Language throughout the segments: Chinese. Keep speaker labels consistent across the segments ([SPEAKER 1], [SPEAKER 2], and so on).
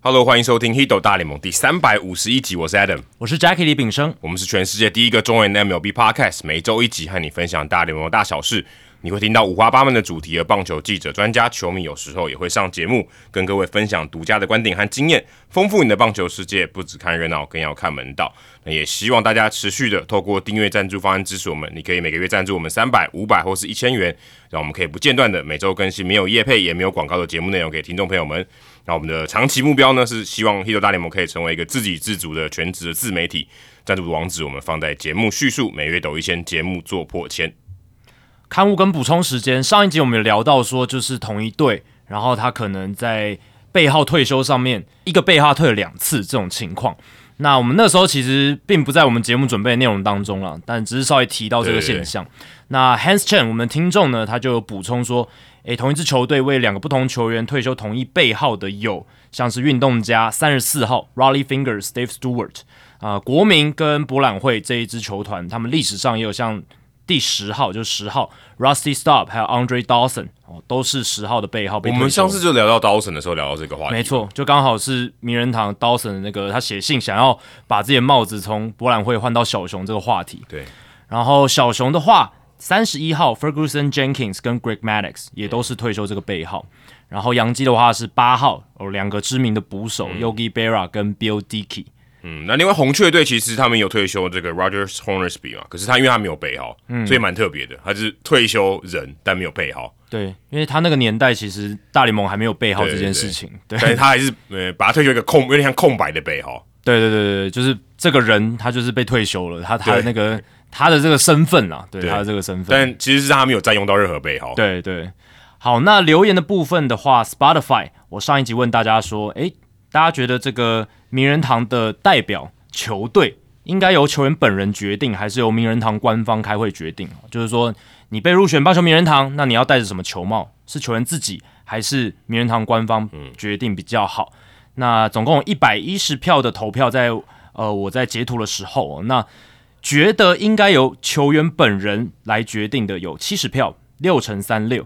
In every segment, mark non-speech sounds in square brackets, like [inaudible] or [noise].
[SPEAKER 1] Hello，欢迎收听《h i d o 大联盟》第三百五十一集，我是 Adam，
[SPEAKER 2] 我是 Jackie 李炳生。
[SPEAKER 1] 我们是全世界第一个中文 MLB Podcast，每周一集和你分享大联盟的大小事。你会听到五花八门的主题，而棒球记者、专家、球迷有时候也会上节目，跟各位分享独家的观点和经验，丰富你的棒球世界。不只看热闹，更要看门道。那也希望大家持续的透过订阅赞助方案支持我们。你可以每个月赞助我们三百、五百或是一千元，让我们可以不间断的每周更新没有业配也没有广告的节目内容给听众朋友们。那我们的长期目标呢，是希望《h i t 大联盟》可以成为一个自给自足的全职的自媒体。赞助的网址我们放在节目叙述，每月抖一千，节目做破千。
[SPEAKER 2] 刊物跟补充时间，上一集我们有聊到说，就是同一队，然后他可能在背号退休上面，一个背号退了两次这种情况。那我们那时候其实并不在我们节目准备的内容当中了，但只是稍微提到这个现象。那 Hans Chen 我们听众呢，他就有补充说，诶，同一支球队为两个不同球员退休同一背号的有，像是运动家三十四号 Raleigh Finger Steve Stewart 啊、国民跟博览会这一支球团，他们历史上也有像第十号就是十号 Rusty Staub 还有 Andre Dawson 哦，都是十号的背号被
[SPEAKER 1] 我
[SPEAKER 2] 退
[SPEAKER 1] 们
[SPEAKER 2] 休
[SPEAKER 1] 上次就聊到刀神的时候聊到这个话题，
[SPEAKER 2] 没错，就刚好是名人堂 Dawson 的那个他写信想要把自己的帽子从博览会换到小熊这个话题。
[SPEAKER 1] 对，
[SPEAKER 2] 然后小熊的话，三十一号 Ferguson Jenkins 跟 Greg Maddox 也都是退休这个背号。然后洋基的话是八号哦，两个知名的捕手、Yogi Berra 跟 Bill Dickey。
[SPEAKER 1] 嗯，那另外红雀队其实他们有退休这个 Rogers Hornsby 嘛，可是他因为他没有背号，所以蛮特别的，他是退休人但没有背号，
[SPEAKER 2] 对，因为他那个年代其实大联盟还没有背号
[SPEAKER 1] 对
[SPEAKER 2] 这件事情。对
[SPEAKER 1] 但是他还是呃把他退休一个空，有点像空白的背号。
[SPEAKER 2] 对对对对对，就是这个人他就是被退休了，他他的
[SPEAKER 1] 对
[SPEAKER 2] 那个他的这个身份啊，对
[SPEAKER 1] 对
[SPEAKER 2] 他的这个身份。
[SPEAKER 1] 但其实是他没有占用到任何背号，
[SPEAKER 2] 对对，好，那留言的部分的话，Spotify，我上一集问大家说，诶，大家觉得这个名人堂的代表球队应该由球员本人决定，还是由名人堂官方开会决定？就是说，你被入选棒球名人堂，那你要戴着什么球帽？是球员自己还是名人堂官方决定比较好？那总共一百一十票的投票在，呃我在截图的时候哦，那觉得应该由球员本人来决定的有七十票，六乘三六；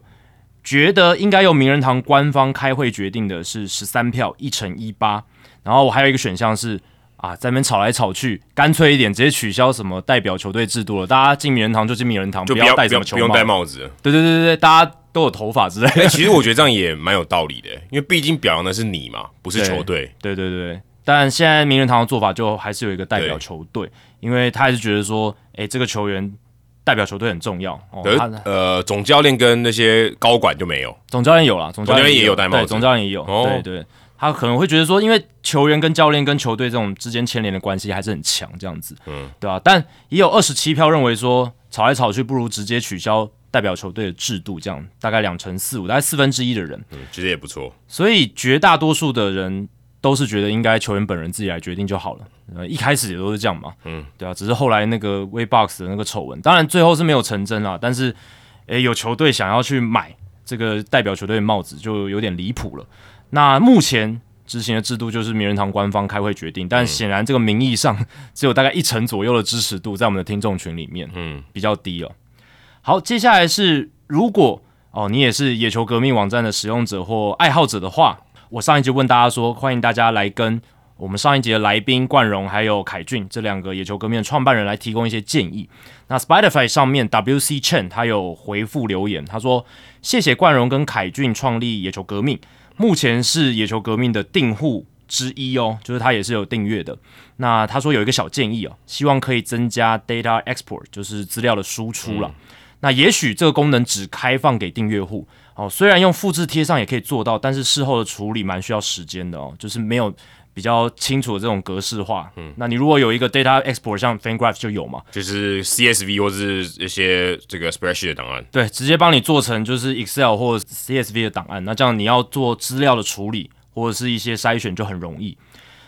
[SPEAKER 2] 觉得应该由名人堂官方开会决定的是十三票，一乘一八。然后我还有一个选项是啊，在那边吵来吵去，干脆一点，直接取消什么代表球队制度了，大家进名人堂就进名人堂，
[SPEAKER 1] 就
[SPEAKER 2] 不要戴
[SPEAKER 1] 不
[SPEAKER 2] 什
[SPEAKER 1] 要
[SPEAKER 2] 么球
[SPEAKER 1] 不用
[SPEAKER 2] 帽。
[SPEAKER 1] 戴帽 [laughs] 子了。
[SPEAKER 2] 对对对对对，大家都有头发之类的。
[SPEAKER 1] 哎， [laughs] 其实我觉得这样也蛮有道理的，因为毕竟表扬的是你嘛，不是
[SPEAKER 2] 对
[SPEAKER 1] 球队。
[SPEAKER 2] 对对对，但现在名人堂的做法就还是有一个代表球队，因为他还是觉得说，诶，这个球员代表球队很重要。哦，
[SPEAKER 1] 可是
[SPEAKER 2] 他
[SPEAKER 1] 呃，总教练跟那些高管就没有，
[SPEAKER 2] 总教练有啦，总教
[SPEAKER 1] 哦总教练
[SPEAKER 2] 练
[SPEAKER 1] 也有戴帽子
[SPEAKER 2] 对，总教练也有，
[SPEAKER 1] 哦
[SPEAKER 2] 对对。他可能会觉得说，因为球员跟教练跟球队这种之间牵连的关系还是很强，这样子，嗯，对啊？但也有二十七票认为说，吵来吵去不如直接取消代表球队的制度，这样大概两成四五，大概四分之一的人，
[SPEAKER 1] 嗯，其实也不错。
[SPEAKER 2] 所以绝大多数的人都是觉得应该球员本人自己来决定就好了。呃，一开始也都是这样嘛，嗯，对啊，只是后来那个 w e b o x 的那个丑闻，当然最后是没有成真啦，但是，诶，有球队想要去买这个代表球队的帽子，就有点离谱了。那目前执行的制度就是名人堂官方开会决定，但显然这个名义上只有大概一成左右的支持度在我们的听众群里面，
[SPEAKER 1] 嗯
[SPEAKER 2] 嗯，比较低哦。好，接下来是如果哦你也是野球革命网站的使用者或爱好者的话，我上一集问大家说，欢迎大家来跟我们上一集的来宾冠荣还有凯俊这两个野球革命的创办人来提供一些建议。那 Spotify 上面 WC Chen 他有回复留言，他说谢谢冠荣跟凯俊创立野球革命，目前是野球革命的订户之一哦，就是他也是有订阅的。那他说有一个小建议哦，希望可以增加 data export，就是资料的输出了。那也许这个功能只开放给订阅户哦，虽然用复制贴上也可以做到，但是事后的处理蛮需要时间的哦，就是没有比较清楚的这种格式化。嗯，那你如果有一个 data export，像 FanGraph 就有嘛，
[SPEAKER 1] 就是 CSV 或是一些这个 spreadsheet 的档案，
[SPEAKER 2] 对，直接帮你做成就是 Excel 或 CSV 的档案。那这样你要做资料的处理或者是一些筛选就很容易。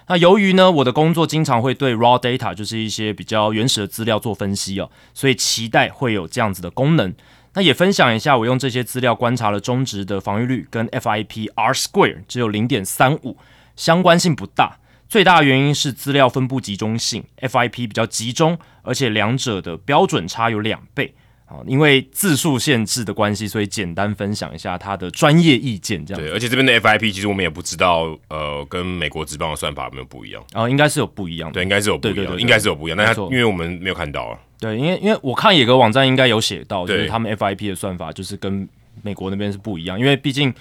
[SPEAKER 2] 那由于呢，我的工作经常会对 raw data，就是一些比较原始的资料做分析哦，所以期待会有这样子的功能。那也分享一下我用这些资料观察了中值的防御率跟 FIP R square 只有零点三五，相关性不大。最大的原因是资料分布集中性，FIP 比较集中，而且两者的标准差有两倍。哦，因为字数限制的关系，所以简单分享一下他的专业意见，这样
[SPEAKER 1] 对，而且这边的 FIP 其实我们也不知道，呃，跟美国职棒的算法有没有不一样？
[SPEAKER 2] 然后、哦应该是有不一样的。
[SPEAKER 1] 对，应该是有不一
[SPEAKER 2] 对对
[SPEAKER 1] 样，
[SPEAKER 2] 对
[SPEAKER 1] 应该是有不一样。但
[SPEAKER 2] 没
[SPEAKER 1] 它
[SPEAKER 2] 错
[SPEAKER 1] 因为我们没有看到啊，
[SPEAKER 2] 对，因为因为我看野格网站应该有写到，就
[SPEAKER 1] 对
[SPEAKER 2] 是他们 FIP 的算法就是跟美国那边是不一样，因为毕竟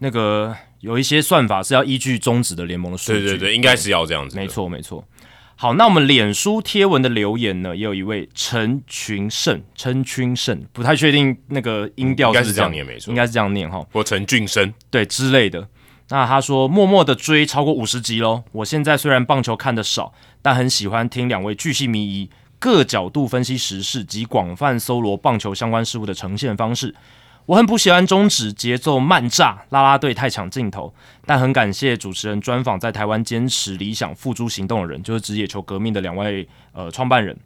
[SPEAKER 2] 那个有一些算法是要依据中职的联盟的数
[SPEAKER 1] 对
[SPEAKER 2] 据。
[SPEAKER 1] 对对，应该是要这样子的。
[SPEAKER 2] 没错没错。好，那我们脸书贴文的留言呢，也有一位陈群胜，陈群胜，不太确定那个音调
[SPEAKER 1] 嗯应该
[SPEAKER 2] 是
[SPEAKER 1] 是
[SPEAKER 2] 这
[SPEAKER 1] 这
[SPEAKER 2] 样
[SPEAKER 1] 样念没错
[SPEAKER 2] 应该是这样念哈，
[SPEAKER 1] 或陈俊生，
[SPEAKER 2] 对之类的。那他说，默默的追超过五十集喽。我现在虽然棒球看得少，但很喜欢听两位巨细靡遗、各角度分析时事及广泛搜罗棒球相关事物的呈现方式。我很不喜欢中指节奏慢炸、啦啦队太抢镜头，但很感谢主持人专访在台湾坚持理想、付诸行动的人，就是职野球革命的两位呃创办人。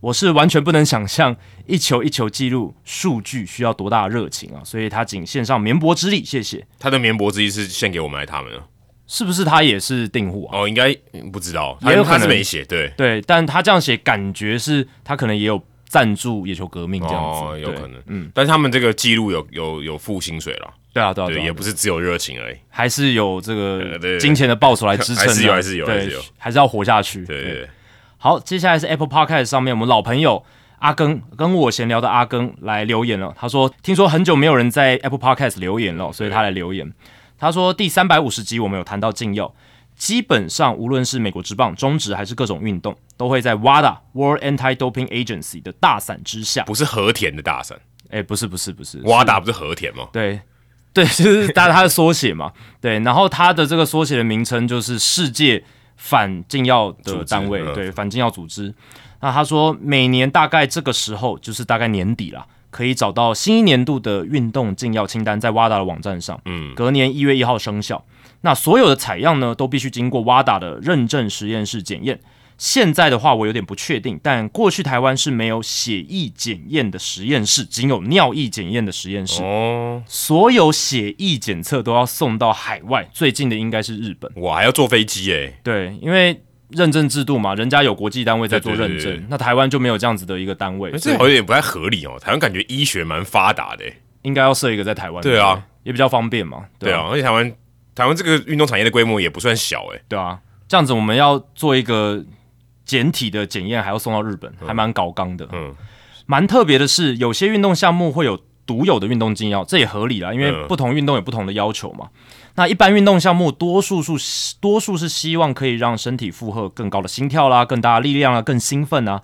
[SPEAKER 2] 我是完全不能想象一球一球记录数据需要多大的热情啊！所以他仅献上绵薄之力，谢谢。
[SPEAKER 1] 他的绵薄之一是献给我们还是他们呢？
[SPEAKER 2] 是不是他也是订户啊？
[SPEAKER 1] 哦，应该嗯不知道，他
[SPEAKER 2] 也有可
[SPEAKER 1] 他
[SPEAKER 2] 能
[SPEAKER 1] 是没写，对，
[SPEAKER 2] 对，但他这样写，感觉是他可能也有赞助野球革命这样子，
[SPEAKER 1] 哦，有
[SPEAKER 2] 对
[SPEAKER 1] 可能，嗯，但是他们这个记录有有有付薪水了，
[SPEAKER 2] 对啊，对啊，
[SPEAKER 1] 对，
[SPEAKER 2] 对
[SPEAKER 1] 也
[SPEAKER 2] 啊，
[SPEAKER 1] 不是只有热情而已，
[SPEAKER 2] 还是有这
[SPEAKER 1] 对对
[SPEAKER 2] 个
[SPEAKER 1] 对
[SPEAKER 2] 金钱的报酬来支撑的，啊
[SPEAKER 1] 还是有还是有
[SPEAKER 2] 对
[SPEAKER 1] 还是有
[SPEAKER 2] 还是要活下去。
[SPEAKER 1] 对对对，
[SPEAKER 2] 好，接下来是 Apple Podcast 上面我们老朋友阿庚跟我闲聊的阿庚来留言了。他说，听说很久没有人在 Apple Podcast 留言了，所以他来留言。他说，第三百五十集我们有谈到禁药，基本上无论是美国职棒、中职还是各种运动，都会在 WADA World Anti-Doping Agency 的大伞之下。
[SPEAKER 1] 不是和田的大神，
[SPEAKER 2] 哎，不是，不是，不是，
[SPEAKER 1] 哇达不是和田吗？
[SPEAKER 2] 对。对， [laughs] 就是它它的缩写嘛，对，然后它的这个缩写的名称就是世界反禁药的单位
[SPEAKER 1] 组，织嗯
[SPEAKER 2] 对，反禁药组织。那他说每年大概这个时候，就是大概年底啦，可以找到新一年度的运动禁药清单，在 WADA 的网站上，嗯，隔年一月一号生效。那所有的采样呢，都必须经过 WADA 的认证实验室检验。现在的话，我有点不确定，但过去台湾是没有血液检验的实验室，仅有尿液检验的实验室。
[SPEAKER 1] 哦，
[SPEAKER 2] 所有血液检测都要送到海外，最近的应该是日本。
[SPEAKER 1] 哇，还要坐飞机哎，
[SPEAKER 2] 对，因为认证制度嘛，人家有国际单位在做
[SPEAKER 1] 对对
[SPEAKER 2] 认
[SPEAKER 1] 对
[SPEAKER 2] 证，
[SPEAKER 1] 对
[SPEAKER 2] 那台湾就没有这样子的一个单位，
[SPEAKER 1] 这
[SPEAKER 2] 所以
[SPEAKER 1] 好像有点不太合理哦。台湾感觉医学蛮发达的欸，
[SPEAKER 2] 应该要设一个在台湾。
[SPEAKER 1] 对啊，
[SPEAKER 2] 也比较方便嘛。
[SPEAKER 1] 对啊，而且台湾台湾这个运动产业的规模也不算小哎，
[SPEAKER 2] 对啊，这样子我们要做一个简体的检验，还要送到日本，还蛮搞纲的。
[SPEAKER 1] 嗯
[SPEAKER 2] 嗯，蛮特别的是，有些运动项目会有独有的运动禁药，这也合理啦，因为
[SPEAKER 1] 嗯
[SPEAKER 2] 不同运动有不同的要求嘛。那一般运动项目，多数数多数是希望可以让身体负荷更高的心跳啦、更大的力量啊、更兴奋啊。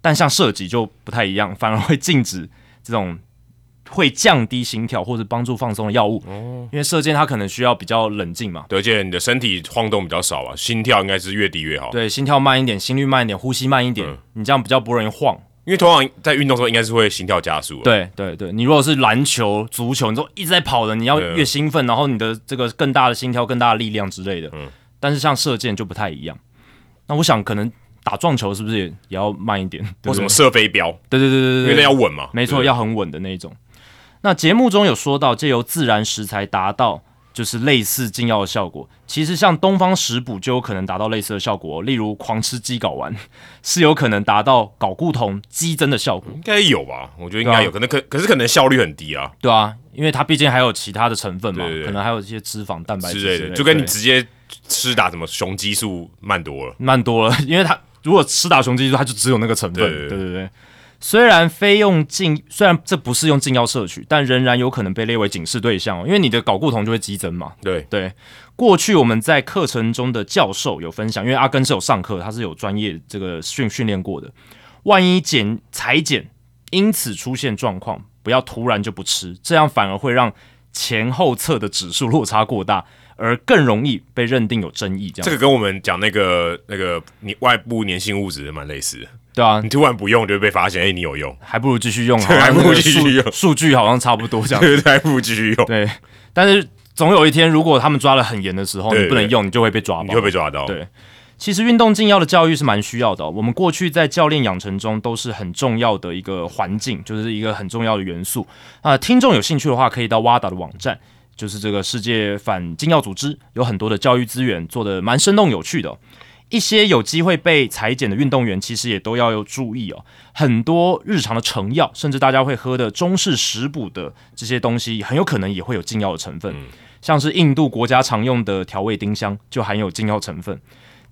[SPEAKER 2] 但像射击就不太一样，反而会禁止这种会降低心跳或者帮助放松的药物，因为射箭它可能需要比较冷静嘛，
[SPEAKER 1] 对，而且你的身体晃动比较少啊，心跳应该是越低越好。
[SPEAKER 2] 对，心跳慢一点，心率慢一点，呼吸慢一点，
[SPEAKER 1] 嗯
[SPEAKER 2] 你这样比较不容易晃。
[SPEAKER 1] 因为通常在运动的时候应该是会心跳加速、啊，，
[SPEAKER 2] 对对对，你如果是篮球、足球，你都一直在跑的，你要
[SPEAKER 1] 对啊
[SPEAKER 2] 越兴奋，然后你的这个更大的心跳、更大的力量之类的。
[SPEAKER 1] 嗯
[SPEAKER 2] 但是像射箭就不太一样。那我想可能打撞球是不是也也要慢一点？
[SPEAKER 1] 或
[SPEAKER 2] 对不
[SPEAKER 1] 什
[SPEAKER 2] 对
[SPEAKER 1] 么射飞镖，
[SPEAKER 2] 对对对对
[SPEAKER 1] 因
[SPEAKER 2] 对
[SPEAKER 1] 为那
[SPEAKER 2] 对，
[SPEAKER 1] 要稳嘛。
[SPEAKER 2] 没错，
[SPEAKER 1] 对
[SPEAKER 2] 要很稳的那一种。那节目中有说到，借由自然食材达到就是类似禁药的效果。其实像东方食补就有可能达到类似的效果哦、例如狂吃鸡睾丸 [laughs] 是有可能达到睾固酮激增的效果，
[SPEAKER 1] 应该有吧？我觉得应该
[SPEAKER 2] 对啊
[SPEAKER 1] 有，可能可可是可能效率很低啊
[SPEAKER 2] 对啊，因为它毕竟还有其他的成分嘛，
[SPEAKER 1] 对对对
[SPEAKER 2] 可能还有一些脂肪、蛋白质
[SPEAKER 1] 之
[SPEAKER 2] 之
[SPEAKER 1] 类
[SPEAKER 2] 类
[SPEAKER 1] 的，就跟你
[SPEAKER 2] 对
[SPEAKER 1] 直接吃打什么雄激素慢多了。
[SPEAKER 2] 慢多了， [laughs] 因为它如果吃打雄激素，它就只有那个成分，
[SPEAKER 1] 对对对
[SPEAKER 2] 对对对。虽然非用禁，虽然这不是用禁药摄取，但仍然有可能被列为警示对象哦，因为你的睾固酮就会激增嘛。
[SPEAKER 1] 对，
[SPEAKER 2] 对，过去我们在课程中的教授有分享，因为阿根是有上课，他是有专业这个训训练过的。万一检裁剪因此出现状况，不要突然就不吃，这样反而会让前后侧的指数落差过大，而更容易被认定有争议。这样
[SPEAKER 1] 这个跟我们讲那个那个你外部粘性物质蛮类似的，
[SPEAKER 2] 对啊
[SPEAKER 1] 你，突然不用就会被发现，哎、你有用， [laughs]
[SPEAKER 2] 还不如继续用好，
[SPEAKER 1] 对还不如继续
[SPEAKER 2] 那个数
[SPEAKER 1] 用
[SPEAKER 2] 数据好像差不多这样。
[SPEAKER 1] 对对，还不如继续用，
[SPEAKER 2] 对，但是总有一天，如果他们抓了很严的时候，
[SPEAKER 1] 对
[SPEAKER 2] 你不能用，你就会被抓包。
[SPEAKER 1] 你会被抓到。
[SPEAKER 2] 对其实运动禁药的教育是蛮需要的哦、我们过去在教练养成中都是很重要的一个环境，就是一个很重要的元素。啊、听众有兴趣的话，可以到 WADA 的网站，就是这个世界反禁药组织，有很多的教育资源做的蛮生动有趣的哦、一些有机会被裁减的运动员，其实也都要有注意哦。很多日常的成药，甚至大家会喝的中式食补的这些东西，很有可能也会有禁药的成分。像是印度国家常用的调味丁香，就含有禁药成分。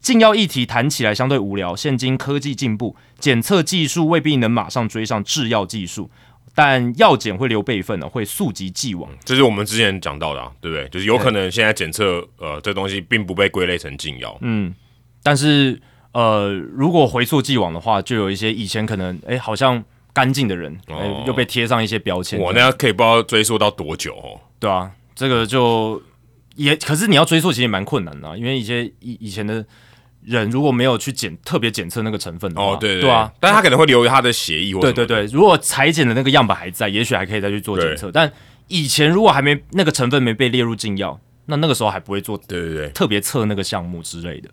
[SPEAKER 2] 禁药议题谈起来相对无聊，现今科技进步，检测技术未必能马上追上制药技术，但药检会留备份呢，哦会溯及既往。
[SPEAKER 1] 这是我们之前讲到的、啊，对不对？就是有可能现在检测，呃，这东西并不被归类成禁药。
[SPEAKER 2] 嗯，但是呃，如果回溯既往的话，就有一些以前可能哎、好像干净的人，哎、
[SPEAKER 1] 哦
[SPEAKER 2] 又被贴上一些标签。
[SPEAKER 1] 我那可以不知道追溯到多久哦。
[SPEAKER 2] 对啊，这个就也可是你要追溯，其实也蛮困难的啊、因为一些以以前的人如果没有去检特别检测那个成分的话，
[SPEAKER 1] 哦，对
[SPEAKER 2] 对
[SPEAKER 1] 对
[SPEAKER 2] 啊，，
[SPEAKER 1] 但他可能会留他的协议或
[SPEAKER 2] 对
[SPEAKER 1] 什
[SPEAKER 2] 对
[SPEAKER 1] 么的
[SPEAKER 2] 对，如果裁剪的那个样本还在，也许还可以再去做检测。但以前如果还没那个成分没被列入禁药，那那个时候还不会做
[SPEAKER 1] 对对对，
[SPEAKER 2] 特别测那个项目之类的。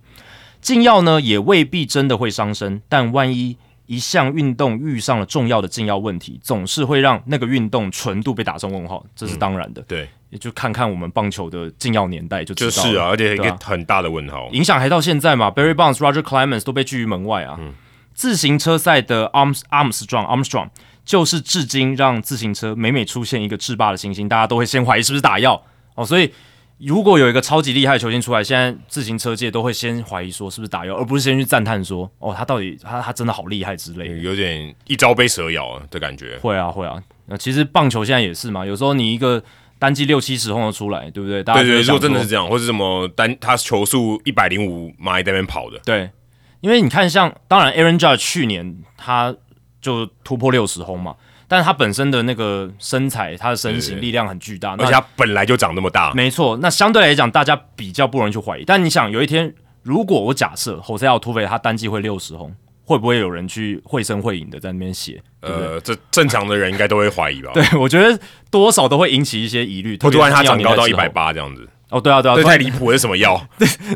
[SPEAKER 2] 禁药呢，也未必真的会伤身，但万一一项运动遇上了重要的禁药问题，总是会让那个运动纯度被打上问号，
[SPEAKER 1] 嗯
[SPEAKER 2] 这是当然的。
[SPEAKER 1] 对，
[SPEAKER 2] 也就看看我们棒球的禁药年代就知
[SPEAKER 1] 就
[SPEAKER 2] 道了
[SPEAKER 1] 是啊，而且一
[SPEAKER 2] 对
[SPEAKER 1] 个
[SPEAKER 2] 啊
[SPEAKER 1] 很大的问号。
[SPEAKER 2] 影响还到现在嘛，Barry Bonds、Roger Clemens 都被拒于门外啊。
[SPEAKER 1] 嗯
[SPEAKER 2] 自行车赛的 Arms Armstrong Armstrong 就是至今让自行车每每出现一个制霸的行星，大家都会先怀疑是不是打药哦。所以如果有一个超级厉害的球星出来，现在自行车界都会先怀疑说是不是打药，而不是先去赞叹说哦他到底他他真的好厉害之类的。
[SPEAKER 1] 有点一朝被蛇咬的感觉，
[SPEAKER 2] 会啊会啊，那其实棒球现在也是嘛，有时候你一个单季六七十轰的出来，对不对？大家
[SPEAKER 1] 对对，
[SPEAKER 2] 就
[SPEAKER 1] 如
[SPEAKER 2] 会
[SPEAKER 1] 果真的
[SPEAKER 2] 想说
[SPEAKER 1] 是这样，或是什么单他球速一百零五迈在那边跑的，
[SPEAKER 2] 对，因为你看像，当然 Aaron Judge 去年他就突破六十轰嘛，但是他本身的那个身材、他的身
[SPEAKER 1] 对
[SPEAKER 2] 形、
[SPEAKER 1] 对
[SPEAKER 2] 力量很巨大，
[SPEAKER 1] 而且
[SPEAKER 2] 那
[SPEAKER 1] 他本来就长那么大，
[SPEAKER 2] 没错，那相对来讲大家比较不容易去怀疑。但你想，有一天如果我假设 Jose a l t u v e 他单季会六十轰，会不会有人去绘声绘影的在那边写？ [laughs]
[SPEAKER 1] 呃，这正常的人应该都会怀疑吧？
[SPEAKER 2] 对，我觉得多少都会引起一些疑虑。
[SPEAKER 1] 或突然
[SPEAKER 2] 特
[SPEAKER 1] 他
[SPEAKER 2] 别是
[SPEAKER 1] 长
[SPEAKER 2] 尿
[SPEAKER 1] 高到一
[SPEAKER 2] 年代
[SPEAKER 1] 百
[SPEAKER 2] 之后，
[SPEAKER 1] 八这样子，
[SPEAKER 2] 哦，对啊，对啊，
[SPEAKER 1] 这
[SPEAKER 2] 对
[SPEAKER 1] 太离谱了，是什么药？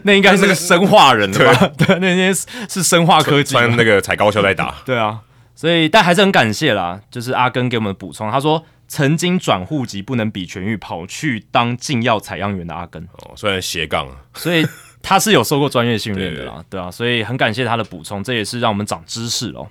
[SPEAKER 2] 那应该是个生化人了吧？ [laughs] 对，那些是是生化科技嘛，
[SPEAKER 1] 穿那个踩高跷在打，
[SPEAKER 2] 对啊，所以但还是很感谢啦，就是阿根给我们的补充，他说曾经转户籍不能比全域，跑去当禁药采样员的阿根，
[SPEAKER 1] 哦，虽然斜杠啊，
[SPEAKER 2] 所以他是有受过专业训练的
[SPEAKER 1] [laughs]
[SPEAKER 2] 啦，对啊，所以很感谢他的补充，这也是让我们长知识哦。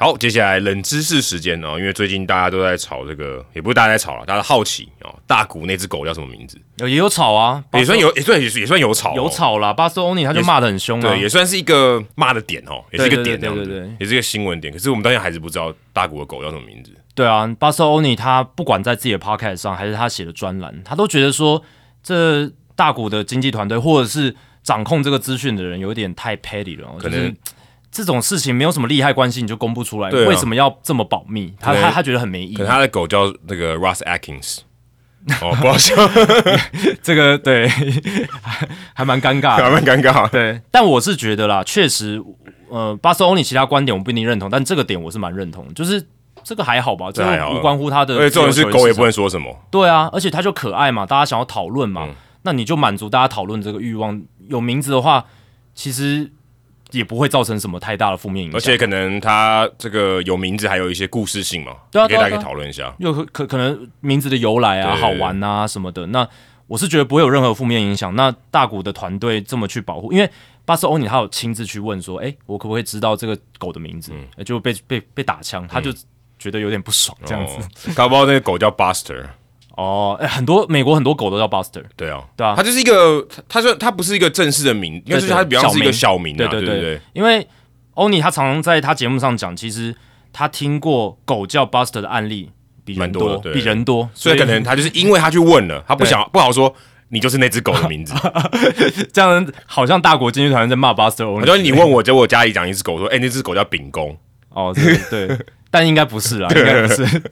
[SPEAKER 1] 好，接下来冷知识时间哦，因为最近大家都在吵这个，也不是大家在吵了，大家好奇哦，大谷那只狗叫什么名字？
[SPEAKER 2] 有也有吵啊，
[SPEAKER 1] 也算有，也算也算有吵、哦，
[SPEAKER 2] 有吵啦，巴斯欧尼他就骂的很凶啊
[SPEAKER 1] 对，，也算是一个骂的点哦，也是一个
[SPEAKER 2] 对对
[SPEAKER 1] 点这样子，
[SPEAKER 2] 对对对
[SPEAKER 1] 也是一个新闻点。可是我们到现在还是不知道大谷的狗叫什么名字。
[SPEAKER 2] 对啊，巴斯欧尼他不管在自己的 podcast 上，还是他写的专栏，他都觉得说这大股的经纪团队或者是掌控这个资讯的人有点太 petty 了哦，
[SPEAKER 1] 可
[SPEAKER 2] 就
[SPEAKER 1] 能
[SPEAKER 2] 是这种事情没有什么利害关系，你就公布出来，
[SPEAKER 1] 对啊
[SPEAKER 2] 为什么要这么保密？他
[SPEAKER 1] 可能
[SPEAKER 2] 他他觉得很没意
[SPEAKER 1] 可能。
[SPEAKER 2] 义
[SPEAKER 1] 他的狗叫那个 Russ Atkins，哦，
[SPEAKER 2] [laughs]
[SPEAKER 1] 不好笑，
[SPEAKER 2] 这个对， [laughs] 还蛮尴尬
[SPEAKER 1] 还
[SPEAKER 2] 的。
[SPEAKER 1] 蛮尴
[SPEAKER 2] [laughs]
[SPEAKER 1] 尬。
[SPEAKER 2] 对，但我是觉得啦，确实，呃，巴斯欧尼其他观点我不一定认同，但这个点我是蛮认同的，就是这个还好吧，这
[SPEAKER 1] 还好啊
[SPEAKER 2] 个无关乎他的自由
[SPEAKER 1] 而且重点是
[SPEAKER 2] 球员市场。
[SPEAKER 1] 狗也不能说什么，
[SPEAKER 2] 对啊，而且它就可爱嘛，大家想要讨论
[SPEAKER 1] 嗯
[SPEAKER 2] 嘛，那你就满足大家讨论这个欲望。有名字的话，其实也不会造成什么太大的负面影响，
[SPEAKER 1] 而且可能它这个有名字，还有一些故事性嘛，
[SPEAKER 2] 对啊
[SPEAKER 1] 可以
[SPEAKER 2] 对啊
[SPEAKER 1] 大家可以
[SPEAKER 2] 对啊
[SPEAKER 1] 讨论一下。
[SPEAKER 2] 又可可可能名字的由来啊、
[SPEAKER 1] 对
[SPEAKER 2] 好玩啊什么的，那我是觉得不会有任何负面影响。那大谷的团队这么去保护，因为巴斯欧尼他有亲自去问说，哎、我可不可以知道这个狗的名字？
[SPEAKER 1] 嗯
[SPEAKER 2] 诶就被被被打枪，他就觉得有点不爽这样子。
[SPEAKER 1] 子，哦搞不好那个狗叫 Buster，
[SPEAKER 2] 哦，哎、很多美国很多狗都叫 Buster，
[SPEAKER 1] 对啊，
[SPEAKER 2] 对啊
[SPEAKER 1] 它就是一个，它它说它不是一个正式的名，应该是它比较是一个小名啊，
[SPEAKER 2] 对
[SPEAKER 1] 对
[SPEAKER 2] 对
[SPEAKER 1] 对，
[SPEAKER 2] 因为欧尼他常常在他节目上讲，其实他听过狗叫 Buster 的案例比人
[SPEAKER 1] 蛮多的对
[SPEAKER 2] 比人多，
[SPEAKER 1] 所以可能他就是因为他去问了，他不想不好说你就是那只狗的名
[SPEAKER 2] [laughs]
[SPEAKER 1] 字，
[SPEAKER 2] 这样好像大国经济团在骂 [laughs] Buster 哦欧
[SPEAKER 1] 我
[SPEAKER 2] 尼
[SPEAKER 1] 说你问我，结果我家里养一只狗，说哎、那只狗叫秉公， [laughs]
[SPEAKER 2] 哦，对对，但应该不是 [laughs] 啦，应该不是，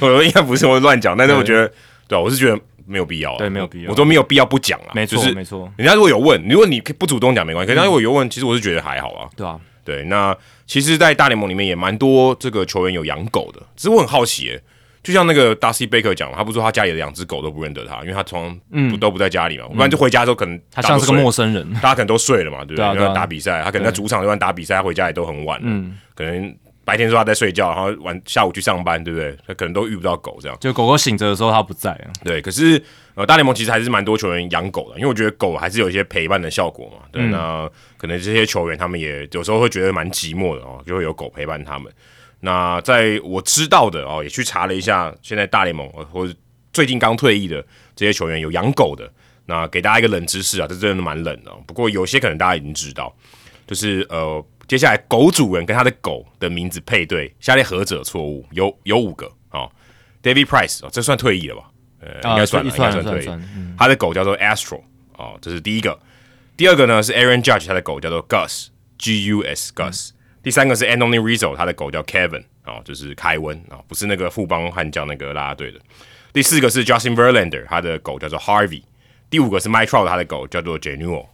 [SPEAKER 1] 我说应该不是我乱讲，但是我觉得，对啊，我是觉得没有必要啊，
[SPEAKER 2] 对没有必要
[SPEAKER 1] 我说没有必要不讲啊，
[SPEAKER 2] 没错
[SPEAKER 1] 就是
[SPEAKER 2] 没错，
[SPEAKER 1] 人家如果有问，如果你不主动讲没关系，可是他如果有问，其实我是觉得还好啊。
[SPEAKER 2] 对啊，
[SPEAKER 1] 对，那其实，在大联盟里面也蛮多这个球员有养狗的，只是我很好奇、耶，就像那个 Darcy Baker 讲嘛，他不是说他家里的两只狗都不认得他，因为他从不都不在家里嘛，不然就回家之后可能
[SPEAKER 2] 嗯他像是个
[SPEAKER 1] 陌
[SPEAKER 2] 陌
[SPEAKER 1] 生。
[SPEAKER 2] 生人，
[SPEAKER 1] 大家可能都睡了嘛，对不
[SPEAKER 2] 对啊
[SPEAKER 1] 因为
[SPEAKER 2] 对啊
[SPEAKER 1] 打比赛，他可能在主场就算打比赛，他回家也都很晚，嗯，可能白天说他在睡觉，然后晚下午去上班，对不对？他可能都遇不到狗这样。
[SPEAKER 2] 就狗狗醒着的时候它不在了。
[SPEAKER 1] 对，可是呃，大联盟其实还是蛮多球员养狗的，因为我觉得狗还是有一些陪伴的效果嘛。对，那可能这些球员他们也有时候会觉得蛮寂寞的哦，就会有狗陪伴他们。那在我知道的哦，也去查了一下，现在大联盟呃或者最近刚退役的这些球员有养狗的。那给大家一个冷知识啊，这真的蛮冷的哦、不过有些可能大家已经知道，就是呃，接下来狗主人跟他的狗的名字配对，下列何者错误？有有五个哦。David Price 哦，这算退役了吧？呃，应该算了，应该
[SPEAKER 2] 啊
[SPEAKER 1] 算
[SPEAKER 2] 算算
[SPEAKER 1] 退役。
[SPEAKER 2] 算，嗯
[SPEAKER 1] 他的狗叫做 Astro 哦，这是第一个。第二个呢是 Aaron Judge，他的狗叫做 Gus G U S Gus。第
[SPEAKER 2] 嗯
[SPEAKER 1] 三个是 Anthony Rizzo，他的狗叫 Kevin 哦，就是凯文啊、哦，不是那个富邦悍将那个啦啦队的。第四个是 Justin Verlander，他的狗叫做 Harvey。第五个是 Mike Trout，他的狗叫做 Genuo。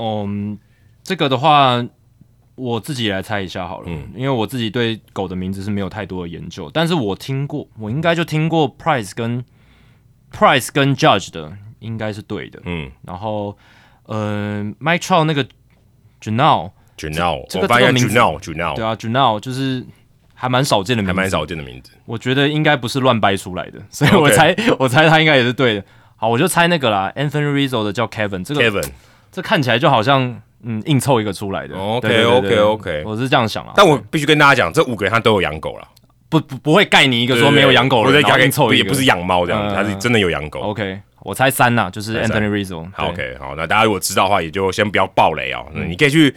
[SPEAKER 2] 嗯，这个的话，我自己来猜一下好了，
[SPEAKER 1] 嗯
[SPEAKER 2] 因为我自己对狗的名字是没有太多的研究，但是我听过，我应该就听过 Price 跟 Price 跟 Judge 的，应该是对的。
[SPEAKER 1] 嗯
[SPEAKER 2] 然后，呃，Mike Trout 那个 Junao，
[SPEAKER 1] ，Genuo，
[SPEAKER 2] 这
[SPEAKER 1] 我
[SPEAKER 2] 个
[SPEAKER 1] 发现
[SPEAKER 2] 这个名字
[SPEAKER 1] Genuo，Genuo
[SPEAKER 2] 对啊，Junao 就是还蛮少见的名
[SPEAKER 1] 哦还
[SPEAKER 2] 字，
[SPEAKER 1] 蛮少见的名字。
[SPEAKER 2] 我觉得应该不是乱掰出来的，所以
[SPEAKER 1] OK
[SPEAKER 2] 我猜我猜他应该也是对的。好，我就猜那个啦，Anthony Rizzo 的叫 Kevin，这个
[SPEAKER 1] Kevin，
[SPEAKER 2] 这看起来就好像嗯硬凑一个出来的。
[SPEAKER 1] OK，
[SPEAKER 2] 对对对对对
[SPEAKER 1] OK，OK
[SPEAKER 2] 我是这样想啊，
[SPEAKER 1] 但我必须跟大家讲，这五个人他都有养狗了，
[SPEAKER 2] 不不不会盖你一个说没有养狗
[SPEAKER 1] 或者
[SPEAKER 2] 的，然后
[SPEAKER 1] 养
[SPEAKER 2] 硬凑一
[SPEAKER 1] 也
[SPEAKER 2] 个，
[SPEAKER 1] 不是养猫这样，
[SPEAKER 2] 嗯
[SPEAKER 1] 他是真的有养狗。
[SPEAKER 2] OK。我猜三呐、就是
[SPEAKER 1] 猜三
[SPEAKER 2] Anthony Rizzo
[SPEAKER 1] 好
[SPEAKER 2] 对
[SPEAKER 1] ，OK，好，那大家如果知道的话，也就先不要爆雷哦。那你可以去，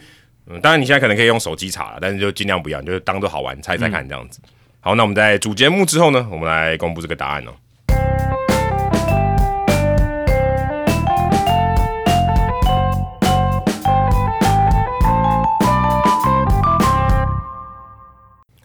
[SPEAKER 1] 嗯，当然你现在可能可以用手机查了，但是就尽量不要，你就当做好玩猜猜看这样子。好，那我们在主节目之后呢，我们来公布这个答案哦。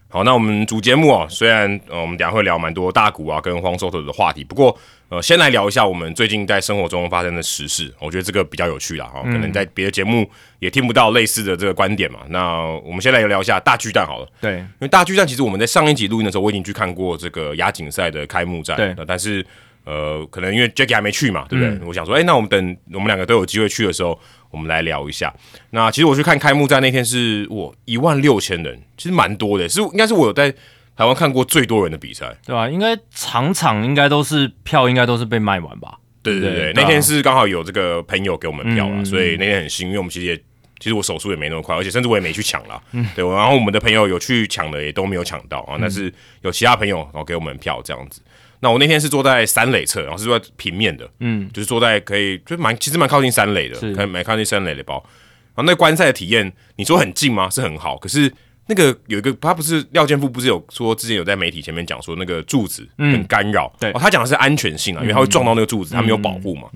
[SPEAKER 1] 好，那我们主节目哦，虽然呃我们等一下会聊蛮多大股啊跟荒收头的话题，不过呃先来聊一下我们最近在生活中发生的时事，我觉得这个比较有趣啦哈、哦，可能在别的节目也听不到类似的这个观点嘛。那我们先来聊一下大巨蛋好了。
[SPEAKER 2] 对
[SPEAKER 1] 因为大巨蛋其实我们在上一集录音的时候，我已经去看过这个亚锦赛的开幕战，
[SPEAKER 2] 对
[SPEAKER 1] 那但是呃，可能因为 Jackie 还没去嘛，对不对？我想说，哎、那我们等我们两个都有机会去的时候，我们来聊一下。那其实我去看开幕战那天是我一万六千人，其实蛮多的，是应该是我有在台湾看过最多人的比赛。
[SPEAKER 2] 对吧、啊应该场场应该都是票，应该都是被卖完吧？
[SPEAKER 1] 对对对，
[SPEAKER 2] 对
[SPEAKER 1] 那
[SPEAKER 2] 啊
[SPEAKER 1] 天是刚好有这个朋友给我们票了，啊
[SPEAKER 2] 嗯
[SPEAKER 1] 所以那天很幸运，因为我们其实也其实我手速也没那么快，而且甚至我也没去抢啦。
[SPEAKER 2] 嗯
[SPEAKER 1] 对，然后我们的朋友有去抢的也都没有抢到啊，但
[SPEAKER 2] 嗯
[SPEAKER 1] 是有其他朋友然后给我们票这样子。那我那天是坐在三垒侧，然后是坐在平面的，
[SPEAKER 2] 嗯，
[SPEAKER 1] 就是坐在可以就蛮其实蛮靠近三垒的，
[SPEAKER 2] 是
[SPEAKER 1] 可能蛮靠近三垒的包。然后那观赛的体验，你说很近吗？是很好，可是那个有一个他不是廖健富不是有说之前有在媒体前面讲说那个柱子很干扰，
[SPEAKER 2] 对
[SPEAKER 1] 哦他讲的是安全性啊，因为他会撞到那个柱子，他没有保护嘛。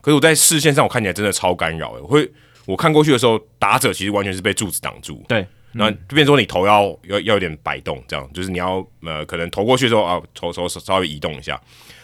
[SPEAKER 1] 可是我在视线上我看起来真的超干扰、欸，我会我看过去的时候，打者其实完全是被柱子挡住，
[SPEAKER 2] 对，
[SPEAKER 1] 那就变成说你头要要要有点摆动，这样就是你要呃可能投过去的时候啊，头头稍稍微移动一下，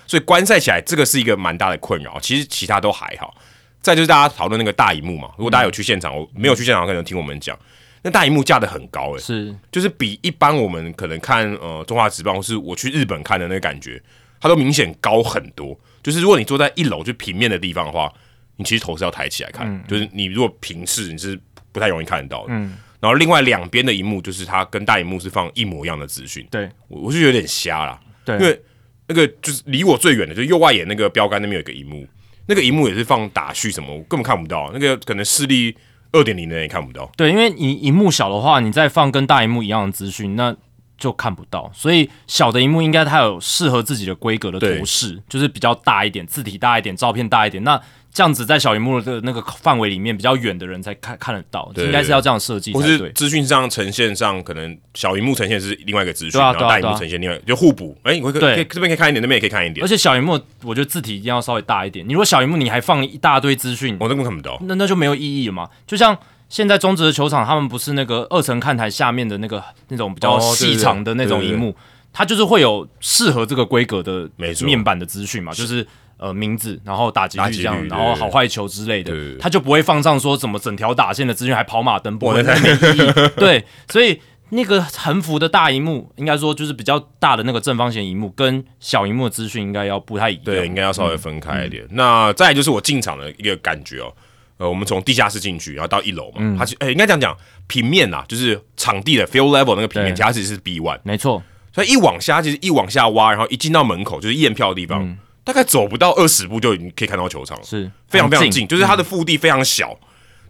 [SPEAKER 1] 所以观赛起来这个是一个蛮大的困扰。其实其他都还好，再就是大家讨论那个大荧幕嘛，如果大家有去现场，我没有去现场可能听我们讲，那大荧幕架的很高诶、欸
[SPEAKER 2] 是
[SPEAKER 1] 就是比一般我们可能看呃中华职棒或是我去日本看的那个感觉，它都明显高很多。就是如果你坐在一楼就平面的地方的话，你其实头是要抬起来看，就是你如果平视你是不太容易看得到的。然后另外两边的荧幕就是它跟大荧幕是放一模一样的资讯，
[SPEAKER 2] 对
[SPEAKER 1] 我我是有点瞎啦，
[SPEAKER 2] 对，
[SPEAKER 1] 因为那个就是离我最远的，就是右外野那个标杆那边有一个荧幕，那个荧幕也是放打序什么，我根本看不到，那个可能视力二点零的人也看不到。
[SPEAKER 2] 对，因为你荧幕小的话，你再放跟大荧幕一样的资讯，那就看不到。所以小的荧幕应该它有适合自己的规格的
[SPEAKER 1] 对
[SPEAKER 2] 图示，就是比较大一点，字体大一点，照片大一点。那这样子在小荧幕的那个范围里面，比较远的人才看看得到，
[SPEAKER 1] 对
[SPEAKER 2] 应该是要这样设计
[SPEAKER 1] 或
[SPEAKER 2] 才
[SPEAKER 1] 是
[SPEAKER 2] 对。
[SPEAKER 1] 资讯上呈现上，可能小荧幕呈现是另外一个资讯，
[SPEAKER 2] 对啊
[SPEAKER 1] 然后
[SPEAKER 2] 对啊
[SPEAKER 1] 大荧幕
[SPEAKER 2] 对啊
[SPEAKER 1] 呈现另外一个就互补。哎、你会可以
[SPEAKER 2] 对
[SPEAKER 1] 可以这边可以看一点，那边也可以看一点
[SPEAKER 2] 而，且小荧幕，我觉得字体一定要稍微大一点。你如果小荧幕你还放一大堆资讯，
[SPEAKER 1] 我根本看不到。
[SPEAKER 2] 那那就没有意义了嘛。就像现在中职的球场，他们不是那个二层看台下面的那个那种比较
[SPEAKER 1] 哦对对
[SPEAKER 2] 细长的那种
[SPEAKER 1] 对对
[SPEAKER 2] 荧幕，它就是会有适合这个规格的
[SPEAKER 1] 没错
[SPEAKER 2] 面板的资讯嘛，就是。呃，名字，然后打击
[SPEAKER 1] 打
[SPEAKER 2] 率
[SPEAKER 1] 击率
[SPEAKER 2] 这样，
[SPEAKER 1] 对
[SPEAKER 2] 然后好坏球之类的
[SPEAKER 1] 对对对，
[SPEAKER 2] 它就不会放上说怎么整条打线的资讯，还跑马灯，不
[SPEAKER 1] 我
[SPEAKER 2] 会
[SPEAKER 1] 在
[SPEAKER 2] 那没意义。对，所以那个横幅的大荧幕，应该说就是比较大的那个正方形荧幕，跟小荧幕的资讯应该要不太一样。嗯
[SPEAKER 1] 对，应该要稍微分开一点。那再来就是我进场的一个感觉哦。呃，我们从地下室进去，然后到一楼嘛，
[SPEAKER 2] 嗯
[SPEAKER 1] 它其呃应该这样讲，平面啊，就是场地的 field level 那个平面，其
[SPEAKER 2] 对
[SPEAKER 1] 实它其实是 B one，
[SPEAKER 2] 没错，
[SPEAKER 1] 所以一往下其实一往下挖，然后一进到门口就是验票的地
[SPEAKER 2] 嗯
[SPEAKER 1] 方，大概走不到二十步就已经可以看到球场了，
[SPEAKER 2] 是
[SPEAKER 1] 非常非常近，，就是它
[SPEAKER 2] 嗯
[SPEAKER 1] 的腹地非常小，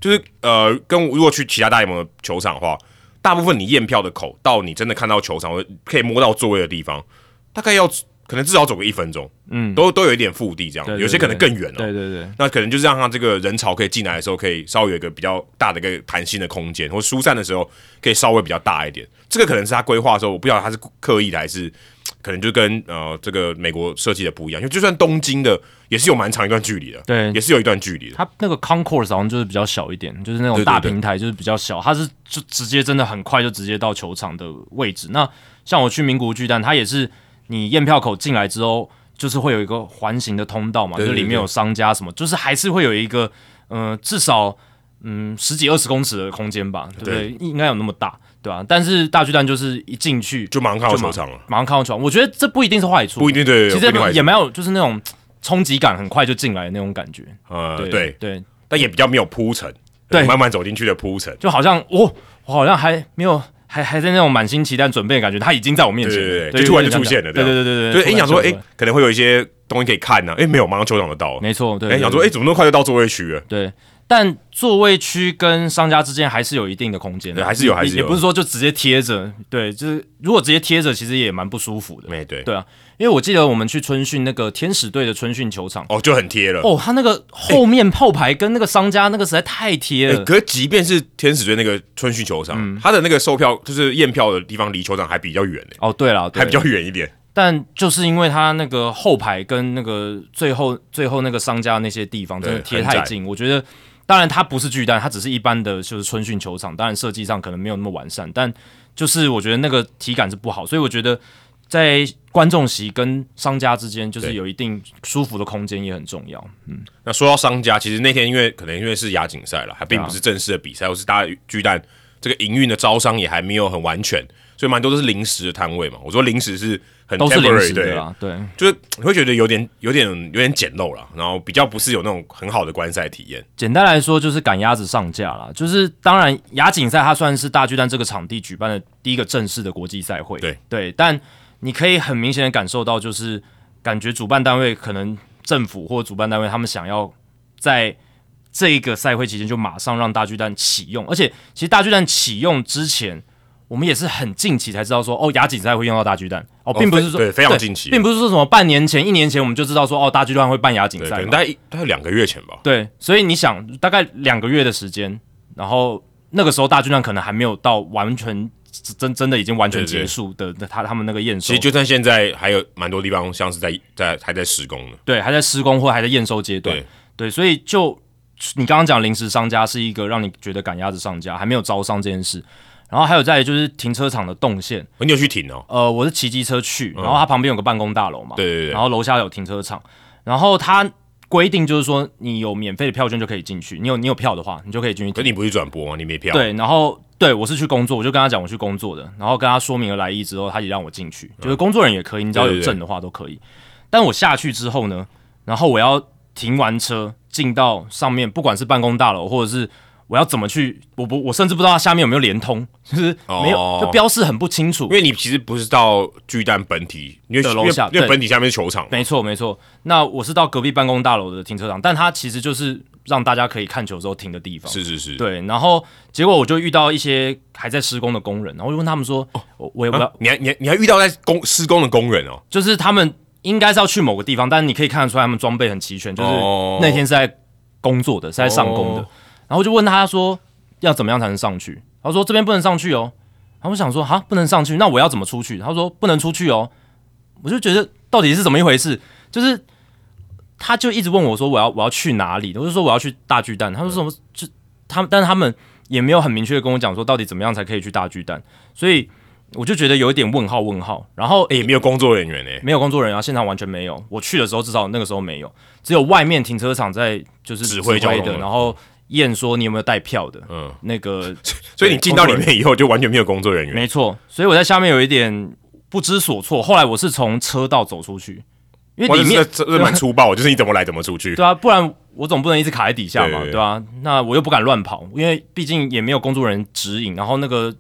[SPEAKER 1] 就是呃，跟如果去其他大联盟的球场的话，大部分你验票的口到你真的看到球场，可以摸到座位的地方，大概要可能至少走个一分钟，嗯，都都有一点腹地这样，
[SPEAKER 2] 对对
[SPEAKER 1] 有些可能更远哦。
[SPEAKER 2] 对对对，
[SPEAKER 1] 那可能就是让它这个人潮可以进来的时候，可以稍微有一个比较大的一个弹性的空间，或疏散的时候可以稍微比较大一点。这个可能是他规划的时候，我不晓得他是刻意的还是可能就跟呃这个美国设计的不一样，因为就算东京的也是有蛮长一段距离的，
[SPEAKER 2] 对
[SPEAKER 1] 也是有一段距离的。
[SPEAKER 2] 它那个 concourse 好像就是比较小一点，就是那种
[SPEAKER 1] 对对
[SPEAKER 2] 大
[SPEAKER 1] 对
[SPEAKER 2] 平台就是比较小，它是就直接真的很快就直接到球场的位置。那像我去名古屋巨蛋，它也是你验票口进来之后，就是会有一个环形的通道嘛，
[SPEAKER 1] 对对
[SPEAKER 2] 就里面有商家什么，就是还是会有一个嗯、呃至少嗯十几二十公尺的空间吧，对不对？应该有那么大，对吧、但是大巨蛋就是一进去
[SPEAKER 1] 就马上看到
[SPEAKER 2] 就
[SPEAKER 1] 球
[SPEAKER 2] 马
[SPEAKER 1] 场了，
[SPEAKER 2] 马上看到球场，我觉得这不一定是坏处，
[SPEAKER 1] 不一定对，
[SPEAKER 2] 其
[SPEAKER 1] 不一定
[SPEAKER 2] 实
[SPEAKER 1] 坏
[SPEAKER 2] 也没有就是那种冲击感很快就进来的那种感觉，
[SPEAKER 1] 呃
[SPEAKER 2] 对
[SPEAKER 1] 对，
[SPEAKER 2] 对。
[SPEAKER 1] 但也比较没有铺陈，
[SPEAKER 2] 对
[SPEAKER 1] 慢慢走进去的铺陈，
[SPEAKER 2] 就好像我我好像还没有还还在那种满心期待准备的感觉，他已经在我面前了，
[SPEAKER 1] 对对对
[SPEAKER 2] 对
[SPEAKER 1] 就突然就出现了
[SPEAKER 2] 对
[SPEAKER 1] 这
[SPEAKER 2] 对对对
[SPEAKER 1] 就是
[SPEAKER 2] 对，
[SPEAKER 1] 哎
[SPEAKER 2] 突然
[SPEAKER 1] 想说
[SPEAKER 2] 就
[SPEAKER 1] 哎可能会有一些东西可以看呢，哎没有，马上球场就到了，
[SPEAKER 2] 没错，对，
[SPEAKER 1] 哎
[SPEAKER 2] 对
[SPEAKER 1] 想说哎怎么那么快就到座位区了？
[SPEAKER 2] 对。但座位区跟商家之间还是有一定的空间的，
[SPEAKER 1] 对还是有还是有
[SPEAKER 2] 也不是说就直接贴着，对，就是如果直接贴着，其实也蛮不舒服的。
[SPEAKER 1] 哎对，
[SPEAKER 2] 对啊，因为我记得我们去春训那个天使队的春训球场，
[SPEAKER 1] 哦就很贴了。
[SPEAKER 2] 哦，他那个后面后排跟那个商家那个实在太贴
[SPEAKER 1] 哎
[SPEAKER 2] 了，嗯
[SPEAKER 1] 可是即便是天使队那个春训球场，它的那个售票就是验票的地方离球场还比较远呢，
[SPEAKER 2] 哦，对了，对
[SPEAKER 1] 还比较远一点。
[SPEAKER 2] 但就是因为他那个后排跟那个最后最后那个商家那些地方
[SPEAKER 1] 对
[SPEAKER 2] 真的贴
[SPEAKER 1] 很
[SPEAKER 2] 太
[SPEAKER 1] 窄
[SPEAKER 2] 近，我觉得当然它不是巨蛋，它只是一般的就是春训球场，当然设计上可能没有那么完善，但就是我觉得那个体感是不好，所以我觉得在观众席跟商家之间就是
[SPEAKER 1] 对
[SPEAKER 2] 有一定舒服的空间也很重要。
[SPEAKER 1] 那说到商家，其实那天因为可能因为是亚锦赛了，还并
[SPEAKER 2] 啊
[SPEAKER 1] 不是正式的比赛，或是大家巨蛋这个营运的招商也还没有很完全，所以蛮多都是临时的摊位嘛。我说临时是很
[SPEAKER 2] 都是临时
[SPEAKER 1] temporary
[SPEAKER 2] 的啊
[SPEAKER 1] 对
[SPEAKER 2] 啦，对，
[SPEAKER 1] 就是你会觉得有点、有点、有点简陋了，然后比较不是有那种很好的观赛体验。
[SPEAKER 2] 简单来说就是赶鸭子上架啦，就是当然亚锦赛它算是大巨蛋这个场地举办的第一个正式的国际赛会，
[SPEAKER 1] 对
[SPEAKER 2] 但你可以很明显的感受到，就是感觉主办单位可能政府或主办单位他们想要在这一个赛会期间就马上让大巨蛋启用，而且其实大巨蛋启用之前。我们也是很近期才知道说，哦，亚锦赛会用到大巨蛋，哦，并不是说、
[SPEAKER 1] 对非常近期
[SPEAKER 2] 并不是说什么半年前、一年前我们就知道说，哦，大巨蛋会办亚锦
[SPEAKER 1] 对，
[SPEAKER 2] 赛
[SPEAKER 1] 可
[SPEAKER 2] 嘛，
[SPEAKER 1] 能大概一大概两个月前吧。
[SPEAKER 2] 对，所以你想，大概两个月的时间，然后那个时候大军团可能还没有到完全真真的已经完全
[SPEAKER 1] 对对
[SPEAKER 2] 结束的，那他他们那个验收，
[SPEAKER 1] 其实就算现在还有蛮多地方像是在在还在施工呢。
[SPEAKER 2] 对还在施工或还在验收阶段，
[SPEAKER 1] 对
[SPEAKER 2] 所以就你刚刚讲临时商家是一个让你觉得赶鸭子上架，还没有招商这件事，然后还有再来就是停车场的动线，
[SPEAKER 1] 你有去停哦？
[SPEAKER 2] 呃，我是骑机车去，然后它旁边有个办公大楼嘛，
[SPEAKER 1] 嗯对对对
[SPEAKER 2] 然后楼下有停车场，然后它规定就是说你有免费的票券就可以进去，你有你有票的话，你就可以进去
[SPEAKER 1] 可
[SPEAKER 2] 停。
[SPEAKER 1] 你不是转播吗？你没票。，
[SPEAKER 2] 对，然后对我是去工作，我就跟他讲我去工作的，然后跟他说明了来意之后，他也让我进去，就是工作人也可以，你只
[SPEAKER 1] 嗯
[SPEAKER 2] 要
[SPEAKER 1] 对
[SPEAKER 2] 有
[SPEAKER 1] 对对
[SPEAKER 2] 证的话都可以。但我下去之后呢，然后我要停完车进到上面，不管是办公大楼或者是。我要怎么去？我不，我甚至不知道它下面有没有连通，就是没有，
[SPEAKER 1] 哦
[SPEAKER 2] 就标示很不清楚
[SPEAKER 1] 因。为你其实不是到巨蛋本体，因为
[SPEAKER 2] 的楼下
[SPEAKER 1] 因为因为
[SPEAKER 2] 对
[SPEAKER 1] 本体下面是球场嘛。
[SPEAKER 2] 没错，没错。那我是到隔壁办公大楼的停车场，但它其实就是让大家可以看球之后停的地方。
[SPEAKER 1] 是是是。
[SPEAKER 2] 对，然后结果我就遇到一些还在施工的工人，然后我就问他们说：“我我也不知道
[SPEAKER 1] 啊，你还你还你还遇到在工施工的工人哦，
[SPEAKER 2] 就是他们应该是要去某个地方，但是你可以看得出来他们装备很齐全，就是
[SPEAKER 1] 哦
[SPEAKER 2] 那天是在工作的，是在上工的。
[SPEAKER 1] 哦
[SPEAKER 2] 然后就问他说要怎么样才能上去？他说这边不能上去哦。然后我想说哈不能上去，那我要怎么出去？他说不能出去哦。我就觉得到底是怎么一回事？就是他就一直问我说我要我要去哪里？我就说我要去大巨蛋。他说什么？就他们，但是他们也没有很明确的跟我讲说到底怎么样才可以去大巨蛋，所以我就觉得有一点问号问号。然后
[SPEAKER 1] 哎也没有工作人员哎，
[SPEAKER 2] 没有工作人员啊，现场完全没有。我去的时候，至少那个时候没有，只有外面停车场在就是
[SPEAKER 1] 指挥交通
[SPEAKER 2] 的，
[SPEAKER 1] 了
[SPEAKER 2] 然后验说你有没有带票的，
[SPEAKER 1] 嗯
[SPEAKER 2] 嗯，那
[SPEAKER 1] [laughs]
[SPEAKER 2] 个
[SPEAKER 1] 所以你进到里
[SPEAKER 2] 工作人
[SPEAKER 1] 面以后就完全没有工作人员。
[SPEAKER 2] 没错，所以我在下面有一点不知所措。后来我是从车道走出去，因因
[SPEAKER 1] 哇
[SPEAKER 2] 为里面
[SPEAKER 1] 这这这蛮粗暴，就是你怎么来怎么出去。
[SPEAKER 2] 对啊，不然我总不能一直卡在底下嘛，
[SPEAKER 1] 对对
[SPEAKER 2] 对啊，那我又不敢乱跑，因为毕竟也没有工作人员指引，然后那个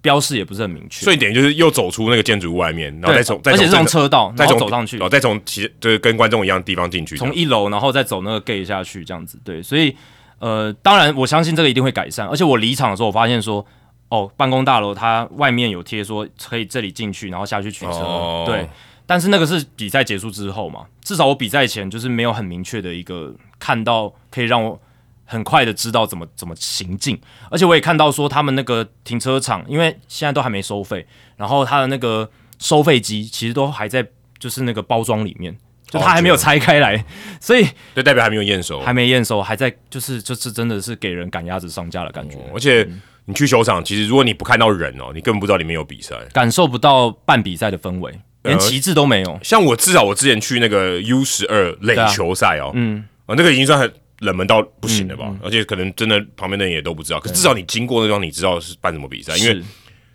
[SPEAKER 2] 标示也不是很明确，
[SPEAKER 1] 所以等于就是又走出那个建筑物外面，然后
[SPEAKER 2] 对
[SPEAKER 1] 再从再
[SPEAKER 2] 而
[SPEAKER 1] 从
[SPEAKER 2] 且是
[SPEAKER 1] 正常
[SPEAKER 2] 从车道，
[SPEAKER 1] 再
[SPEAKER 2] 然后
[SPEAKER 1] 从
[SPEAKER 2] 走上去
[SPEAKER 1] 哦，，再从其就是跟观众一样的地方进去这样，
[SPEAKER 2] 从一楼然后再走那个 gate 下去这样子，对，所以呃，当然我相信这个一定会改善，而且我离场的时候我发现说。哦，办公大楼它外面有贴说可以这里进去，然后下去取车。
[SPEAKER 1] 哦
[SPEAKER 2] 对，但是那个是比赛结束之后嘛，至少我比赛前就是没有很明确的一个看到可以让我很快的知道怎么怎么行进，而且我也看到说他们那个停车场，因为现在都还没收费，然后它的那个收费机其实都还在就是那个包装里
[SPEAKER 1] 哦
[SPEAKER 2] 面，就它还没有拆开来，所以
[SPEAKER 1] 就代表还没有验收，
[SPEAKER 2] 还没验收，还在就是就是真的是给人赶鸭子上架的感觉，
[SPEAKER 1] 而且
[SPEAKER 2] 嗯
[SPEAKER 1] 你去球场，其实如果你不看到人哦，你根本不知道里面有比赛。
[SPEAKER 2] 感受不到办比赛的氛围，连
[SPEAKER 1] 呃
[SPEAKER 2] 旗帜都没有。
[SPEAKER 1] 像我至少我之前去那个 U 十二垒
[SPEAKER 2] 对啊
[SPEAKER 1] 球赛哦，嗯，啊，那个已经算很冷门到不行了
[SPEAKER 2] 嗯
[SPEAKER 1] 吧？而且可能真的旁边的人也都不知道，可至少你经过那地方，你知道是办什么比呃赛，因为
[SPEAKER 2] 是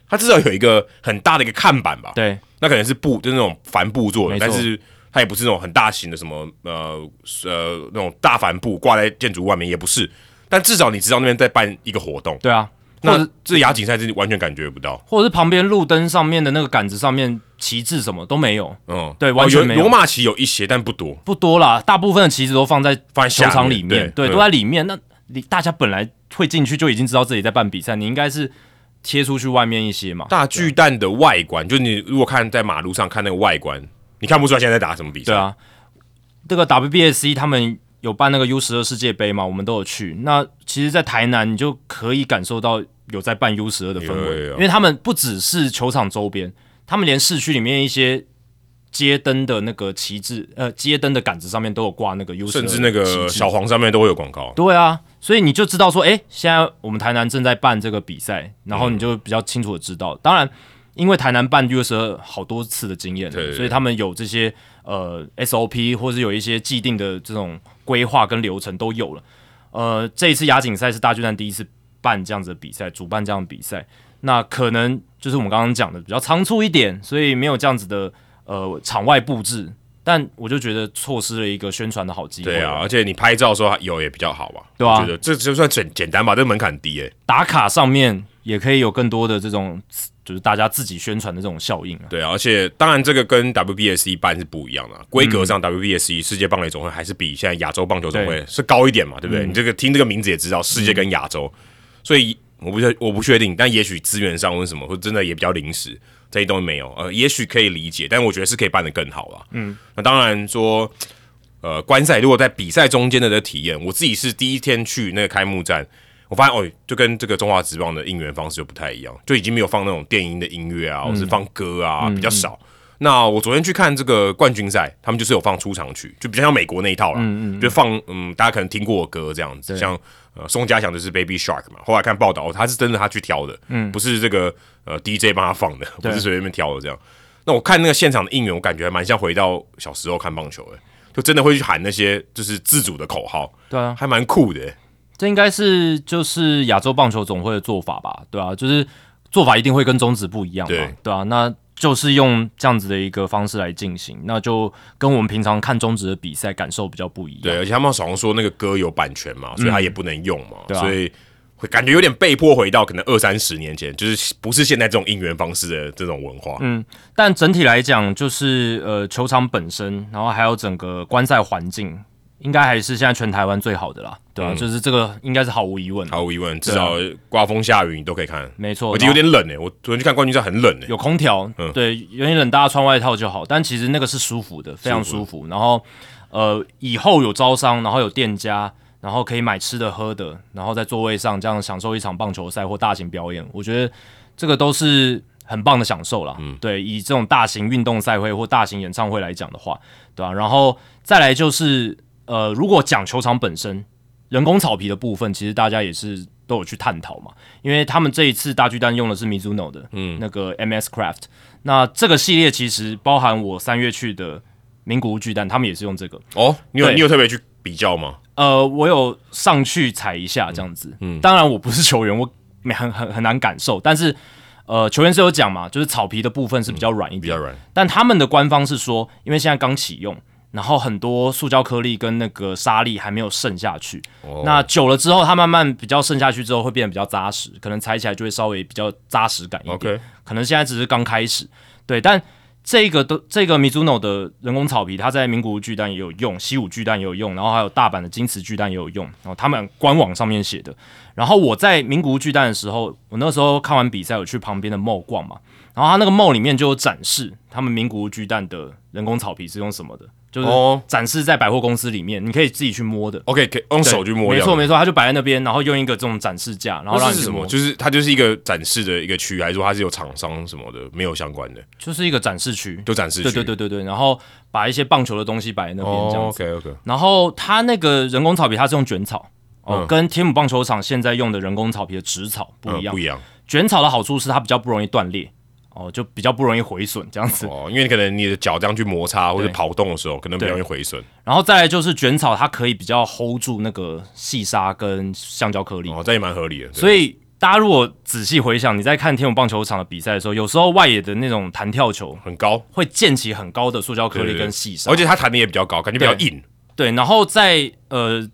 [SPEAKER 1] 它至少有一个很大的一个看板吧？
[SPEAKER 2] 对
[SPEAKER 1] 那可能是布，就是那种帆布做的，
[SPEAKER 2] 没错
[SPEAKER 1] 但是它也不是那种很大型的什么呃呃那种大帆布挂在建筑外面，也不是。但至少你知道那边在办一个活动，
[SPEAKER 2] 对啊，或者
[SPEAKER 1] 那这亚锦赛是完全感觉不到，
[SPEAKER 2] 或者是旁边路灯上面的那个杆子上面旗帜什么都没有，
[SPEAKER 1] 嗯，
[SPEAKER 2] 对完全
[SPEAKER 1] 哦
[SPEAKER 2] 没有
[SPEAKER 1] 罗马旗有一些，但不多，
[SPEAKER 2] 不多啦，大部分的旗子都放在
[SPEAKER 1] 放在
[SPEAKER 2] 球
[SPEAKER 1] 下
[SPEAKER 2] 场
[SPEAKER 1] 面
[SPEAKER 2] 里面，
[SPEAKER 1] 对
[SPEAKER 2] 对，
[SPEAKER 1] 嗯
[SPEAKER 2] 都在里面。那你大家本来会进去就已经知道自己在办比赛，你应该是贴出去外面一些嘛，
[SPEAKER 1] 大巨蛋的外观，就你如果看在马路上看那个外观，你看不出来现在在打什么比赛。
[SPEAKER 2] 对，啊。这个 WBSC 他们有办那个 U 十二世界杯嘛，我们都有去。那其实，在台南你就可以感受到有在办 U 十二的氛
[SPEAKER 1] 有有
[SPEAKER 2] 围，
[SPEAKER 1] 有
[SPEAKER 2] 因为他们不只是球场周边，他们连市区里面一些。街灯的那个旗帜，呃，街灯的杆子上面都有挂那个 U，
[SPEAKER 1] 甚至那个小黄上面都会有广告。
[SPEAKER 2] 对啊，所以你就知道说，哎、现在我们台南正在办这个比赛，然后你就比较清楚的知道。当然，因为台南办 U 十二好多次的经验了
[SPEAKER 1] 对对对
[SPEAKER 2] 所以他们有这些呃 SOP 或是有一些既定的这种规划跟流程都有了。呃，这一次亚锦赛是大巨蛋第一次办这样子的比赛，主办这样的比赛，那可能就是我们刚刚讲的比较仓促一点，所以没有这样子的呃场外布置。但我就觉得错失了一个宣传的好机会。
[SPEAKER 1] 对啊，，而且你拍照的时候有也比较好吧？
[SPEAKER 2] 对啊
[SPEAKER 1] 我觉得这就算简简单吧，这门槛低诶、
[SPEAKER 2] 打卡上面也可以有更多的这种，就是大家自己宣传的这种效应啊。
[SPEAKER 1] 对啊，而且当然这个跟 WBSC 办是不一样的啊，规格上 WBSC E 世界棒垒总会还是比现在亚洲棒球总会是高一点嘛，对不嗯对？你这个听这个名字也知道，世界跟亚洲，所以我不确我不确定，但也许资源上或者什么，或真的也比较临时，这些东西没有，呃，也许可以理解，但我觉得是可以办得更好啦。嗯，那当然说。呃，观赛如果在比赛中间的这体验，我自己是第一天去那个开幕战，我发现哦，就跟这个中华职棒的应援方式就不太一样，就已经没有放那种电音的音乐啊，或是放歌啊，比较少。那我昨天去看这个冠军赛，他们就是有放出场曲，就比较像美国那一套啦，就放嗯，大家可能听过的歌这样子，像呃宋家祥就是 Baby Shark 嘛，后来看报道、哦他是真的他去挑的，不是这个呃 DJ 帮他放的，不是随便挑的这样。那我看那个现场的应援，我感觉还蛮像回到小时候看棒球的，就真的会去喊那些就是自主的口号，
[SPEAKER 2] 对啊，
[SPEAKER 1] 还蛮酷的。
[SPEAKER 2] 这应该是就是亚洲棒球总会的做法吧？对啊，就是做法一定会跟宗旨不一样嘛
[SPEAKER 1] 对，
[SPEAKER 2] 对啊，那就是用这样子的一个方式来进行，那就跟我们平常看宗旨的比赛感受比较不一
[SPEAKER 1] 对，
[SPEAKER 2] 样。
[SPEAKER 1] 而且他们好像说那个歌有版权嘛，所以他也不能用嘛，
[SPEAKER 2] 嗯对啊
[SPEAKER 1] 所以会感觉有点被迫回到可能二三十年前，就是不是现在这种应援方式的这种文
[SPEAKER 2] 嗯
[SPEAKER 1] 化。
[SPEAKER 2] 但整体来讲，就是呃球场本身，然后还有整个观赛环境，应该还是现在全台湾最好的啦，
[SPEAKER 1] 嗯
[SPEAKER 2] 对啊，就是这个应该是毫无疑问，
[SPEAKER 1] 毫无疑问，至少
[SPEAKER 2] 啊
[SPEAKER 1] 刮风下雨你都可以看。
[SPEAKER 2] 没错。
[SPEAKER 1] 我觉得有点冷诶、欸我昨天去看冠军赛很冷诶、欸
[SPEAKER 2] 嗯有空调，对，有点冷，大家穿外套就好。但其实那个是舒服的，非常舒服。然后，呃，以后有招商，然后有店家，然后可以买吃的喝的，然后在座位上这样享受一场棒球赛或大型表演，我觉得这个都是很棒的享受啦。对，以这种大型运动赛会或大型演唱会来讲的话，对吧、然后再来就是，呃，如果讲球场本身，人工草皮的部分，其实大家也是都有去探讨嘛，因为他们这一次大巨蛋用的是 Mizuno 的，嗯，那个 MS Craft，那这个系列其实包含我三月去的名古屋巨蛋，他们也是用这个，
[SPEAKER 1] 哦，你有
[SPEAKER 2] 对
[SPEAKER 1] 你有特别去比较吗？
[SPEAKER 2] 呃，我有上去踩一下这样子，嗯，当然我不是球员，我没很很很难感受，但是呃，球员是有嗯讲嘛，就是草皮的部分是比较软一
[SPEAKER 1] 比
[SPEAKER 2] 点
[SPEAKER 1] 较，软，
[SPEAKER 2] 但他们的官方是说，因为现在刚启用，然后很多塑胶颗粒跟那个沙粒还没有渗下去。那久了之后，它慢慢比较渗下去之后，会变得比较扎实，可能踩起来就会稍微比较扎实感一点。
[SPEAKER 1] OK
[SPEAKER 2] 可能现在只是刚开始，对，但这个都这个 Mizuno 的人工草皮，它在名古屋巨蛋也有用，西武巨蛋也有用，然后还有大阪的金瓷巨蛋也有用，然后他们官网上面写的。然后我在名古屋巨蛋的时候，我那时候看完比赛，我去旁边的 mall 逛嘛，然后它那个 mall 里面就有展示他们名古屋巨蛋的人工草皮是用什么的，就是
[SPEAKER 1] 哦
[SPEAKER 2] 展示在百货公司里面，你可以自己去摸的。
[SPEAKER 1] OK，可以用
[SPEAKER 2] 对
[SPEAKER 1] 手去摸
[SPEAKER 2] 没
[SPEAKER 1] 掉。
[SPEAKER 2] 错没错，他就摆在那边，然后用一个这种展示架，然后
[SPEAKER 1] 那
[SPEAKER 2] 让
[SPEAKER 1] 是
[SPEAKER 2] 你去
[SPEAKER 1] 什么？
[SPEAKER 2] 摸，
[SPEAKER 1] 就是它就是一个展示的一个区，还是说它是有厂商什么的没有相关的，
[SPEAKER 2] 就是一个展示区。
[SPEAKER 1] 就展示区。
[SPEAKER 2] 对对对对对，然后把一些棒球的东西摆在那边这
[SPEAKER 1] 哦
[SPEAKER 2] 样子。
[SPEAKER 1] ，OK OK，
[SPEAKER 2] 然后它那个人工草皮，它是用卷草哦，
[SPEAKER 1] 嗯
[SPEAKER 2] 跟天母棒球场现在用的人工草皮的植草不一
[SPEAKER 1] 嗯，
[SPEAKER 2] 样。
[SPEAKER 1] 不一样
[SPEAKER 2] 卷草的好处是它比较不容易断裂哦，就比较不容易毁损这样子。
[SPEAKER 1] 哦，因为你可能你的脚这样去摩擦或者
[SPEAKER 2] 对
[SPEAKER 1] 跑动的时候，可能比较容易毁损。
[SPEAKER 2] 然后再来就是卷草，它可以比较 hold 住那个细沙跟橡胶颗粒，
[SPEAKER 1] 哦，这也蛮合理的。
[SPEAKER 2] 所以。大家如果仔细回想，你在看天母棒球场的比赛的时候，有时候外野的那种弹跳球
[SPEAKER 1] 对很高，
[SPEAKER 2] 会溅起很高的塑胶颗
[SPEAKER 1] 对
[SPEAKER 2] 粒
[SPEAKER 1] 对对
[SPEAKER 2] 跟细沙，
[SPEAKER 1] 而且它弹的也比较高，感觉比较硬。
[SPEAKER 2] 对，然后在呃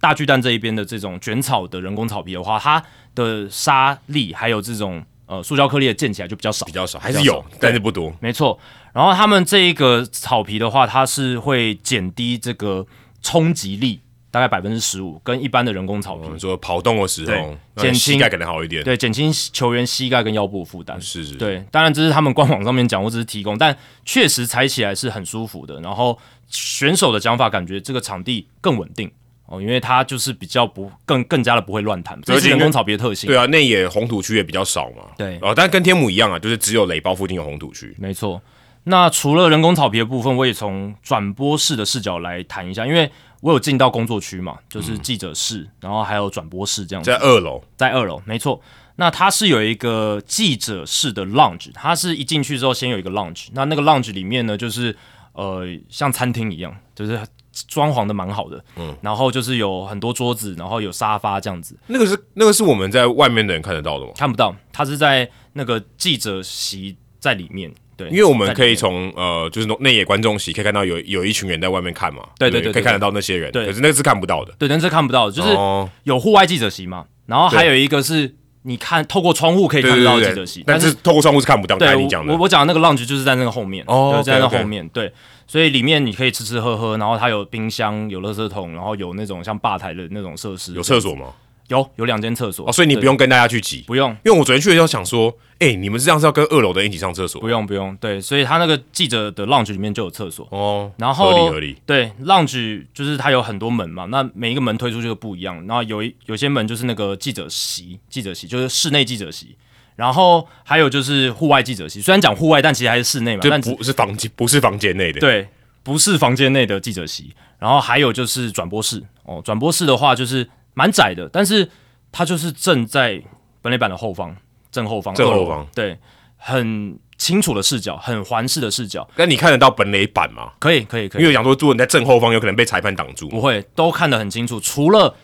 [SPEAKER 2] 大巨蛋这一边的这种卷草的人工草皮的话，它的沙粒还有这种呃塑胶颗粒的溅起来就比较少
[SPEAKER 1] 比。较少，还是有，但是不多。
[SPEAKER 2] 没错，然后他们这一个草皮的话，它是会减低这个冲击力，大概百分之十五，跟一般的人工草皮
[SPEAKER 1] 我，们说跑动的时候
[SPEAKER 2] 对，
[SPEAKER 1] 那你
[SPEAKER 2] 减
[SPEAKER 1] 膝
[SPEAKER 2] 轻
[SPEAKER 1] 盖可能好一点。
[SPEAKER 2] 对，减轻球员膝盖跟腰部的负担。
[SPEAKER 1] 哦是，是，
[SPEAKER 2] 对，当然这是他们官网上面讲，我只是提供，但确实踩起来是很舒服的。然后选手的讲法，感觉这个场地更稳定哦，因为它就是比较不更更加的不会乱弹，这是人工草皮的特性。
[SPEAKER 1] 对啊，内野红土区也比较少嘛。
[SPEAKER 2] 对
[SPEAKER 1] 哦，但跟天母一样啊，就是只有垒包附近有红土区。
[SPEAKER 2] 没错。那除了人工草皮的部分，我也从转播室的视角来谈一下，因为我有进到工作区嘛，
[SPEAKER 1] 嗯
[SPEAKER 2] 就是记者室，然后还有转播室这样子。
[SPEAKER 1] 在二楼，
[SPEAKER 2] 在二楼，没错。那它是有一个记者室的 lounge，它是一进去之后先有一个 lounge，那那个 lounge 里面呢，就是呃像餐厅一样，就是装潢的蛮好的，嗯，然后就是有很多桌子，然后有沙发这样子，
[SPEAKER 1] 那个是那个是我们在外面的人看得到的吗？
[SPEAKER 2] 看不到，它是在那个记者席在里面，对，
[SPEAKER 1] 因为我们可以
[SPEAKER 2] 在里面
[SPEAKER 1] 从呃，就是内野观众席可以看到有有一群人在外面看嘛，
[SPEAKER 2] 对
[SPEAKER 1] 对不
[SPEAKER 2] 对对
[SPEAKER 1] 可以
[SPEAKER 2] 对
[SPEAKER 1] 看得到那些人，
[SPEAKER 2] 对
[SPEAKER 1] 可是那个是看不到的，
[SPEAKER 2] 对，但是看不到，就是
[SPEAKER 1] 哦，
[SPEAKER 2] 有户外记者席嘛，然后还有一个是你看透过窗户可以
[SPEAKER 1] 对
[SPEAKER 2] 看
[SPEAKER 1] 对
[SPEAKER 2] 到的
[SPEAKER 1] 对
[SPEAKER 2] 记者
[SPEAKER 1] 对
[SPEAKER 2] 席，
[SPEAKER 1] 但是透过窗户是看不到，刚
[SPEAKER 2] 对，
[SPEAKER 1] 才你
[SPEAKER 2] 我
[SPEAKER 1] 讲
[SPEAKER 2] 我
[SPEAKER 1] 的，
[SPEAKER 2] 我讲的那个 lounge 就是在那个后面，
[SPEAKER 1] 哦
[SPEAKER 2] 对
[SPEAKER 1] OK，
[SPEAKER 2] 在那
[SPEAKER 1] OK
[SPEAKER 2] 后面对，所以里面你可以吃吃喝喝，然后它有冰箱、有垃圾桶，然后有那种像吧台的那种设施，
[SPEAKER 1] 有厕所吗？
[SPEAKER 2] 有有两间厕所
[SPEAKER 1] 哦，所以你
[SPEAKER 2] 对
[SPEAKER 1] 不用跟大家去挤，
[SPEAKER 2] 不用
[SPEAKER 1] 因为我昨天去的时候想说，哎，你们是这样是要跟二楼的人一起上厕所
[SPEAKER 2] 不用不用，对，所以它那个记者的 lounge 里面就有厕所，
[SPEAKER 1] 哦，
[SPEAKER 2] 然后
[SPEAKER 1] 合理合理，
[SPEAKER 2] 对 lounge 就是它有很多门嘛，那每一个门推出去都不一样，然后有一有些门就是那个记者席，记者席就是室内记者席。然后还有就是户外记者席，虽然讲户外，但其实还是室内嘛，
[SPEAKER 1] 就
[SPEAKER 2] 但只
[SPEAKER 1] 不是房间不是房间内的，，
[SPEAKER 2] 对，不是房间内的记者席，然后还有就是转播室哦，转播室的话就是蛮窄的，但是它就是正在本垒板的后方，正后方，
[SPEAKER 1] 正后
[SPEAKER 2] 二楼
[SPEAKER 1] 方，
[SPEAKER 2] 对，很清楚的视角，很环视的视角，
[SPEAKER 1] 但你看得到本垒板吗？
[SPEAKER 2] 可以，可以，可
[SPEAKER 1] 因
[SPEAKER 2] 以，
[SPEAKER 1] 为想说，如果你在正后方，有可能被裁判挡住
[SPEAKER 2] 不会都看得很清楚，除了。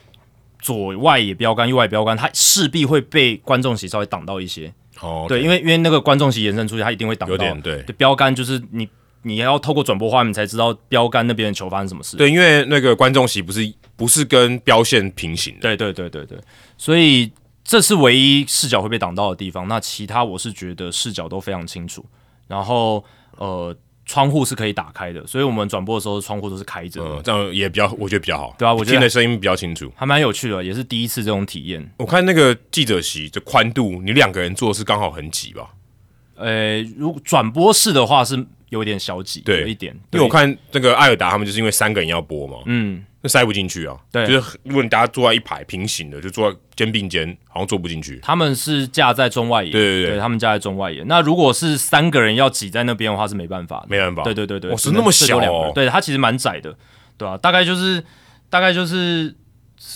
[SPEAKER 2] 左外野标杆、右外野标杆，它势必会被观众席稍微挡到一些。
[SPEAKER 1] 哦，
[SPEAKER 2] 对，因为因为那个观众席延伸出去，它一定会挡到。
[SPEAKER 1] 有点对
[SPEAKER 2] 标杆就是你你要透过转播画面才知道标杆那边的球发生什么事。
[SPEAKER 1] 对，因为那个观众席不是不是跟标线平行的，
[SPEAKER 2] 对对对对对，所以这是唯一视角会被挡到的地方。那其他我是觉得视角都非常清楚，然后呃，窗户是可以打开的，所以我们转播的时候窗户都是开着的，
[SPEAKER 1] 嗯，这样也比较，我觉得比较好，
[SPEAKER 2] 对啊我觉得
[SPEAKER 1] 听的声音比较清楚。
[SPEAKER 2] 还蛮有趣的，也是第一次这种体验。
[SPEAKER 1] 我看那个记者席的宽度，你两个人坐是刚好很挤吧？
[SPEAKER 2] 呃，如转播室的话是有点小挤，
[SPEAKER 1] 对
[SPEAKER 2] 有一点，
[SPEAKER 1] 因为我看那个艾尔达他们就是因为三个人要播嘛，嗯，那塞不进去啊。
[SPEAKER 2] 对
[SPEAKER 1] 就是如果你大家坐在一排平行的，就坐在肩并肩，好像坐不进去。
[SPEAKER 2] 他们是架在中外野，
[SPEAKER 1] 对对对
[SPEAKER 2] 他们架在中外野。那如果是三个人要挤在那边的话，是没办法的，
[SPEAKER 1] 没办法
[SPEAKER 2] 对对对对，
[SPEAKER 1] 哦是
[SPEAKER 2] 只能
[SPEAKER 1] 那么
[SPEAKER 2] 最多
[SPEAKER 1] 小哦
[SPEAKER 2] 两个人对，它其实蛮窄的，对啊，大概就是大概就是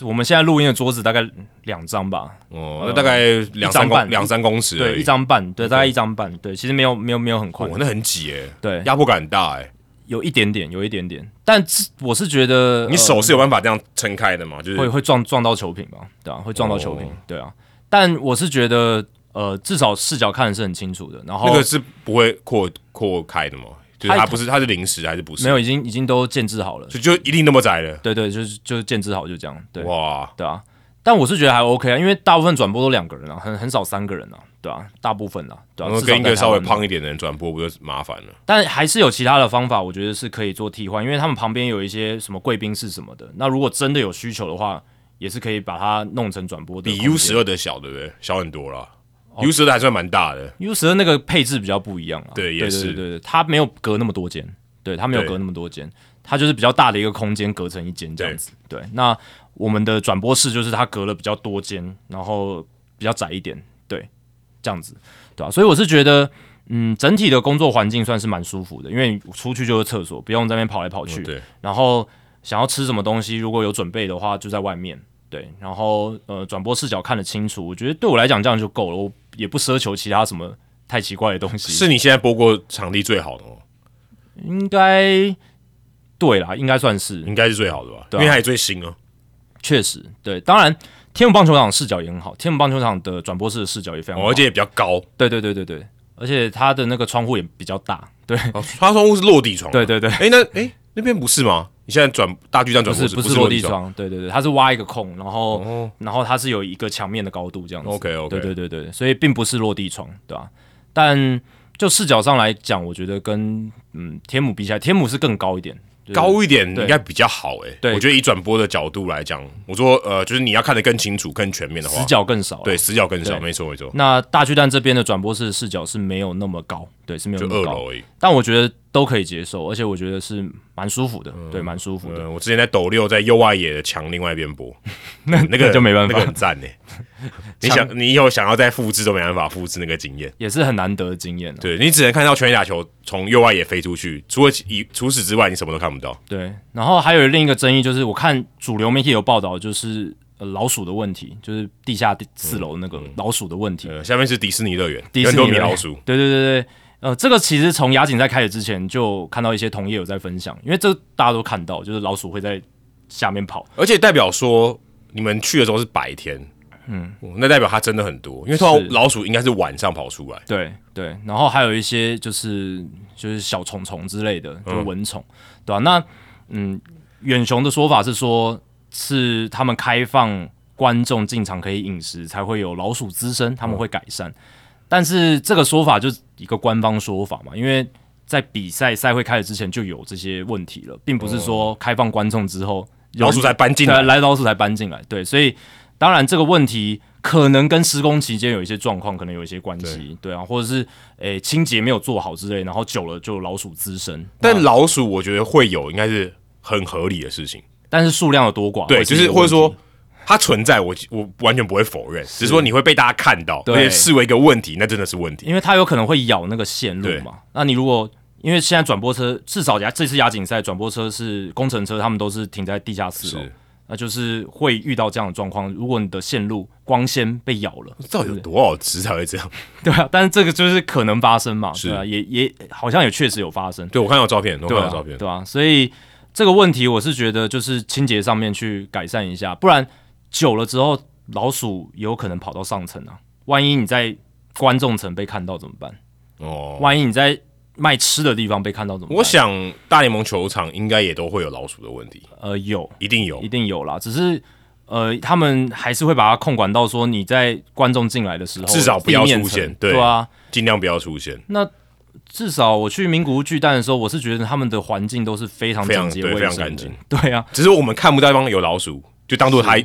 [SPEAKER 2] 我们现在录音的桌子大概两张吧，
[SPEAKER 1] 哦，那大概两三
[SPEAKER 2] 呃一张半
[SPEAKER 1] 公两三公尺而已，
[SPEAKER 2] 对，一张半，对，大概一张半，对，其实没有没有没有很宽
[SPEAKER 1] 哇，，那很挤哎、
[SPEAKER 2] 对，
[SPEAKER 1] 压迫感很大哎、
[SPEAKER 2] 有一点点，有一点点，但是我是觉得
[SPEAKER 1] 你
[SPEAKER 2] 呃
[SPEAKER 1] 手是有办法这样撑开的吗？就是
[SPEAKER 2] 会会撞撞到球品吧，对啊，会撞到球品
[SPEAKER 1] 哦，
[SPEAKER 2] 对啊，但我是觉得呃，至少视角看的是很清楚的，然后
[SPEAKER 1] 那个是不会扩扩开的吗？就是它不是它是零食还是不是？
[SPEAKER 2] 没有，已经已经都建制好了。
[SPEAKER 1] 就就一定那么窄了。
[SPEAKER 2] 对对，就是就是建制好就这样。对
[SPEAKER 1] 哇，
[SPEAKER 2] 对啊，但我是觉得还 OK 啊，因为大部分转播都两个人啊，很很少三个人啊，对啊，大部分啊，对
[SPEAKER 1] 然
[SPEAKER 2] 啊，
[SPEAKER 1] 后
[SPEAKER 2] 至
[SPEAKER 1] 嗯
[SPEAKER 2] 少
[SPEAKER 1] 跟一
[SPEAKER 2] 在
[SPEAKER 1] 个
[SPEAKER 2] 台
[SPEAKER 1] 稍微
[SPEAKER 2] 湾
[SPEAKER 1] 胖一点的人转播，不就麻烦了？
[SPEAKER 2] 但还是有其他的方法，我觉得是可以做替换，因为他们旁边有一些什么贵宾室什么的。那如果真的有需求的话，也是可以把它弄成转播的
[SPEAKER 1] 比
[SPEAKER 2] 空间。哦
[SPEAKER 1] U 十二的小，对不对？小很多啦。U 十二还算蛮大的，
[SPEAKER 2] U 十二那个配置比较不一样啊。
[SPEAKER 1] 对也
[SPEAKER 2] 对
[SPEAKER 1] 是
[SPEAKER 2] 对对对，它没有隔那么多间，对，它没有
[SPEAKER 1] 对
[SPEAKER 2] 隔那么多间，它就是比较大的一个空间隔成一间这样子。对，那我们的转播室就是它隔了比较多间，然后比较窄一点，对，这样子，对吧、啊所以我是觉得。嗯，整体的工作环境算是蛮舒服的，因为你出去就是厕所，不用在那边跑来跑去。
[SPEAKER 1] 哦对，
[SPEAKER 2] 然后想要吃什么东西，如果有准备的话，就在外面。对，然后呃，转播视角看得清楚，我觉得对我来讲这样就够了，我也不奢求其他什么太奇怪的东西。
[SPEAKER 1] 是你现在播过场地最好的哦，
[SPEAKER 2] 应该对啦，应该算是
[SPEAKER 1] 应该是最好的吧？
[SPEAKER 2] 对
[SPEAKER 1] 因
[SPEAKER 2] 啊
[SPEAKER 1] 为它也最新哦。
[SPEAKER 2] 确实对。当然，天母棒球场视角也很好，天母棒球场的转播室的视角也非常好。
[SPEAKER 1] 哦而且也比较高。
[SPEAKER 2] 对对对对对，而且它的那个窗户也比较大。对
[SPEAKER 1] 哦它窗户是落地窗。
[SPEAKER 2] 对。对对，
[SPEAKER 1] 哎，那哎那边不是吗？你现在转大巨蛋
[SPEAKER 2] 不
[SPEAKER 1] 转播
[SPEAKER 2] 是
[SPEAKER 1] 室
[SPEAKER 2] 不是落
[SPEAKER 1] 落
[SPEAKER 2] 地
[SPEAKER 1] 窗。
[SPEAKER 2] 窗，对对对，它是挖一个空，然后、然后它是有一个墙面的高度这样子。
[SPEAKER 1] OK OK。
[SPEAKER 2] 对对对对，所以并不是落地窗，对吧、但就视角上来讲，我觉得跟嗯天母比起来，天母是更高一点，就是
[SPEAKER 1] 高一点应
[SPEAKER 2] 对
[SPEAKER 1] 该比较好哎、
[SPEAKER 2] 对
[SPEAKER 1] 我觉得以转播的角度来讲，我说呃，就是你要看得更清楚、更全面的话
[SPEAKER 2] 死，角更少。
[SPEAKER 1] 对，，死角更少，
[SPEAKER 2] 对
[SPEAKER 1] 没错没错，
[SPEAKER 2] 那大巨蛋这边的转播室视角是没有那么高，对，是没有
[SPEAKER 1] 就
[SPEAKER 2] 那
[SPEAKER 1] 二
[SPEAKER 2] 么高，
[SPEAKER 1] 楼而已。
[SPEAKER 2] 但我觉得都可以接受，而且我觉得是蛮舒服的，对，蛮舒服的。
[SPEAKER 1] 呃，我之前在斗六在右外野的墙另外一边播，那那个
[SPEAKER 2] [laughs] 那就没办法
[SPEAKER 1] 那个很赞
[SPEAKER 2] [laughs]
[SPEAKER 1] 哎、你
[SPEAKER 2] 墙
[SPEAKER 1] 想，你以后想要再复制都没办法复制那个经验，
[SPEAKER 2] 也是很难得的经验、啊，
[SPEAKER 1] 对你只能看到全垒打球从右外野飞出去，除了以除此之外你什么都看不到。
[SPEAKER 2] 对。然后还有另一个争议就是，我看主流媒体有报道，就是、呃、老鼠的问题，就是地下第四楼那个老鼠的问题。
[SPEAKER 1] 嗯呃，下面是迪士尼乐园，
[SPEAKER 2] 迪
[SPEAKER 1] 有
[SPEAKER 2] 士
[SPEAKER 1] 很
[SPEAKER 2] 尼
[SPEAKER 1] 多米
[SPEAKER 2] 乐园
[SPEAKER 1] 老鼠，
[SPEAKER 2] 对对对对，呃，这个其实从亚锦在开始之前就看到一些同业有在分享，因为这大家都看到，就是老鼠会在下面跑。
[SPEAKER 1] 而且代表说你们去的时候是白天，嗯，那代表它真的很多，因为通常
[SPEAKER 2] 是
[SPEAKER 1] 老鼠应该是晚上跑出来。
[SPEAKER 2] 对对，然后还有一些就是就是小虫虫之类的，就是蚊虫，对吧、那嗯，远雄的说法是说，是他们开放观众进场可以饮食，才会有老鼠滋生，
[SPEAKER 1] 嗯
[SPEAKER 2] 他们会改善。但是这个说法就是一个官方说法嘛，因为在比赛赛会开始之前就有这些问题了，并不是说开放观众之后
[SPEAKER 1] 哦
[SPEAKER 2] 有
[SPEAKER 1] 老鼠才搬进来
[SPEAKER 2] 对，来老鼠才搬进来。对，所以当然这个问题可能跟施工期间有一些状况，可能有一些关系，对啊，或者是诶、清洁没有做好之类，然后久了就老鼠滋生。
[SPEAKER 1] 但老鼠我觉得会有，应该是很合理的事情。
[SPEAKER 2] 但是数量有多寡，
[SPEAKER 1] 对，
[SPEAKER 2] 哦会
[SPEAKER 1] 就
[SPEAKER 2] 一
[SPEAKER 1] 是
[SPEAKER 2] 个
[SPEAKER 1] 或者
[SPEAKER 2] 问题
[SPEAKER 1] 说它存在我，我完全不会否认，只是说你会被大家看到，而
[SPEAKER 2] 对
[SPEAKER 1] 且视为一个问题，那真的是问题。
[SPEAKER 2] 因为它有可能会咬那个线路
[SPEAKER 1] 对
[SPEAKER 2] 嘛。那你如果因为现在转播车至少亚这次亚锦赛转播车是工程车，他们都是停在地下室楼哦
[SPEAKER 1] 是，
[SPEAKER 2] 那就是会遇到这样的状况。如果你的线路光纤被咬
[SPEAKER 1] [laughs]
[SPEAKER 2] 了，
[SPEAKER 1] 到底有多少只才会这样？
[SPEAKER 2] 对啊，但是这个就是可能发生嘛，对啊，也也好像也确实有发生，
[SPEAKER 1] 对我看到照片，我看
[SPEAKER 2] 对
[SPEAKER 1] 到
[SPEAKER 2] 啊
[SPEAKER 1] 照片，
[SPEAKER 2] 对啊，所以这个问题我是觉得就是清洁上面去改善一下，不然久了之后老鼠也有可能跑到上层啊，万一你在观众层被看到怎么办？
[SPEAKER 1] 哦。
[SPEAKER 2] 万一你在卖吃的地方被看到怎么办？
[SPEAKER 1] 我想大联盟球场应该也都会有老鼠的问题，
[SPEAKER 2] 呃有，
[SPEAKER 1] 一定有
[SPEAKER 2] 一。定有啦，只是呃他们还是会把它控管到说你在观众进来的时候
[SPEAKER 1] 至少不要
[SPEAKER 2] 地面
[SPEAKER 1] 出现
[SPEAKER 2] 层
[SPEAKER 1] 对
[SPEAKER 2] 对啊。
[SPEAKER 1] 尽量不要出现，
[SPEAKER 2] 至少我去名古屋巨蛋的时候，我是觉得他们的环境都是非常
[SPEAKER 1] 非常
[SPEAKER 2] 整洁
[SPEAKER 1] 对
[SPEAKER 2] 卫
[SPEAKER 1] 非常
[SPEAKER 2] 生的
[SPEAKER 1] 干净。
[SPEAKER 2] 对啊，
[SPEAKER 1] 只是我们看不到地方有老鼠，就当做它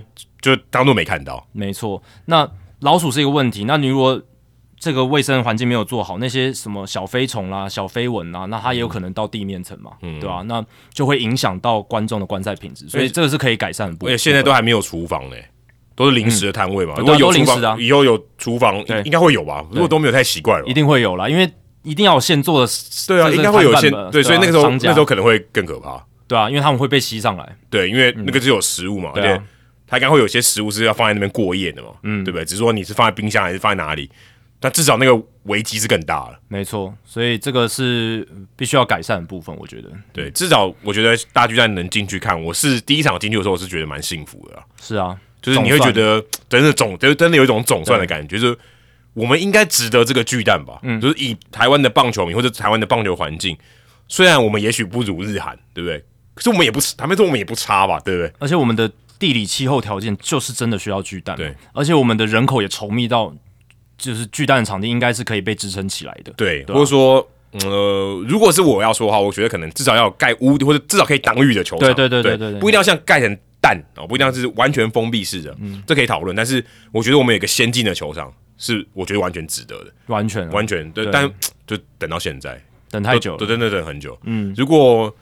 [SPEAKER 1] 就当做没看到。
[SPEAKER 2] 没错。那老鼠是一个问题，那你如果这个卫生环境没有做好，那些什么小飞虫啦、小飞蚊啦，那它也有可能到地面层嘛，
[SPEAKER 1] 嗯
[SPEAKER 2] 对吧、那就会影响到观众的观赛品质，所以这个是可以改善的部
[SPEAKER 1] 而
[SPEAKER 2] 分。
[SPEAKER 1] 且现在都还没有厨房呢、都是临时的摊位嘛。
[SPEAKER 2] 嗯
[SPEAKER 1] 如果有厨
[SPEAKER 2] 对啊都临时的啊
[SPEAKER 1] 房，以后有厨房
[SPEAKER 2] 对
[SPEAKER 1] 应该会有吧？如果都没有太奇怪了吧
[SPEAKER 2] 一。定会有啦，因为一定要有现做的，
[SPEAKER 1] 对啊，
[SPEAKER 2] 这
[SPEAKER 1] 应该会有
[SPEAKER 2] 摊
[SPEAKER 1] 现
[SPEAKER 2] 贩嘛
[SPEAKER 1] 对，
[SPEAKER 2] 对啊，
[SPEAKER 1] 所以那个时候
[SPEAKER 2] 商
[SPEAKER 1] 那
[SPEAKER 2] 家
[SPEAKER 1] 时候可能会更可怕。
[SPEAKER 2] 对啊，因为他们会被吸上来，
[SPEAKER 1] 对，因为那个只有食物嘛，而
[SPEAKER 2] 嗯对啊
[SPEAKER 1] 且它应该会有些食物是要放在那边过夜的嘛，嗯，对不对？只是说你是放在冰箱还是放在哪里，但至少那个危机是更大了。
[SPEAKER 2] 没错，所以这个是必须要改善的部分，我觉得
[SPEAKER 1] 对，至少我觉得大巨蛋能进去看，我是第一场进去的时候，我是觉得蛮幸福的啦。
[SPEAKER 2] 是啊，
[SPEAKER 1] 就是你会
[SPEAKER 2] 总
[SPEAKER 1] 觉
[SPEAKER 2] 算
[SPEAKER 1] 得真的总，就是真的有一种总算的感觉，就是我们应该值得这个巨蛋吧。嗯，就是以台湾的棒球迷或者台湾的棒球环境，虽然我们也许不如日韩，对不对？可是我们也不，坦白说我们也不差吧，对不对？
[SPEAKER 2] 而且我们的地理气候条件就是真的需要巨蛋，
[SPEAKER 1] 对，
[SPEAKER 2] 而且我们的人口也稠密到，就是巨蛋的场地应该是可以被支撑起来的，
[SPEAKER 1] 对，
[SPEAKER 2] 对
[SPEAKER 1] 或
[SPEAKER 2] 啊
[SPEAKER 1] 者说，嗯呃，如果是我要说的话，我觉得可能至少要盖屋，或者至少可以挡雨的球场，
[SPEAKER 2] 对对对对对对
[SPEAKER 1] 不一定要像盖成蛋哦，不一定要是完全封闭式的，
[SPEAKER 2] 嗯
[SPEAKER 1] 这可以讨论。但是我觉得我们有一个先进的球场，是我觉得完全值得的，
[SPEAKER 2] 完全啊
[SPEAKER 1] 完全对，
[SPEAKER 2] 对
[SPEAKER 1] 但就等到现在
[SPEAKER 2] 等太久
[SPEAKER 1] 对，
[SPEAKER 2] 了，
[SPEAKER 1] 等等等很久。嗯，如果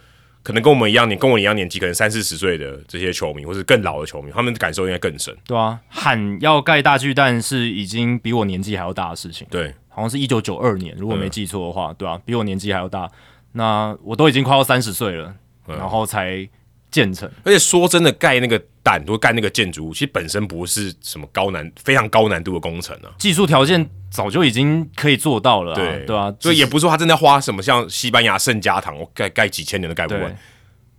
[SPEAKER 1] 可能跟我们一样，你跟我一样年纪，可能三四十岁的这些球迷，或是更老的球迷，他们的感受应该更深。
[SPEAKER 2] 对啊，喊要盖大巨蛋是已经比我年纪还要大的事情，
[SPEAKER 1] 对，
[SPEAKER 2] 好像是一九九二年，如果没记错的话，对啊，比我年纪还要大，那我都已经快要三十岁了，然后才建成，
[SPEAKER 1] 而且说真的，盖那个蛋或盖那个建筑物，其实本身不是什么高难、非常高难度的工程啊。
[SPEAKER 2] 技术条件早就已经可以做到了啊、
[SPEAKER 1] 对
[SPEAKER 2] 对啊，
[SPEAKER 1] 所以也不是说他真的要花什么像西班牙圣家堂，我盖盖几千年都盖不
[SPEAKER 2] 对
[SPEAKER 1] 完，。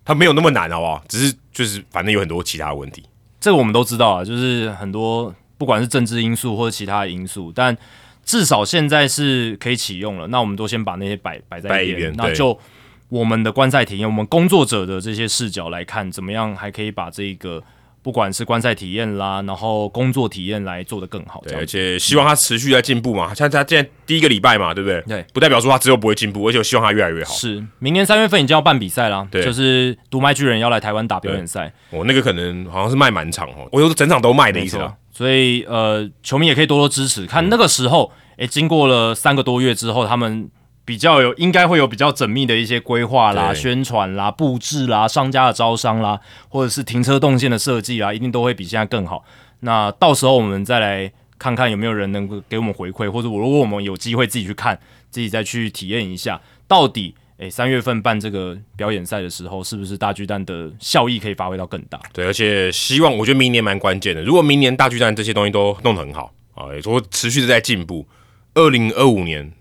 [SPEAKER 1] 他没有那么难，好不好？只是就是反正有很多其他问题。
[SPEAKER 2] 这个我们都知道啊，就是很多不管是政治因素或者其他的因素，但至少现在是可以启用了。那我们都先把那些摆摆在
[SPEAKER 1] 摆一
[SPEAKER 2] 一边
[SPEAKER 1] 边，
[SPEAKER 2] 那
[SPEAKER 1] 对
[SPEAKER 2] 就我们的观赛体验，我们工作者的这些视角来看，怎么样还可以把这个不管是观赛体验啦，然后工作体验来做得更好。这
[SPEAKER 1] 对，
[SPEAKER 2] 样
[SPEAKER 1] 而且希望他持续在进步嘛。像他现在第一个礼拜嘛，对不对？
[SPEAKER 2] 对
[SPEAKER 1] 不代表说他之后不会进步，而且我希望他越来越好。
[SPEAKER 2] 是，明年三月份已经要办比赛啦，
[SPEAKER 1] 对
[SPEAKER 2] 就是独麦巨人要来台湾打表演赛，
[SPEAKER 1] 我、哦那个可能好像是卖满场哦，我有整场都卖的意思
[SPEAKER 2] 错
[SPEAKER 1] 啦。。
[SPEAKER 2] 所以呃，球迷也可以多多支持。看那个时候，诶、经过了三个多月之后，他们比较有应该会有比较缜密的一些规划啦、
[SPEAKER 1] 对
[SPEAKER 2] 宣传啦、布置啦、商家的招商啦，或者是停车动线的设计啦，一定都会比现在更好。那到时候我们再来看看有没有人能够给我们回馈，或者我如果我们有机会自己去看，自己再去体验一下，到底诶三、月份办这个表演赛的时候，是不是大巨蛋的效益可以发挥到更大？
[SPEAKER 1] 对，而且希望我觉得明年蛮关键的。如果明年大巨蛋这些东西都弄得很好啊，也说持续的在进步，二零二五年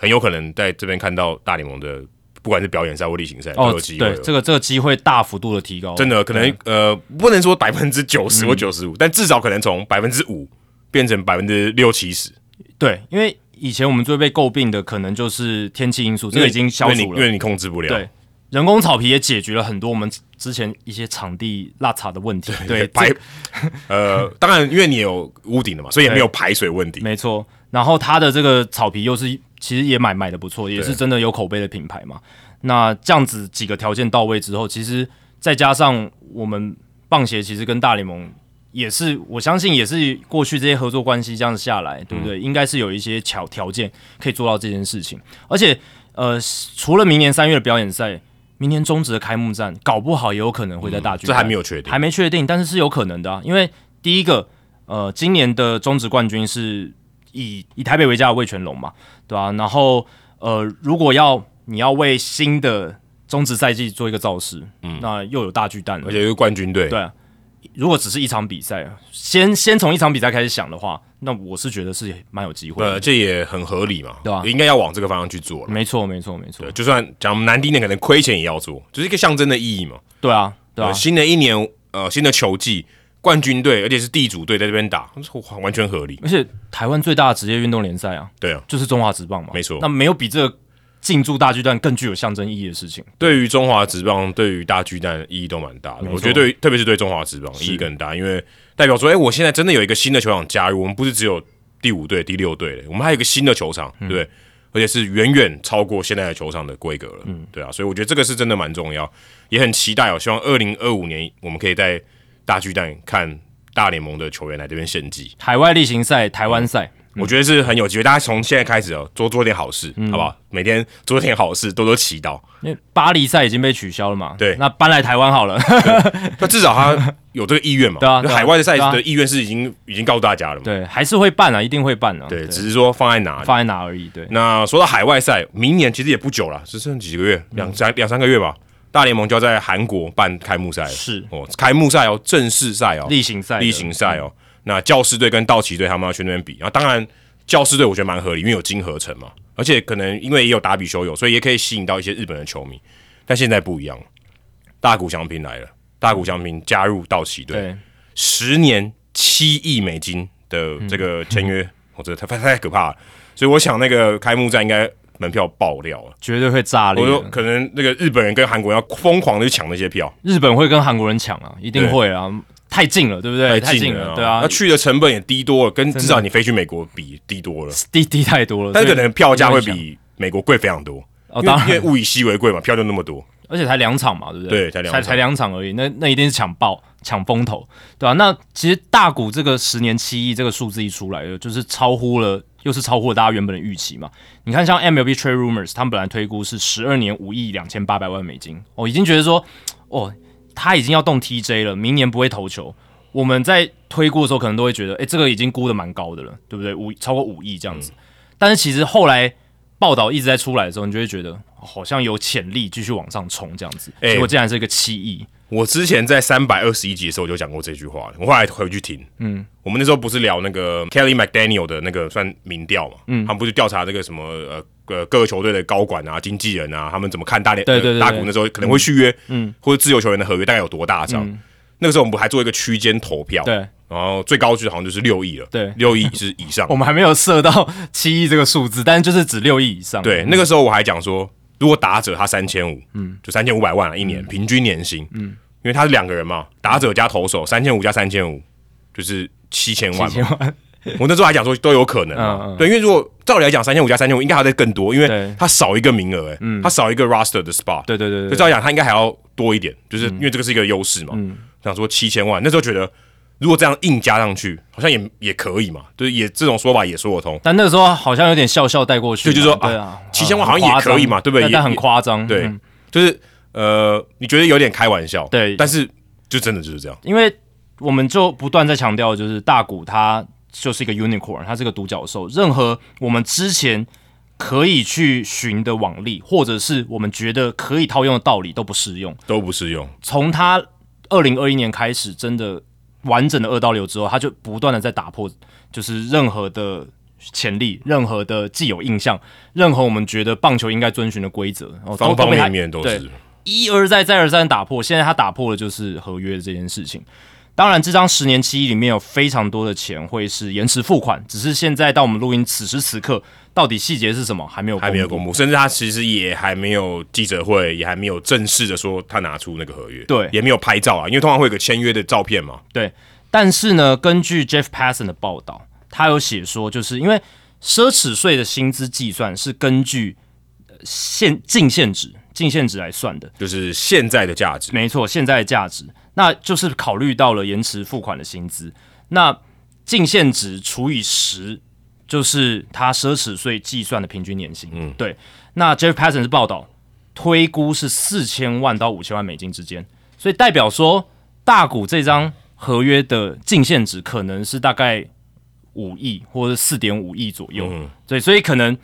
[SPEAKER 1] 很有可能在这边看到大联盟的不管是表演赛或例行赛都有机会
[SPEAKER 2] 哦
[SPEAKER 1] 哦
[SPEAKER 2] 对
[SPEAKER 1] 了。，
[SPEAKER 2] 这个这个机会大幅度的提高，
[SPEAKER 1] 真的可能
[SPEAKER 2] 嗯
[SPEAKER 1] 呃，不能说百分之九十或九十五，但至少可能从百分之五变成百分之六七十，
[SPEAKER 2] 对，因为以前我们最被诟病的可能就是天气因素，这
[SPEAKER 1] 因
[SPEAKER 2] 个
[SPEAKER 1] 为
[SPEAKER 2] 已经消
[SPEAKER 1] 因
[SPEAKER 2] 除
[SPEAKER 1] 为你因
[SPEAKER 2] 了。
[SPEAKER 1] 为你控制不了。
[SPEAKER 2] 对，人工草皮也解决了很多我们之前一些场地落差的问题。对，
[SPEAKER 1] 排
[SPEAKER 2] 这 [laughs]
[SPEAKER 1] 呃，当然因为你有屋顶的嘛，所以也没有排水问题。
[SPEAKER 2] 没错。然后它的这个草皮又是其实也买买的不错，也是真的有口碑的品牌嘛。那这样子几个条件到位之后，其实再加上我们棒协其实跟大联盟也是，我相信也是过去这些合作关系这样下来，对不对？应该是有一些条条件可以做到这件事情。而且，呃，除了明年三月的表演赛，明年中职的开幕战，搞不好也有可能会在大巨
[SPEAKER 1] 嗯这
[SPEAKER 2] 蛋、
[SPEAKER 1] 还没有确定
[SPEAKER 2] 还没确定，但是是有可能的啊。因为第一个，呃，今年的中职冠军是以以台北为家的魏全龙嘛，对吧、然后，呃，如果要你要为新的中职赛季做一个造势，嗯，那又有大巨蛋了
[SPEAKER 1] 而，且又是冠军队，
[SPEAKER 2] 对如果只是一场比赛，先先从一场比赛开始想的话，那我是觉得是蛮有机会
[SPEAKER 1] 呃，
[SPEAKER 2] 的。
[SPEAKER 1] 这也很合理嘛，
[SPEAKER 2] 对啊嗯
[SPEAKER 1] 应该要往这个方向去做了。
[SPEAKER 2] 没错，没错，没错
[SPEAKER 1] 对，，就算讲难听点，可能亏钱也要做，就是一个象征的意义嘛。
[SPEAKER 2] 对啊，对啊
[SPEAKER 1] 呃，，新的一年，呃，新的球季，冠军队，而且是地主队在这边打，完全合理。
[SPEAKER 2] 而且台湾最大的职业运动联赛啊，
[SPEAKER 1] 对啊，
[SPEAKER 2] 就是中华职棒嘛，
[SPEAKER 1] 没错
[SPEAKER 2] 那没有比这个进驻大巨蛋更具有象征意义的事情。
[SPEAKER 1] 对于中华职棒，对于大巨蛋意义都蛮大的。
[SPEAKER 2] 错
[SPEAKER 1] 我觉得对于，特别是对中华职棒意义更大，因为代表说，哎、我现在真的有一个新的球场加入，我们不是只有第五队、第六队了，我们还有一个新的球场，对不对，而且是远远超过现在的球场的规格了，嗯，对啊，所以我觉得这个是真的蛮重要，也很期待哦，希望二零二五年我们可以在大巨蛋看大联盟的球员来这边献祭。
[SPEAKER 2] 海外例行赛、台湾赛，
[SPEAKER 1] 我觉得是很有机会，大家从现在开始哦，多做点好事，好不好？每天做点好事，多多祈祷。
[SPEAKER 2] 因为巴黎赛已经被取消了嘛，
[SPEAKER 1] 对
[SPEAKER 2] 那搬来台
[SPEAKER 1] [laughs]
[SPEAKER 2] 湾好了。
[SPEAKER 1] 那至少他有这个意愿嘛？
[SPEAKER 2] 对啊对啊
[SPEAKER 1] 海外的赛
[SPEAKER 2] 对啊
[SPEAKER 1] 的意愿是已经已经告诉大家了嘛？
[SPEAKER 2] 对，还是会办啊，一定会办啊。
[SPEAKER 1] 对，嗯只是说放在哪里。
[SPEAKER 2] 放在哪而已。对，
[SPEAKER 1] 那说到海外赛，明年其实也不久了，只剩几个月，两
[SPEAKER 2] 嗯
[SPEAKER 1] 三两三个月吧。大联盟就要在韩国办开幕赛了，
[SPEAKER 2] 是
[SPEAKER 1] 哦，开幕赛哦，正式赛哦，
[SPEAKER 2] 例行赛的，
[SPEAKER 1] 例行赛哦。那教师队跟道奇队他们要去那边比，然后当然教师队我觉得蛮合理，因为有金合成嘛，而且可能因为也有打比修友，所以也可以吸引到一些日本的球迷。但现在不一样了，大谷翔平来了，大谷翔平加入道奇队，
[SPEAKER 2] 对，
[SPEAKER 1] 十年七亿美
[SPEAKER 2] 嗯
[SPEAKER 1] 金的这个签约，我、哦、这太太太可怕了。所以我想那个开幕战应该门票爆裂了。
[SPEAKER 2] 绝对会炸
[SPEAKER 1] 我
[SPEAKER 2] 裂
[SPEAKER 1] 说
[SPEAKER 2] 的。
[SPEAKER 1] 可能那个日本人跟韩国人要疯狂的去抢那些票，
[SPEAKER 2] 日本会跟韩国人抢啊，一定
[SPEAKER 1] 对
[SPEAKER 2] 会啊，太近了，对不对？太
[SPEAKER 1] 嗯
[SPEAKER 2] 近
[SPEAKER 1] 哎了，
[SPEAKER 2] 对啊
[SPEAKER 1] 那，去的成本也低多了，跟至少你飞去美国比低多了，
[SPEAKER 2] 低低太多了。
[SPEAKER 1] 但可
[SPEAKER 2] 所以
[SPEAKER 1] 能票价会
[SPEAKER 2] 一定
[SPEAKER 1] 比美国贵非常多，
[SPEAKER 2] 哦，
[SPEAKER 1] 因为
[SPEAKER 2] 当
[SPEAKER 1] 因为
[SPEAKER 2] 然，
[SPEAKER 1] 物以稀为贵嘛，票就那么多，
[SPEAKER 2] 而且才两场嘛，对不对？
[SPEAKER 1] 对才两
[SPEAKER 2] 才
[SPEAKER 1] 场
[SPEAKER 2] 才两场而已，那那一定是抢爆、抢风头，对啊，那其实大股这个十年七亿这个数字一出来，就是超乎了，又是超乎了大家原本的预期嘛。你看，像 MLB Trade Rumors，他们本来推估是十二年五亿两千八百万美金，哦，已经觉得说，哦，他已经要动 TJ 了，明年不会投球。我们在推估的时候，可能都会觉得，哎、这个已经估的蛮高的了，对不对？五超过五亿这样
[SPEAKER 1] 嗯
[SPEAKER 2] 子。但是其实后来报道一直在出来的时候，你就会觉得哦好像有潜力继续往上冲这样子。
[SPEAKER 1] 哎
[SPEAKER 2] 结果竟然是一个七亿，
[SPEAKER 1] 我之前在三百二十一集的时候就讲过这句话了，我后来回去听，嗯，我们那时候不是聊那个 Kelly McDaniel 的那个算民调嘛，嗯，他们不是调查这个什么呃呃各个球队的高管啊、经纪人啊，他们怎么看大连
[SPEAKER 2] 对对
[SPEAKER 1] 呃
[SPEAKER 2] 对
[SPEAKER 1] 大股那时候可能会续约，嗯，或者自由球员的合约大概有多大张？那个时候我们还做一个区间投票，
[SPEAKER 2] 嗯对
[SPEAKER 1] 然后最高值好像就是六亿了，
[SPEAKER 2] 对
[SPEAKER 1] 六亿是以
[SPEAKER 2] [laughs]
[SPEAKER 1] 上
[SPEAKER 2] 我。们还没有设到七亿这个数字，但是就是指六亿以上。
[SPEAKER 1] 对，那个时候我还讲说，如果打者他三千五，嗯，就三千五百万啊一年、平均年薪，嗯，因为他是两个人嘛，打者加投手三千五加三千五就是七千万
[SPEAKER 2] 几千
[SPEAKER 1] 嘛。
[SPEAKER 2] 万，
[SPEAKER 1] 我那时候还讲说都有可能嘛，
[SPEAKER 2] 嗯嗯
[SPEAKER 1] 对，因为如果照理来讲三千五加三千五应该还在更多，因为
[SPEAKER 2] 对嗯
[SPEAKER 1] 他少一个名额，哎，他少一个 roster 的 spot，
[SPEAKER 2] 对对嗯对
[SPEAKER 1] 就
[SPEAKER 2] 对
[SPEAKER 1] 照
[SPEAKER 2] 对，
[SPEAKER 1] 理讲他应该还要多一点，就是因为这个是一个优势嘛。
[SPEAKER 2] 嗯
[SPEAKER 1] 想说七千万，那时候觉得如果这样硬加上去，好像也也可以嘛，就是也这种说法也说得通。
[SPEAKER 2] 但那个时候好像有点笑笑带过去嘛，
[SPEAKER 1] 对就是说
[SPEAKER 2] 对
[SPEAKER 1] 啊
[SPEAKER 2] 啊，
[SPEAKER 1] 7000万好像也可以嘛对不对
[SPEAKER 2] 但
[SPEAKER 1] 也
[SPEAKER 2] 但很夸张，
[SPEAKER 1] 对，
[SPEAKER 2] 嗯
[SPEAKER 1] 就是呃，你觉得有点开玩笑，
[SPEAKER 2] 对
[SPEAKER 1] 但是就真的就是这样，
[SPEAKER 2] 因为我们就不断在强调，就是大股它就是一个 unicorn，它是个独角兽。任何我们之前可以去寻的网力，或者是我们觉得可以套用的道理都不适用。
[SPEAKER 1] 都不适用。
[SPEAKER 2] 从他二零二一年开始，真的完整的二刀流之后，他就不断的在打破，就是任何的潜力、任何的既有印象、任何我们觉得棒球应该遵循的规则，哦然后
[SPEAKER 1] 方方面面都是，
[SPEAKER 2] 一而再再而三地打破，现在他打破的就是合约这件事情。当然，这张十年期里面有非常多的钱会是延迟付款，只是现在到我们录音此时此刻，到底细节是什么还没有
[SPEAKER 1] 还没有
[SPEAKER 2] 布
[SPEAKER 1] 公布，甚至他其实也还没有记者会，也还没有正式的说他拿出那个合约，
[SPEAKER 2] 对
[SPEAKER 1] 也没有拍照啊，因为通常会有个签约的照片嘛，
[SPEAKER 2] 对，但是呢，根据 Jeff Passan 的报道，他有写说，就是因为奢侈税的薪资计算是根据呃现净现值、净现值来算的，
[SPEAKER 1] 就是现在的价值。
[SPEAKER 2] 没错，现在的价值，那就是考虑到了延迟付款的薪资。那净现值除以十，就是他奢侈税计算的平均年薪。嗯，对。那 Jeff Passan 是报道推估是四千万到五千万美金之间，所以代表说大股这张合约的净现值可能是大概五亿或者四点五亿左右。
[SPEAKER 1] 嗯
[SPEAKER 2] 对，所以可能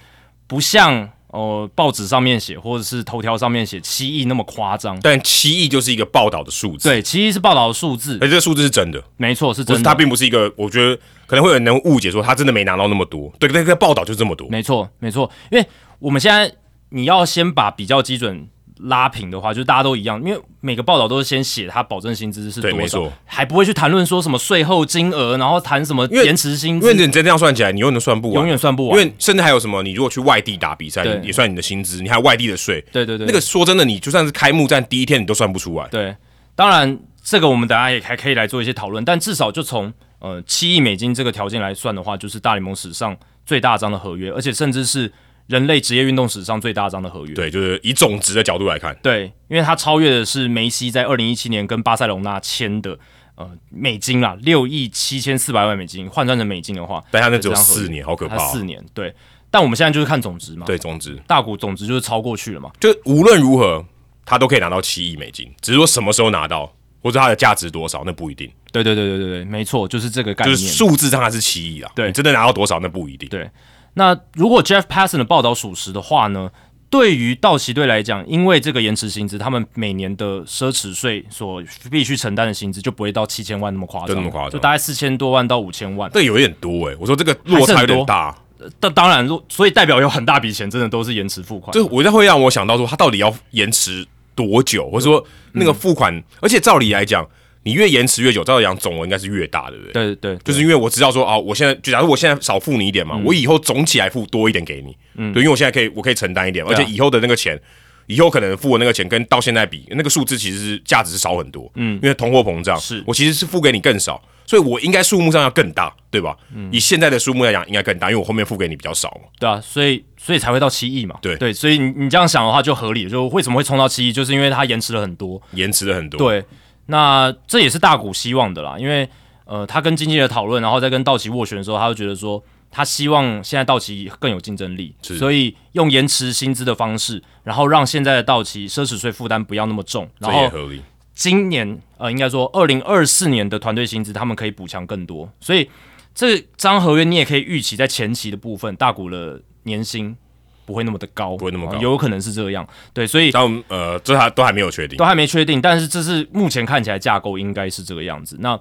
[SPEAKER 2] 不像。哦，报纸上面写，或者是头条上面写七亿那么夸张，
[SPEAKER 1] 但七亿就是一个报道的数字，，
[SPEAKER 2] 对，其实是报道的数字
[SPEAKER 1] 而，这个数字是真的，
[SPEAKER 2] 没错，是
[SPEAKER 1] 不
[SPEAKER 2] 真
[SPEAKER 1] 哎是
[SPEAKER 2] 的。
[SPEAKER 1] 他并不是一个，我觉得可能会有人能误解说他真的没拿到那么多，对，那个报道就这么多，
[SPEAKER 2] 没错，没错，因为我们现在你要先把比较基准拉平的话，就是大家都一样，因为每个报道都是先写他保证薪资是
[SPEAKER 1] 对
[SPEAKER 2] 多
[SPEAKER 1] 没
[SPEAKER 2] 少
[SPEAKER 1] 错，
[SPEAKER 2] 还不会去谈论说什么税后金额，然后谈什么
[SPEAKER 1] 为
[SPEAKER 2] 延迟薪
[SPEAKER 1] 因为
[SPEAKER 2] 资，
[SPEAKER 1] 你真这样算起来，你又能算不完，
[SPEAKER 2] 永远算不
[SPEAKER 1] 因
[SPEAKER 2] 完。
[SPEAKER 1] 为甚至还有什么，你如果去外地打比赛，
[SPEAKER 2] 对
[SPEAKER 1] 你也算你的薪资，你还有外地的税。
[SPEAKER 2] 对对对，
[SPEAKER 1] 那个说真的，你就算是开幕战第一天，你都算不出来。
[SPEAKER 2] 对，当然这个我们等下也还可以来做一些讨论，但至少就从呃七亿美金这个条件来算的话，就是大联盟史上最大张的合约，而且甚至是人类职业运动史上最大张的合约。
[SPEAKER 1] 对，就是以总值的角度来看，
[SPEAKER 2] 对，因为他超越的是梅西在二零一七年跟巴塞隆纳签的呃美金啦，六亿七千四百万美金，换算成美金的话，
[SPEAKER 1] 但他那只有
[SPEAKER 2] 这张合约
[SPEAKER 1] 四年，好可怕
[SPEAKER 2] 他
[SPEAKER 1] 哦、
[SPEAKER 2] 四年对。但我们现在就是看总值嘛，，
[SPEAKER 1] 对，总值
[SPEAKER 2] 大股总值就是超过去了嘛，
[SPEAKER 1] 就无论如何，他都可以拿到七亿美金，只是说什么时候拿到，或者他的价值多少，那不一定。
[SPEAKER 2] 对对对对对对，没错，就是这个概
[SPEAKER 1] 就
[SPEAKER 2] 念。
[SPEAKER 1] 是数字上他是七亿啦，
[SPEAKER 2] 对
[SPEAKER 1] 你真的拿到多少那不一定。
[SPEAKER 2] 对那如果 Jeff Passan 的报道属实的话呢，对于道奇队来讲，因为这个延迟薪资，他们每年的奢侈税所必须承担的薪资就不会到七千万那么夸张，
[SPEAKER 1] 就那么夸张
[SPEAKER 2] 就大概四千多万到五千万。
[SPEAKER 1] 这有一点多哎、我说这个落差有点大，
[SPEAKER 2] 但当然，如所以代表有很大笔钱真的都是延迟付款。
[SPEAKER 1] 这我就会让我
[SPEAKER 2] 嗯
[SPEAKER 1] 想到说，他到底要延迟多久，或者说那个付款，而且照理来讲，你越延迟越久，照理讲总额应该是越大，对不对？
[SPEAKER 2] 对对，对
[SPEAKER 1] 就是因为我知道说，哦，我现在就假如我现在少付你一点嘛，
[SPEAKER 2] 嗯
[SPEAKER 1] 我以后总起来付多一点给你，对，因为我现在可以我可以承担一点，而
[SPEAKER 2] 啊
[SPEAKER 1] 且以后的那个钱，以后可能付的那个钱跟到现在比，那个数字其实是价值是少很多，嗯，因为通货膨胀，
[SPEAKER 2] 是
[SPEAKER 1] 我其实是付给你更少，所以我应该数目上要更大，对吧？
[SPEAKER 2] 嗯
[SPEAKER 1] 以现在的数目来讲，应该更大，因为我后面付给你比较少嘛，
[SPEAKER 2] 对啊，所以所以才会到七亿嘛。
[SPEAKER 1] 对
[SPEAKER 2] 对，所以你你这样想的话就合理，就为什么会冲到七亿，就是因为它延迟了很多。
[SPEAKER 1] 延迟了很多，
[SPEAKER 2] 对，那这也是大股希望的啦，因为呃，他跟经纪人讨论，然后再跟道奇斡旋的时候，他就觉得说，他希望现在道奇更有竞争力，
[SPEAKER 1] 是
[SPEAKER 2] 所以用延迟薪资的方式，然后让现在的道奇奢侈税负担不要那么重，然
[SPEAKER 1] 这也
[SPEAKER 2] 后
[SPEAKER 1] 合理，
[SPEAKER 2] 今年呃，应该说二零二四年的团队薪资，他们可以补强更多，所以这张合约你也可以预期在前期的部分，大股的年薪不会那么的高，
[SPEAKER 1] 不会那么
[SPEAKER 2] 啊
[SPEAKER 1] 高
[SPEAKER 2] 有可能是这样，对，所以
[SPEAKER 1] 但我们呃，这还都还没有确定
[SPEAKER 2] 都，还没确定，但是这是目前看起来架构应该是这个样子。那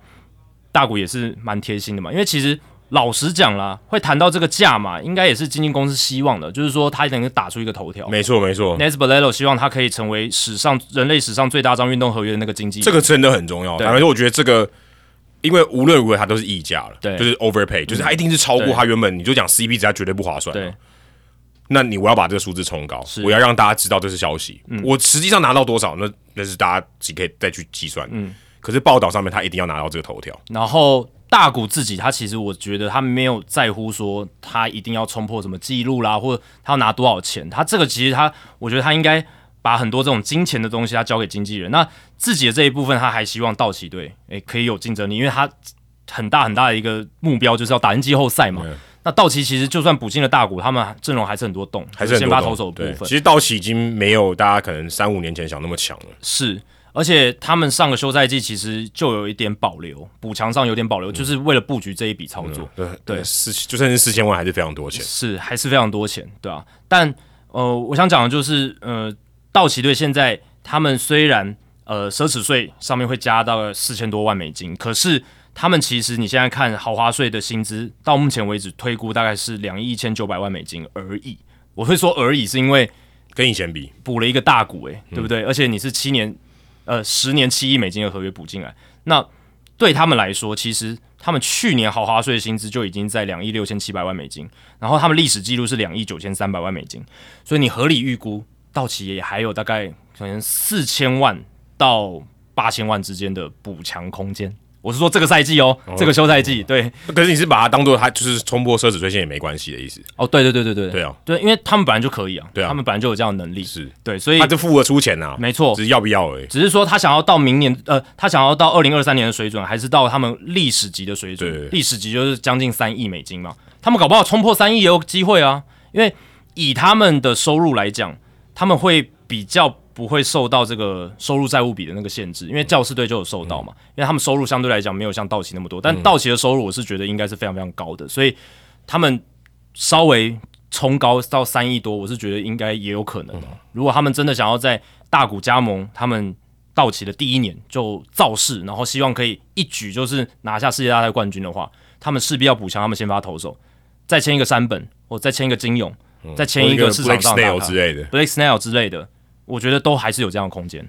[SPEAKER 2] 大股也是蛮贴心的嘛，因为其实老实讲啦，会谈到这个价嘛，应该也是经纪公司希望的，就是说他能够打出一个头条。
[SPEAKER 1] 没错没错，
[SPEAKER 2] Nes b o l e l o 希望他可以成为史上人类史上最大张运动合约的那个经纪人，
[SPEAKER 1] 这个真的很重要。
[SPEAKER 2] 对
[SPEAKER 1] 坦白说，我觉得这个，因为无论如何它都是溢价了，
[SPEAKER 2] 对嗯
[SPEAKER 1] 就是 overpay，就是它一定是超过
[SPEAKER 2] 对
[SPEAKER 1] 它原本，你就讲 CP 值，它绝对不划算。
[SPEAKER 2] 对，
[SPEAKER 1] 那你我要把这个数字冲高，我要让大家知道这是消息。
[SPEAKER 2] 嗯
[SPEAKER 1] 我实际上拿到多少，那那是大家自己可以再去计算。嗯，可是报道上面他一定要拿到这个头条，
[SPEAKER 2] 然后大谷自己，他其实我觉得他没有在乎说他一定要冲破什么记录啦，或者他要拿多少钱。他这个其实他，我觉得他应该把很多这种金钱的东西他交给经纪人。那自己的这一部分，他还希望道奇队诶可以有竞争力，因为他很大很大的一个目标就是要打进季后赛嘛。那道奇其实就算补进了大谷，他们阵容还是很多洞，
[SPEAKER 1] 还是很
[SPEAKER 2] 先
[SPEAKER 1] 多
[SPEAKER 2] 发
[SPEAKER 1] 种
[SPEAKER 2] 投手的
[SPEAKER 1] 对
[SPEAKER 2] 部分
[SPEAKER 1] 其。实道奇已经没有大家可能三五年前想那么强了。
[SPEAKER 2] 是，而且他们上个休赛季其实就有一点保留，补强上有点保留，就是为了布局这一笔操作。
[SPEAKER 1] 对
[SPEAKER 2] 对
[SPEAKER 1] 呃四就算是四千万还是非常多钱。
[SPEAKER 2] 是还是非常多钱，对啊。但呃，我想讲的就是，呃，道奇队现在他们虽然呃奢侈税上面会加到四千多万美金，可是他们其实你现在看豪华税的薪资，到目前为止推估大概是两亿一千九百万美金而已。我会说而已，是因为
[SPEAKER 1] 跟以前比，
[SPEAKER 2] 补了一个大股、欸，
[SPEAKER 1] 嗯
[SPEAKER 2] 对不对？而且你是七年，呃，十年七亿美金的合约补进来，那对他们来说，其实他们去年豪华税的薪资就已经在两亿六千七百万美金，然后他们历史记录是两亿九千三百万美金，所以你合理预估，道奇也还有大概可能四千万到八千万之间的补强空间。我是说这个赛季哦，这个休赛季，对，
[SPEAKER 1] 可是你是把它当做它就是冲破奢侈税线也没关系的意思。
[SPEAKER 2] 哦，对对对对对
[SPEAKER 1] 对啊，
[SPEAKER 2] 对，因为他们本来就可以啊，
[SPEAKER 1] 对啊
[SPEAKER 2] 他们本来就有这样的能力，
[SPEAKER 1] 是，
[SPEAKER 2] 对，所以
[SPEAKER 1] 他就付了出钱呐、啊，
[SPEAKER 2] 没错
[SPEAKER 1] 只，是要不要而已。
[SPEAKER 2] 只是说他想要到明年，呃，他想要到二零二三年的水准，还是到他们历史级的水
[SPEAKER 1] 对
[SPEAKER 2] 准？历史级就是将近三亿美金嘛，他们搞不好冲破三亿也有机会啊，因为以他们的收入来讲，他们会比较不会受到这个收入债务比的那个限制，因为教士队就有受到嘛，因为他们收入相对来讲没有像道奇那么多，但道奇的收入我是觉得应该是非常非常高的，所以他们稍微冲高到三亿多，我是觉得应该也有可能、啊如果他们真的想要在大股加盟他们到期的第一年就造势，然后希望可以一举就是拿下世界大赛冠军的话，他们势必要补强他们先发投手，再签一个山本，或再签一个金勇，再签嗯一
[SPEAKER 1] 个
[SPEAKER 2] 个市场
[SPEAKER 1] Black
[SPEAKER 2] 上的
[SPEAKER 1] Snail
[SPEAKER 2] 大咖
[SPEAKER 1] 之类的，
[SPEAKER 2] Blake Snell 之类的，我觉得都还是有这样的空间，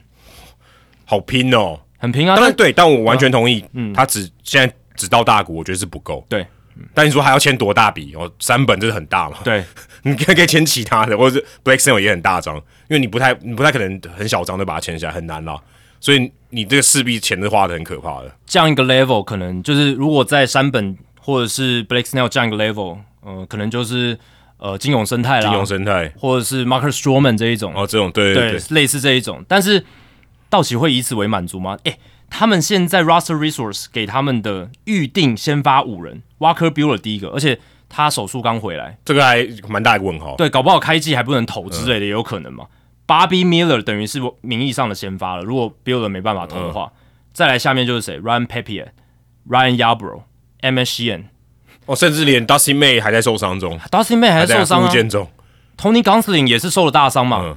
[SPEAKER 1] 好拼哦。
[SPEAKER 2] 很平啊。
[SPEAKER 1] 当然
[SPEAKER 2] 但嗯
[SPEAKER 1] 对，但我完全同意，他只现在只到大股，我觉得是不够。
[SPEAKER 2] 对
[SPEAKER 1] 但你说还要签多大笔哦？三本这是很大嘛？，
[SPEAKER 2] 对
[SPEAKER 1] [laughs] 你可以可以签其他的，或者是 Black Snail 也很大张，因为你不太你不太可能很小张就把它签下来，很难啦。所以你这个势必钱是花的很可怕的。
[SPEAKER 2] 这样一个 level，可能就是如果在山本或者是 Blake Snell 这样一个 level，呃，可能就是呃金勇生态啦，
[SPEAKER 1] 金融生态
[SPEAKER 2] 或者是 Marcus Stroman 这一种，
[SPEAKER 1] 哦，这种对对对，
[SPEAKER 2] 对类似这一种。但是道奇会以此为满足吗？诶，他们现在 roster resource 给他们的预定先发五人，Walker Bueller 第一个，而且他手术刚回来，
[SPEAKER 1] 这个还蛮大一个问号。
[SPEAKER 2] 对，搞不好开季还不能投之类的，也有可能嘛。Bobby Miller 等于是我名义上的先发了，如果 Bueller 没办法投的话，再来下面就是谁？Ryan Papier、Ryan Yarbrough、M. S. Sheehan、
[SPEAKER 1] 哦，甚至连 Dusty May 还在受伤中，
[SPEAKER 2] Dustin May 还在受伤
[SPEAKER 1] 还在
[SPEAKER 2] 啊
[SPEAKER 1] 复健中，
[SPEAKER 2] ，Tony Gonsolin 也是受了大伤嘛。
[SPEAKER 1] 嗯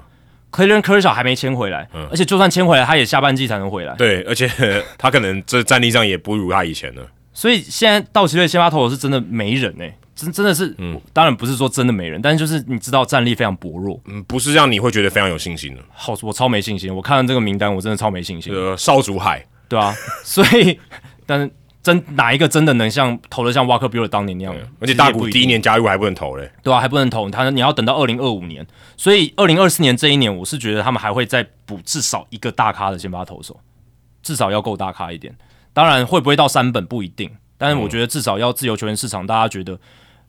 [SPEAKER 2] Clayton Kershaw 还没签回来，而且就算签回来，他也下半季才能回来。
[SPEAKER 1] 对，而且他可能这战力上也不如他以前了。
[SPEAKER 2] 所以现在道奇队先发投手是真的没人哎、真真的是，
[SPEAKER 1] 嗯
[SPEAKER 2] 当然不是说真的没人，但是就是你知道战力非常薄弱。
[SPEAKER 1] 嗯，不
[SPEAKER 2] 嗯
[SPEAKER 1] 是让你会觉得非常有信心的。
[SPEAKER 2] 好，我超没信心，我看到这个名单，我真的超没信心。
[SPEAKER 1] 呃，邵祖海，
[SPEAKER 2] 对啊， [laughs] 所以但是真哪一个真的能像投的像瓦克比尔当年那样？
[SPEAKER 1] 而且大
[SPEAKER 2] 其实也不
[SPEAKER 1] 谷
[SPEAKER 2] 一
[SPEAKER 1] 第一
[SPEAKER 2] 定
[SPEAKER 1] 年加入还不能投嘞，
[SPEAKER 2] 对啊，还不能投，他你要等到二零二五年，所以二零二四年这一年，我是觉得他们还会再补至少一个大咖的先发投手，至少要够大咖一点。当然会不会到三本不一定，
[SPEAKER 1] 嗯
[SPEAKER 2] 但是我觉得至少要自由球员市场，大家觉得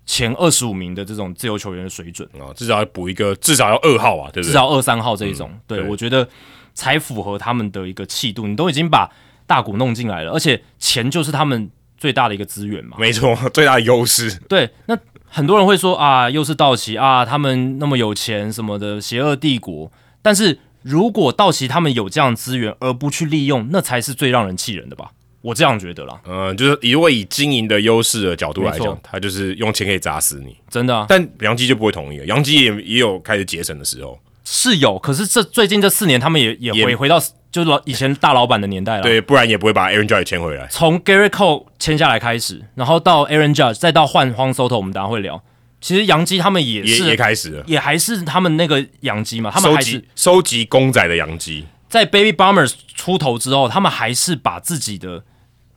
[SPEAKER 2] 前二十五名的这种自由球员的水准，
[SPEAKER 1] 啊，至少要补一个，至少要二号啊，对不
[SPEAKER 2] 至
[SPEAKER 1] 对？
[SPEAKER 2] 少二三号这一种，对
[SPEAKER 1] 对
[SPEAKER 2] 我觉得才符合他们的一个气度。你都已经把大股弄进来了，而且钱就是他们最大的一个资源嘛。
[SPEAKER 1] 没错，最大的优势。
[SPEAKER 2] 对，那很多人会说啊，又是道奇啊，他们那么有钱什么的，邪恶帝国。但是如果道奇他们有这样的资源而不去利用，那才是最让人气人的吧？我这样觉得啦，
[SPEAKER 1] 嗯，就是以如果以经营的优势的角度来
[SPEAKER 2] 没
[SPEAKER 1] 讲
[SPEAKER 2] 错，
[SPEAKER 1] 他就是用钱可以砸死你。
[SPEAKER 2] 真的啊、
[SPEAKER 1] 但杨基就不会同意了，杨基也也有开始节省的时候。
[SPEAKER 2] 是有。可是这最近这四年，他们也也
[SPEAKER 1] 也
[SPEAKER 2] 回回到就是老以前大老板的年代了。，
[SPEAKER 1] 对，不然也不会把 Aaron Judge 签回来。
[SPEAKER 2] 从 Gary Cole 签下来开始，然后到 Aaron Judge，再到换荒 Soto，我们等一下会聊。其实杨基他们也
[SPEAKER 1] 也
[SPEAKER 2] 是
[SPEAKER 1] 也开始了，
[SPEAKER 2] 也还是他们那个养鸡嘛，他们
[SPEAKER 1] 收
[SPEAKER 2] 还是
[SPEAKER 1] 集收集公仔的洋基，
[SPEAKER 2] 在 Baby Bombers 出头之后，他们还是把自己的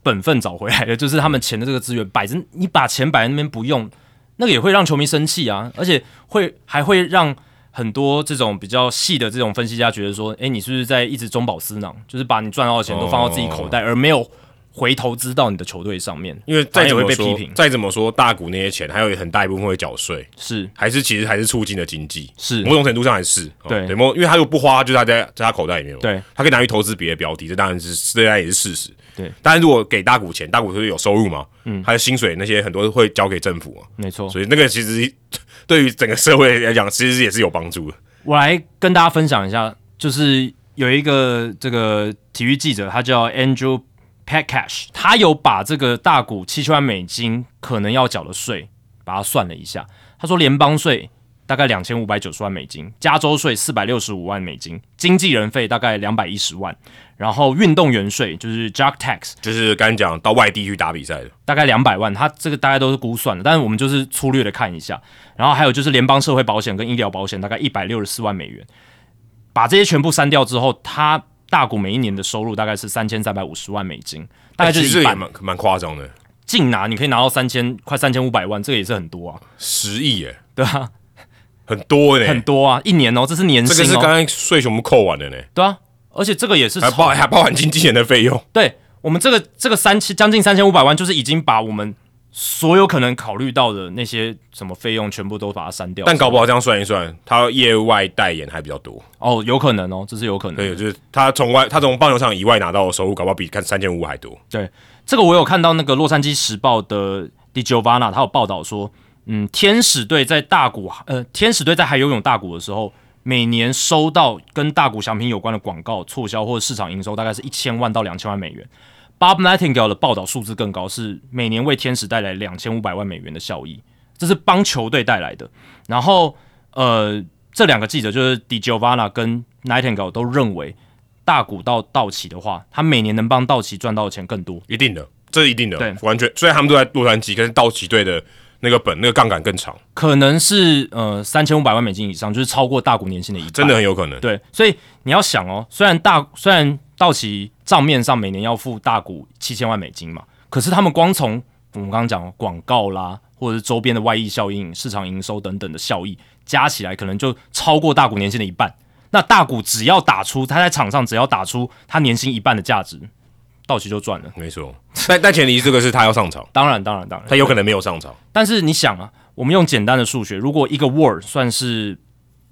[SPEAKER 2] 本分找回来的， [laughs] 就是他们钱的这个资源摆着，你把钱摆在那边不用，那个也会让球迷生气啊，而且会还会让很多这种比较细的这种分析家觉得说，诶，你是不是在一直中饱私囊，就是把你赚到的钱都放到自己口袋，而没有回投资到你的球队上面，
[SPEAKER 1] 哦因为再怎
[SPEAKER 2] 反而
[SPEAKER 1] 么
[SPEAKER 2] 也会被批
[SPEAKER 1] 说，
[SPEAKER 2] 评，
[SPEAKER 1] 再怎么说，大股那些钱还有很大一部分会缴税，
[SPEAKER 2] 是
[SPEAKER 1] 还是其实还是促进了经济，
[SPEAKER 2] 是
[SPEAKER 1] 某种程度上还是哦
[SPEAKER 2] 对
[SPEAKER 1] 对，某因为他又不花，就是他在在他口袋里面嘛，
[SPEAKER 2] 对，
[SPEAKER 1] 他可以拿去投资别的标的，这当然是这当然也是事实。
[SPEAKER 2] 对，
[SPEAKER 1] 当然如果给大股钱，大股就是有收入嘛，嗯，他的薪水那些很多会交给政府嘛，
[SPEAKER 2] 没错。
[SPEAKER 1] 所以那个其实 [laughs] 对于整个社会来讲，其实也是有帮助的。
[SPEAKER 2] 我来跟大家分享一下，就是有一个这个体育记者，他叫 Andrew Petcash，他有把这个大股七千万美金可能要缴的税，把它算了一下。他说联邦税大概两千五百九十万美金，加州税四百六十五万美金，经纪人费大概两百一十万，然后运动员税就是 Jog Tax
[SPEAKER 1] 就是刚才讲到外地去打比赛的，
[SPEAKER 2] 大概两百万，它这个大概都是估算的，但是我们就是粗略的看一下。然后还有就是联邦社会保险跟医疗保险，大概一百六十四万美元，把这些全部删掉之后，他大股每一年的收入大概是三千三百五十万美金，大概就
[SPEAKER 1] 哎其
[SPEAKER 2] 是
[SPEAKER 1] 实
[SPEAKER 2] 一
[SPEAKER 1] 也
[SPEAKER 2] 半。
[SPEAKER 1] 蛮蛮夸张的，
[SPEAKER 2] 净拿你可以拿到三千快三千五百万，这个也是很多啊，
[SPEAKER 1] 哎十亿耶，
[SPEAKER 2] 对啊，
[SPEAKER 1] 很多呢，
[SPEAKER 2] 很多啊，一年哦，这是年
[SPEAKER 1] 这个
[SPEAKER 2] 薪
[SPEAKER 1] 是刚哎
[SPEAKER 2] 哦，
[SPEAKER 1] 才税全部扣完的呢，
[SPEAKER 2] 对啊，而且这个也是
[SPEAKER 1] 还包
[SPEAKER 2] 超
[SPEAKER 1] 还包含经纪人的费用。
[SPEAKER 2] 对我们这个这个三千将近三千五百万，就是已经把我们所有可能考虑到的那些什么费用全部都把它删掉，
[SPEAKER 1] 但搞不好这样算一算，他业外代言还比较多。
[SPEAKER 2] 哦，有可能哦，这是有可能。
[SPEAKER 1] 对，就是他从外，他从棒球场以外拿到的收入，搞不好比看三千五还多。
[SPEAKER 2] 对，这个我有看到那个《洛杉矶时报》的 Di Giovanna，他有报道说，嗯，天使队在大谷，呃，天使队在还游泳大谷的时候，每年收到跟大谷翔平有关的广告促销或者市场营收，大概是一千万到两千万美元。Bob Nightingale 的报道数字更高，是每年为天使带来两千五百万美元的效益，这是帮球队带来的。然后，呃，这两个记者就是 Di Giovanna 跟 Nightingale 都认为，大谷到道奇的话，他每年能帮道奇赚到的钱更多。
[SPEAKER 1] 一定的，这是一定的，
[SPEAKER 2] 对
[SPEAKER 1] 完全。虽然他们都在洛杉矶，可是道奇队的那个本那个杠杆更长，
[SPEAKER 2] 可能是呃三千五百万美金以上，就是超过大股年薪的一半。
[SPEAKER 1] 真的很有可能。
[SPEAKER 2] 对，所以你要想哦，虽然大虽然道奇账面上每年要付大股七千万美金嘛，可是他们光从我们刚刚讲的广告啦，或者是周边的外溢效应、市场营收等等的效益加起来，可能就超过大股年薪的一半。那大股只要打出他在场上只要打出他年薪一半的价值，道奇就赚了。
[SPEAKER 1] 没错，但但前提这个是他要上
[SPEAKER 2] [laughs]
[SPEAKER 1] 场，
[SPEAKER 2] 当然，当然，当然
[SPEAKER 1] 他。有可能没有上场。
[SPEAKER 2] 但是你想啊，我们用简单的数学，如果一个 Word 算是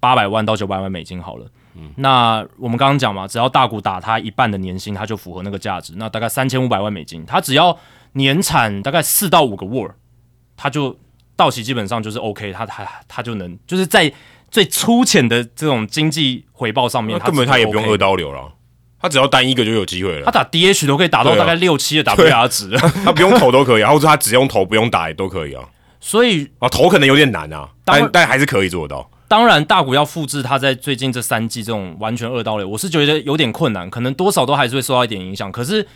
[SPEAKER 2] 八百万到九百万美金好了，
[SPEAKER 1] 嗯
[SPEAKER 2] 那我们刚刚讲嘛，只要大股打他一半的年薪，他就符合那个价值，那大概三千五百万美金，他只要年产大概四到五个 Word，他就到期基本上就是 OK，他他他就能就是在最粗浅的这种经济回报上面，
[SPEAKER 1] 那根本
[SPEAKER 2] 是
[SPEAKER 1] 他也不用
[SPEAKER 2] OK
[SPEAKER 1] 二刀流了，他只要单一个就有机会
[SPEAKER 2] 他
[SPEAKER 1] 了，
[SPEAKER 2] 打 DH 都可以打到
[SPEAKER 1] 对啊
[SPEAKER 2] 大概六七的
[SPEAKER 1] 对啊
[SPEAKER 2] WR 值了，
[SPEAKER 1] [laughs] 他不用投都可以啊，或者他只用投不用打也都可以啊。
[SPEAKER 2] 所以
[SPEAKER 1] 啊，投可能有点难啊，
[SPEAKER 2] 当
[SPEAKER 1] 但
[SPEAKER 2] 然
[SPEAKER 1] 但还是可以做到。
[SPEAKER 2] 当然，大股要复制他在最近这三季这种完全二刀流，我是觉得有点困难，可能多少都还是会受到一点影响。可是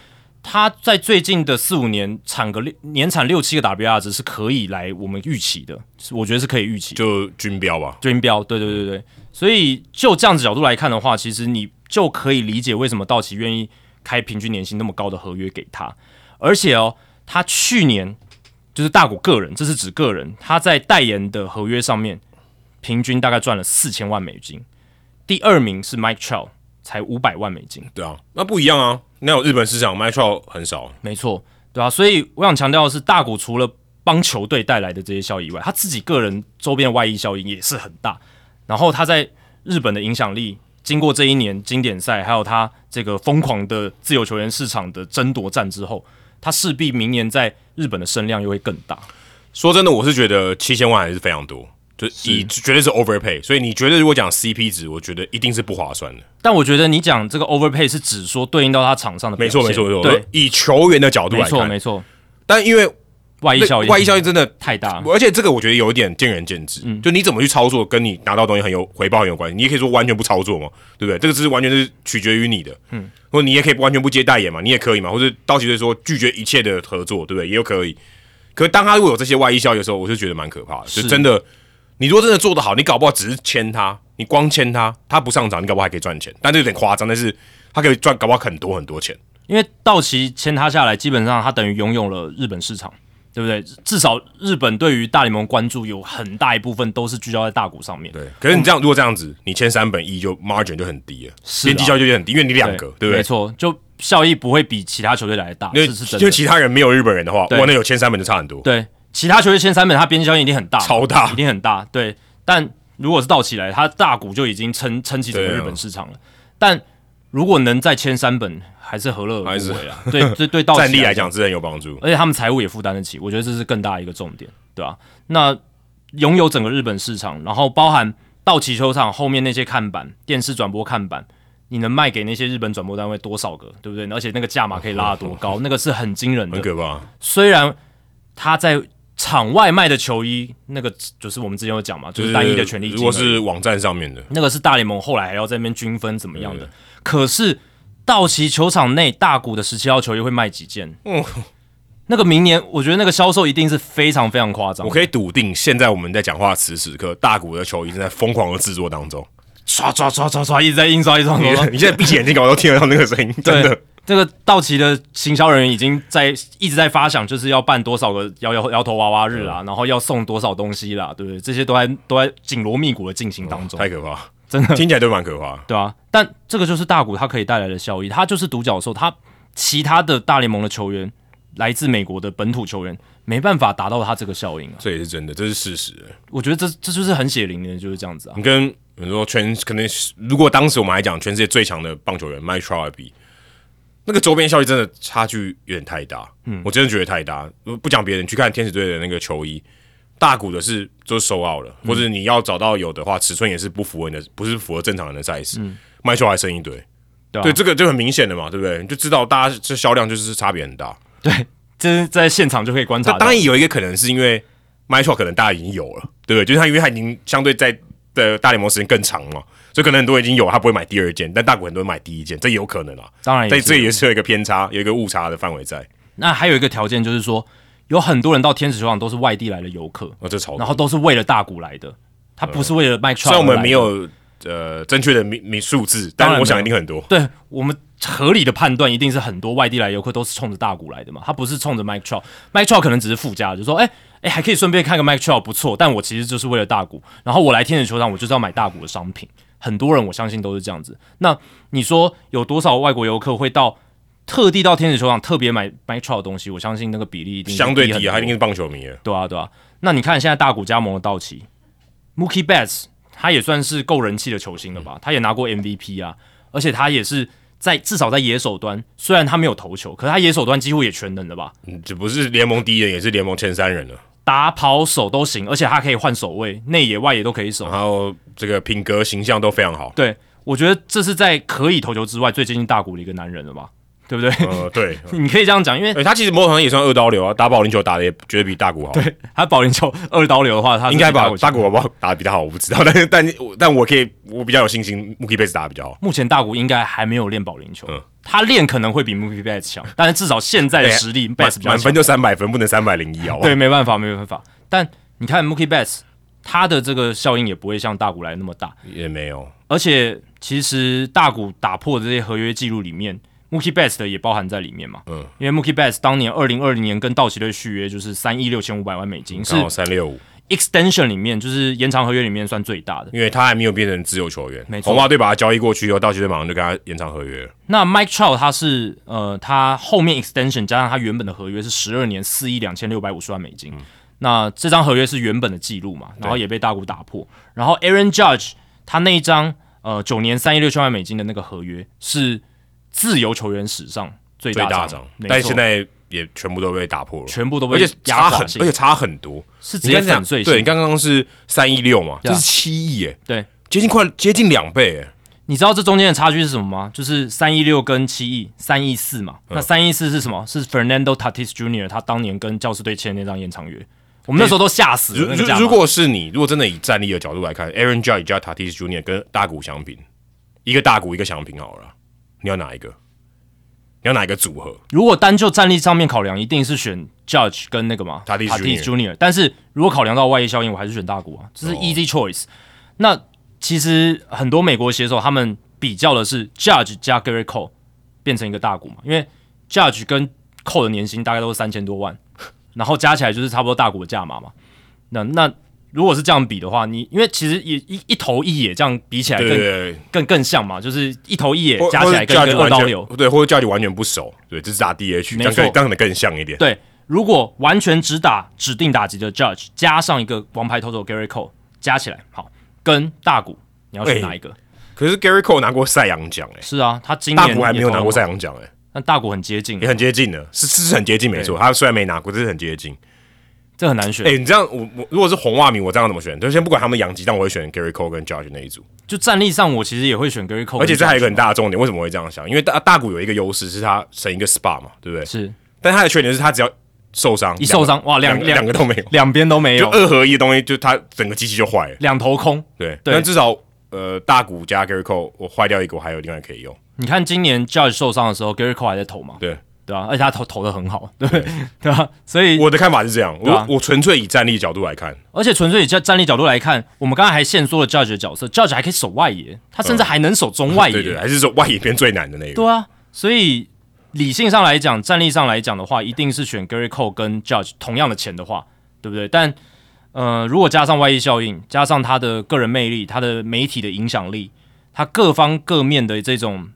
[SPEAKER 2] 他在最近的四五年产个六年产六七个 WR 值是可以来我们预期的，是我觉得是可以预期的。
[SPEAKER 1] 就军标吧，
[SPEAKER 2] 追标，对对对对，所以就这样子角度来看的话，其实你就可以理解为什么道奇愿意开平均年薪那么高的合约给他。而且哦，他去年就是大谷个人，这是指个人，他在代言的合约上面平均大概赚了四千万美金，第二名是 Mike Trout，才五百万美金。
[SPEAKER 1] 对啊，那不一样啊。那有日本市场 m i c h a e 很少，
[SPEAKER 2] 没错，对啊，所以我想强调的是，大谷除了帮球队带来的这些效益以外，他自己个人周边的外溢效应也是很大。然后他在日本的影响力，经过这一年经典赛，还有他这个疯狂的自由球员市场的争夺战之后，他势必明年在日本的声量又会更大。
[SPEAKER 1] 说真的，我是觉得七千万还是非常多，就是以绝对是 overpay。所以你觉得如果讲 CP 值，我觉得一定是不划算的。
[SPEAKER 2] 但我觉得你讲这个 overpay 是指说对应到他场上的表
[SPEAKER 1] 没错，
[SPEAKER 2] 现
[SPEAKER 1] 没错，没错。
[SPEAKER 2] 对，，
[SPEAKER 1] 以球员的角度
[SPEAKER 2] 没
[SPEAKER 1] 来
[SPEAKER 2] 错，没
[SPEAKER 1] 看，
[SPEAKER 2] 错，
[SPEAKER 1] 但因为
[SPEAKER 2] 外溢效应，
[SPEAKER 1] 外溢效应真的
[SPEAKER 2] 太大，
[SPEAKER 1] 啊而且这个我觉得有一点见仁见智，就你怎么去操作，跟你拿到东西很有回报很有关系。你也可以说完全不操作嘛，对不对？这个只是完全是取决于你的，嗯，或者你也可以完全不接代言嘛，你也可以嘛，或者到期的时候拒绝一切的合作，对不对？也有可以。可是当他如果有这些外溢效益的时候，我就觉得蛮可怕的，就是真的，你如果真的做得好，你搞不好只是签他，你光签他，他不上涨，你搞不好还可以赚钱，但这有点夸张，但是他可以赚搞不好很多很多钱。
[SPEAKER 2] 因为道奇签他下来，基本上他等于拥有了日本市场，对不对？至少日本对于大联盟关注有很大一部分都是聚焦在大股上面。
[SPEAKER 1] 对，可是你这样、如果这样子，你签三本一就 margin 就很低了，
[SPEAKER 2] 是啊
[SPEAKER 1] 边际效益就很低，因为你两个，对不对
[SPEAKER 2] 没？错，就效益不会比其他球队来的大，
[SPEAKER 1] 因为
[SPEAKER 2] 这是真
[SPEAKER 1] 因为
[SPEAKER 2] 的。
[SPEAKER 1] 其他人没有日本人的话，
[SPEAKER 2] 对
[SPEAKER 1] 哇，那有千三本就差很多，
[SPEAKER 2] 对，其他球队签三本，他边际效应一定很大，
[SPEAKER 1] 超大
[SPEAKER 2] 一定很大。对，但如果是道奇来，他大股就已经撑撑起整个
[SPEAKER 1] 对啊
[SPEAKER 2] 日本市场了。但如果能再签三本，还是何乐而
[SPEAKER 1] 还
[SPEAKER 2] 不
[SPEAKER 1] 是
[SPEAKER 2] 为啊？对对对，道奇
[SPEAKER 1] 战力来
[SPEAKER 2] 来
[SPEAKER 1] 讲是很有帮助。
[SPEAKER 2] 而且他们财务也负担得起，我觉得这是更大一个重点，对吧、那拥有整个日本市场，然后包含道奇球场后面那些看板、电视转播看板，你能卖给那些日本转播单位多少个，对不对？而且那个价码可以拉得多高，那个是很惊人
[SPEAKER 1] 很
[SPEAKER 2] 的。
[SPEAKER 1] 可怕，
[SPEAKER 2] 虽然他在场外卖的球衣，那个就是我们之前有讲嘛，就
[SPEAKER 1] 就是
[SPEAKER 2] 是单一的权利金而
[SPEAKER 1] 如
[SPEAKER 2] 已。
[SPEAKER 1] 果是网站上面的，
[SPEAKER 2] 那个是大联盟后来还要在那边均分怎么样的。可是道奇球场内大股的十七号球衣会卖几件？
[SPEAKER 1] 嗯
[SPEAKER 2] 那个明年我觉得那个销售一定是非常非常夸张
[SPEAKER 1] 我，可以笃定，现在我们在讲话此时此刻，大谷的球衣正在疯狂的制作
[SPEAKER 2] [laughs]
[SPEAKER 1] 当中。
[SPEAKER 2] 刷刷刷刷刷一直在印刷印 [laughs] 刷
[SPEAKER 1] 你
[SPEAKER 2] 印刷。
[SPEAKER 1] 你现在闭起眼睛，搞都听得到那个
[SPEAKER 2] [laughs]
[SPEAKER 1] 声音，真的
[SPEAKER 2] 对。，这个道奇的行销人员已经在一直在发想，就是要办多少个摇摇摇头娃娃日啊，然后要送多少东西啦，对不对？这些都在都在紧锣密鼓的进行当中，
[SPEAKER 1] 太可怕，
[SPEAKER 2] 真的
[SPEAKER 1] 听起来都蛮可怕。
[SPEAKER 2] 对啊，但这个就是大股它可以带来的效益，它就是独角兽，它其他的大联盟的球员，来自美国的本土球员没办法达到它这个效应啊。
[SPEAKER 1] 这也是真的，这是事实。
[SPEAKER 2] 我觉得这这就是很血淋淋的，就是这样子啊。 [laughs]
[SPEAKER 1] 你跟你说全可能是，如果当时我们还讲全世界最强的棒球员 Mike Trout 比，那个周边效益真的差距有点太大。嗯，我真的觉得太大。如果不讲别人，你去看天使队的那个球衣，大股的是就是收 out 了，或者你要找到有的话，尺寸也是不符合你的，不是符合正常人的 size。嗯，Mike Trout 还剩一堆。
[SPEAKER 2] 对啊
[SPEAKER 1] 对，这个就很明显的嘛，对不对？你就知道大家这销量就是差别很大。
[SPEAKER 2] 这是在现场就可以观察
[SPEAKER 1] 那
[SPEAKER 2] 到。
[SPEAKER 1] 当然有一个可能是因为 m i c h a e 可能大家已经有了，对不对？就是他因为他已经相对在的大联盟时间更长嘛，所以可能很多人已经有，他不会买第二件，但大股很多人买第一件，这也有可能啊。
[SPEAKER 2] 当然
[SPEAKER 1] 但
[SPEAKER 2] 也
[SPEAKER 1] 这
[SPEAKER 2] 是。
[SPEAKER 1] 也是有一个偏差，有一个误差的范围在。
[SPEAKER 2] 那还有一个条件就是说，有很多人到天使球场都是外地来的游客，
[SPEAKER 1] 哦，这超多。
[SPEAKER 2] 然后都是为了大股来的，他不是为了卖 t
[SPEAKER 1] 虽然我们没有呃正确的名名数字，
[SPEAKER 2] 当然
[SPEAKER 1] 但我想
[SPEAKER 2] 没有
[SPEAKER 1] 一定很多。
[SPEAKER 2] 对我们合理的判断，一定是很多外地来游客都是冲着大谷来的嘛，他不是冲着 Mike Trout，Mike Trout 可能只是附加的，就说哎哎、还可以顺便看个 Mike Trout 不错，但我其实就是为了大谷，然后我来天使球场，我就是要买大谷的商品。很多人我相信都是这样子。那你说有多少外国游客会到特地到天使球场特别买 Mike Trout 的东西？我相信那个比例一定是
[SPEAKER 1] 相对
[SPEAKER 2] 嗯低很
[SPEAKER 1] 低
[SPEAKER 2] 多
[SPEAKER 1] 啊，他一定是棒球迷了。
[SPEAKER 2] 对啊，对啊。那你看现在大股加盟的道奇，Mookie Betts，他也算是够人气的球星了吧？
[SPEAKER 1] 嗯
[SPEAKER 2] 他也拿过 MVP 啊，而且他也是在至少在野手端，虽然他没有投球，可是他野手端几乎也全能了吧？
[SPEAKER 1] 嗯这不是联盟第一人，也是联盟前三人了。
[SPEAKER 2] 打跑手都行，而且他可以换守卫，内野外野都可以守。
[SPEAKER 1] 然后这个品格形象都非常好。
[SPEAKER 2] 对，我觉得这是在可以投球之外最接近大谷的一个男人了吧？对不对？
[SPEAKER 1] 呃，对，
[SPEAKER 2] [laughs] 你可以这样讲，因为
[SPEAKER 1] 哎，他其实某种程度上也算二刀流啊，打保龄球打的也绝对比大谷好。对，
[SPEAKER 2] 他保龄球二刀流的话，他是
[SPEAKER 1] 应该
[SPEAKER 2] 比大
[SPEAKER 1] 吧
[SPEAKER 2] 谷？强
[SPEAKER 1] 大谷宝宝打的比他好，我不知道， [laughs] 但是但我但我可以，我比较有信心，Mookie Betts 打的比较好。
[SPEAKER 2] 目前大谷应该还没有练保龄球，
[SPEAKER 1] 嗯
[SPEAKER 2] 他练可能会比 Mookie Betts 强，但是至少现在的实力 Betts 比较
[SPEAKER 1] 满
[SPEAKER 2] 强
[SPEAKER 1] 分。就三百分，不能三百零一啊！
[SPEAKER 2] 对，，没办法，没办法。但你看 Mookie Betts，他的这个效应也不会像大谷来那么大，
[SPEAKER 1] 也没有，
[SPEAKER 2] 而且其实大谷打破的这些合约记录里面 Mookie Betts 的也包含在里面嘛。
[SPEAKER 1] 嗯，
[SPEAKER 2] 因为 Mookie Betts 当年二零二零年跟道奇队续约就是三亿六千五百万美金，是
[SPEAKER 1] 刚好三六五，
[SPEAKER 2] extension 里面就是延长合约里面算最大的。
[SPEAKER 1] 因为他还没有变成自由球员，
[SPEAKER 2] 没错
[SPEAKER 1] 红袜队把他交易过去以后，道奇队马上就跟他延长合约了。
[SPEAKER 2] 那 Mike Trout 他是呃，他后面 extension 加上他原本的合约是十二年四亿两千六百五十万美金，
[SPEAKER 1] 嗯
[SPEAKER 2] 那这张合约是原本的记录嘛，然后也被大股打破。然后 Aaron Judge 他那一张呃九年三亿六千万美金的那个合约是自由球员史上最
[SPEAKER 1] 最
[SPEAKER 2] 大
[SPEAKER 1] 大
[SPEAKER 2] 张
[SPEAKER 1] 张，，
[SPEAKER 2] 没
[SPEAKER 1] 但
[SPEAKER 2] 错
[SPEAKER 1] 现在也全部都被打破了，
[SPEAKER 2] 全部都
[SPEAKER 1] 而
[SPEAKER 2] 被
[SPEAKER 1] 且
[SPEAKER 2] 压
[SPEAKER 1] 差
[SPEAKER 2] 垮
[SPEAKER 1] 很，
[SPEAKER 2] 性
[SPEAKER 1] 而且差很多。
[SPEAKER 2] 是直
[SPEAKER 1] 你
[SPEAKER 2] 接
[SPEAKER 1] 刚才
[SPEAKER 2] 粉
[SPEAKER 1] 讲，
[SPEAKER 2] 碎
[SPEAKER 1] 对
[SPEAKER 2] 性
[SPEAKER 1] 你。刚刚是三一六嘛，
[SPEAKER 2] 对啊
[SPEAKER 1] 这是七亿耶，
[SPEAKER 2] 对，
[SPEAKER 1] 接近快接近两倍耶。
[SPEAKER 2] 你知道这中间的差距是什么吗？就是三一六跟七亿，三亿四嘛。
[SPEAKER 1] 嗯
[SPEAKER 2] 那三亿四是什么？是 Fernando Tatis Jr. 他当年跟教师队签的那张延长约。我们那时候都吓死
[SPEAKER 1] 如
[SPEAKER 2] 了。那个
[SPEAKER 1] 如
[SPEAKER 2] 价码
[SPEAKER 1] 如果是你，如果真的以战力的角度来看，Aaron Judge 加 Tatis Junior 跟大谷翔平，一个大谷一个翔平好了，你要哪一个？你要哪一个组合？
[SPEAKER 2] 如果单就战力上面考量，一定是选 Judge 跟那个嘛
[SPEAKER 1] Tatis
[SPEAKER 2] Junior。但是如果考量到外溢效应，我还是选大谷啊，
[SPEAKER 1] 嗯
[SPEAKER 2] 这是 easy choice。那其实很多美国写手他们比较的是 Judge 加 Gary Cole 变成一个大谷嘛，因为 Judge 跟 Cole 的年薪大概都是三千多万， [laughs] 然后加起来就是差不多大股的价码嘛。那那如果是这样比的话，你因为其实也一一头一野这样比起来
[SPEAKER 1] 对
[SPEAKER 2] 更
[SPEAKER 1] 对对
[SPEAKER 2] 更更像嘛，就是一头一野
[SPEAKER 1] 或，
[SPEAKER 2] 加起来跟
[SPEAKER 1] 或
[SPEAKER 2] 一
[SPEAKER 1] 者 Judge
[SPEAKER 2] 个二
[SPEAKER 1] 完
[SPEAKER 2] 刀流。
[SPEAKER 1] 全对，或者 Judge 完全不熟，对，只是打 DH，
[SPEAKER 2] 没
[SPEAKER 1] 这样可以
[SPEAKER 2] 错
[SPEAKER 1] 这样的更像一点。
[SPEAKER 2] 对，如果完全只打指定打击的 Judge 加上一个王牌投手 Gary Cole 加起来，好，跟大谷你要选哪一个？
[SPEAKER 1] 可是 Gary Cole 拿过赛扬奖哎，
[SPEAKER 2] 是啊，他今年
[SPEAKER 1] 大谷还没有拿过哎赛
[SPEAKER 2] 也投得很好，
[SPEAKER 1] 扬奖哎，
[SPEAKER 2] 但大谷很接近
[SPEAKER 1] 也，很接近的，是是很接近没错。他虽然没拿过，但是很接近。
[SPEAKER 2] 这很难选。
[SPEAKER 1] 哎、你这样我我如果是红袜迷，我这样怎么选？就先不管他们养鸡，但我会选 Gary Cole 跟 Judge 那一组。
[SPEAKER 2] 就战力上，我其实也会选 Gary Cole，
[SPEAKER 1] 而且这还有一个
[SPEAKER 2] 跟
[SPEAKER 1] 很大的重点，为什么会这样想？因为大大谷有一个优势是他省一个 SPA 嘛，对不对？
[SPEAKER 2] Judge 是
[SPEAKER 1] 但他的缺点是他只要受伤，
[SPEAKER 2] 一受伤哇，两
[SPEAKER 1] 两个两个都没有，
[SPEAKER 2] 两边都没
[SPEAKER 1] 就
[SPEAKER 2] 有，
[SPEAKER 1] 二合一的东西，就他整个机器就坏了。
[SPEAKER 2] 两头空。
[SPEAKER 1] 对，
[SPEAKER 2] 对
[SPEAKER 1] 但至少呃大谷加 Gary Cole，我坏掉一个，我还有另外可以用。
[SPEAKER 2] 你看今年 Judge 受伤的时候，Gary Cole 还在投嘛，
[SPEAKER 1] 对，
[SPEAKER 2] 对啊，而且他投投的很好，对 [laughs] 对啊，所以
[SPEAKER 1] 我的看法是这样，我、
[SPEAKER 2] 对啊
[SPEAKER 1] 我纯粹以战力角度来看，
[SPEAKER 2] 而且纯粹以战战力角度来看，我们刚才还限缩了 Judge 的角色，Judge 还可以守外野，他甚至还能守中外野，
[SPEAKER 1] 嗯 [laughs] 对对，还是说外野边最难的那个。
[SPEAKER 2] 哎对啊，所以理性上来讲，战力上来讲的话，一定是选 Gary Cole 跟 Judge 同样的钱的话，对不对？但呃，如果加上外溢效应，加上他的个人魅力、他的媒体的影响力，他各方各面的这种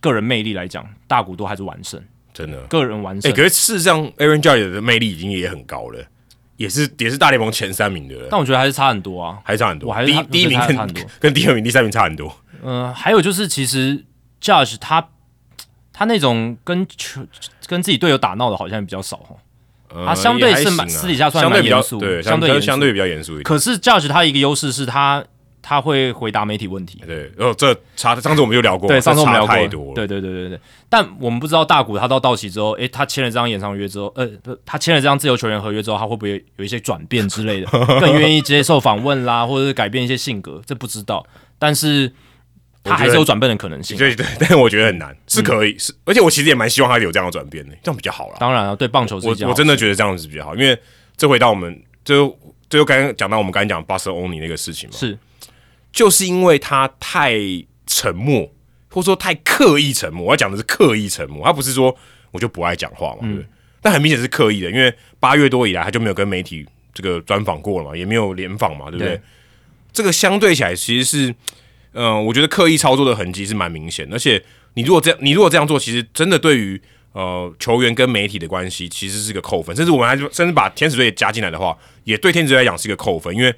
[SPEAKER 2] 个人魅力来讲，大股都还是完胜，
[SPEAKER 1] 真的。
[SPEAKER 2] 个人完
[SPEAKER 1] 哎、
[SPEAKER 2] 胜。
[SPEAKER 1] 可是事实上，Aaron Judge 的魅力已经也很高了，也是也是大联盟前三名的了，
[SPEAKER 2] 但我觉得还是差很多啊。
[SPEAKER 1] 还差很多。
[SPEAKER 2] 我还是
[SPEAKER 1] 第
[SPEAKER 2] 他
[SPEAKER 1] 一第一名
[SPEAKER 2] 我觉得
[SPEAKER 1] 跟
[SPEAKER 2] 他差很多
[SPEAKER 1] 跟第二名、第三名差很多。
[SPEAKER 2] 呃，还有就是，其实 Judge 他他那种跟球跟自己队友打闹的，好像比较少哦。
[SPEAKER 1] 呃
[SPEAKER 2] 他相对
[SPEAKER 1] 也还
[SPEAKER 2] 是蛮
[SPEAKER 1] 行啊
[SPEAKER 2] 私底下算
[SPEAKER 1] 相对
[SPEAKER 2] 蛮
[SPEAKER 1] 比较
[SPEAKER 2] 严肃
[SPEAKER 1] 对，
[SPEAKER 2] 相对
[SPEAKER 1] 相
[SPEAKER 2] 严肃
[SPEAKER 1] 相对比较严肃一点。
[SPEAKER 2] 可是 Judge 他一个优势是他他会回答媒体问题，
[SPEAKER 1] 对，然后这差，上次我们就聊过，
[SPEAKER 2] 对，
[SPEAKER 1] 这
[SPEAKER 2] 上次我们聊
[SPEAKER 1] 差
[SPEAKER 2] 过，
[SPEAKER 1] 太多了。
[SPEAKER 2] 对对对对对。但我们不知道大谷他到道奇之后，诶，他签了这张演唱约之后，呃，不他签了这张自由球员合约之后，他会不会有一些转变
[SPEAKER 1] [laughs]
[SPEAKER 2] 之类的，更愿意接受访问啦，或者是改变一些性格，这不知道。但是他还是有转变的可能性。
[SPEAKER 1] 对 [laughs] 对，但我觉得很难，是可以，是，而且我其实也蛮希望他有这样的转变的，这样比较好啦。
[SPEAKER 2] 嗯当然啊了，对棒球是
[SPEAKER 1] 我
[SPEAKER 2] 一件
[SPEAKER 1] 我
[SPEAKER 2] 好
[SPEAKER 1] 真的
[SPEAKER 2] 事
[SPEAKER 1] 觉得这样子比较好，因为这回到我们最后最后刚刚讲到我们刚才讲巴斯欧尼那个事情嘛，
[SPEAKER 2] 是
[SPEAKER 1] 就是因为他太沉默，或者说太刻意沉默。我要讲的是刻意沉默，他不是说我就不爱讲话嘛，对不对？但很明显是刻意的，因为八月多以来他就没有跟媒体这个专访过了嘛，也没有联访嘛，对不对？
[SPEAKER 2] 对
[SPEAKER 1] 这个相对起来其实是，嗯、我觉得刻意操作的痕迹是蛮明显的，而且你如果这样，你如果这样做，其实真的对于呃球员跟媒体的关系其实是个扣分，甚至我们还甚至把天使队也加进来的话，也对天使队来讲是一个扣分，因为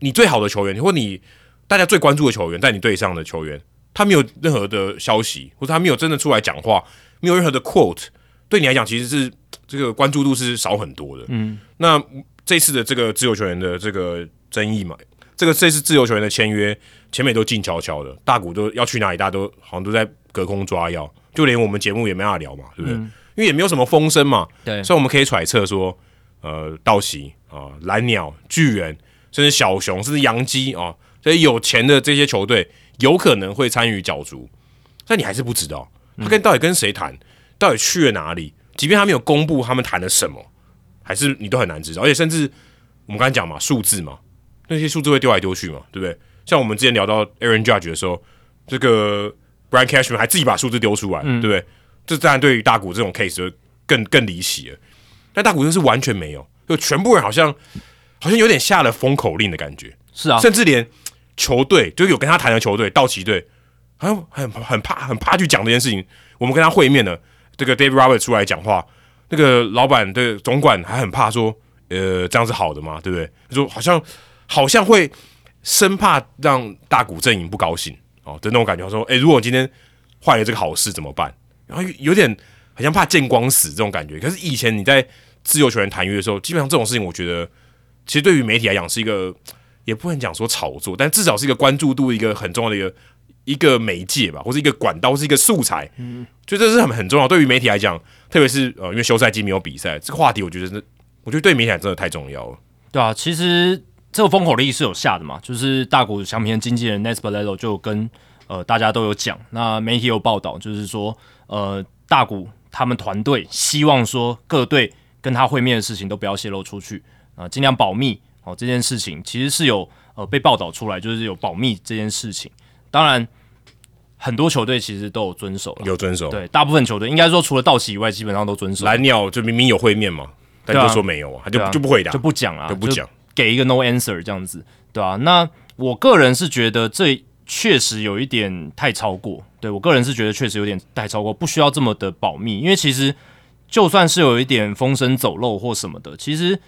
[SPEAKER 1] 你最好的球员或你大家最关注的球员，在你队上的球员，他没有任何的消息，或者他没有真的出来讲话，没有任何的 quote，对你来讲其实是这个关注度是少很多的。嗯，那这次的这个自由球员的这个争议嘛，这个这次自由球员的签约，前面都静悄悄的，大股都要去哪里，大家都好像都在隔空抓药，就连我们节目也没办法聊嘛，对不对？因为也没有什么风声嘛，
[SPEAKER 2] 对
[SPEAKER 1] 所以我们可以揣测说，呃，道奇啊、蓝鸟、巨人，甚至小熊，甚至洋基啊、所以有钱的这些球队有可能会参与角逐，但你还是不知道他跟到底跟谁谈，到底去了哪里，即便他没有公布他们谈了什么，还是你都很难知道，而且甚至我们刚才讲嘛，数字嘛，那些数字会丢来丢去嘛，对不对？像我们之前聊到 Aaron Judge 的时候，这个 Brian Cashman 还自己把数字丢出来，对不对？这当然对于大谷这种 case 就更更离奇了。但大谷就是完全没有，就全部人好像好像有点下了封口令的感觉，
[SPEAKER 2] 是啊，
[SPEAKER 1] 甚至连球队就有跟他谈的球队，道奇队好像很很怕很怕去讲这件事情。我们跟他会面了，这个 Dave Roberts 出来讲话，那个老板的总管还很怕说，呃，这样是好的吗？对不对？他说好像好像会生怕让大谷阵营不高兴哦的那种感觉。他说，诶，如果今天坏了这个好事怎么办？然后有有点好像怕见光死这种感觉。可是以前你在自由球员谈约的时候，基本上这种事情，我觉得其实对于媒体来讲是一个，也不能讲说炒作，但至少是一个关注度一个很重要的一个一个媒介吧，或是一个管道，是一个素材。嗯，就这是很很重要。对于媒体来讲，特别是呃，因为休赛季没有比赛，这个话题我觉得是，我觉得对媒体来讲真的太重要了。
[SPEAKER 2] 对啊，其实这个风口令是有下的嘛，就是大谷翔平的经纪人 Nespolero 就有跟呃大家都有讲，那媒体有报道，就是说呃大谷他们团队希望说各队跟他会面的事情都不要泄露出去啊、尽量保密哦。这件事情其实是有呃被报道出来，就是有保密这件事情。当然，很多球队其实都有遵守了，
[SPEAKER 1] 有遵守，
[SPEAKER 2] 对，大部分球队应该说除了道奇以外，基本上都遵守。
[SPEAKER 1] 蓝鸟就明明有会面嘛，但
[SPEAKER 2] 对啊
[SPEAKER 1] 就说没有啊，他就、
[SPEAKER 2] 对啊
[SPEAKER 1] 就不回答，
[SPEAKER 2] 就不讲啊，
[SPEAKER 1] 就不讲，
[SPEAKER 2] 给一个 no answer 这样子，对啊，那我个人是觉得这确实有一点太超过，对我个人是觉得确实有点太超过，不需要这么的保密，因为其实就算是有一点风声走漏或什么的，其实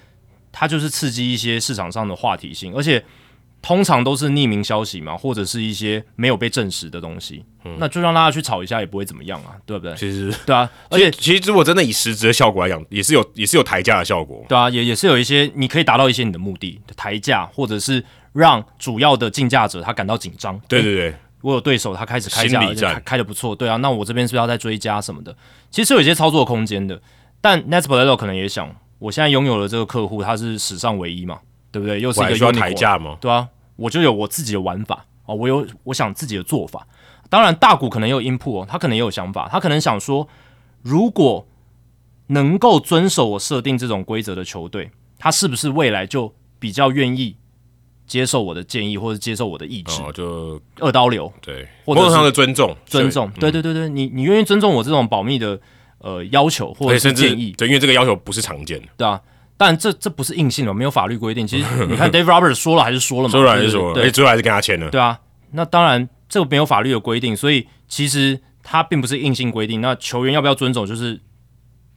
[SPEAKER 2] 它就是刺激一些市场上的话题性，而且通常都是匿名消息嘛，或者是一些没有被证实的东西，那就让大家去炒一下也不会怎么样啊，对不对？
[SPEAKER 1] 嗯其实。
[SPEAKER 2] 对啊，而且
[SPEAKER 1] 其实如果真的以实质的效果来讲，也是有也是有抬价的效果。
[SPEAKER 2] 对啊，也也是有一些你可以达到一些你的目的，抬价或者是让主要的竞价者他感到紧张。
[SPEAKER 1] 对
[SPEAKER 2] 诶
[SPEAKER 1] 对对，
[SPEAKER 2] 我有对手他开始开价，
[SPEAKER 1] 心理
[SPEAKER 2] 而且
[SPEAKER 1] 战
[SPEAKER 2] 开开的不错，对啊，那我这边是不是要再追加什么的？其实有一些操作空间的，但 n e t p o l e t o 可能也想，我现在拥有了这个客户，他是史上唯一嘛，对不对？又是
[SPEAKER 1] 我
[SPEAKER 2] 一
[SPEAKER 1] 还
[SPEAKER 2] 个
[SPEAKER 1] 需要
[SPEAKER 2] unicorn
[SPEAKER 1] 抬价吗？
[SPEAKER 2] 对啊，我就有我自己的玩法哦，我有我想自己的做法。当然，大股可能也有 input 哦，他可能也有想法，他可能想说，如果能够遵守我设定这种规则的球队，他是不是未来就比较愿意接受我的建议或者接受我的意志？
[SPEAKER 1] 哦，就
[SPEAKER 2] 二刀流
[SPEAKER 1] 对，
[SPEAKER 2] 或
[SPEAKER 1] 某
[SPEAKER 2] 者是
[SPEAKER 1] 种上的嗯尊重，
[SPEAKER 2] 尊重，对对对对，你你愿意尊重我这种保密的呃要求或
[SPEAKER 1] 对，而且哎
[SPEAKER 2] 者是
[SPEAKER 1] 甚至
[SPEAKER 2] 建议，
[SPEAKER 1] 对，因为这个要求不是常见的，
[SPEAKER 2] 对啊。但这这不是硬性的，没有法律规定。
[SPEAKER 1] [laughs]
[SPEAKER 2] 其实你看 Dave Roberts 说了还是说了嘛，
[SPEAKER 1] 说了还
[SPEAKER 2] 对
[SPEAKER 1] 是
[SPEAKER 2] 不对
[SPEAKER 1] 说了，
[SPEAKER 2] 对
[SPEAKER 1] 而且最后还是跟他签了。
[SPEAKER 2] 对啊，那当然这个没有法律的规定，所以其实它并不是硬性规定。那球员要不要遵守，就是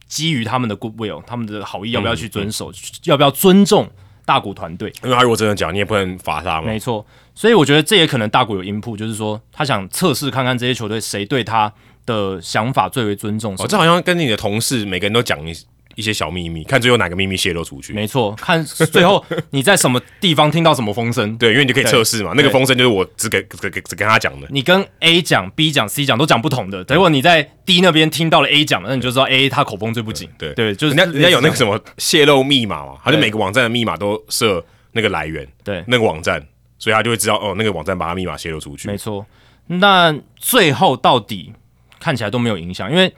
[SPEAKER 2] 基于他们的 goodwill，他们的好意要不要去遵守，要不要尊重大股团队？
[SPEAKER 1] 因为他如果真的讲，你也不能罚他嘛
[SPEAKER 2] 没。错，所以我觉得这也可能大股有 input，就是说他想测试看看这些球队谁对他的想法最为尊重
[SPEAKER 1] 哦，
[SPEAKER 2] 什么。
[SPEAKER 1] 这好像跟你的同事每个人都讲一一些小秘密，看最后哪个秘密泄露出去。
[SPEAKER 2] 没错，看最后你在什么地方听到什么风声，
[SPEAKER 1] 对，因为你就可以
[SPEAKER 2] 对
[SPEAKER 1] 测试嘛。那个风声就是我只给只给只跟他讲的。
[SPEAKER 2] 你跟 A 讲、B 讲、C 讲都讲不同
[SPEAKER 1] 嗯
[SPEAKER 2] 的，结果你在 D 那边听到了 A 讲，那你就知道 A 他口风最不紧。
[SPEAKER 1] 对
[SPEAKER 2] 对，就是
[SPEAKER 1] 人家人家有那个
[SPEAKER 2] 么，
[SPEAKER 1] 什么泄露密码嘛，他就
[SPEAKER 2] 对
[SPEAKER 1] 每个网站的密码都设那个来源，
[SPEAKER 2] 对，
[SPEAKER 1] 那个网站，所以他就会知道哦，那个网站把他密码泄露出去
[SPEAKER 2] 没。错。那最后到底看起来都没有影响，因为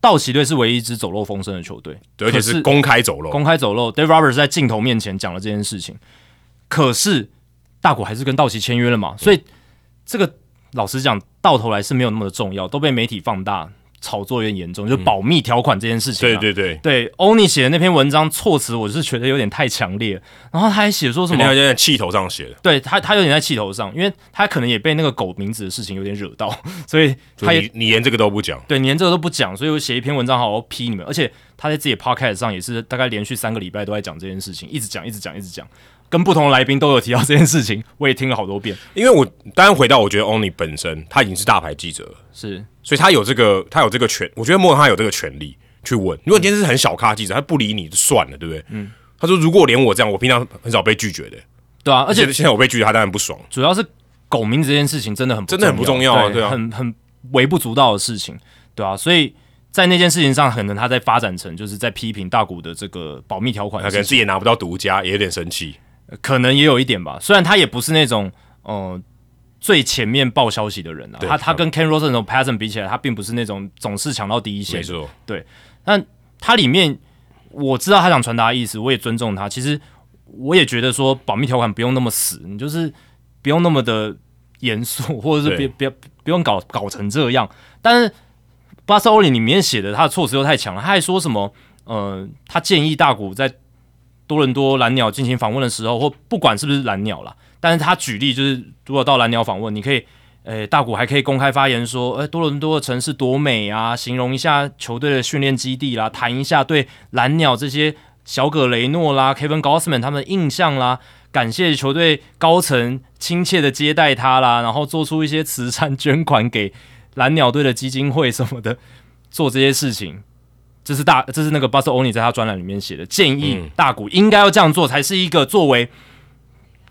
[SPEAKER 2] 道奇队是唯一一支走漏风声的球队，
[SPEAKER 1] 对，而且
[SPEAKER 2] 可
[SPEAKER 1] 是公开走漏。
[SPEAKER 2] 公开走漏。Dave Roberts 在镜头面前讲了这件事情，可是大谷还是跟道奇签约了
[SPEAKER 1] 嗯
[SPEAKER 2] 嘛，所以这个老实讲，到头来是没有那么的重要，都被媒体放大炒作有点严重，就是保密条款这件事情、啊
[SPEAKER 1] 嗯对对对，
[SPEAKER 2] 对欧尼写的那篇文章措辞，我是觉得有点太强烈了。然后他还写说什
[SPEAKER 1] 人家
[SPEAKER 2] 么？
[SPEAKER 1] 在气头上写的，
[SPEAKER 2] 对他，他有点在气头上，因为他可能也被那个狗名字的事情有点惹到，所以
[SPEAKER 1] 就
[SPEAKER 2] 他也
[SPEAKER 1] 你你连这个都不讲，
[SPEAKER 2] 对你连这个都不讲，所以我写一篇文章好好批你们。而且他在自己的 podcast 上也是大概连续三个礼拜都在讲这件事情，一直讲，一直讲，一直讲，跟不同的来宾都有提到这件事情，我也听了好多遍。
[SPEAKER 1] 因为我当然回到我觉得 Only 本身他已经是大牌记者了，
[SPEAKER 2] 是
[SPEAKER 1] 所以他有这个他有这个权，我觉得莫他有这个权利去问。如果
[SPEAKER 2] 嗯
[SPEAKER 1] 你今天是很小咖记者，他不理你就算了，对不对？嗯。他说：“如果连我这样，我平常很少被拒绝的，
[SPEAKER 2] 对啊，而
[SPEAKER 1] 而
[SPEAKER 2] 且
[SPEAKER 1] 且现在我被拒绝，他当然不爽。
[SPEAKER 2] 主要是狗名这件事情真的很
[SPEAKER 1] 真的很不重要啊对啊
[SPEAKER 2] 很很微不足道的事情，对啊，所以在那件事情上，可能他在发展成就是在批评大股的这个保密条款
[SPEAKER 1] 他
[SPEAKER 2] 的
[SPEAKER 1] 可
[SPEAKER 2] 事
[SPEAKER 1] 能
[SPEAKER 2] 情，
[SPEAKER 1] 啊自己也拿不到独家，也有点生气。
[SPEAKER 2] 可能也有一点吧。虽然他也不是那种呃最前面报消息的人啊，
[SPEAKER 1] 对
[SPEAKER 2] 他他跟 Ken Rosen 和 p a s o n 比起来，他并不是那种总是抢到第一线
[SPEAKER 1] 没
[SPEAKER 2] 的
[SPEAKER 1] 错，
[SPEAKER 2] 但他里面我知道他想传达的意思，我也尊重他。其实我也觉得说保密条款不用那么死，你就是不用那么的严肃，或者是 [laughs]
[SPEAKER 1] 对
[SPEAKER 2] 别别不用搞搞成这样。但是巴塞欧里里面写的他的措辞又太强了，他还说什么呃，他建议大谷在多伦多蓝鸟进行访问的时候，或不管是不是蓝鸟啦，但是他举例就是如果到蓝鸟访问，你可以。呃，大谷还可以公开发言说，呃，多伦多的城市多美啊，形容一下球队的训练基地啦，谈一下对蓝鸟这些小葛雷诺啦、Kevin Gossman 他们的印象啦，感谢球队高层亲切的接待他啦，然后做出一些慈善捐款给蓝鸟队的基金会什么的，做这些事情。这是大，这是那个 Buster Oni 在他专栏里面写的，建议大谷应该要这样做，才是一个作为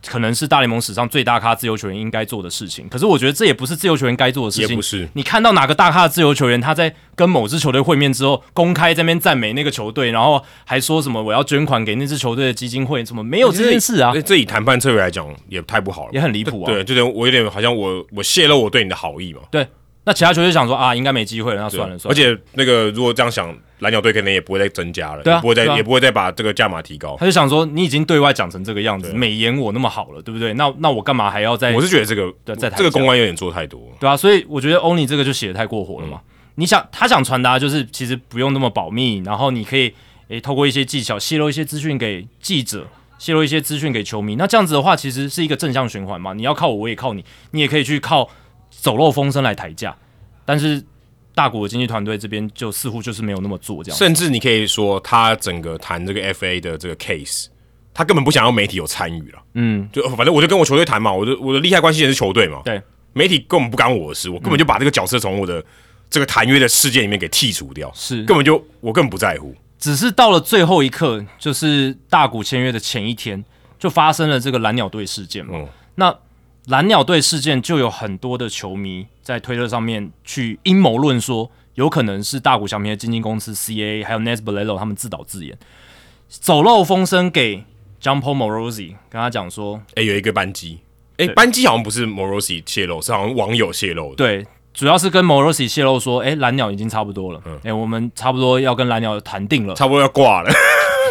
[SPEAKER 2] 可能是大联盟史上最大咖自由球员应该做的事情。可是我觉得这也不是自由球员该做的事
[SPEAKER 1] 也
[SPEAKER 2] 情
[SPEAKER 1] 不。是，
[SPEAKER 2] 你看到哪个大咖的自由球员，他在跟某支球队会面之后，公开在那边赞美那个球队，然后还说什么我要捐款给那支球队的基金会，什么没有这件事啊
[SPEAKER 1] 那，这以谈判策略来讲也太不好了
[SPEAKER 2] 也
[SPEAKER 1] 吧。
[SPEAKER 2] 很离谱啊。
[SPEAKER 1] 对，就等于我有点好像我我泄露我对你的好意嘛。
[SPEAKER 2] 对那其他球队想说啊，应该没机会了，那
[SPEAKER 1] 对
[SPEAKER 2] 算了算了。
[SPEAKER 1] 而且那个如果这样想，蓝鸟队可能也不会再增加了，
[SPEAKER 2] 对啊
[SPEAKER 1] 也不会再、
[SPEAKER 2] 对啊
[SPEAKER 1] 也不会再把这个价码提高。
[SPEAKER 2] 他就想说，你已经对外讲成这个样子，
[SPEAKER 1] 对
[SPEAKER 2] 美言我那么好了，对不对？那那我干嘛还要再
[SPEAKER 1] 我是觉得这个
[SPEAKER 2] 对再谈
[SPEAKER 1] 这个
[SPEAKER 2] 一下
[SPEAKER 1] 公关有点做太多了，
[SPEAKER 2] 对啊，所以我觉得 Only 这个就写的太过火了嘛。
[SPEAKER 1] 嗯
[SPEAKER 2] 你想他想传达就是其实不用那么保密，然后你可以诶透过一些技巧泄露一些资讯给记者，泄露一些资讯给球迷。那这样子的话，其实是一个正向循环嘛。你要靠我，我也靠你，你也可以去靠走漏风声来抬价。但是大国经济团队这边就似乎就是没有那么做这样。
[SPEAKER 1] 甚至你可以说他整个谈这个 FA 的这个 case，他根本不想要媒体有参与了。
[SPEAKER 2] 嗯，
[SPEAKER 1] 就反正我就跟我球队谈嘛，我的我的利害关系人是球队嘛，
[SPEAKER 2] 对，嗯
[SPEAKER 1] 媒体根本不干我的事，我根本就把这个角色从我的这个谈约的事件里面给剔除掉，
[SPEAKER 2] 是
[SPEAKER 1] 根本就我更不在乎。
[SPEAKER 2] 只是到了最后一刻，就是大谷签约的前一天，就发生了这个蓝鸟队事件嘛。
[SPEAKER 1] 嗯
[SPEAKER 2] 那蓝鸟队事件就有很多的球迷在推特上面去阴谋论说，有可能是大谷翔平的经纪公司 CA 还有 Nesbolelo 他们自导自演，走漏风声给 Jumpo Morosi，跟他讲说，
[SPEAKER 1] 哎、有一个班机，哎、
[SPEAKER 2] 对
[SPEAKER 1] 班机好像不是 Morosi 泄露，是好像网友泄露的。
[SPEAKER 2] 对，主要是跟 Morosi 泄露说，哎，蓝鸟已经差不多了，哎、我们差不多要跟蓝鸟谈定了。
[SPEAKER 1] 差不多要挂了，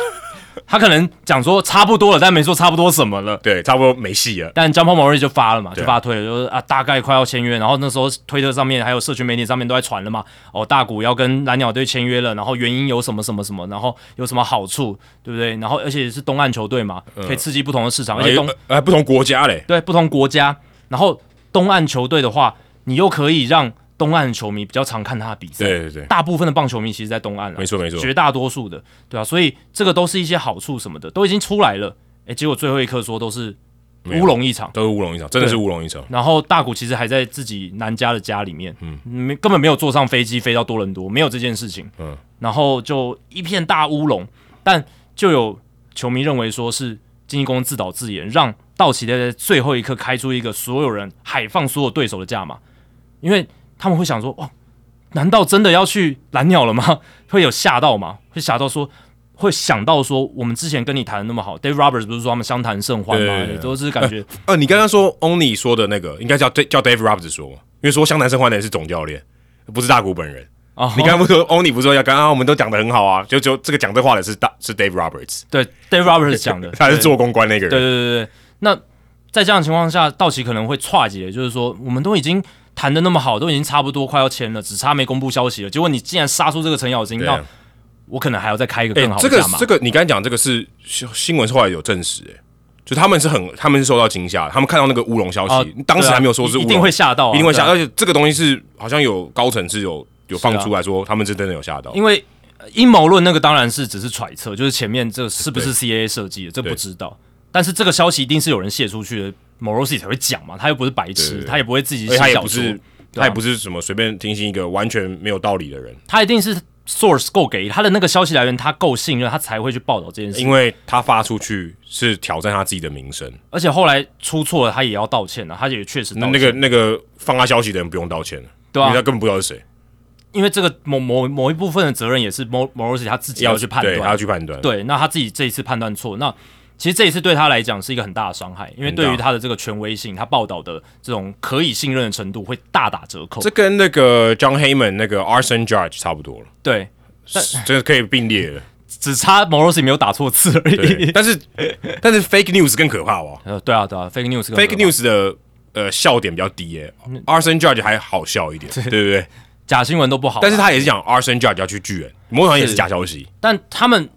[SPEAKER 1] [laughs]
[SPEAKER 2] 他可能讲说差不多了，但没说差不多什么了。
[SPEAKER 1] 对，差不多没戏了。
[SPEAKER 2] 但 j u m p Murray 就发了嘛，
[SPEAKER 1] 对啊
[SPEAKER 2] 就发推了，就是啊，大概快要签约。然后那时候推特上面还有社群媒体上面都在传了嘛，哦，大谷要跟蓝鸟队签约了，然后原因有什么什么什么，然后有什么好处，对不对？然后而且是东岸球队嘛，可以刺激不同的市场，而且东
[SPEAKER 1] 哎、嗯呃不同国家嘞，
[SPEAKER 2] 对不同国家，然后东岸球队的话，你又可以让东岸球迷比较常看他的比赛。
[SPEAKER 1] 对对对，
[SPEAKER 2] 大部分的棒球迷其实，在东岸了
[SPEAKER 1] 没，错没错，
[SPEAKER 2] 绝大多数的，对啊，所以这个都是一些好处什么的，都已经出来了，诶，结果最后一刻说都是
[SPEAKER 1] 有
[SPEAKER 2] 乌龙一场。
[SPEAKER 1] 都是乌龙一场，真的是乌龙一场。
[SPEAKER 2] 然后大谷其实还在自己南家的家里面，嗯，没根本没有坐上飞机飞到多伦多，没有这件事情，
[SPEAKER 1] 嗯
[SPEAKER 2] 嗯，然后就一片大乌龙，但就有球迷认为说是经纪公司自导自演，让道奇队在最后一刻开出一个所有人海放所有对手的价码，因为他们会想说，哇，难道真的要去蓝鸟了吗？ [laughs] 会有吓到吗？会吓到说。会想到说，我们之前跟你谈的那么好，Dave Roberts 不是说他们相谈甚欢
[SPEAKER 1] 对
[SPEAKER 2] 吗
[SPEAKER 1] 对？对
[SPEAKER 2] 也都是感觉
[SPEAKER 1] 呃，你刚刚说 Only 说的那个，应该叫叫 Dave Roberts 说，因为说湘南生换的人是总教练，不是大谷本人。
[SPEAKER 2] 啊，
[SPEAKER 1] 你刚刚不是说 Only 不是说要刚刚我们都讲的很好啊，就就这个讲这话的是大是 Dave Roberts，
[SPEAKER 2] 对 Dave Roberts 讲的，
[SPEAKER 1] 他是做公关那个
[SPEAKER 2] 对
[SPEAKER 1] 人。
[SPEAKER 2] 对对对对，那在这样的情况下，道奇可能会岔解，就是说我们都已经谈的那么好，都已经差不多快要签了，只差没公布消息了。结果你竟然杀出这个程咬金，
[SPEAKER 1] 对
[SPEAKER 2] 那
[SPEAKER 1] 啊
[SPEAKER 2] 我可能还要再开一个更好
[SPEAKER 1] 这
[SPEAKER 2] 的
[SPEAKER 1] 个
[SPEAKER 2] 价码。
[SPEAKER 1] 这个你刚刚讲这个是新新闻是后来有证实、哎，就他们是很他们是受到惊吓的，他们看到那个乌龙消息，
[SPEAKER 2] 啊
[SPEAKER 1] 当时还没有说
[SPEAKER 2] 对啊
[SPEAKER 1] 是乌
[SPEAKER 2] 一
[SPEAKER 1] 龙，
[SPEAKER 2] 定会吓到啊、
[SPEAKER 1] 一定会吓到，
[SPEAKER 2] 对啊
[SPEAKER 1] 而且这个东西是好像有高层是有有放
[SPEAKER 2] 是啊
[SPEAKER 1] 出来说他们是真的有吓到，
[SPEAKER 2] 因为呃阴谋论那个当然是只是揣测，就是前面这是不是 CAA 设计的，这不知道。但是这个消息一定是有人泄出去的，Morosi 才会讲嘛，他又不是白
[SPEAKER 1] 对
[SPEAKER 2] 痴，
[SPEAKER 1] 对对
[SPEAKER 2] 他也不会自己
[SPEAKER 1] 而且他
[SPEAKER 2] 写
[SPEAKER 1] 也
[SPEAKER 2] 小
[SPEAKER 1] 不
[SPEAKER 2] 说，
[SPEAKER 1] 是
[SPEAKER 2] 对啊
[SPEAKER 1] 他也不是什么随便听信一个完全没有道理的人，
[SPEAKER 2] 他一定是 source 够给他的那个消息来源，他够信任，他才会去报道这件事情
[SPEAKER 1] 因为他发出去是挑战他自己的名声。
[SPEAKER 2] 而且后来出错了，他也要道歉了，他也确实道
[SPEAKER 1] 那那
[SPEAKER 2] 歉
[SPEAKER 1] 个那个放他消息的人不用道歉了，
[SPEAKER 2] 对
[SPEAKER 1] 因为
[SPEAKER 2] 啊
[SPEAKER 1] 他，根本不知道是谁，
[SPEAKER 2] 因为这个某某某一部分的责任也是 Mo Morosi 他自己要去判
[SPEAKER 1] 对，他要
[SPEAKER 2] 断，
[SPEAKER 1] 去判断。
[SPEAKER 2] 对那他自己这一次判断错，那其实这一次对他来讲是一个很大的伤害，因为
[SPEAKER 1] 很大
[SPEAKER 2] 对于他的这个权威性，他报道的这种可以信任的程度会大打折扣
[SPEAKER 1] 这。跟那个 John Heyman 那个 Arson Judge 差不多了，
[SPEAKER 2] 对，
[SPEAKER 1] 这个可以并列了。
[SPEAKER 2] 只差 Morosi 没有打错字而
[SPEAKER 1] 对，
[SPEAKER 2] 已。
[SPEAKER 1] 但是但是 Fake News 更可怕哇
[SPEAKER 2] [laughs] 呃，对啊，对啊，fake news 更可怕
[SPEAKER 1] ，Fake News 的呃笑点比较低耶、a r s o n Judge 还好笑一点，对不对？
[SPEAKER 2] 假新闻都不好啦，啊
[SPEAKER 1] 但是他也是讲 Arson Judge 要去巨人，某种程度也是
[SPEAKER 2] 是
[SPEAKER 1] 假消息。
[SPEAKER 2] 但他们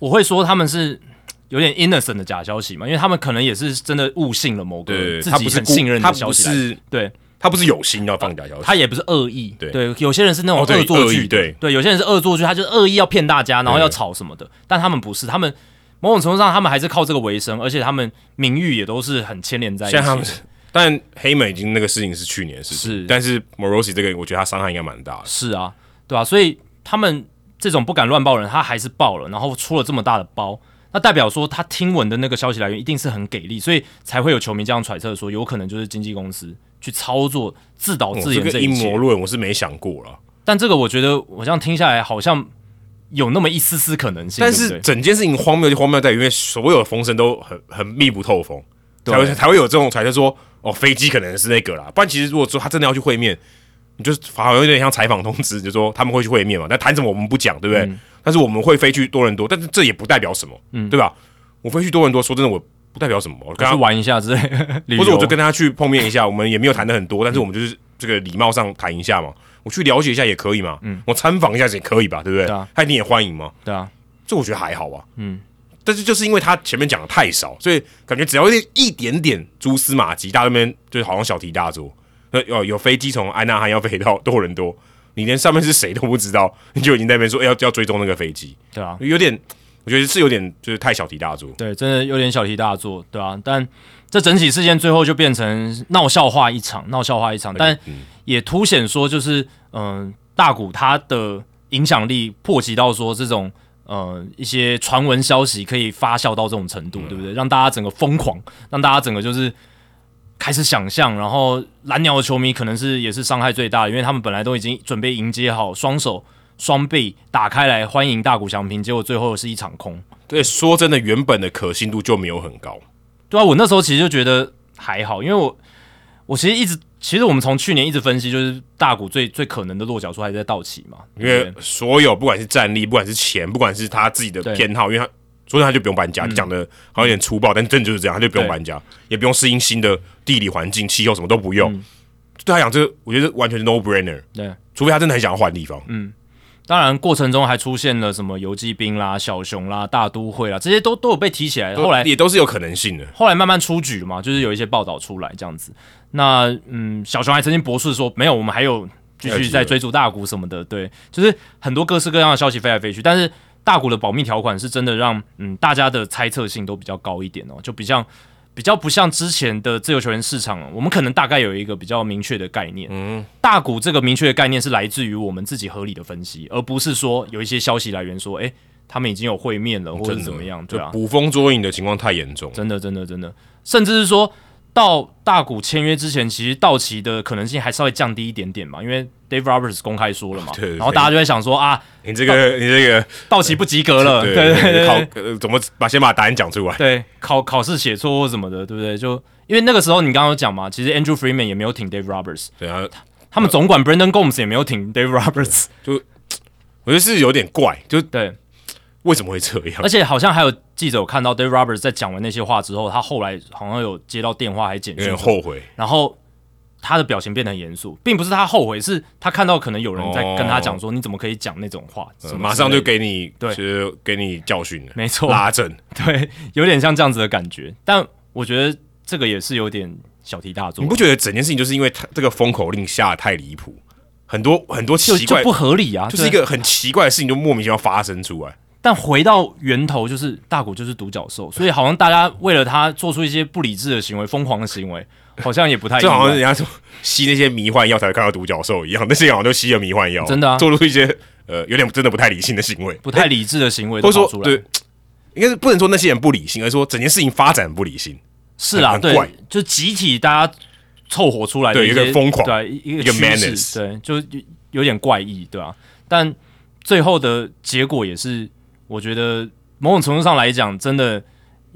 [SPEAKER 2] 我会说他们是有点 innocent 的假消息嘛，因为他们可能也是真的误信了某
[SPEAKER 1] 对，
[SPEAKER 2] 个自
[SPEAKER 1] 他
[SPEAKER 2] 己
[SPEAKER 1] 不是
[SPEAKER 2] 很
[SPEAKER 1] 故
[SPEAKER 2] 信任
[SPEAKER 1] 他
[SPEAKER 2] 的消
[SPEAKER 1] 不
[SPEAKER 2] 息来源，
[SPEAKER 1] 是
[SPEAKER 2] 对
[SPEAKER 1] 他不是有心要放假消息，
[SPEAKER 2] 他也不是恶意，
[SPEAKER 1] 对
[SPEAKER 2] 有些人是那种
[SPEAKER 1] 哦对
[SPEAKER 2] 恶作
[SPEAKER 1] 恶
[SPEAKER 2] 剧，
[SPEAKER 1] 意对
[SPEAKER 2] 有些人是恶作剧，他就是恶意要骗大家，然后
[SPEAKER 1] 对
[SPEAKER 2] 要炒什么的，但他们不是，他们某种程度上他们还是靠这个为生，而且他们名誉也都是很牵连在一起
[SPEAKER 1] 现在他们
[SPEAKER 2] 的。
[SPEAKER 1] 是， [laughs] 但黑门已经那个事情是去年的事情，
[SPEAKER 2] 是
[SPEAKER 1] 但是 Morosi 这个，我觉得他伤害应该蛮大的。
[SPEAKER 2] 是啊，对啊，所以他们这种不敢乱爆人，他还是爆了，然后出了这么大的包，那代表说他听闻的那个消息来源一定是很给力，所以才会有球迷这样揣测说，有可能就是经纪公司去操作自导
[SPEAKER 1] 我
[SPEAKER 2] 自
[SPEAKER 1] 哦这
[SPEAKER 2] 演
[SPEAKER 1] 个
[SPEAKER 2] 这
[SPEAKER 1] 阴
[SPEAKER 2] 一切。
[SPEAKER 1] 谋论我是没想过了，
[SPEAKER 2] 但这个我觉得，我这样听下来好像有那么一丝丝可能性，
[SPEAKER 1] 但
[SPEAKER 2] 对不
[SPEAKER 1] 是
[SPEAKER 2] 对
[SPEAKER 1] 整件事情荒谬就荒谬在于，因为所有的风声都很很密不透风，
[SPEAKER 2] 对
[SPEAKER 1] 才会才会有这种揣测说，哦，飞机可能是那个啦。不然其实如果说他真的要去会面，你就是好像有点像采访通知，就说他们会去会面嘛，但谈什么我们不讲，对不对？
[SPEAKER 2] 嗯
[SPEAKER 1] 但是我们会飞去多伦多，但是这也不代表什么，对吧？我飞去多伦多，说真的，我不代表什么，我跟
[SPEAKER 2] 去
[SPEAKER 1] 他
[SPEAKER 2] 玩一下之类 [laughs] 的，旅
[SPEAKER 1] 或者我
[SPEAKER 2] 游
[SPEAKER 1] 就跟他去碰面一下，我们也没有谈的很多，但是我们就是这个礼貌上谈一下嘛，我去了解一下也可以嘛，我参访一下也可以吧，对不嗯对？
[SPEAKER 2] 对啊
[SPEAKER 1] 他一定也欢迎嘛，
[SPEAKER 2] 对啊，
[SPEAKER 1] 这我觉得还好啊，嗯。但是就是因为他前面讲的太少，所以感觉只要有一点一点点蛛丝马迹，大家那边就是好像小题大做。呃，有有飞机从安纳罕要飞到多伦多，你连上面是谁都不知道，你就已经在那边说、哎要要追踪那个飞机，
[SPEAKER 2] 对啊，
[SPEAKER 1] 有点我觉得是有点就是太小题大做。
[SPEAKER 2] 对，真的有点小题大做，对啊。但这整起事件最后就变成闹笑话一场，闹笑话一场，但也凸显说，就是嗯、呃大谷他的影响力破及到说这种呃一些传闻消息可以发酵到这种程度，对不对？让大家整个疯狂，让大家整个就是。开始想象，然后蓝鸟的球迷可能是也是伤害最大的，因为他们本来都已经准备迎接好，双手双臂打开来欢迎大谷翔平，结果最后是一场空。
[SPEAKER 1] 对，说真的，原本的可信度就没有很高。
[SPEAKER 2] 对啊，我那时候其实就觉得还好，因为我我其实一直，其实我们从去年一直分析，就是大股最最可能的落脚处还是在道奇嘛，
[SPEAKER 1] 因
[SPEAKER 2] 对
[SPEAKER 1] 为
[SPEAKER 2] 不对
[SPEAKER 1] 所有不管是战力，不管是钱，不管是他自己的
[SPEAKER 2] 对嗯
[SPEAKER 1] 偏好，因为他说真的他就不用搬家，讲的好像有点粗暴，但真的就是这样，他就不用
[SPEAKER 2] 对
[SPEAKER 1] 搬家，也不用适应新的地理环境、气候，什么都不用。对他讲，这个我觉得完全是 no brainer，
[SPEAKER 2] 嗯对，
[SPEAKER 1] 除非他真的很想要换地方。嗯，
[SPEAKER 2] 当然过程中还出现了什么游击兵啦、小熊啦、大都会啦，这些都都有被提起来，后来
[SPEAKER 1] 也都是有可能性的。
[SPEAKER 2] 后来慢慢出局了嘛，就是有一些报道出来这样子。那嗯，小熊还曾经驳斥说，没有，我们还有继续在追逐大股什么的。对，就是很多各式各样的消息飞来飞去，但是大股的保密条款是真的让嗯大家的猜测性都比较高一点哦，就比较比较不像之前的自由球员市场哦，我们可能大概有一个比较明确的概念。嗯，大股这个明确的概念是来自于我们自己合理的分析，而不是说有一些消息来源说，诶，他们已经有会面了，或者
[SPEAKER 1] 真的
[SPEAKER 2] 怎么样，
[SPEAKER 1] 就
[SPEAKER 2] 对啊，
[SPEAKER 1] 捕风捉影的情况太严重，
[SPEAKER 2] 真的，真的，真的，甚至是说到大股签约之前，其实道奇的可能性还稍微降低一点点嘛，因为 Dave Roberts 公开说了嘛，
[SPEAKER 1] 对
[SPEAKER 2] 然后大家就在想说啊，
[SPEAKER 1] 你这个你这个
[SPEAKER 2] 道奇不及格了， [laughs] 对
[SPEAKER 1] 对
[SPEAKER 2] 对对对
[SPEAKER 1] 考呃怎么把先把答案讲出来？
[SPEAKER 2] 对，考考试写错或什么的，对不对？就因为那个时候你刚刚有讲嘛，其实 Andrew Freeman 也没有挺 Dave Roberts，
[SPEAKER 1] 对啊，
[SPEAKER 2] 他们总管 Brandon Gomes 也没有挺 Dave Roberts，
[SPEAKER 1] 我觉得是有点怪， [laughs] 就
[SPEAKER 2] 对，
[SPEAKER 1] 为什么会这样
[SPEAKER 2] 而？且好像还有记者有看到 Dave Roberts 在讲完那些话之后，他后来好像有接到电话还简
[SPEAKER 1] 有
[SPEAKER 2] 讯
[SPEAKER 1] 点后悔。
[SPEAKER 2] 然后他的表情变得很严肃，并不是他后悔，是他看到可能有人在跟他讲说：“你怎么可以讲那种话？”什么之类的
[SPEAKER 1] 哦马上就给你，
[SPEAKER 2] 对
[SPEAKER 1] 就是给你教训了，
[SPEAKER 2] 没错
[SPEAKER 1] 拉正。
[SPEAKER 2] [laughs] 对，有点像这样子的感觉。但我觉得这个也是有点小题大做
[SPEAKER 1] 你，不觉得整件事情就是因为他这个封口令下得太离谱，很多很多
[SPEAKER 2] 就
[SPEAKER 1] 奇
[SPEAKER 2] 就
[SPEAKER 1] 怪，
[SPEAKER 2] 不合理啊！
[SPEAKER 1] 就是一
[SPEAKER 2] 对。
[SPEAKER 1] 个很奇怪的事情就莫名其妙发生出来。
[SPEAKER 2] 但回到源头，就是大谷就是独角兽，所以好像大家为了他做出一些不理智的行为、疯狂的行为，好像也
[SPEAKER 1] [laughs]
[SPEAKER 2] 不太
[SPEAKER 1] 这好像人
[SPEAKER 2] 意外
[SPEAKER 1] 家说吸那些迷幻药才会看到独角兽一样，那些好像都吸了迷幻药，
[SPEAKER 2] 真的啊
[SPEAKER 1] 做出一些呃有点真的不太理性的行为，
[SPEAKER 2] 不太理智的行为
[SPEAKER 1] 或
[SPEAKER 2] 都
[SPEAKER 1] 者
[SPEAKER 2] 跑
[SPEAKER 1] 说
[SPEAKER 2] 出来，
[SPEAKER 1] 对，应该是不能说那些人不理性，而是说整件事情发展不理性，
[SPEAKER 2] 是啦，
[SPEAKER 1] 很
[SPEAKER 2] 对
[SPEAKER 1] 怪，
[SPEAKER 2] 就集体大家凑合出来的
[SPEAKER 1] 对
[SPEAKER 2] 一
[SPEAKER 1] 有
[SPEAKER 2] 些
[SPEAKER 1] 一个疯狂
[SPEAKER 2] 对一
[SPEAKER 1] 一个
[SPEAKER 2] 趋势
[SPEAKER 1] madness
[SPEAKER 2] 对，就有有点怪异，对吧、啊但最后的结果也是，我觉得某种程度上来讲，真的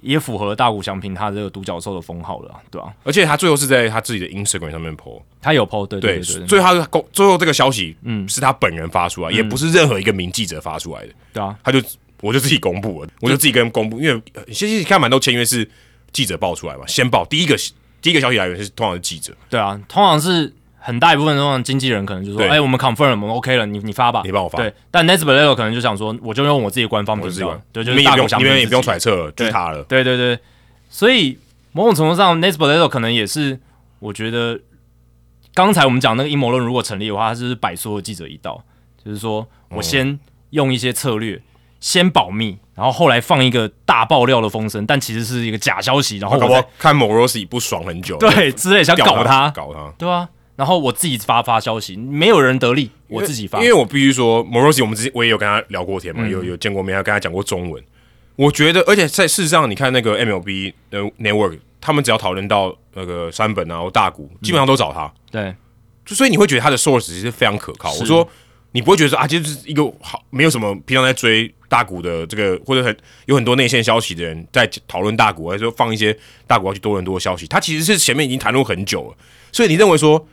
[SPEAKER 2] 也符合大谷翔平他这个独角兽的封号了啊，对吧、
[SPEAKER 1] 而且他最后是在他自己的 Instagram 上面 po，
[SPEAKER 2] 他有 PO，对
[SPEAKER 1] 对，
[SPEAKER 2] 对对，嗯
[SPEAKER 1] 最后他是公最后这个消息，嗯，是他本人发出来，也不是任何一个名记者发出来的。
[SPEAKER 2] 对啊，
[SPEAKER 1] 他就我就自己公布了，我就自己跟人公布，因为呃其实看蛮多签约是记者报出来嘛，先报第一个第一个消息来源是通常是记者，
[SPEAKER 2] 对啊，通常是很大一部分那种经纪人可能就说，
[SPEAKER 1] 对
[SPEAKER 2] 哎、我们 confirm 我们 OK 了，你你发吧，
[SPEAKER 1] 你帮我发
[SPEAKER 2] 对，但 n e t b a l e 可能就想说，我就用我自己的官方
[SPEAKER 1] 我
[SPEAKER 2] 频
[SPEAKER 1] 自己
[SPEAKER 2] 道
[SPEAKER 1] 管，，
[SPEAKER 2] 对，就
[SPEAKER 1] 你们
[SPEAKER 2] 是
[SPEAKER 1] 也
[SPEAKER 2] 大
[SPEAKER 1] 不
[SPEAKER 2] 狗
[SPEAKER 1] 用，
[SPEAKER 2] 想
[SPEAKER 1] 你们也不用
[SPEAKER 2] 自己
[SPEAKER 1] 揣测了，就是他了。
[SPEAKER 2] 对对对，所以某种程度上 n e t b a l e 可能也是，我觉得刚才我们讲那个阴谋论如果成立的话，它就是摆所有记者一道，就是说我先用一些策略。
[SPEAKER 1] 嗯
[SPEAKER 2] 先保密，然后后来放一个大爆料的风声，但其实是一个假消息，然后
[SPEAKER 1] 搞
[SPEAKER 2] 我
[SPEAKER 1] 不
[SPEAKER 2] 再
[SPEAKER 1] 好看某 Rossi 不爽很久，
[SPEAKER 2] 对之类想
[SPEAKER 1] 吊
[SPEAKER 2] 搞他，
[SPEAKER 1] 搞他。
[SPEAKER 2] 对啊，然后我自己发发消息，没有人得利，我自己发嗯
[SPEAKER 1] 因为。因为我必须说 m o r o s i 我们之前我也有跟他聊过天嘛，有有见过面，还跟他讲过中文。我觉得，而且在事实上，你看那个 MLB 的 Network，他们只要讨论到那个山本啊、或大谷，基本上都找他，
[SPEAKER 2] 对
[SPEAKER 1] 就所以你会觉得他的 source 其实非常可靠。
[SPEAKER 2] 是
[SPEAKER 1] 我说，你不会觉得说啊，就是一个好没有什么平常在追大谷的这个，或者很有很多内线消息的人在讨论大谷，还是说放一些大谷要去多伦多的消息，他其实是前面已经谈论很久了，所以你认为说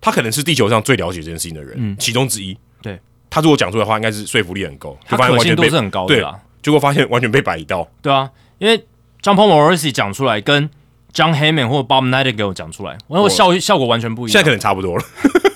[SPEAKER 1] 他可能是地球上最了解这件事情的人，其中之一。
[SPEAKER 2] 嗯对，
[SPEAKER 1] 他如果讲出来的话，应该是说服力很高，
[SPEAKER 2] 他
[SPEAKER 1] 就发现
[SPEAKER 2] 可
[SPEAKER 1] 完
[SPEAKER 2] 信
[SPEAKER 1] 全
[SPEAKER 2] 度
[SPEAKER 1] 被
[SPEAKER 2] 是很高的
[SPEAKER 1] 对
[SPEAKER 2] 啦，
[SPEAKER 1] 结果发现完全被摆一道，
[SPEAKER 2] 对啊，因为 John Paul Morrissey 讲出来跟 John Heyman 或 Bob Nightingale 讲出来，我效效果完全不一
[SPEAKER 1] 现在
[SPEAKER 2] 样
[SPEAKER 1] 可。能差不多了。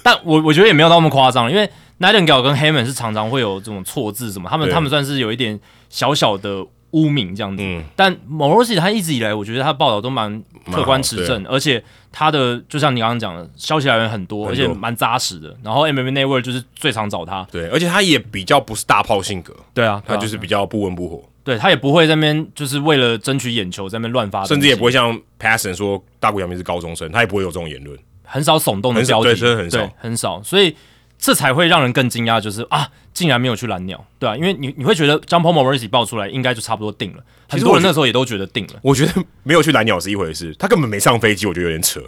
[SPEAKER 2] 但我我觉得也没有那么夸张，因为 Nightingale 跟 Heyman 是常常会有这种错字什么，他们
[SPEAKER 1] 对
[SPEAKER 2] 他们算是有一点小小的污名这样子。
[SPEAKER 1] 嗯
[SPEAKER 2] 但 Morrissey 他一直以来，我觉得他报道都蛮客观持证，而且他的就像你刚刚讲的，消息来源很多，
[SPEAKER 1] 很
[SPEAKER 2] 而
[SPEAKER 1] 多
[SPEAKER 2] 且蛮扎实的。然后 MMA Network 就是最常找他，
[SPEAKER 1] 对，而且他也比较不是大炮性格，
[SPEAKER 2] 对啊，
[SPEAKER 1] 他
[SPEAKER 2] 对啊
[SPEAKER 1] 就是比较不温不火。
[SPEAKER 2] 对他也不会在那边就是为了争取眼球在那边乱发，
[SPEAKER 1] 啊甚至也不会，像 Passon 说大谷翔平是高中生，他也不会有这种言论。
[SPEAKER 2] 很少耸动的
[SPEAKER 1] 很少
[SPEAKER 2] 标
[SPEAKER 1] 对
[SPEAKER 2] 题，
[SPEAKER 1] 真的很少
[SPEAKER 2] 对很少，所以这才会让人更惊讶，就是啊，竟然没有去蓝鸟，对啊，因为你你会觉得 John Paul Morrissey 爆出来应该就差不多定了，
[SPEAKER 1] 其
[SPEAKER 2] 很
[SPEAKER 1] 实
[SPEAKER 2] 多
[SPEAKER 1] 我觉得
[SPEAKER 2] 人那时候也都觉得定了，
[SPEAKER 1] 我觉得没有去蓝鸟是一回事，他根本没上飞机，我觉得有点扯。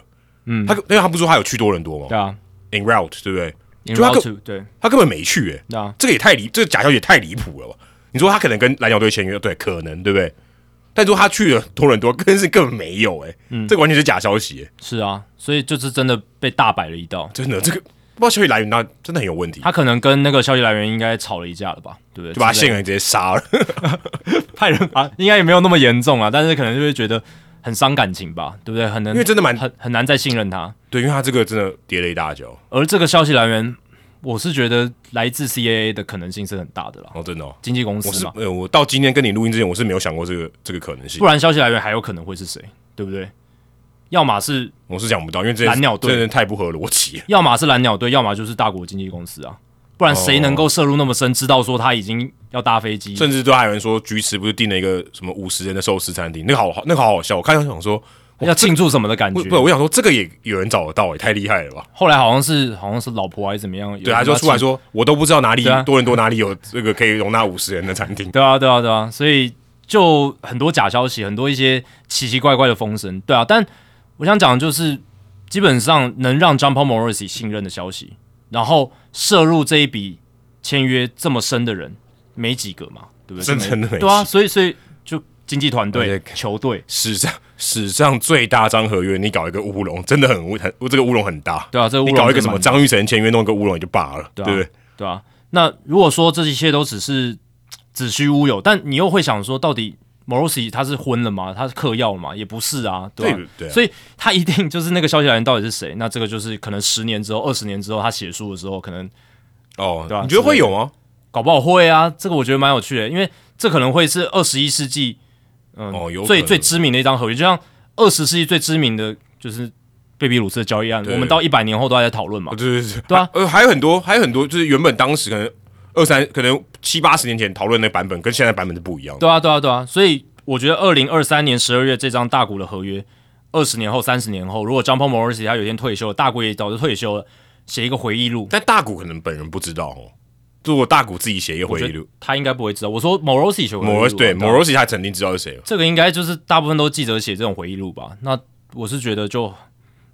[SPEAKER 1] 嗯，他因为他不是说他有去多伦多吗
[SPEAKER 2] 对啊
[SPEAKER 1] ？In route，对不对？
[SPEAKER 2] ，In
[SPEAKER 1] 就他
[SPEAKER 2] route to，对
[SPEAKER 1] 他根本没去、欸，
[SPEAKER 2] 对啊，
[SPEAKER 1] 这个也太离，这个假消息也太离谱了吧？你说他可能跟蓝鸟队签约，对，可能，对不对？但如果他去了多伦多，更是根本没有、欸，
[SPEAKER 2] 嗯
[SPEAKER 1] 这个完全是假消息、欸
[SPEAKER 2] 是啊，所以就是真的被大摆了一道，
[SPEAKER 1] 真的，这个不知道消息来源，那真的很有问题，
[SPEAKER 2] 他可能跟那个消息来源应该吵了一架了吧，对不对？
[SPEAKER 1] 就把他
[SPEAKER 2] 之类
[SPEAKER 1] 线人直接杀了。
[SPEAKER 2] 的派人啊， [laughs] 应该也没有那么严重啊，但是可能就会觉得很伤感情吧，对不对？很难，
[SPEAKER 1] 因为真的蛮
[SPEAKER 2] 很很难再信任他，
[SPEAKER 1] 对，因为他这个真的跌了一大跤，
[SPEAKER 2] 而这个消息来源，我是觉得来自 CAA 的可能性是很大的啦，
[SPEAKER 1] 哦，真的、哦，
[SPEAKER 2] 经纪公
[SPEAKER 1] 我
[SPEAKER 2] 司
[SPEAKER 1] 是
[SPEAKER 2] 嘛，
[SPEAKER 1] 呃，我到今天跟你录音之前，我是没有想过这个这个可能性
[SPEAKER 2] 不。然消息来源还有可能会是谁，对不对？要么是
[SPEAKER 1] 我是想不到，因为这件
[SPEAKER 2] 蓝鸟队
[SPEAKER 1] 真的太不合逻辑了。
[SPEAKER 2] 要么是蓝鸟队，要么就是大国经纪公司啊，不然谁能够涉入那么深，知道说他已经要搭飞机？
[SPEAKER 1] 甚至都还有人说，菊池不是订了一个什么五十人的寿司餐厅，那个好好，那个好好笑。我看到想说，
[SPEAKER 2] 要庆祝什么的感
[SPEAKER 1] 不
[SPEAKER 2] 觉？
[SPEAKER 1] 不，我想说这个也有人找得到、也欸太厉害了吧？
[SPEAKER 2] 后来好像是好像是老婆还是怎么样？有
[SPEAKER 1] 对，
[SPEAKER 2] 人
[SPEAKER 1] 他就
[SPEAKER 2] 要
[SPEAKER 1] 出来
[SPEAKER 2] 庆，
[SPEAKER 1] 说，我都不知道哪里
[SPEAKER 2] 对啊
[SPEAKER 1] 多伦多哪里有这个可以容纳五十人的餐厅。
[SPEAKER 2] 对啊，对啊，对啊，所以就很多假消息，很多一些奇奇怪怪的风声，对啊。但我想讲的就是，基本上能让 John Paul Morrissey 信任的消息，然后涉入这一笔签约这么深的人，没几个嘛，对不对？
[SPEAKER 1] 真
[SPEAKER 2] 就
[SPEAKER 1] 真的没
[SPEAKER 2] 对啊，
[SPEAKER 1] 几
[SPEAKER 2] 所以所以就经纪团
[SPEAKER 1] 而
[SPEAKER 2] 队、
[SPEAKER 1] 且
[SPEAKER 2] 球队，
[SPEAKER 1] 史上史上最大张合约，你搞一个乌龙，真的很乌很这个乌龙很大。
[SPEAKER 2] 对啊，这个乌
[SPEAKER 1] 你
[SPEAKER 2] 龙
[SPEAKER 1] 搞一个
[SPEAKER 2] 真
[SPEAKER 1] 什
[SPEAKER 2] 的
[SPEAKER 1] 么
[SPEAKER 2] 蛮
[SPEAKER 1] 张玉成签约弄一个乌龙也就罢了，对
[SPEAKER 2] 对啊
[SPEAKER 1] 不对？
[SPEAKER 2] 对啊。那如果说这一切都只是嘖子虚乌有，但你又会想说，到底 Morrissey 他是昏了吗？他是嗑药了吗？也不是啊，对吧、
[SPEAKER 1] 对对啊
[SPEAKER 2] 所以他一定就是那个消息来源到底是谁？ [laughs] 那这个就是可能十年之后、二十年之后，他写书的时候，可能
[SPEAKER 1] 哦
[SPEAKER 2] 对，啊
[SPEAKER 1] 你觉得会有吗？
[SPEAKER 2] 搞不好会啊。这个我觉得蛮有趣的，因为这可能会是二十一世纪，嗯，
[SPEAKER 1] 哦有
[SPEAKER 2] 最
[SPEAKER 1] 可能
[SPEAKER 2] 最知名的一张合约，就像二十世纪最知名的就是贝比鲁斯的交易案，
[SPEAKER 1] 对
[SPEAKER 2] 我们到一百年后都还在讨论嘛
[SPEAKER 1] 哦，。对对对，
[SPEAKER 2] 对啊
[SPEAKER 1] 还呃，还有很多，还有很多，就是原本当时可能二三，可能七八十年前讨论那个版本，跟现在版本是不一样的。
[SPEAKER 2] 对啊，对啊，对啊，所以我觉得二零二三年十二月这张大股的合约，二十年后、三十年后，如果 John Paul Morrissey 他有一天退休了，大股也早就退休了，写一个回忆录，
[SPEAKER 1] 但大谷可能本人不知道哦，如果大谷自己写一个
[SPEAKER 2] 我
[SPEAKER 1] 回忆
[SPEAKER 2] 觉得
[SPEAKER 1] 录，
[SPEAKER 2] 他应该不会知道。我说 Morrissey 写回忆录
[SPEAKER 1] 摩
[SPEAKER 2] 啊，
[SPEAKER 1] 尔对
[SPEAKER 2] 吧
[SPEAKER 1] 摩尔西他肯定知道是谁了。
[SPEAKER 2] 这个应该就是大部分都记者写这种回忆录吧？那我是觉得就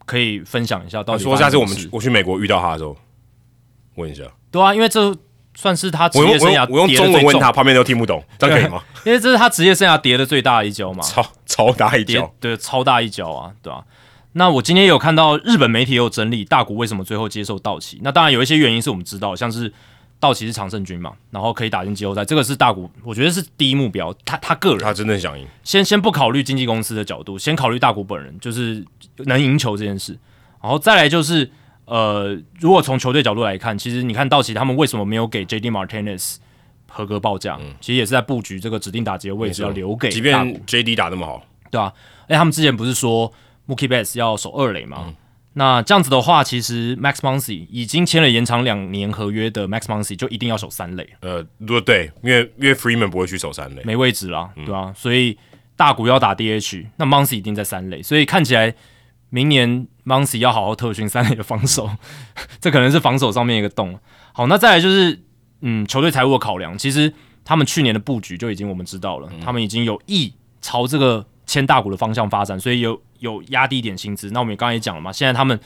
[SPEAKER 2] 可以分享一下，到
[SPEAKER 1] 啊
[SPEAKER 2] 底
[SPEAKER 1] 说
[SPEAKER 2] 发生
[SPEAKER 1] 下次我
[SPEAKER 2] 什
[SPEAKER 1] 们
[SPEAKER 2] 么事
[SPEAKER 1] 我去美国遇到他的时候，问一下，
[SPEAKER 2] 对啊，因为这算是他职
[SPEAKER 1] 我
[SPEAKER 2] 业
[SPEAKER 1] 用
[SPEAKER 2] 生
[SPEAKER 1] 我
[SPEAKER 2] 涯
[SPEAKER 1] 用我用
[SPEAKER 2] 跌得
[SPEAKER 1] 中
[SPEAKER 2] 最
[SPEAKER 1] 文问
[SPEAKER 2] 重
[SPEAKER 1] 他，，旁边都听不懂，这样可以吗？
[SPEAKER 2] 因为这是他职业生涯跌的最大的一跤
[SPEAKER 1] [laughs]
[SPEAKER 2] 嘛。
[SPEAKER 1] 超超大一
[SPEAKER 2] 跌
[SPEAKER 1] 跤，
[SPEAKER 2] 对超大一跤啊，对啊。那我今天也有看到日本媒体也有整理大谷为什么最后接受道奇，那当然有一些原因是我们知道的，像是道奇是常胜军嘛，然后可以打进季后赛，这个是大谷我觉得是第一目标，他他个人
[SPEAKER 1] 他真的想赢，
[SPEAKER 2] 先先不考虑经纪公司的角度，先考虑大谷本人，就是能赢球这件事，然后再来就是呃，如果从球队角度来看，其实你看道奇他们为什么没有给 J.D. Martinez 合格报价，其实也是在布局这个指定打击的位置要留给
[SPEAKER 1] 嗯即
[SPEAKER 2] 大谷
[SPEAKER 1] 便 JD 打那么好，
[SPEAKER 2] 对啊，哎，他们之前不是说 Mookie Betts 要守二垒
[SPEAKER 1] 嗯
[SPEAKER 2] 吗？那这样子的话，其实 Max Muncy 已经签了延长两年合约的 Max Muncy 就一定要守三垒，
[SPEAKER 1] 呃，如果对，因为因为 Freeman 不会去守三垒，
[SPEAKER 2] 没位置啦，对啊，所以大谷要打 DH，那 Muncy 一定在三垒，所以看起来明年 Muncy 要好好特训三垒的防守， [laughs] 这可能是防守上面一个洞。好，那再来就是嗯，球队财务的考量，其实他们去年的布局就已经我们知道了，他们已经有意朝这个签大股的方向发展，所以有有压低一点薪资。那我们也刚才也讲了嘛，现在他们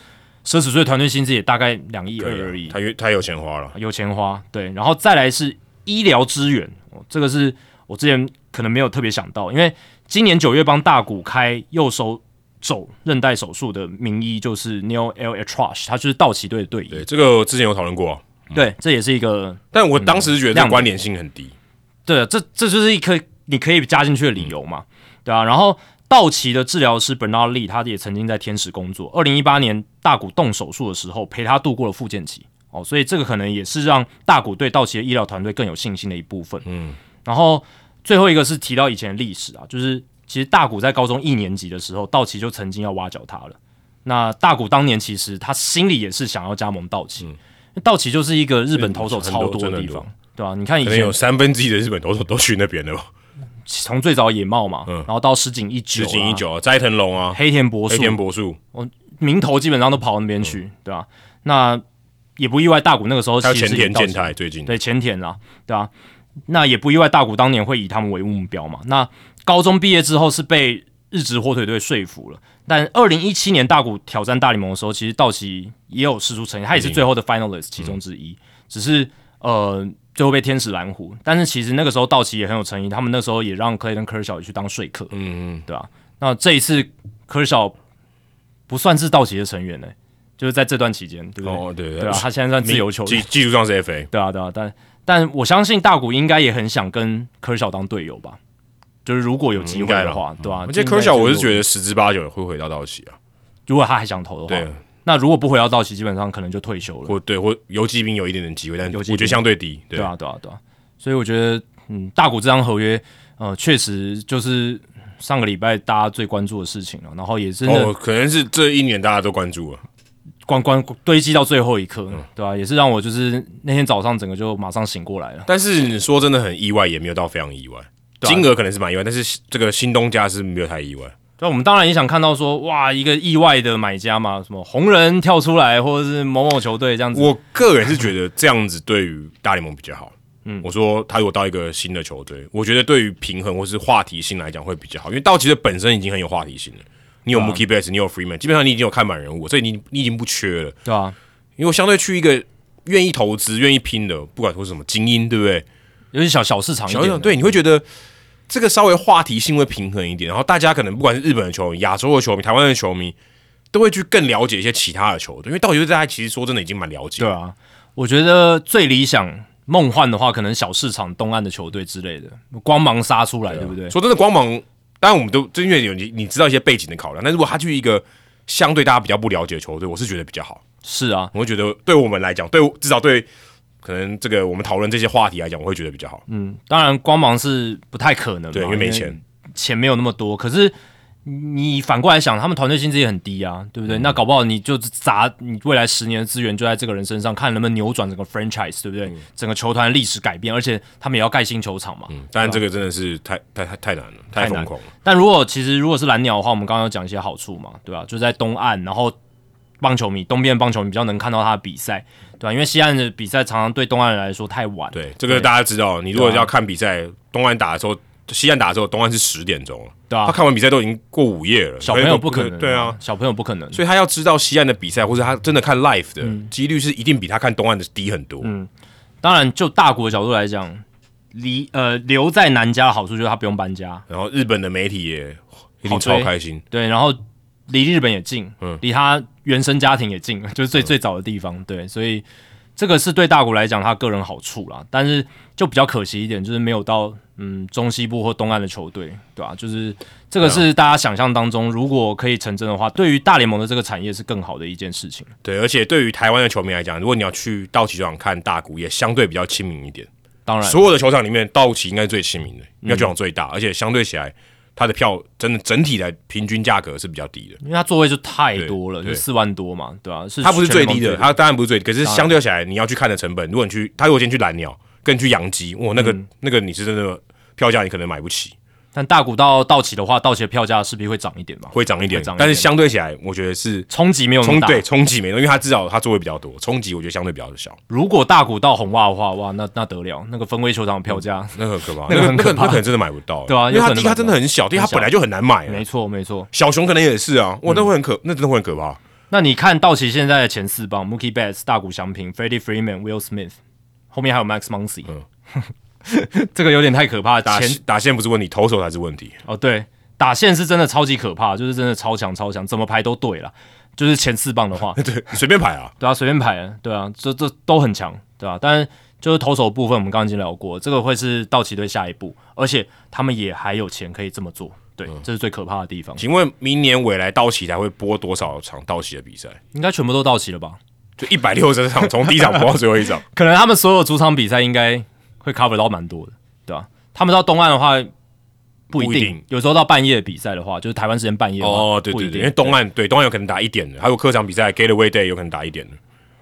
[SPEAKER 2] 奢侈税团队薪资也大概两亿
[SPEAKER 1] 可
[SPEAKER 2] 二
[SPEAKER 1] 以啊
[SPEAKER 2] 而已，
[SPEAKER 1] 他有他有钱花了，
[SPEAKER 2] 有钱花，对，然后再来是医疗资源，哦这个是我之前可能没有特别想到，因为今年九月帮大谷开右手肘韧带手术的名医就是 Neil L. e t r a s h 他就是道奇队的队医，
[SPEAKER 1] 对，这个之前有讨论过啊，
[SPEAKER 2] 对，这也是一个
[SPEAKER 1] 但我当时觉得
[SPEAKER 2] 嗯
[SPEAKER 1] 这
[SPEAKER 2] 亮点
[SPEAKER 1] 关联性很低，
[SPEAKER 2] 对，啊这这就是一颗你可以加进去的理由嘛，对啊，然后道奇的治疗师 Bernard Lee，他也曾经在天使工作。二零一八年大谷动手术的时候，陪他度过了复健期。哦，所以这个可能也是让大谷对道奇的医疗团队更有信心的一部分。嗯，然后最后一个是提到以前的历史啊，就是其实大谷在高中一年级的时候，道奇就曾经要挖角他了。那大谷当年其实他心里也是想要加盟道奇，道奇就是一个日本投手
[SPEAKER 1] 嗯很
[SPEAKER 2] 超
[SPEAKER 1] 多
[SPEAKER 2] 多
[SPEAKER 1] 真的
[SPEAKER 2] 的地
[SPEAKER 1] 很
[SPEAKER 2] 方
[SPEAKER 1] 多，
[SPEAKER 2] 对啊吧、你看以
[SPEAKER 1] 可能
[SPEAKER 2] 前
[SPEAKER 1] 有三分之一的日本投手都去那边了吧，
[SPEAKER 2] 从最早野茂嘛，然后到石井一
[SPEAKER 1] 石
[SPEAKER 2] 久
[SPEAKER 1] 嗯
[SPEAKER 2] 啦，
[SPEAKER 1] 井一九啊，斋藤龙啊，
[SPEAKER 2] 黑田博
[SPEAKER 1] 黑
[SPEAKER 2] 树，
[SPEAKER 1] 田嗯博树，
[SPEAKER 2] 名头基本上都跑到那边去，对吧、那也不意外，大谷那个时候
[SPEAKER 1] 还有
[SPEAKER 2] 其实
[SPEAKER 1] 前田
[SPEAKER 2] 已经到
[SPEAKER 1] 健太最近，
[SPEAKER 2] 对前田啦，对吧、那也不意外，大谷当年会以他们为目标嘛。那高中毕业之后是被日职火腿队说服了，但二零一七年大谷挑战大联盟的时候，其实道奇也有试出诚意，他也
[SPEAKER 1] 嗯
[SPEAKER 2] 是最后的 finalist 其中之一，只是呃最后被天使蓝湖。但是其实那个时候道奇也很有诚意，他们那时候也让 Clayton Kershaw 也去当说客，
[SPEAKER 1] 嗯，嗯
[SPEAKER 2] 对啊，那这一次科少不算是道奇的成员呢、就是在这段期间，对不对？
[SPEAKER 1] 哦对
[SPEAKER 2] 对啊，他现在算自由球
[SPEAKER 1] 技
[SPEAKER 2] 员，
[SPEAKER 1] 技术上是 FA，
[SPEAKER 2] 对啊，对啊，但但我相信大谷应该也很想跟科少当队友吧，就是如果有机会的话，对啊，
[SPEAKER 1] 嗯我记得科小我是觉
[SPEAKER 2] 得，
[SPEAKER 1] 得十之八九会回到道奇啊，
[SPEAKER 2] 如果他还想投的
[SPEAKER 1] 对
[SPEAKER 2] 话，那如果不回到道奇，基本上可能就退休了，
[SPEAKER 1] 或对或游击兵有一点点机会，但
[SPEAKER 2] 游
[SPEAKER 1] 我
[SPEAKER 2] 击
[SPEAKER 1] 觉得
[SPEAKER 2] 兵
[SPEAKER 1] 相对低，对
[SPEAKER 2] 对啊，对啊，对啊，所以我觉得，嗯，大谷这张合约，呃，确实就是上个礼拜大家最关注的事情了，然后也真的
[SPEAKER 1] 哦，可能是这一年大家都关注了，
[SPEAKER 2] 关关堆积到最后一刻，
[SPEAKER 1] 嗯
[SPEAKER 2] 对啊吧、也是让我就是那天早上整个就马上醒过来了。
[SPEAKER 1] 但是你说真的很意外，也没有到非常意外，
[SPEAKER 2] 啊
[SPEAKER 1] 金额可能是蛮意外，但是这个新东家是没有太意外，
[SPEAKER 2] 对，我们当然也想看到说，哇，一个意外的买家嘛，什么红人跳出来，或者是某某球队这样子。
[SPEAKER 1] 我个人是觉得这样子对于大联盟比较好。嗯，我说他如果到一个新的球队，我觉得对于平衡或是话题性来讲会比较好，因为道奇队本身已经很有话题性了。你有 Mookie Betts，你有 Freeman，基本上你已经有看板人物了，所以你你已经不缺了。
[SPEAKER 2] 对啊，
[SPEAKER 1] 因为我相对去一个愿意投资、愿意拼的，不管说什么精英，对不对？
[SPEAKER 2] 尤其小小市场一
[SPEAKER 1] 小
[SPEAKER 2] 点啊
[SPEAKER 1] 想
[SPEAKER 2] 的，
[SPEAKER 1] 对，你会觉得这个稍微话题性会平衡一点，然后大家可能不管是日本的球迷、亚洲的球迷、台湾的球迷，都会去更了解一些其他的球队，因为道奇队大家其实说真的已经蛮了解
[SPEAKER 2] 对。啊，我觉得最理想梦幻的话，可能小市场东岸的球队之类的，光芒杀出来，对不对？
[SPEAKER 1] 说真的，光芒，当然我们都就因为有你你知道一些背景的考量，但如果他去一个相对大家比较不了解的球队，我是觉得比较好。
[SPEAKER 2] 是啊，
[SPEAKER 1] 我会觉得对我们来讲，对至少对可能这个我们讨论这些话题来讲，我会觉得比较好。
[SPEAKER 2] 嗯，当然光芒是不太可能嘛，
[SPEAKER 1] 对，因为没钱，，
[SPEAKER 2] 钱没有那么多，可是你反过来想，他们团队薪资也很低啊，
[SPEAKER 1] 嗯
[SPEAKER 2] 对不对？那搞不好你就砸你未来十年的资源就在这个人身上，看能不能扭转整个 franchise，对不对？整个球团历史改变，而且他们也要盖新球场嘛。
[SPEAKER 1] 嗯当然这个真的是太太太太难了，太
[SPEAKER 2] 啊太难
[SPEAKER 1] 疯狂了。
[SPEAKER 2] 但如果其实如果是蓝鸟的话，我们刚刚有讲一些好处嘛，对吧、就在东岸，然后棒球迷东边的棒球迷比较能看到他的比赛，对吧、因为西岸的比赛常常对东岸人来说太晚，
[SPEAKER 1] 对，这个大家知道，你如果要看比赛，东岸打的时候，西岸打的时候，东岸是十点钟了，
[SPEAKER 2] 对吧、啊
[SPEAKER 1] 他看完比赛都已经过午夜了，
[SPEAKER 2] 小朋友不可
[SPEAKER 1] 所
[SPEAKER 2] 能，
[SPEAKER 1] 以对啊，，
[SPEAKER 2] 小朋友不可能。
[SPEAKER 1] 所以他要知道西岸的比赛，或者他真的看 live 的
[SPEAKER 2] 嗯
[SPEAKER 1] 几率是一定比他看东岸的低很多。
[SPEAKER 2] 当然，就大国的角度来讲，离呃留在南家的好处就是他不用搬家，
[SPEAKER 1] 然后日本的媒体也一定
[SPEAKER 2] 好追
[SPEAKER 1] 超开心，
[SPEAKER 2] 对，然后离日本也近，
[SPEAKER 1] 嗯
[SPEAKER 2] [laughs] 离他原生家庭也近，就是最、最早的地方，对，所以这个是对大谷来讲他个人好处啦，但是就比较可惜一点，就是没有到嗯中西部或东岸的球队，对吧、就是这个
[SPEAKER 1] 啊
[SPEAKER 2] 是大家想象当中，如果可以成真的话，对于大联盟的这个产业是更好的一件事情。
[SPEAKER 1] 对，而且对于台湾的球迷来讲，如果你要去道奇球场看大谷，也相对比较亲民一点。
[SPEAKER 2] 当然，
[SPEAKER 1] 所有的球场里面，道奇应该是最亲民的，
[SPEAKER 2] 嗯
[SPEAKER 1] 应该球场最大，而且相对起来，它的票真的整体来平均价格是比较低的。
[SPEAKER 2] 因为它座位就太多了，
[SPEAKER 1] 对
[SPEAKER 2] 就
[SPEAKER 1] 对
[SPEAKER 2] 四万多嘛，对吧、是
[SPEAKER 1] 它不是
[SPEAKER 2] 全
[SPEAKER 1] 最
[SPEAKER 2] 联盟
[SPEAKER 1] 低的，
[SPEAKER 2] 最
[SPEAKER 1] 它当然不是最低，可是相对起来，你要去看的成本，如果你去，他如果今天去蓝鸟，跟去洋基，哇，那个、
[SPEAKER 2] 嗯
[SPEAKER 1] 那个你是真的票价你可能买不起，
[SPEAKER 2] 但大股到到期的话，到期的票价势必会涨一点吧，
[SPEAKER 1] 会涨一点
[SPEAKER 2] 会涨一点，
[SPEAKER 1] 但是相对起来，我觉得是
[SPEAKER 2] 冲击没有那
[SPEAKER 1] 冲
[SPEAKER 2] 么大。
[SPEAKER 1] 对冲击没那么，因为它至少它座位比较多，冲击我觉得相对比较小，
[SPEAKER 2] 如果大股到红袜的话，哇，那那得了，那个分威球场的票价，
[SPEAKER 1] 那个很可怕，
[SPEAKER 2] 那个很
[SPEAKER 1] 那
[SPEAKER 2] 可
[SPEAKER 1] 个
[SPEAKER 2] 怕
[SPEAKER 1] 那可能真的买不到，
[SPEAKER 2] 对啊
[SPEAKER 1] 因为
[SPEAKER 2] 有可
[SPEAKER 1] 它
[SPEAKER 2] 能
[SPEAKER 1] 地它真的很小，地它
[SPEAKER 2] 很小
[SPEAKER 1] 本来就很难买啊，
[SPEAKER 2] 没错嗯没错。
[SPEAKER 1] 小熊可能也是啊，哇，那会很可，那真的会很可怕。
[SPEAKER 2] 那你看道奇现在的前四棒，Mookie Betts、大谷翔平、Freddie Freeman、Will Smith，后面还有 Max Muncy，、这个有点太可怕了。
[SPEAKER 1] 嗯打
[SPEAKER 2] 前
[SPEAKER 1] 打线不是问题，投手才是问题。
[SPEAKER 2] 哦对，打线是真的超级可怕，就是真的超强超强，怎么排都对了。就是前四棒的话，
[SPEAKER 1] 对，随便排
[SPEAKER 2] [laughs]
[SPEAKER 1] 啊。
[SPEAKER 2] 对啊，随便排，对啊，这这都很强，对啊，但就是投手部分，我们刚刚已经聊过，这个会是道奇队下一步，而且他们也还有钱可以这么做，对，
[SPEAKER 1] 嗯
[SPEAKER 2] 这是最可怕的地方。
[SPEAKER 1] 请问明年未来道奇才会播多少场道奇的比赛？
[SPEAKER 2] 应该全部都到齐了吧？
[SPEAKER 1] 就一百六十场，从第一场播到最后一
[SPEAKER 2] [laughs]
[SPEAKER 1] 场。
[SPEAKER 2] 可能他们所有主场比赛应该会 cover 到蛮多的，对吧、他们到东岸的话不一
[SPEAKER 1] 不一定
[SPEAKER 2] 有时候到半夜比赛的话，就是台湾时间半夜的话
[SPEAKER 1] 哦，对
[SPEAKER 2] 不
[SPEAKER 1] 对
[SPEAKER 2] 一
[SPEAKER 1] 对，
[SPEAKER 2] 定
[SPEAKER 1] 因为东岸对东岸有可能打一点的，还有客场比赛 Gateway Day 有可能打一点的。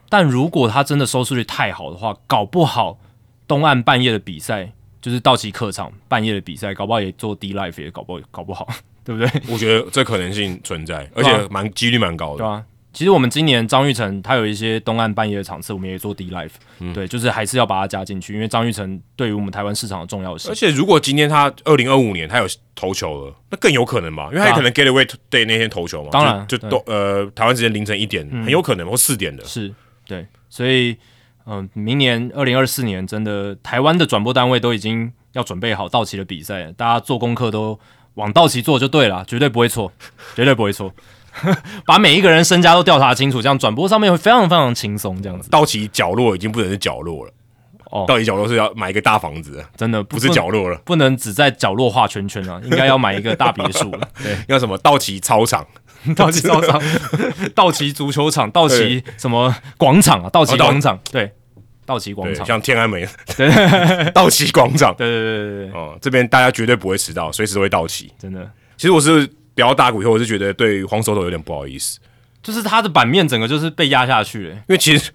[SPEAKER 2] 但如果他真的收视率太好的话，搞不好东岸半夜的比赛，就是道奇客场半夜的比赛，搞不好也做 D Life 也搞不好搞不好，对不对？
[SPEAKER 1] 我觉得这可能性存在，而
[SPEAKER 2] 啊
[SPEAKER 1] 且蛮几率蛮高
[SPEAKER 2] 对
[SPEAKER 1] 的。
[SPEAKER 2] 啊，其实我们今年张玉成他有一些东岸半夜的场次，我们也做 D Life，、对，就是还是要把它加进去，因为张玉成对于我们台湾市场的重要性
[SPEAKER 1] 而。且如果今天他二零二五年他有投球了，那更有可能吧，因为他有可能 Gateway Day 那天投球嘛，
[SPEAKER 2] 啊当然
[SPEAKER 1] 就就
[SPEAKER 2] 对嗯
[SPEAKER 1] 都呃台湾时间凌晨一点，很有可能或四点的。
[SPEAKER 2] 是，对，所以嗯、明年二零二四年真的台湾的转播单位都已经要准备好道奇的比赛了，大家做功课都往道奇做就对了，绝对不会错， [laughs] 绝对不会错。 [laughs] 把每一个人身家都调查清楚，这样转播上面会非常非常轻松，这样子
[SPEAKER 1] 道奇角落已经不能是角落了，
[SPEAKER 2] 哦
[SPEAKER 1] 道奇角落是要买一个大房子，
[SPEAKER 2] 真的
[SPEAKER 1] 不是角落了，
[SPEAKER 2] 不能只在角落画圈圈啊，应该要买一个大别
[SPEAKER 1] [laughs]
[SPEAKER 2] 墅了。对，
[SPEAKER 1] 要什么道奇操场。
[SPEAKER 2] 道奇操场、道奇足球场、道奇什么广场啊，道奇
[SPEAKER 1] 哦道
[SPEAKER 2] 广场，对，道奇广
[SPEAKER 1] 对，
[SPEAKER 2] 场，
[SPEAKER 1] 像天安
[SPEAKER 2] [laughs]
[SPEAKER 1] 门、 [laughs] 道奇广场，
[SPEAKER 2] 对对对对对对，
[SPEAKER 1] 哦，这边大家绝对不会迟到，随时都会到齐。
[SPEAKER 2] 真的。
[SPEAKER 1] 其实我是聊大股以后，我是觉得对黄手头有点不好意思，
[SPEAKER 2] 就是它的版面整个就是被压下去欸了。
[SPEAKER 1] 因为其实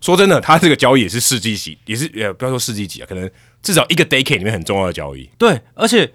[SPEAKER 1] 说真的，他这个交易也是世纪级，也是呃，不要说世纪级啊，可能至少一个 decade 里面很重要的交易。
[SPEAKER 2] 对，而且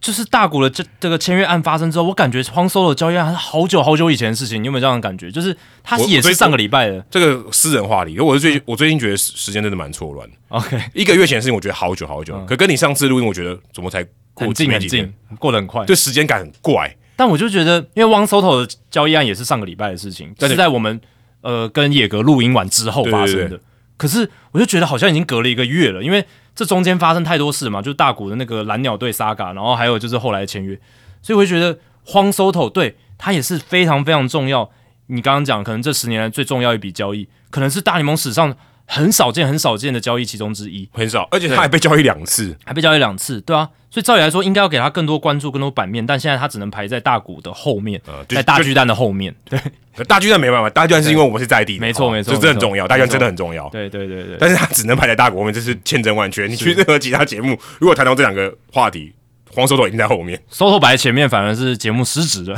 [SPEAKER 2] 就是大股的这这个签约案发生之后，我感觉荒 solo 的交易案还是好久好久以前的事情，你有没有这样的感觉？就是它
[SPEAKER 1] 我
[SPEAKER 2] 也
[SPEAKER 1] 我最
[SPEAKER 2] 是上个礼拜的。
[SPEAKER 1] 这个私人话题，因为我是最我最近觉得时时间真的蛮错乱的。
[SPEAKER 2] OK，
[SPEAKER 1] 一个月前的事情，我觉得好久好久，可跟你上次录音，我觉得怎么才
[SPEAKER 2] 嗯很
[SPEAKER 1] 过
[SPEAKER 2] 近
[SPEAKER 1] 没
[SPEAKER 2] 很
[SPEAKER 1] 几天
[SPEAKER 2] 近，过得很快。
[SPEAKER 1] 对时间感很怪。
[SPEAKER 2] 但我就觉得，因为汪 Soto 的交易案也是上个礼拜的事情，
[SPEAKER 1] 对
[SPEAKER 2] 是在我们呃跟野格录音完之后发生的。
[SPEAKER 1] 对对对
[SPEAKER 2] 可是我就觉得好像已经隔了一个月了，因为这中间发生太多事嘛，就大谷的那个蓝鸟队 Saga，然后还有就是后来的签约，所以我就觉得荒 Soto 对他也是非常非常重要。你刚刚讲，可能这十年来最重要一笔交易，可能是大联盟史上很少见、很少见的交易其中之一。
[SPEAKER 1] 很少，而且他还被交易两次，
[SPEAKER 2] 还被交易两次，对啊，所以照理来说应该要给他更多关注、更多版面，但现在他只能排在大股的后面，
[SPEAKER 1] 呃就
[SPEAKER 2] 在大巨蛋的后面。对
[SPEAKER 1] 可大巨蛋没办法，大巨蛋是因为我们是在地的，
[SPEAKER 2] 没错
[SPEAKER 1] 好
[SPEAKER 2] 没错
[SPEAKER 1] 这真的
[SPEAKER 2] 没
[SPEAKER 1] 很
[SPEAKER 2] 错
[SPEAKER 1] 重要，大巨蛋真的很重要。
[SPEAKER 2] 对对对对，
[SPEAKER 1] 但是他只能排在大国面，这是千真万确。你去任何其他节目，如果谈到这两个话题，黄手斗已经在后面。
[SPEAKER 2] 收头摆在前面反而是节目失
[SPEAKER 1] [laughs]
[SPEAKER 2] 职的。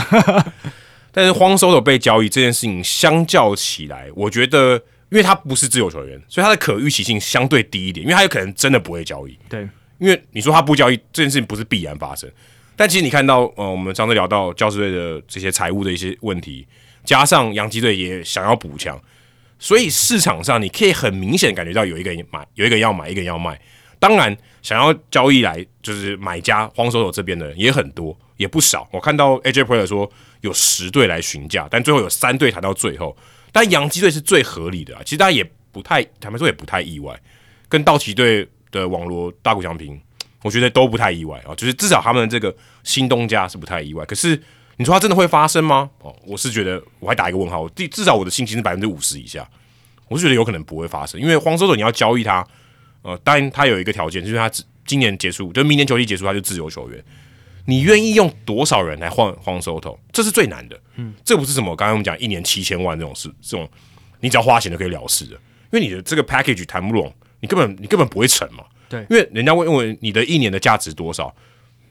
[SPEAKER 1] 但是黄手斗被交易这件事情，相较起来，我觉得，因为他不是自由球员，所以他的可预期性相对低一点，因为他有可能真的不会交易。
[SPEAKER 2] 对，
[SPEAKER 1] 因为你说他不交易这件事情不是必然发生，但其实你看到，呃，我们上次聊到教师队的这些财务的一些问题，加上洋基队也想要补强，所以市场上你可以很明显感觉到有一个人买，有一个人要买，一个人要卖。当然，想要交易来就是买家荒手手这边的人也很多，也不少。我看到 AJ Player 说有十队来询价，但最后有三队谈到最后，但洋基队是最合理的啊。其实大家也不太，坦白说也不太意外，跟道奇队的网罗大谷翔平，我觉得都不太意外啊。就是至少他们这个新东家是不太意外。可是你说它真的会发生吗？哦，我是觉得我还打一个问号。我至至少我的信心是百分之五十以下。我是觉得有可能不会发生，因为黄守者你要交易他，呃，当然他有一个条件，就是他只今年结束，就是明年球季结束，他就自由球员。你愿意用多少人来换黄守头？这是最难的。嗯，这不是什么刚才我们讲一年七千万这种事，这种你只要花钱就可以了事的，因为你的这个 package 谈不拢，你根本你根本不会成嘛。
[SPEAKER 2] 对
[SPEAKER 1] 因为人家会问为你的一年的价值多少，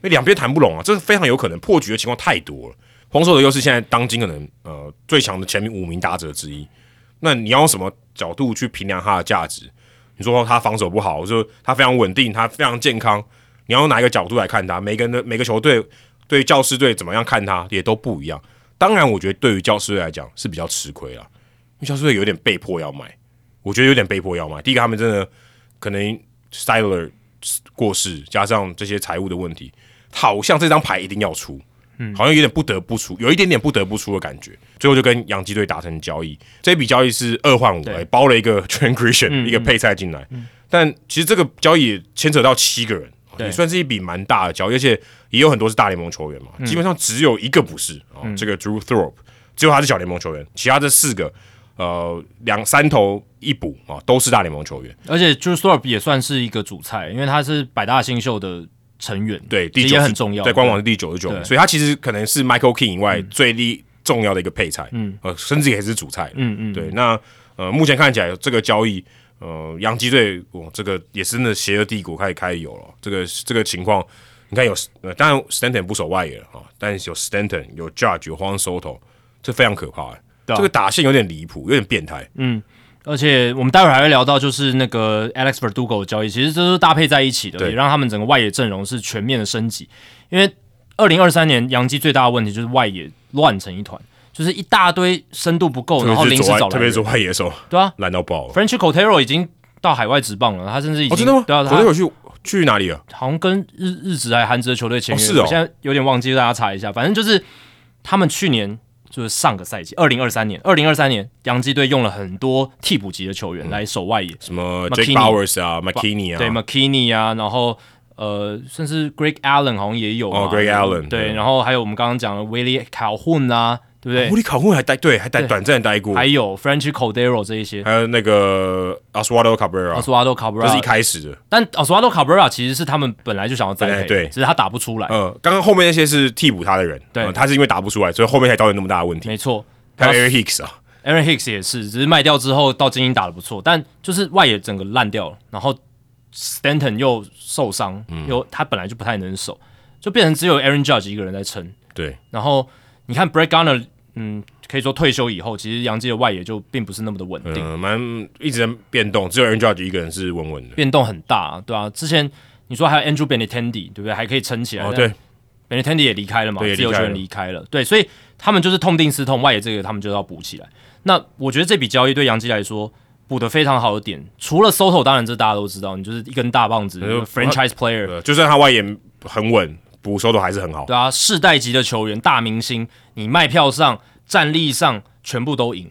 [SPEAKER 1] 那两边谈不拢啊，这是非常有可能破局的情况太多了。黄守的又是现在当今可能呃最强的前面五名打者之一，那你要用什么角度去评量它的价值？你说他防守不好，我说他非常稳定，他非常健康，你要用哪一个角度来看他？每个人的每个球队对教师队怎么样看他也都不一样。当然，我觉得对于教师队来讲是比较吃亏啦，因为教师队有点被迫要买，我觉得有点被迫要买。第一个，他们真的可能 Styler 过世，加上这些财务的问题，好像这张牌一定要出，嗯，好像有点不得不出，有一点点不得不出的感觉。最后就跟洋基队达成交易，这笔交易是二换五，
[SPEAKER 2] 对嗯
[SPEAKER 1] 哎包了一个 Transition、一个配菜进来，但其实这个交易牵扯到七个人，
[SPEAKER 2] 对
[SPEAKER 1] 也算是一笔蛮大的交易，而且也有很多是大联盟球员嘛，
[SPEAKER 2] 嗯
[SPEAKER 1] 基本上只有一个不是啊、哦这个 Drew Thorpe，只有他是小联盟球员，其他这四个呃两三头一补啊、哦都是大联盟球员。
[SPEAKER 2] 而且 Drew Thorpe 也算是一个主菜，因为他是百大新秀的成员，
[SPEAKER 1] 对，
[SPEAKER 2] 这
[SPEAKER 1] 第九十
[SPEAKER 2] 也很重要。
[SPEAKER 1] 在官网是第九十九，
[SPEAKER 2] 对嗯
[SPEAKER 1] 所以他其实可能是 Michael King 以外最厉重要的一个配菜，嗯，呃，甚至也是主菜，嗯嗯，对。那呃，目前看起来这个交易，呃，洋基队，我这个也是真的邪恶帝国开始开始有了，这个这个情况，你看有，呃，当然 Stanton 不守外野了啊，但是有 Stanton 有 Judge 有荒收头，这非常可怕、欸，
[SPEAKER 2] 对啊嗯
[SPEAKER 1] 这个打线有点离谱，有点变态，
[SPEAKER 2] 而且我们待会儿还会聊到，就是那个 Alex Verdugo 的交易，其实这都是搭配在一起的，
[SPEAKER 1] 对
[SPEAKER 2] 也让他们整个外野阵容是全面的升级。因为二零二三年洋基最大的问题就是外野乱成一团，就是一大堆深度不够，然后
[SPEAKER 1] 特别
[SPEAKER 2] 临
[SPEAKER 1] 是
[SPEAKER 2] 时
[SPEAKER 1] 左外
[SPEAKER 2] 找
[SPEAKER 1] 特
[SPEAKER 2] 来
[SPEAKER 1] 别
[SPEAKER 2] 的
[SPEAKER 1] 是左外野手
[SPEAKER 2] 对啊
[SPEAKER 1] 烂到爆了，
[SPEAKER 2] ，French Cotero 已经到海外职棒了，他甚至已经、
[SPEAKER 1] 哦，真的吗？
[SPEAKER 2] 对啊，
[SPEAKER 1] 昨天
[SPEAKER 2] 他
[SPEAKER 1] 有去去哪里了？
[SPEAKER 2] 好像跟日日职还韩职的球队签
[SPEAKER 1] 哦
[SPEAKER 2] 约、
[SPEAKER 1] 是哦
[SPEAKER 2] 我现在有点忘记，大家查一下。反正就是他们去年就是上个赛季，二零二三年，二零二三年洋基队用了很多替补级的球
[SPEAKER 1] 嗯
[SPEAKER 2] 员来守外野。
[SPEAKER 1] 什么
[SPEAKER 2] McKinney
[SPEAKER 1] Jake Bowers 啊，McKinney 啊，
[SPEAKER 2] 对 McKinney 啊，然后呃，甚至 Greg Allen 好像也有
[SPEAKER 1] 哦
[SPEAKER 2] 嘛
[SPEAKER 1] ，Greg Allen，
[SPEAKER 2] 对，
[SPEAKER 1] 对
[SPEAKER 2] 然后还有我们刚刚讲的 Willie Calhoun 啊，对不对？
[SPEAKER 1] 狐狸考混还待对，还待短暂地待过，
[SPEAKER 2] 还有 French Cordero 这一些
[SPEAKER 1] 还有那个 Oswaldo Cabrera，
[SPEAKER 2] ，Oswaldo
[SPEAKER 1] 哎这是一
[SPEAKER 2] Cabrera，
[SPEAKER 1] 开始的。
[SPEAKER 2] 但 Oswaldo Cabrera 其实是他们本来就想要栽
[SPEAKER 1] 本来
[SPEAKER 2] 培，
[SPEAKER 1] 对
[SPEAKER 2] 只是他打不出来，
[SPEAKER 1] 呃，刚刚后面那些是替补他的人，
[SPEAKER 2] 对
[SPEAKER 1] 呃他是因为打不出来，所以后面才导致那么大的问题。
[SPEAKER 2] 没错。
[SPEAKER 1] 还有 Eric Hicks 啊，
[SPEAKER 2] Aaron Hicks 也是，只是卖掉之后到精英打的不错，但就是外野整个烂掉了，然后 Stanton 又受伤，
[SPEAKER 1] 嗯
[SPEAKER 2] 又他本来就不太能守，就变成只有 Aaron Judge 一个人在撑。
[SPEAKER 1] 对，
[SPEAKER 2] 然后你看 Brett Gunner，嗯，可以说退休以后，其实洋基的外野就并不是那么的稳定，
[SPEAKER 1] 嗯，蛮一直在变动，只有 Aaron Judge 一个人是稳稳的。
[SPEAKER 2] 变动很大、对啊，之前你说还有 Andrew Benintendi，对不对？还可以撑起来。
[SPEAKER 1] 哦，对，
[SPEAKER 2] b e n i t e n d i 也离开了嘛，
[SPEAKER 1] 对也
[SPEAKER 2] 自由
[SPEAKER 1] 离开
[SPEAKER 2] 球
[SPEAKER 1] 了
[SPEAKER 2] 员离开了，对，所以他们就是痛定思痛，外野这个他们就要补起来。那我觉得这笔交易对洋基来说补得非常好的点，除了 Soto，当然这大家都知道，你就是一根大棒子
[SPEAKER 1] 就
[SPEAKER 2] ，franchise player，
[SPEAKER 1] 呃，就算他外延很稳，捕手都还是很好。
[SPEAKER 2] 对啊，世代级的球员、大明星，你卖票上、战力上全部都赢。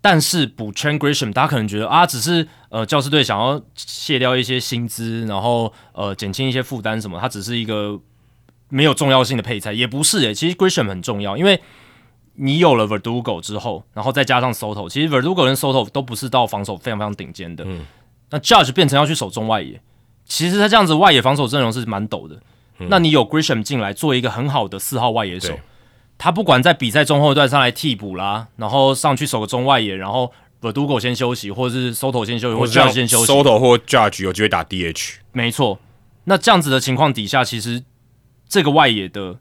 [SPEAKER 2] 但是补 Chan Grisham，大家可能觉得啊，只是呃教师队想要卸掉一些薪资，然后呃减轻一些负担什么，他只是一个没有重要性的配菜，也不是诶、欸其实 Grisham 很重要，因为你有了 Verdugo 之后，然后再加上 Soto，其实 Verdugo 跟 Soto 都不是到防守非常非常顶尖的。那 Judge 变成要去守中外野，其实他这样子外野防守阵容是蛮陡的。那你有 Grisham 进来做一个很好的四号外野手
[SPEAKER 1] 对，
[SPEAKER 2] 他不管在比赛中后段上来替补啦，然后上去守个中外野，然后 Verdugo 先休息，或者是 Soto 先休息，或
[SPEAKER 1] 我
[SPEAKER 2] 者 Judge 先休息，
[SPEAKER 1] Soto 或 Judge 有机会打 DH，
[SPEAKER 2] 没错。那这样子的情况底下，其实这个外野的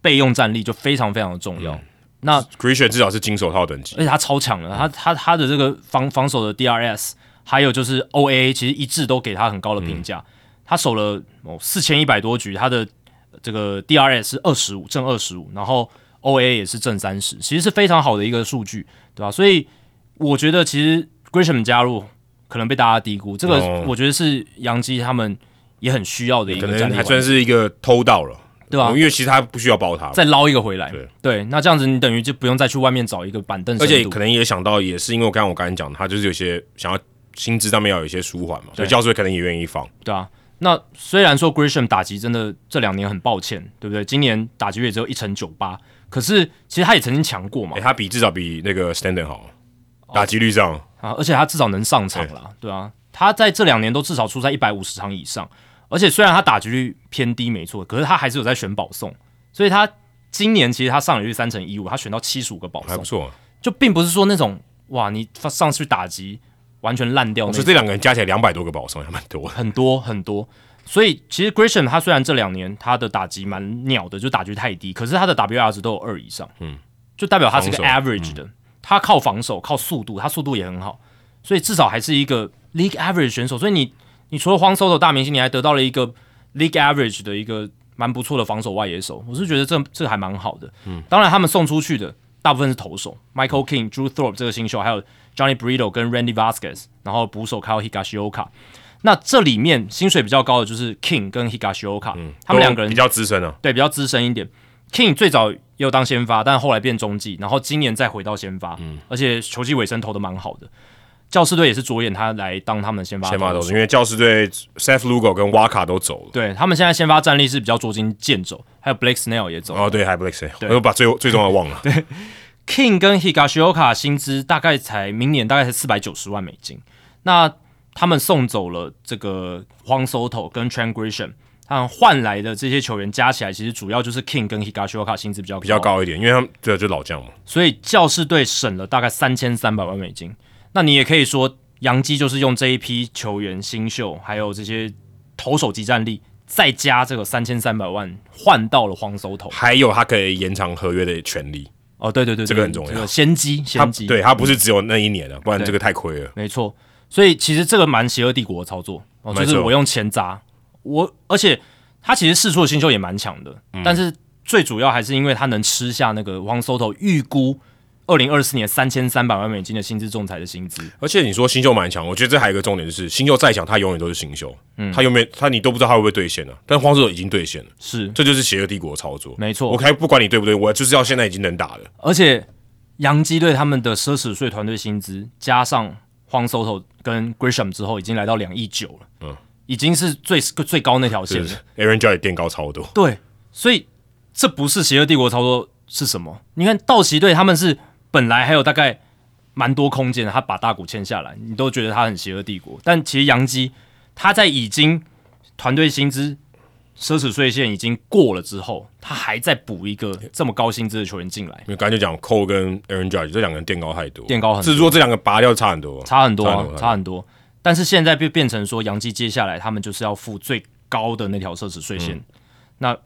[SPEAKER 2] 备用战力就非常非常的重要。那
[SPEAKER 1] Grisham 至少是金手套等级。
[SPEAKER 2] 而且他超强的，
[SPEAKER 1] 嗯
[SPEAKER 2] 他他他的这个防防守的 DRS，还有就是 OA，其实一致都给他很高的评
[SPEAKER 1] 嗯
[SPEAKER 2] 价。他守了哦四千一百多局，他的呃这个 DRS 是二十五正二十五，然后 OA 也是正三十，其实是非常好的一个数据，对吧？所以我觉得其实 Grisham 加入可能被大家低估，这个
[SPEAKER 1] 哦
[SPEAKER 2] 我觉得是杨基他们也很需要的一
[SPEAKER 1] 可
[SPEAKER 2] 个
[SPEAKER 1] 能
[SPEAKER 2] 战力
[SPEAKER 1] 还
[SPEAKER 2] 玩
[SPEAKER 1] 算是一个偷到了，嗯
[SPEAKER 2] 对啊吧
[SPEAKER 1] 因为其实他不需要包他嘛，
[SPEAKER 2] 再捞一个回来，
[SPEAKER 1] 对
[SPEAKER 2] 那这样子你等于就不用再去外面找一个板凳
[SPEAKER 1] 而
[SPEAKER 2] 深
[SPEAKER 1] 且
[SPEAKER 2] 度，
[SPEAKER 1] 可能也想到，也是因为我刚刚我刚才讲的，他就是有些想要薪资上面要有一些舒缓嘛，所以教授可能也愿意放。
[SPEAKER 2] 对啊，那虽然说 Grisham 打击真的这两年很抱歉，对不对？今年打击率只有一成九八，可是其实他也曾经强过嘛
[SPEAKER 1] 哎
[SPEAKER 2] 哦
[SPEAKER 1] 哎、，他比至少比那个 Standen 好，打击率上
[SPEAKER 2] 啊，而且他至少能上场啦，
[SPEAKER 1] 哎
[SPEAKER 2] 对啊，他在这两年都至少出赛一百五十场以上，而且虽然他打击率偏低没错，可是他还是有在选保送，所以他今年其实他上垒率三成一五，他选到七十五个保
[SPEAKER 1] 还
[SPEAKER 2] 送
[SPEAKER 1] 不，错、啊。
[SPEAKER 2] 就并不是说那种哇，你发上去打击完全烂掉那
[SPEAKER 1] 哦所以
[SPEAKER 2] 种，
[SPEAKER 1] 这两个人加起来两百多个保送，还蛮多的。
[SPEAKER 2] 很多很多。所以其实 Grisham 他虽然这两年他的打击蛮鸟的，就打击太低，可是他的 WR 值都有二以上，嗯，就代表他是个
[SPEAKER 1] 防守嗯
[SPEAKER 2] average 的，他靠防守、靠速度，他速度也很好，所以至少还是一个 league average 选手。所以你你除了荒收的大明星，你还得到了一个 league average 的一个蛮不错的防守外野手，我是觉得这这还蛮好的。嗯，当然他们送出去的大部分是投手，Michael King、Drew Thorpe 这个新秀，还有 Johnny Brito 跟 Randy Vasquez，然后捕手 Kyle Higashioka。那这里面薪水比较高的就是 King 跟 Higashioka，、他们两个
[SPEAKER 1] 嗯都
[SPEAKER 2] 人
[SPEAKER 1] 比较资深啊，
[SPEAKER 2] 对比较资深一点。King 最早也有当先发，但后来变中继，然后今年再回到先发，
[SPEAKER 1] 嗯
[SPEAKER 2] 而且球季尾声投的蛮好的。教士队也是着眼他来当他们的先发
[SPEAKER 1] 先发
[SPEAKER 2] 投
[SPEAKER 1] 都
[SPEAKER 2] 手
[SPEAKER 1] 是因为教士队 Seth Lugo 跟 Waka 都走了。
[SPEAKER 2] 对他们现在先发战力是比较捉襟见肘，还有 Blake Snell 也走。
[SPEAKER 1] 哦，对，还 Blake 谁？我又把最
[SPEAKER 2] [laughs]
[SPEAKER 1] 最重要的忘了。
[SPEAKER 2] King 跟 Higashioka 薪资大概才明年大概才四百九十万美金。那他们送走了这个荒 Soto 跟 t r a n g r i s h a m 他们换来的这些球员加起来，其实主要就是 King 跟 Higashioka 薪资比较
[SPEAKER 1] 比较高一点，因为他们对就老将嘛，
[SPEAKER 2] 所以教士队省了大概三千三百万美金。那你也可以说，杨基就是用这一批球员新秀，还有这些投手级战力，再加这个三千三百万换到了黄手头。
[SPEAKER 1] 还有他可以延长合约的权利。
[SPEAKER 2] 哦，对对对，
[SPEAKER 1] 这个很重要
[SPEAKER 2] 这个先机
[SPEAKER 1] 他
[SPEAKER 2] 先机，
[SPEAKER 1] 对他不是只有那一年的，啊不然
[SPEAKER 2] 对
[SPEAKER 1] 这个太亏了。
[SPEAKER 2] 没错。所以其实这个蛮邪恶帝国的操作，哦，就
[SPEAKER 1] 没
[SPEAKER 2] 是
[SPEAKER 1] 错
[SPEAKER 2] 我用钱砸我，而且他其实试出的新秀也蛮强的，
[SPEAKER 1] 嗯
[SPEAKER 2] 但是最主要还是因为他能吃下那个黄手头预估二零二四年三千三百万美金的薪资仲裁的薪资。
[SPEAKER 1] 而且你说新秀蛮强，我觉得这还有一个重点就是，新秀再强，他永远都是新秀，
[SPEAKER 2] 嗯
[SPEAKER 1] 他有没有他你都不知道他会不会兑现呢、啊？但荒兽已经兑现了，
[SPEAKER 2] 是，
[SPEAKER 1] 这就是邪恶帝国的操作。
[SPEAKER 2] 没错
[SPEAKER 1] 我还不管你对不对，我就是要现在已经能打了。
[SPEAKER 2] 而且洋基队他们的奢侈税团队薪资加上荒 Soto 跟 Grisham 之后，已经来到两亿九了，嗯，已经是最最高那条线
[SPEAKER 1] 就
[SPEAKER 2] 了
[SPEAKER 1] 是。Aaron Judge 垫高超多，
[SPEAKER 2] 对，所以这不是邪恶帝国操作是什么？你看道奇队他们是本来还有大概蛮多空间的，他把大股签下来，你都觉得他很邪恶帝国，但其实杨基他在已经团队薪资。奢侈税线已经过了之后，他还在补一个这么高薪资的球员进来，
[SPEAKER 1] 因为刚才就讲 Cole 跟 Aaron Judge 这两个人垫高太多，
[SPEAKER 2] 垫高很多
[SPEAKER 1] 只是说这两个拔掉差很多，
[SPEAKER 2] 差很多啊、
[SPEAKER 1] 差很多哎
[SPEAKER 2] 差很多。但是现在变变成说，杨基接下来他们就是要付最高的那条奢侈税线，
[SPEAKER 1] 嗯
[SPEAKER 2] 那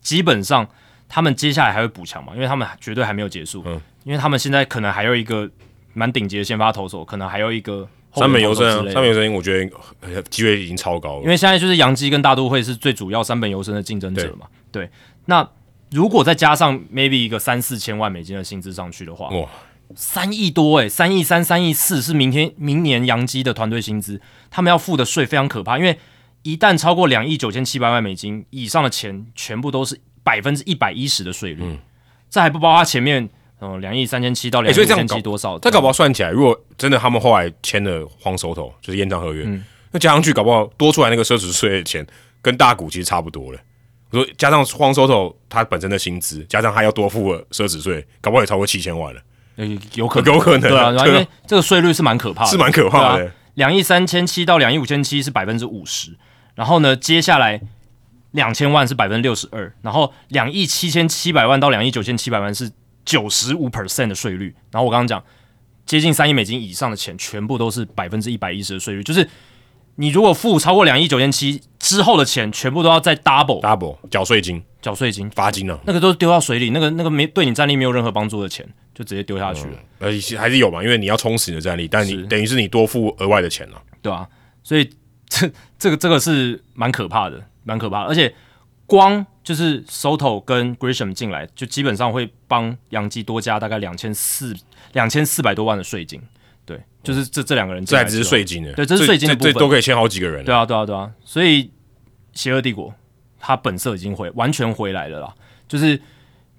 [SPEAKER 2] 基本上他们接下来还会补强嘛，因为他们绝对还没有结束，
[SPEAKER 1] 嗯
[SPEAKER 2] 因为他们现在可能还有一个蛮顶级的先发投手，可能还有一个后
[SPEAKER 1] 三本
[SPEAKER 2] 援
[SPEAKER 1] 游
[SPEAKER 2] 投手
[SPEAKER 1] 胜
[SPEAKER 2] 之类
[SPEAKER 1] 啊，
[SPEAKER 2] 的
[SPEAKER 1] 三本游胜，我觉得呃机会已经超高了，
[SPEAKER 2] 因为现在就是杨基跟大都会是最主要三本游生的竞争者嘛。对，那如果再加上 maybe 一个三四千万美金的薪资上去的话，
[SPEAKER 1] 哇，
[SPEAKER 2] 三亿多诶、欸三亿三、三亿四是明天明年杨基的团队薪资，他们要付的税非常可怕，因为一旦超过两亿九千七百万美金以上的钱，全部都是百分之一百一十的税率，
[SPEAKER 1] 嗯
[SPEAKER 2] 这还不包括前面嗯两亿三千七到两
[SPEAKER 1] 欸
[SPEAKER 2] 亿
[SPEAKER 1] 所
[SPEAKER 2] 五
[SPEAKER 1] 以这样
[SPEAKER 2] 千
[SPEAKER 1] 搞
[SPEAKER 2] 七多少，
[SPEAKER 1] 但搞不好算起来，如果真的他们后来签了黄手头，就是延长合约，
[SPEAKER 2] 嗯
[SPEAKER 1] 那加上去搞不好多出来那个奢侈税的钱跟大股其实差不多了。我说加上黄手头他本身的薪资，加上他要多付了奢侈税，搞不好也超过七千万了，
[SPEAKER 2] 呃有可能
[SPEAKER 1] 有可能
[SPEAKER 2] 对啊，
[SPEAKER 1] 啊
[SPEAKER 2] 然后因
[SPEAKER 1] 对啊
[SPEAKER 2] 为这个税率是蛮可怕的，啊
[SPEAKER 1] 是蛮可怕的。欸
[SPEAKER 2] 两亿三千七到两亿五千七是百分之五十，然后呢，接下来两千万是百分之六十二，然后两亿七千七百万到两亿九千七百万是九十五 percent 的税率，然后我刚刚讲接近三亿美金以上的钱全部都是百分之一百一十的税率，就是你如果付超过两亿九千七之后的钱，全部都要再 double
[SPEAKER 1] double 缴税金、
[SPEAKER 2] 缴税金，
[SPEAKER 1] 罚金啊呢、
[SPEAKER 2] 那个都是丢到水里，那个那个没对你战力没有任何帮助的钱，就直接丢下去了。
[SPEAKER 1] 啊，而且还是有嘛，因为你要充实你的战力，但你
[SPEAKER 2] 是
[SPEAKER 1] 等于是你多付额外的钱了、
[SPEAKER 2] 对啊，所以这这个这个是蛮可怕的，蛮可怕的。而且光就是 Soto 跟 Grisham 进来，就基本上会帮杨基多加大概两千四两千四百多万的税金。对，就是这这两个人进
[SPEAKER 1] 这
[SPEAKER 2] 来
[SPEAKER 1] 还
[SPEAKER 2] 之后，
[SPEAKER 1] 只是税金啊呢，
[SPEAKER 2] 对这是税金的
[SPEAKER 1] 这这
[SPEAKER 2] 部分
[SPEAKER 1] 都可以签好几个人了
[SPEAKER 2] 对。啊，对啊，对啊。所以邪恶帝国它本色已经回完全回来了啦。就是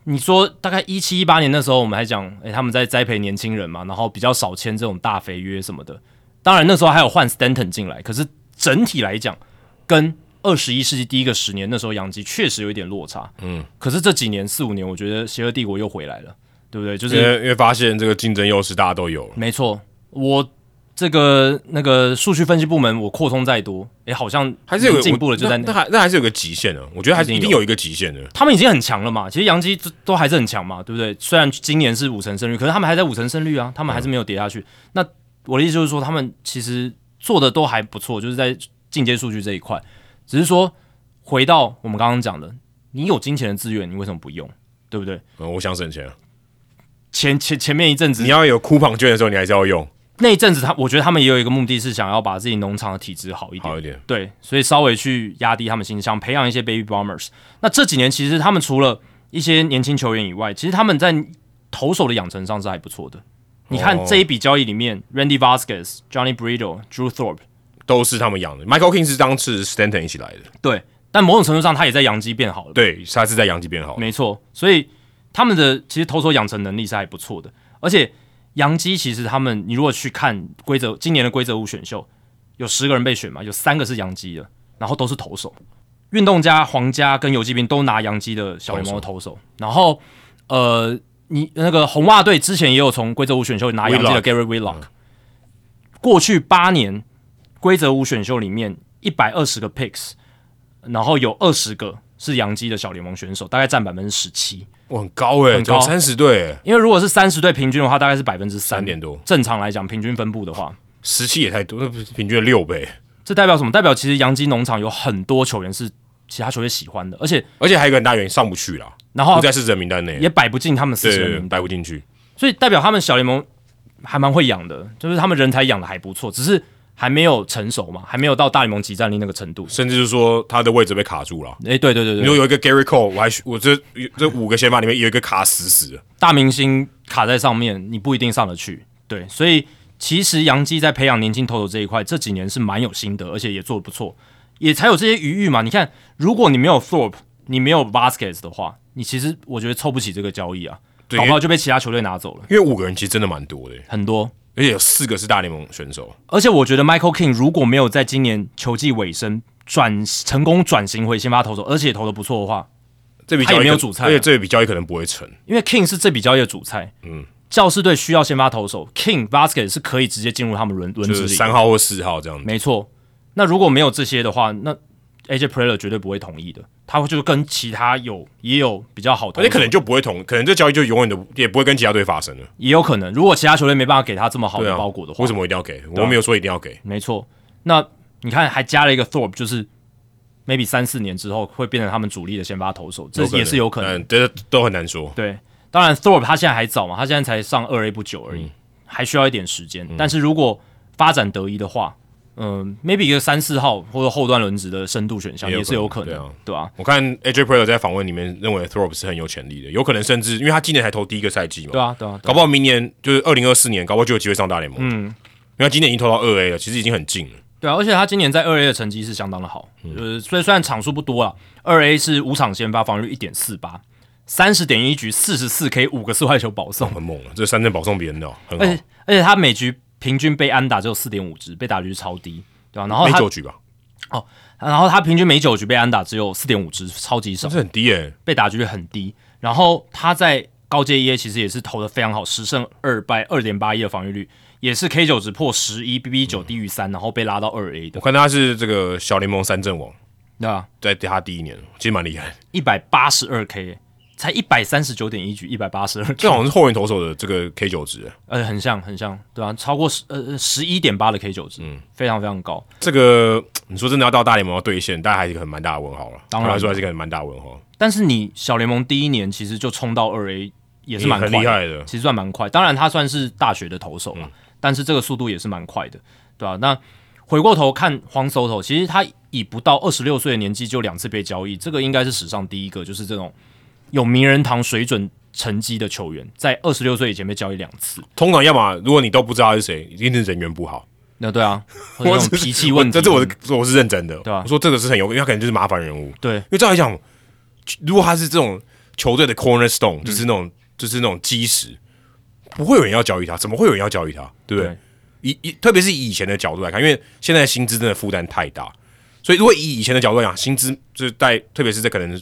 [SPEAKER 2] 你说大概一七一八年那时候，我们还讲，诶、他们在栽培年轻人嘛，然后比较少签这种大肥约什么的。当然那时候还有换 Stanton 进来，可是整体来讲，跟二十一世纪第一个十年那时候杨基确实有一点落差。嗯，可是这几年四五年，我觉得邪恶帝国又回来了，对不对？就是
[SPEAKER 1] 因为因为发现这个竞争优势大家都有了，
[SPEAKER 2] 没错，我这个那个数据分析部门我扩充再多，诶，好像
[SPEAKER 1] 还是有个
[SPEAKER 2] 能进步了，就在
[SPEAKER 1] 那那还那还是有个极限的，我觉得还是一
[SPEAKER 2] 一定
[SPEAKER 1] 定有一个极限的。
[SPEAKER 2] 他们已经很强了嘛，其实洋基都都还是很强嘛，对不对？虽然今年是五成胜率，可是他们还在五成胜率啊，他们还是没有跌下去。那我的意思就是说，他们其实做的都还不错，就是在进阶数据这一块，只是说回到我们刚刚讲的，你有金钱的资源，你为什么不用？对不对？
[SPEAKER 1] 嗯，我想省钱，
[SPEAKER 2] 前前前面一阵子
[SPEAKER 1] 你要有库房券的时候，你还是要用
[SPEAKER 2] 那一阵子他，我觉得他们也有一个目的是想要把自己农场的体质好一点
[SPEAKER 1] 好。一点。
[SPEAKER 2] 对，所以稍微去压低他们心想培养一些 baby bombers。那这几年其实他们除了一些年轻球员以外，其实他们在投手的养成上是还不错的。你看
[SPEAKER 1] 哦
[SPEAKER 2] 这一笔交易里面、r a n d y Vasquez、Johnny Brito、Drew Thorpe，
[SPEAKER 1] 都是他们养的，Michael King 是当次 Stanton 一起来的，
[SPEAKER 2] 对，但某种程度上他也在洋基变好了。
[SPEAKER 1] 对，他是在洋基变好的，
[SPEAKER 2] 没错，所以他们的其实投手养成能力是还不错的，而且洋基其实他们，你如果去看规则今年的规则五选秀，有十个人被选嘛，有三个是洋基的，然后都是投手，运动家、皇家跟游击兵都拿洋基的小联盟的投手，然后呃，你那个红袜队之前也有从规则五选秀拿洋基的 Gary
[SPEAKER 1] 嗯
[SPEAKER 2] Willock，、过去八年规则五选秀里面一百二十个 picks。然后有二十个是洋基的小联盟选手，大概占百分之十七。
[SPEAKER 1] 哇，很高哎、欸，
[SPEAKER 2] 很高
[SPEAKER 1] 三十队欸，
[SPEAKER 2] 因为如果是三十队平均的话，大概是百分之三
[SPEAKER 1] 三点多，
[SPEAKER 2] 正常来讲，平均分布的话，
[SPEAKER 1] 十七也太多，那不是平均六倍，
[SPEAKER 2] 这代表什么？代表其实洋基农场有很多球员是其他球队喜欢的，而且
[SPEAKER 1] 而且还有一个很大原因上不去啦，
[SPEAKER 2] 然
[SPEAKER 1] 不
[SPEAKER 2] 后
[SPEAKER 1] 在市政名单内，
[SPEAKER 2] 哦也摆不进他们四
[SPEAKER 1] 对
[SPEAKER 2] 十
[SPEAKER 1] 对
[SPEAKER 2] 人
[SPEAKER 1] 对，
[SPEAKER 2] 名单
[SPEAKER 1] 摆不进去。
[SPEAKER 2] 所以代表他们小联盟还蛮会养的，就是他们人才养的还不错，只是还没有成熟嘛，还没有到大联盟集战力那个程度。
[SPEAKER 1] 甚至是说他的位置被卡住了。
[SPEAKER 2] 诶，对对对
[SPEAKER 1] 你说
[SPEAKER 2] 对，
[SPEAKER 1] 有一个 Gary Cole，我还我这这五个先发里面有一个卡死死的，
[SPEAKER 2] 大明星卡在上面，你不一定上得去。对，所以其实杨基在培养年轻投手这一块，这几年是蛮有心得，而且也做得不错，也才有这些余裕嘛。你看，如果你没有 Thorpe，你没有 Vasquez 的话，你其实我觉得凑不起这个交易啊，
[SPEAKER 1] 对
[SPEAKER 2] 搞不好就被其他球队拿走了
[SPEAKER 1] 因为五个人其实真的蛮多的，欸
[SPEAKER 2] 很多。
[SPEAKER 1] 而且有四个是大联盟选手。
[SPEAKER 2] 而且我觉得 Michael King 如果没有在今年球季尾声转成功转型回先发投手，而且投的不错的话，
[SPEAKER 1] 这笔
[SPEAKER 2] 他
[SPEAKER 1] 交易
[SPEAKER 2] 也没有
[SPEAKER 1] 可能
[SPEAKER 2] 主菜啊
[SPEAKER 1] 而且这笔交易可能不会成。
[SPEAKER 2] 因为 King 是这笔交易的主菜，嗯，教士队需要先发投手，King Vasquez 是可以直接进入他们轮轮
[SPEAKER 1] 就
[SPEAKER 2] 值
[SPEAKER 1] 是
[SPEAKER 2] 里，
[SPEAKER 1] 三号或四号这样子。
[SPEAKER 2] 没错。那如果没有这些的话，那 AJ Preller 绝对不会同意的，他会就跟其他有也有比较好投
[SPEAKER 1] 而
[SPEAKER 2] 手，
[SPEAKER 1] 且可能就不会同，可能这交易就永远的也不会跟其他队发生了。
[SPEAKER 2] 也有可能，如果其他球队没办法给他这么好
[SPEAKER 1] 对
[SPEAKER 2] 的
[SPEAKER 1] 啊，
[SPEAKER 2] 包裹的话，啊
[SPEAKER 1] 为什么一定要给？我们没有说一定要给，
[SPEAKER 2] 没错。那你看还加了一个 Thorpe，就是 maybe 三四年之后会变成他们主力的先发投手，这也是有可能。
[SPEAKER 1] 嗯，这都很难说。
[SPEAKER 2] 对，当然 Thorpe 他现在还早嘛，他现在才上二 A 不久而已，还需要一点时间。但是如果发展得宜的话，嗯、m a y b e 一个三四号或者后段轮值的深度选项
[SPEAKER 1] 也有
[SPEAKER 2] 也是有可
[SPEAKER 1] 可
[SPEAKER 2] 能，
[SPEAKER 1] 能对啊
[SPEAKER 2] 对吧、
[SPEAKER 1] 我看 AJ Player 在访问里面认为 Thorpe 是很有潜力的，有可能甚至因为他今年才投第一个赛季嘛，
[SPEAKER 2] 对啊，对啊，对
[SPEAKER 1] 搞
[SPEAKER 2] 啊
[SPEAKER 1] 不好明年就是二零二四年，搞不好就有机会上大联盟。嗯，因为他今年已经投到二 A 了，其实已经很近了。
[SPEAKER 2] 对啊，而且他今年在二 A 的成绩是相当的好，呃，虽虽然场数不多啦，二 A 是五场先发，防御率一点四八，三十点一局，四十四 K，五个四坏球保送，
[SPEAKER 1] 很猛了，这三振保送别人的哦很好
[SPEAKER 2] 而，且而且他每局平均被安打只有四点五支，被打率超低，对吧、然后
[SPEAKER 1] 没
[SPEAKER 2] 哦他哦
[SPEAKER 1] 九局吧，
[SPEAKER 2] 然后他平均每九局被安打只有四点五支，超级少
[SPEAKER 1] 这，是很低耶、
[SPEAKER 2] 被打局率很低。然后他在高阶 EA 其实也是投的非常好，十胜二败，二点八一的防御率，也是 K 九值破十一，BB 九低于三，然后被拉到二 A
[SPEAKER 1] 我
[SPEAKER 2] 的，
[SPEAKER 1] 看他是这个小联盟三阵王，
[SPEAKER 2] 对吧？
[SPEAKER 1] 在他第一年，其实蛮厉害的。
[SPEAKER 2] 一百八十二 K，才一百三十九点一局，一百八十二，
[SPEAKER 1] 这好像是后援投手的这个 K 九值，
[SPEAKER 2] 呃，很像很像，对吧、超过十呃十一点八的 K 九值，嗯，非常非常高。
[SPEAKER 1] 这个你说真的要到大联盟要兑现，大家还是一个很蛮大的问号了。
[SPEAKER 2] 当然
[SPEAKER 1] 坦白说还是一个很蛮大的问号，
[SPEAKER 2] 但是你小联盟第一年其实就冲到二 A 也是蛮
[SPEAKER 1] 很
[SPEAKER 2] 快
[SPEAKER 1] 厉害的。
[SPEAKER 2] 其实算蛮快。当然，他算是大学的投手嘛，但是这个速度也是蛮快的，对吧、那回过头看黄手头，其实他以不到二十六岁的年纪就两次被交易，这个应该是史上第一个，就是这种有名人堂水准成绩的球员，在二十六岁以前被交易两次。
[SPEAKER 1] 通常要么如果你都不知道他是谁，一定是人缘不好。
[SPEAKER 2] 那
[SPEAKER 1] [laughs]
[SPEAKER 2] 对啊，或者那种
[SPEAKER 1] 只是
[SPEAKER 2] 脾气问题，
[SPEAKER 1] 我这这我是我是认真的。
[SPEAKER 2] 对啊
[SPEAKER 1] 我说这个是很有，因为他可能就是麻烦人物。
[SPEAKER 2] 对
[SPEAKER 1] 因为照理讲，如果他是这种球队的 cornerstone，就是那种、就是那种基石，不会有人要交易他，怎么会有人要交易他？对不对
[SPEAKER 2] 对？
[SPEAKER 1] 以以特别是以以前的角度来看，因为现在薪资真的负担太大，所以如果以以前的角度来讲，薪资就是在特别是在可能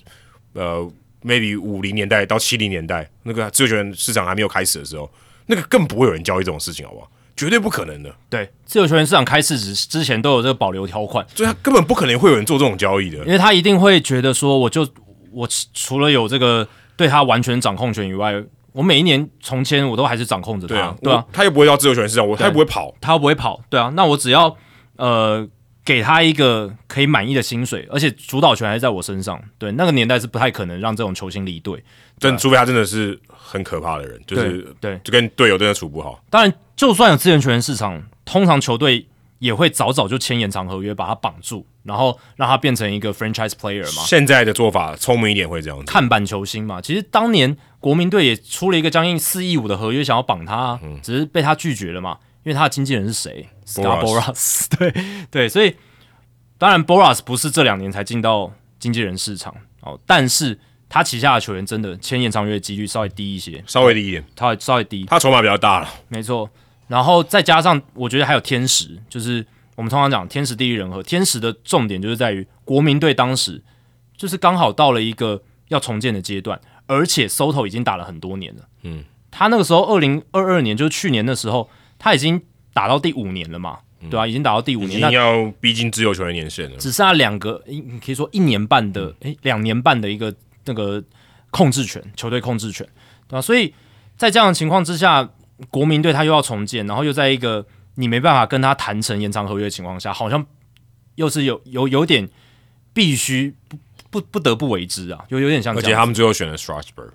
[SPEAKER 1] 呃 maybe 五零年代到七零年代那个自由球员市场还没有开始的时候，那个更不会有人交易这种事情，好不好？绝对不可能的，
[SPEAKER 2] 对，自由球员市场开市之之前都有这个保留条款，
[SPEAKER 1] 所以他根本不可能会有人做这种交易的
[SPEAKER 2] 因。为他一定会觉得说，我就我除了有这个对他完全掌控权以外，我每一年从签我都还是掌控着他，
[SPEAKER 1] 对啊，
[SPEAKER 2] 对啊
[SPEAKER 1] 我，他又不会到自由球员市场，我他
[SPEAKER 2] 对
[SPEAKER 1] 又不会跑，
[SPEAKER 2] 他又不会跑，对啊，那我只要呃给他一个可以满意的薪水，而且主导权还是在我身上，对，那个年代是不太可能让这种球星离队，
[SPEAKER 1] 真除非他真的是很可怕的人，就是
[SPEAKER 2] 啊对对
[SPEAKER 1] 就跟队友真的处不好。
[SPEAKER 2] 当然，就算有自由球员市场，通常球队也会早早就签延长合约，把他绑住，然后让他变成一个 franchise player 嘛，
[SPEAKER 1] 现在的做法，聪明一点会这样子。
[SPEAKER 2] 看板球星嘛。其实当年国民队也出了一个将近四亿五的合约，想要绑他啊，只是被他拒绝了嘛，因为他的经纪人是谁 s c a r
[SPEAKER 1] Boras
[SPEAKER 2] b o r a s [laughs] 对对，所以当然 Boras 不是这两年才进到经纪人市场哦，但是他旗下的球员真的签延长约的几率稍微低一些，
[SPEAKER 1] 稍微低一点，
[SPEAKER 2] 他稍微低，
[SPEAKER 1] 他筹码比较大了，
[SPEAKER 2] 没错。然后再加上，我觉得还有天时，就是我们通常讲天时地利人和。天时的重点就是在于国民队当时就是刚好到了一个要重建的阶段，而且 Soto 已经打了很多年了。嗯，他那个时候二零二二年，就是去年的时候，他已经打到第五年了嘛，对啊，已经打到第五
[SPEAKER 1] 已
[SPEAKER 2] 年，
[SPEAKER 1] 经
[SPEAKER 2] 那
[SPEAKER 1] 要逼近自由球员年限了。
[SPEAKER 2] 只剩下两个，诶你可以说一年半的，
[SPEAKER 1] 嗯
[SPEAKER 2] 诶、两年半的一个那个控制权，球队控制权，对啊吧、所以在这样的情况之下，国民队他又要重建，然后又在一个你没办法跟他谈成延长合约的情况下，好像又是有有有点必须不不不得不为之啊，有有点像
[SPEAKER 1] 而
[SPEAKER 2] 这
[SPEAKER 1] 且
[SPEAKER 2] 样
[SPEAKER 1] 他们最后选了 Strasburg，、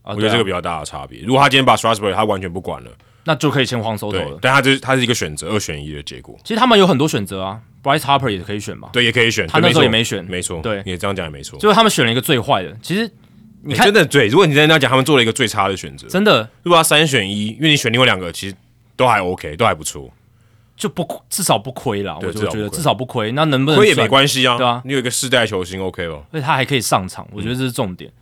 [SPEAKER 2] 啊，
[SPEAKER 1] 我觉得这
[SPEAKER 2] 对啊
[SPEAKER 1] 个比较大的差别。如果他今天把 Strasburg 他完全不管了，
[SPEAKER 2] 那就可以签黄手头
[SPEAKER 1] 对
[SPEAKER 2] 了，。
[SPEAKER 1] 但他这他是一个选择，二选一的结果。
[SPEAKER 2] 其实他们有很多选择啊，Bryce Harper 也可以选嘛，
[SPEAKER 1] 对，也可以选。
[SPEAKER 2] 他
[SPEAKER 1] 对
[SPEAKER 2] 那时候也
[SPEAKER 1] 没
[SPEAKER 2] 没
[SPEAKER 1] 错
[SPEAKER 2] 选
[SPEAKER 1] 没错。
[SPEAKER 2] 对
[SPEAKER 1] 你这样讲也没错。
[SPEAKER 2] 就是他们选了一个最坏的。其实你
[SPEAKER 1] 诶
[SPEAKER 2] 看
[SPEAKER 1] 真的对，如果你真的要讲，他们做了一个最差的选择。
[SPEAKER 2] 真的
[SPEAKER 1] 如果他三选一，因为你选另外两个，其实都还 OK，都还不错，
[SPEAKER 2] 就不至少不亏啦，
[SPEAKER 1] 对
[SPEAKER 2] 我就
[SPEAKER 1] 至少不
[SPEAKER 2] 觉得
[SPEAKER 1] 亏
[SPEAKER 2] 至少不亏。那能不能
[SPEAKER 1] 亏也
[SPEAKER 2] 算
[SPEAKER 1] 没关系啊。
[SPEAKER 2] 对啊
[SPEAKER 1] 你有一个世代球星 OK 了。
[SPEAKER 2] 而且他还可以上场，
[SPEAKER 1] 嗯
[SPEAKER 2] 我觉得这是重点。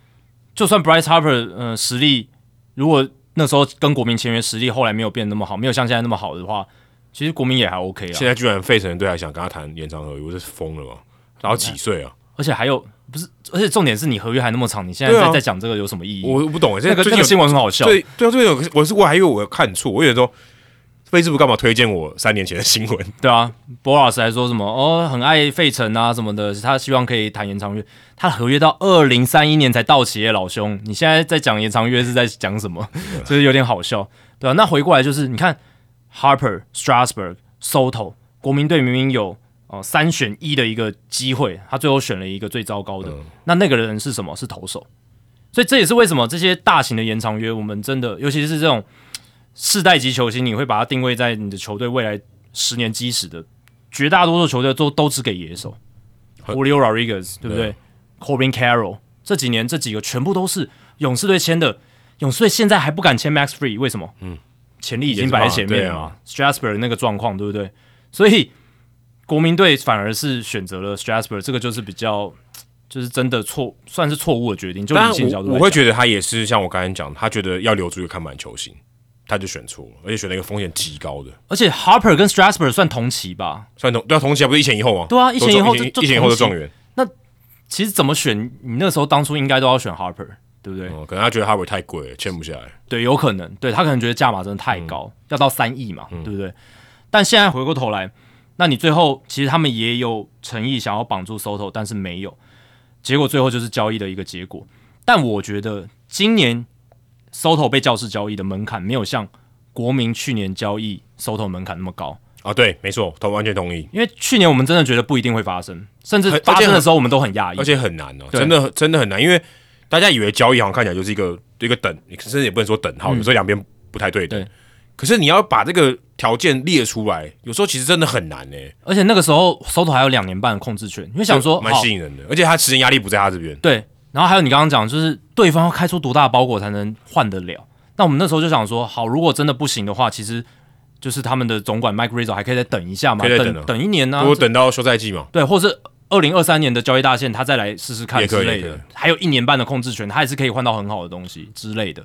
[SPEAKER 2] 就算 Bryce Harper 呃实力，如果那时候跟国民签约实力后来没有变那么好，没有像现在那么好的话，其实国民也还 OK
[SPEAKER 1] 现
[SPEAKER 2] 啊。
[SPEAKER 1] 在居然费城队还想跟他谈延长合约，我是疯了吗？然后几岁啊？
[SPEAKER 2] 而且还有不是，而且重点是你合约还那么长，你现在
[SPEAKER 1] 对啊
[SPEAKER 2] 在在讲这个有什么意义？
[SPEAKER 1] 我不懂诶，欸这
[SPEAKER 2] 嗯那个
[SPEAKER 1] 最
[SPEAKER 2] 这
[SPEAKER 1] 近
[SPEAKER 2] 个
[SPEAKER 1] 有
[SPEAKER 2] 新闻很好笑，
[SPEAKER 1] 对对啊，对啊，我是我还以为我有看错，我有说 Facebook 干嘛推荐我三年前的
[SPEAKER 2] [laughs]
[SPEAKER 1] 新闻？
[SPEAKER 2] 对啊，博老师还说什么哦，很爱费城啊什么的，他希望可以谈延长约，他的合约到二零三一年才到期耶，老兄，你现在在讲延长约是在讲什么？就是有点好笑，对啊，那回过来就是你看 Harper、Strasburg、Soto，国民队明明有哦、呃三选一的一个机会，他最后选了一个最糟糕的，那那个人是什么？是投手，所以这也是为什么这些大型的延长约，我们真的尤其是这种世代级球星，你会把它定位在你的球队未来十年基石的，绝大多数球队都都只给野 [laughs] 手，Julio Rodriguez 对不对？Corbin Carroll 这几年这几个全部都是勇士队签的，勇士队现在还不敢签 Max Free，为什么？嗯，潜力已经摆在前面了嘛、Strasburg 那个状况对不对？所以国民队反而是选择了 Strasburg，这个就是比较。就是真的错，算是错误的决定。就
[SPEAKER 1] 当
[SPEAKER 2] 理性角
[SPEAKER 1] 然
[SPEAKER 2] 度
[SPEAKER 1] 我，
[SPEAKER 2] 来
[SPEAKER 1] 我会
[SPEAKER 2] 讲
[SPEAKER 1] 觉得他也是像我刚才讲，他觉得要留住一个看板球星，他就选错了，而且选了一个风险极高的。
[SPEAKER 2] 而且 Harper 跟 Strasburg 算同期吧，
[SPEAKER 1] 算同对啊，同期还不是一前一后吗？
[SPEAKER 2] 对啊一前一后
[SPEAKER 1] 都是
[SPEAKER 2] 就
[SPEAKER 1] 一前一后的
[SPEAKER 2] 就同
[SPEAKER 1] 状
[SPEAKER 2] 期
[SPEAKER 1] 元。
[SPEAKER 2] 其实怎么选，你那时候当初应该都要选 Harper，对不对？
[SPEAKER 1] 哦，可能他觉得哈维太贵了，签不下来。
[SPEAKER 2] 对，有可能，对他可能觉得价码真的太
[SPEAKER 1] 嗯
[SPEAKER 2] 高，要到三亿嘛，对不对？但现在回过头来，那你最后其实他们也有诚意想要绑住 Soto，但是没有，结果最后就是交易的一个结果。但我觉得今年 Soto 被教室交易的门槛没有像国民去年交易 Soto 门槛那么高，
[SPEAKER 1] 啊，对，没错，同完全同意，
[SPEAKER 2] 因为去年我们真的觉得不一定会发生，甚至
[SPEAKER 1] 很而
[SPEAKER 2] 发
[SPEAKER 1] 且
[SPEAKER 2] 生的
[SPEAKER 1] 很
[SPEAKER 2] 时候我们都很讶异
[SPEAKER 1] 而。且很难哦，
[SPEAKER 2] 对
[SPEAKER 1] 真的真的很难，因为大家以为交易好像看起来就是一个一个等，甚至也不能说等号，有时候两边不太对等
[SPEAKER 2] 嗯对。
[SPEAKER 1] 可是你要把这个条件列出来，有时候其实真的很难呢、欸
[SPEAKER 2] 而且那个时候 Soto 还有两年半的控制权，因为想说
[SPEAKER 1] 蛮
[SPEAKER 2] 好
[SPEAKER 1] 吸引人的，而且他时间压力不在他这边，
[SPEAKER 2] 对，然后还有你刚刚讲，就是对方要开出多大的包裹才能换得了？那我们那时候就想说，好，如果真的不行的话，其实就是他们的总管 Mike Rizzo 还可以再等一下嘛，
[SPEAKER 1] 可以再等啊
[SPEAKER 2] 等一年呢、
[SPEAKER 1] 如果等到休赛季嘛，
[SPEAKER 2] 对，或是二零二三年的交易大限，他再来试试看
[SPEAKER 1] 也可
[SPEAKER 2] 之
[SPEAKER 1] 以
[SPEAKER 2] 类
[SPEAKER 1] 也可
[SPEAKER 2] 的
[SPEAKER 1] 以，
[SPEAKER 2] 还有一年半的控制权，他还是可以换到很好的东西之类的。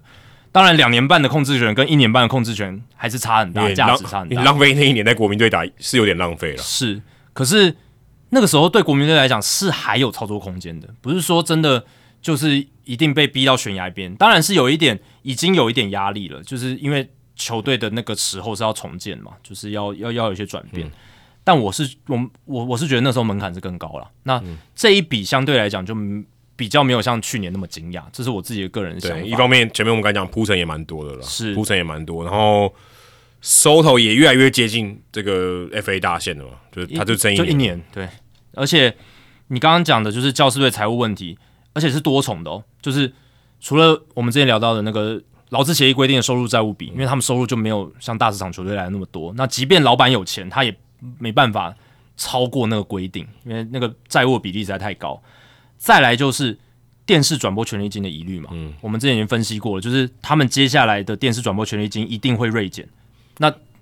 [SPEAKER 2] 当然，两年半的控制权跟一年半的控制权还是差很
[SPEAKER 1] 因为你
[SPEAKER 2] 大，啊价
[SPEAKER 1] 浪
[SPEAKER 2] 值差很
[SPEAKER 1] 你
[SPEAKER 2] 大。
[SPEAKER 1] 浪费那一年在国民队打是有点浪费了，
[SPEAKER 2] 是，可是那个时候对国民队来讲是还有操作空间的，不是说真的就是一定被逼到悬崖边。当然是有一点，已经有一点压力了，就是因为球队的那个时候是要重建嘛，就是要要要有一些转
[SPEAKER 1] 嗯
[SPEAKER 2] 变。但我是我我我是觉得那时候门槛是更高了。那
[SPEAKER 1] 嗯
[SPEAKER 2] 这一笔相对来讲就比较没有像去年那么惊讶，这是我自己的个人想
[SPEAKER 1] 对，一
[SPEAKER 2] 法。
[SPEAKER 1] 方面前面我们刚才讲铺陈也蛮多的了，
[SPEAKER 2] 是
[SPEAKER 1] 铺陈也蛮多，然后 Soto 也越来越接近这个 FA 大线了嘛，就是他就争
[SPEAKER 2] 一年，对。而且你刚刚讲的就是教师队财务问题，而且是多重的哦，就是除了我们之前聊到的那个劳资协议规定的收入债务比，因为他们收入就没有像大市场球队来的那么多。那即便老板有钱，他也没办法超过那个规定，因为那个债务比例实在太高。再来就是电视转播权利金的疑虑嘛，嗯，我们之前已经分析过了，就是他们接下来的电视转播权利金一定会锐减。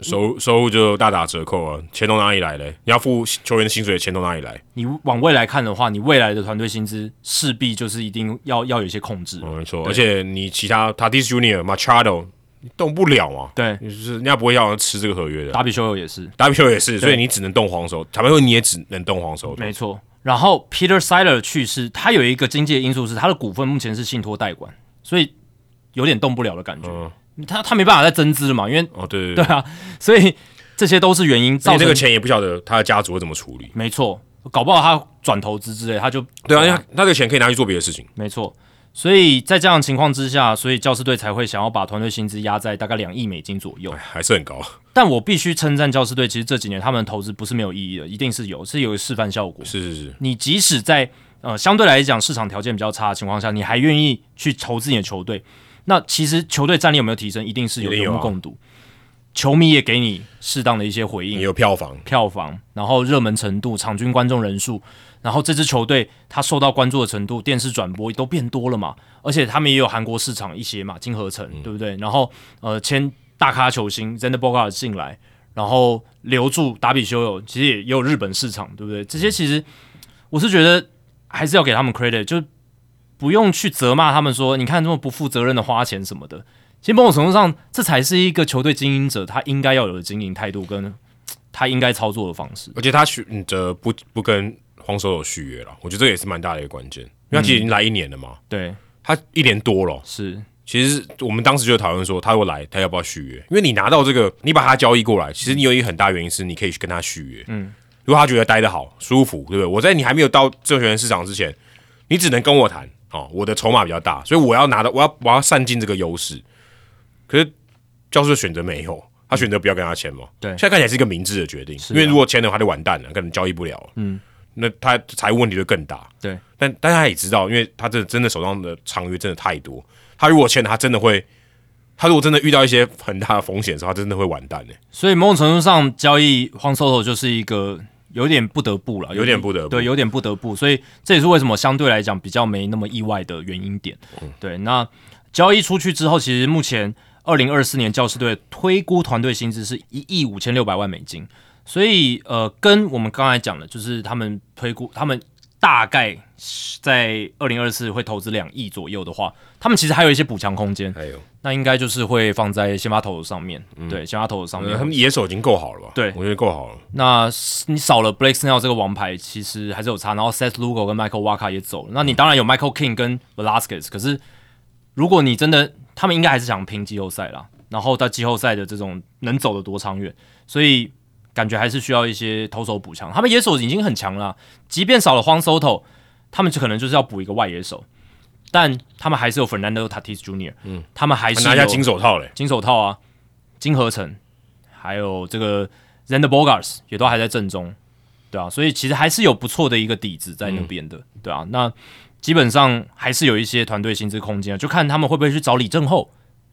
[SPEAKER 1] 收入收入就大打折扣啊，钱从哪里来嘞？你要付球员的薪水，钱从哪里来？
[SPEAKER 2] 你往未来看的话，你未来的团队薪资势必就是一定要要有一些控制。
[SPEAKER 1] 嗯，没错，而且你其他 Tatis Junior、Machado 你动不了嘛，
[SPEAKER 2] 对，
[SPEAKER 1] 就是人家不会要人吃这个合约的。
[SPEAKER 2] 达比修友也是，
[SPEAKER 1] W 也是，所以你只能动黄手，坦白说你也只能动黄手。
[SPEAKER 2] 没错。然后 Peter Siler 的去世，他有一个经济的因素是他的股份目前是信托代管，所以有点动不了的感觉。
[SPEAKER 1] 嗯
[SPEAKER 2] 他他没办法再增资了嘛，因为
[SPEAKER 1] 哦，对对
[SPEAKER 2] 对啊，所以这些都是原因
[SPEAKER 1] 所
[SPEAKER 2] 造
[SPEAKER 1] 以这
[SPEAKER 2] 成
[SPEAKER 1] 个。钱也不晓得他的家族会怎么处理。
[SPEAKER 2] 没错，搞不好他转投资之类，他就
[SPEAKER 1] 对啊，因为他他这个钱可以拿去做别的事情。
[SPEAKER 2] 没错，所以在这样的情况之下，所以教师队才会想要把团队薪资压在大概两亿美金左右
[SPEAKER 1] 哎。还是很高，
[SPEAKER 2] 但我必须称赞教师队，其实这几年他们的投资不是没有意义的，一定是有，是有示范效果。
[SPEAKER 1] 是是是，
[SPEAKER 2] 你即使在呃相对来讲市场条件比较差的情况下，你还愿意去投资你的球队，那其实球队战力有没有提升，一定是有
[SPEAKER 1] 一定有
[SPEAKER 2] 有
[SPEAKER 1] 啊
[SPEAKER 2] 目共睹。球迷也给你适当的一些回应
[SPEAKER 1] 也，有票房，
[SPEAKER 2] 票房，然后热门程度、场均观众人数，然后这支球队它受到关注的程度、电视转播都变多了嘛，而且他们也有韩国市场一些嘛，金合成、对不对？然后呃签大咖球星 z e n d e r b o g a r 进来，然后留住达比修友，其实也也有日本市场，对不对？这些其实我是觉得还是要给他们 credit，就不用去责骂他们说你看这么不负责任的花钱什么的。其实某种程度上，这才是一个球队经营者他应该要有的经营态度跟他应该操作的方式。
[SPEAKER 1] 而且他选择不不跟黄手有续约了，我觉得这也是蛮大的一个关键，因为他其实已经来一年了嘛，
[SPEAKER 2] 对，
[SPEAKER 1] 他一年多了，
[SPEAKER 2] 是
[SPEAKER 1] 其实我们当时就讨论说，他如果来，他要不要续约？因为你拿到这个，你把他交易过来，其实你有一个很大原因是你可以去跟他续约。嗯，如果他觉得待得好、舒服，对不对？我在你还没有到自由球员市场之前，你只能跟我谈哦，我的筹码比较大，所以我要拿到，我要我要散尽这个优势。可是教授选择没有，他选择不要跟他签嘛。
[SPEAKER 2] 对
[SPEAKER 1] 现在嗯看起来是一个明智的决定，因为如果签了他就完蛋了，可能交易不了。嗯，那他财务问题就更大。
[SPEAKER 2] 对，
[SPEAKER 1] 但但他也知道，因为他这真的手上的长约真的太多，他如果欠了，他真的会，他如果真的遇到一些很大的风险的时候，他真的会完蛋欸的、
[SPEAKER 2] 所以某种程度上，交易荒 Soto 就是一个有点不得不了，
[SPEAKER 1] 有点不得不
[SPEAKER 2] 对，有点不得不，所以这也是为什么相对来讲比较没那么意外的原因点。
[SPEAKER 1] 嗯
[SPEAKER 2] 对，那交易出去之后，其实目前二零二四年教师队推估团队薪资是一亿五千六百万美金，所以呃，跟我们刚才讲的，就是他们推估他们。大概在二零二四会投资两亿左右的话，他们其实还有一些补强空间。
[SPEAKER 1] 还有，
[SPEAKER 2] 那应该就是会放在先发投手上面，
[SPEAKER 1] 嗯
[SPEAKER 2] 对，先发投手上面。
[SPEAKER 1] 呃他们野手已经够好了吧？
[SPEAKER 2] 对
[SPEAKER 1] 我觉得够好了。
[SPEAKER 2] 那你少了 Blake Snell 这个王牌，其实还是有差。然后 Seth Lugo 跟 Michael Waka 也走了，那你当然有 Michael King 跟 Velasquez，可是如果你真的，他们应该还是想拼季后赛啦。然后在季后赛的这种能走得多长远，所以感觉还是需要一些投手补强。他们野手已经很强了，啊即便少了荒 Soto，他们就可能就是要补一个外野手，但他们还是有 Fernando Tatis Jr.，嗯，他们还是
[SPEAKER 1] 拿下
[SPEAKER 2] 有
[SPEAKER 1] 金手套嘞，
[SPEAKER 2] 金手套啊，金合成，还有这个 Zander Bogarts 也都还在正中，对啊，所以其实还是有不错的一个底子
[SPEAKER 1] 嗯
[SPEAKER 2] 在那边的，对啊，那基本上还是有一些团队薪资空间啊，就看他们会不会去找李正厚，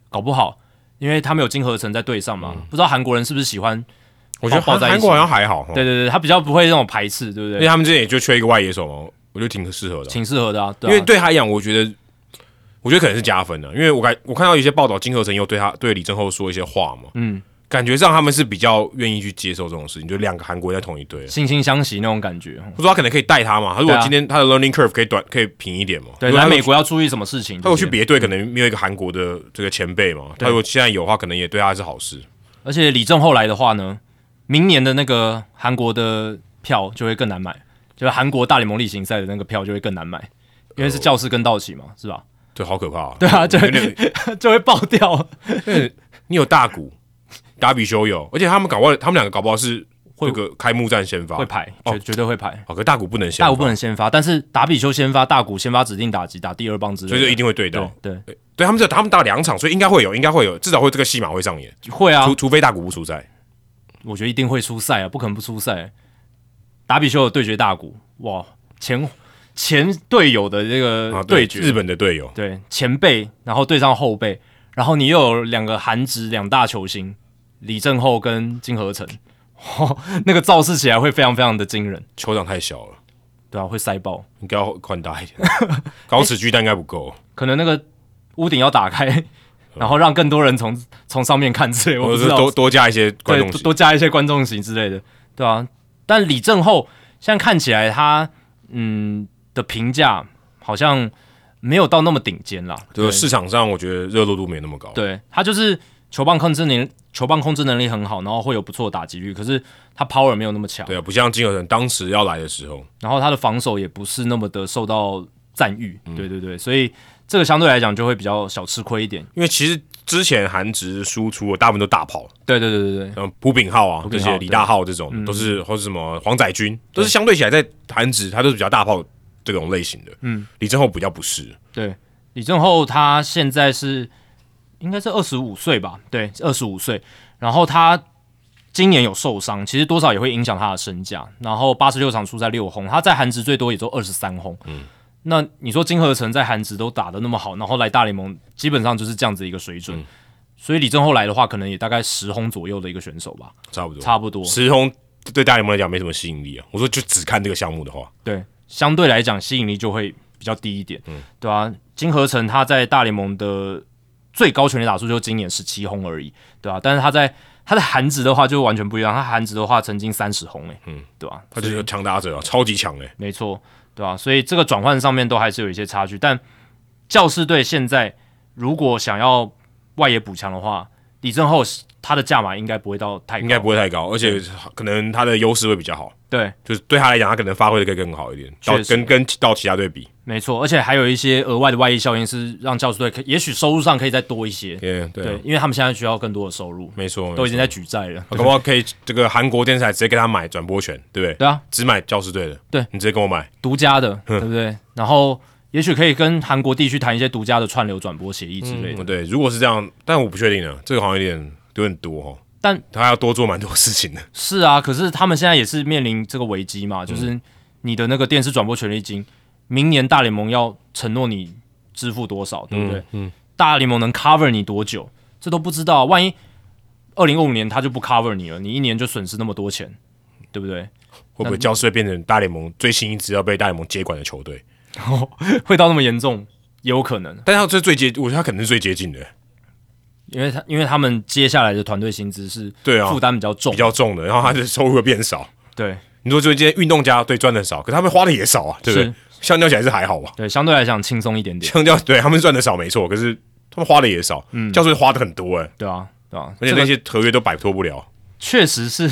[SPEAKER 2] 搞不好，因为他们有金合成在队上嘛，不知道韩国人是不是喜欢，
[SPEAKER 1] 嗯我觉得
[SPEAKER 2] 抱
[SPEAKER 1] 韩
[SPEAKER 2] 在一
[SPEAKER 1] 哦
[SPEAKER 2] 起
[SPEAKER 1] 韩国好像啊还好，
[SPEAKER 2] 对，对对，他比较不会那种排斥，对不
[SPEAKER 1] 因为
[SPEAKER 2] 对？
[SPEAKER 1] 他们之前也就缺一个外野手嘛，我觉得挺适合的啊。
[SPEAKER 2] 挺适合的啊，对
[SPEAKER 1] 因
[SPEAKER 2] 啊，
[SPEAKER 1] 为对他来讲，我觉得，我觉得可能是加分的、啊因为我感我看到一些报道，金合成又对他对李正厚说一些话嘛，嗯，感觉上他们是比较愿意去接受这种事情，就两个韩国人在同一队，啊
[SPEAKER 2] 惺惺相惜那种感觉。
[SPEAKER 1] 我说他可能可以带他嘛，他如
[SPEAKER 2] 对
[SPEAKER 1] 果
[SPEAKER 2] 啊
[SPEAKER 1] 今天他的 learning curve 可以短可以平一点嘛，
[SPEAKER 2] 对，
[SPEAKER 1] 如果他
[SPEAKER 2] 来
[SPEAKER 1] 有啊
[SPEAKER 2] 美国要注意什么事情？
[SPEAKER 1] 他有去
[SPEAKER 2] 这些
[SPEAKER 1] 别队，可能没有一个韩国的这个前辈嘛。
[SPEAKER 2] 啊
[SPEAKER 1] 他如果现在有的话，可能也对他是好事。
[SPEAKER 2] 而且李正后来的话呢，明年的那个韩国的票就会更难买，就是韩国大联盟例行赛的那个票就会更难买，因为是教师跟道奇嘛，是吧？ [laughs]
[SPEAKER 1] 对，好可怕、啊。
[SPEAKER 2] 对啊，就
[SPEAKER 1] 有 [laughs]
[SPEAKER 2] 会
[SPEAKER 1] 点
[SPEAKER 2] 就会爆掉。
[SPEAKER 1] 你有大谷，达比修有，而且他们搞不好，他们两个搞不好是那个开幕战先发，
[SPEAKER 2] 会排，绝绝对会排。
[SPEAKER 1] 哦，可大谷不能先
[SPEAKER 2] 大
[SPEAKER 1] 发，
[SPEAKER 2] 谷不能先发，但是达比修先发，大谷先发指定打击，打第二棒之类
[SPEAKER 1] 所
[SPEAKER 2] 的，
[SPEAKER 1] 以就一定会对到
[SPEAKER 2] 对。对
[SPEAKER 1] 对，他们这他们打两场，所以应该会有，应该会有，至少会这个戏码会上演，
[SPEAKER 2] 会啊
[SPEAKER 1] 除，除非大谷不出赛。
[SPEAKER 2] 我觉得一定会出赛啊，不可能不出赛。达比修有对决大谷，哇，前前队友的这
[SPEAKER 1] 啊
[SPEAKER 2] 个，
[SPEAKER 1] 对，
[SPEAKER 2] 对决，
[SPEAKER 1] 日本的队友，
[SPEAKER 2] 对前辈，然后对上后辈，然后你又有两个韩职两大球星李正厚跟金合成， [laughs] 哦，那个造势起来会非常非常的惊人，
[SPEAKER 1] 球场太小了，
[SPEAKER 2] 对啊，会塞爆，
[SPEAKER 1] 应该要宽大
[SPEAKER 2] [laughs]
[SPEAKER 1] 一点，搞尺巨蛋应该不够。
[SPEAKER 2] 可能那个屋顶要打开，然后让更多人从从上面看之类，
[SPEAKER 1] 嗯
[SPEAKER 2] 我
[SPEAKER 1] 或
[SPEAKER 2] 不
[SPEAKER 1] 者
[SPEAKER 2] 知
[SPEAKER 1] 是
[SPEAKER 2] 道
[SPEAKER 1] 多多加一些观
[SPEAKER 2] 对
[SPEAKER 1] 众
[SPEAKER 2] 多
[SPEAKER 1] 席，
[SPEAKER 2] 多加一些观众席之类的，对啊。但李正厚现在看起来他嗯的评价好像没有到那么顶尖啦，
[SPEAKER 1] 就
[SPEAKER 2] 对
[SPEAKER 1] 是市场上我觉得热度度没那么高。
[SPEAKER 2] 对他就是球棒控制能球棒控制能力很好，然后会有不错的打击率，可是他 power 没有那么强，
[SPEAKER 1] 对啊，不像金河人当时要来的时候，
[SPEAKER 2] 然后他的防守也不是那么的受到赞誉，对对对，所以这个相对来讲就会比较小吃亏一点。
[SPEAKER 1] 因为其实之前韩职输出的大部分都大炮，
[SPEAKER 2] 对对对对对，
[SPEAKER 1] 像朴炳浩啊
[SPEAKER 2] 朴
[SPEAKER 1] 这
[SPEAKER 2] 炳浩嗯
[SPEAKER 1] 些李大浩这种，都是或是什么黄载军，都是相对起来在韩职他都是比较大炮这种类型的。嗯，李正厚比较不是，
[SPEAKER 2] 对，李正厚他现在是应该是二十五岁吧？对，二十五岁。然后他今年有受伤，其实多少也会影响他的身价。然后八十六场出赛六轰，他在韩职最多也就二十三轰。嗯，那你说金合成在韩职都打得那么好，然后来大联盟基本上就是这样子一个水准。所以李正厚来的话，可能也大概十轰左右的一个选手吧，
[SPEAKER 1] 差不多。
[SPEAKER 2] 差不多。
[SPEAKER 1] 石轰对大联盟来讲没什么吸引力啊。我说就只看这个项目的话，
[SPEAKER 2] 对，相对来讲吸引力就会比较低一点，
[SPEAKER 1] 嗯
[SPEAKER 2] 对啊，金合成他在大联盟的最高全垒打数就今年十七轰而已，对啊，但是他在他在韩职的话就完全不一样，他韩职的话曾经三十轰诶，嗯，对吧、
[SPEAKER 1] 他就是个强打者啊，超级强哎、
[SPEAKER 2] 没错，对啊，所以这个转换上面都还是有一些差距，但教士队现在如果想要外野补强的话，李正厚他的价码应该不会到太高，
[SPEAKER 1] 应该不会太高，而且可能他的优势会比较好，
[SPEAKER 2] 对，
[SPEAKER 1] 就是对他来讲，他可能发挥的可以更好一点，到
[SPEAKER 2] 确实
[SPEAKER 1] 跟跟到其他队比，
[SPEAKER 2] 没错，而且还有一些额外的外溢效应是让教士队可也许收入上可以再多一些，
[SPEAKER 1] 对对啊，
[SPEAKER 2] 对，因为他们现在需要更多的收入，
[SPEAKER 1] 没错，
[SPEAKER 2] 都
[SPEAKER 1] 没
[SPEAKER 2] 已经在举债了。
[SPEAKER 1] 错搞不好可以这个韩国电视台直接给他买转播权，对不对？
[SPEAKER 2] 对啊，
[SPEAKER 1] 只买教师队的，
[SPEAKER 2] 对
[SPEAKER 1] 你直接跟我买，
[SPEAKER 2] 独家的，对不对？然后也许可以跟韩国地区谈一些独家的串流转播协议之类的。
[SPEAKER 1] 嗯，对，如果是这样，但我不确定啊，这个好像有点有点多哦，
[SPEAKER 2] 但
[SPEAKER 1] 他要多做蛮多事
[SPEAKER 2] [laughs]
[SPEAKER 1] 情的，
[SPEAKER 2] 是啊，可是他们现在也是面临这个危机
[SPEAKER 1] 嗯
[SPEAKER 2] 嘛，就是你的那个电视转播权利金，明年大联盟要承诺你支付多少，对不对？嗯，大联盟能 cover 你多久，这都不知道。万一二零二五年他就不 cover 你了，你一年就损失那么多钱，对不
[SPEAKER 1] [laughs]
[SPEAKER 2] 对？
[SPEAKER 1] 会不会教师队变成大联盟最新一支要被大联盟接管的球队？
[SPEAKER 2] 会到那么严重，也有可能。
[SPEAKER 1] 但他这最接，我觉得他可能是最接近的，
[SPEAKER 2] 因为他因为他们接下来的团队薪资是
[SPEAKER 1] 对啊
[SPEAKER 2] 负担比较重，
[SPEAKER 1] 比较重的，然后他的收入会变少。
[SPEAKER 2] 对
[SPEAKER 1] 你说这些运动家对赚的少，可他们花的也少啊，对不对
[SPEAKER 2] 是？
[SPEAKER 1] 相较起来是还好啊吧？
[SPEAKER 2] 对，相对来讲轻松一点点，
[SPEAKER 1] 相较对他们赚的少没错，可是他们花的也少，嗯，教授花的很多哎、
[SPEAKER 2] 对啊对啊，
[SPEAKER 1] 而且
[SPEAKER 2] 这
[SPEAKER 1] 那
[SPEAKER 2] 个
[SPEAKER 1] 些合约都摆脱不了。
[SPEAKER 2] 确实是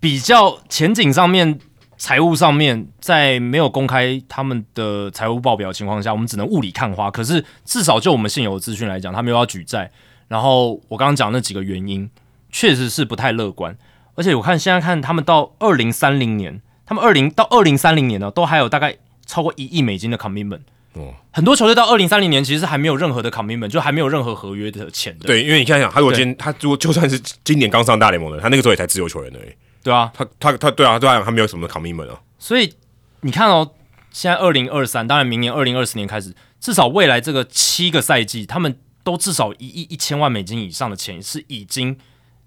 [SPEAKER 2] 比较前景上面、财务上面，在没有公开他们的财务报表的情况下，我们只能雾里看花。可是至少就我们现有的资讯来讲，他们又要举债，然后我刚刚讲那几个原因，确实是不太乐观。而且我看现在看他们到二零三零年，他们二零到二零三零年呢，都还有大概超过一亿美金的 commitment。
[SPEAKER 1] 哦
[SPEAKER 2] 很多球队到二零三零年其实还没有任何的 commitment，就还没有任何合约的钱的，
[SPEAKER 1] 对，因为你看想，他如果今天他如果就算是今年刚上大联盟的，他那个时候也才自由球员而已。
[SPEAKER 2] 对啊，
[SPEAKER 1] 他他他对啊对啊，他没有什么 commitment 啊。
[SPEAKER 2] 所以你看哦，现在二零二三，当然明年二零二四年开始，至少未来这个七个赛季，他们都至少一亿一千万美金以上的钱是已经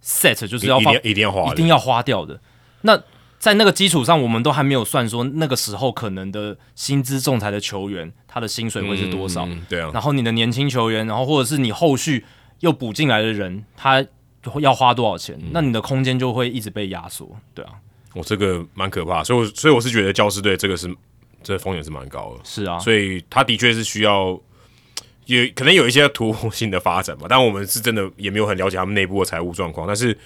[SPEAKER 2] set，就是要
[SPEAKER 1] 一
[SPEAKER 2] 放
[SPEAKER 1] 定一定要花
[SPEAKER 2] 一定
[SPEAKER 1] 的，
[SPEAKER 2] 要花掉的。那在那个基础上，我们都还没有算说那个时候可能的薪资仲裁的球员他的薪水会是多少，
[SPEAKER 1] 嗯对啊，
[SPEAKER 2] 然后你的年轻球员，然后或者是你后续又补进来的人，他要花多少钱，那你的空间就会一直被压缩，对啊，
[SPEAKER 1] 我这个蛮可怕，所以我所以我是觉得教师队这个是这风险是蛮高的。
[SPEAKER 2] 是啊，
[SPEAKER 1] 所以他的确是需要有可能有一些突破性的发展吧。但我们是真的也没有很了解他们内部的财务状况，但是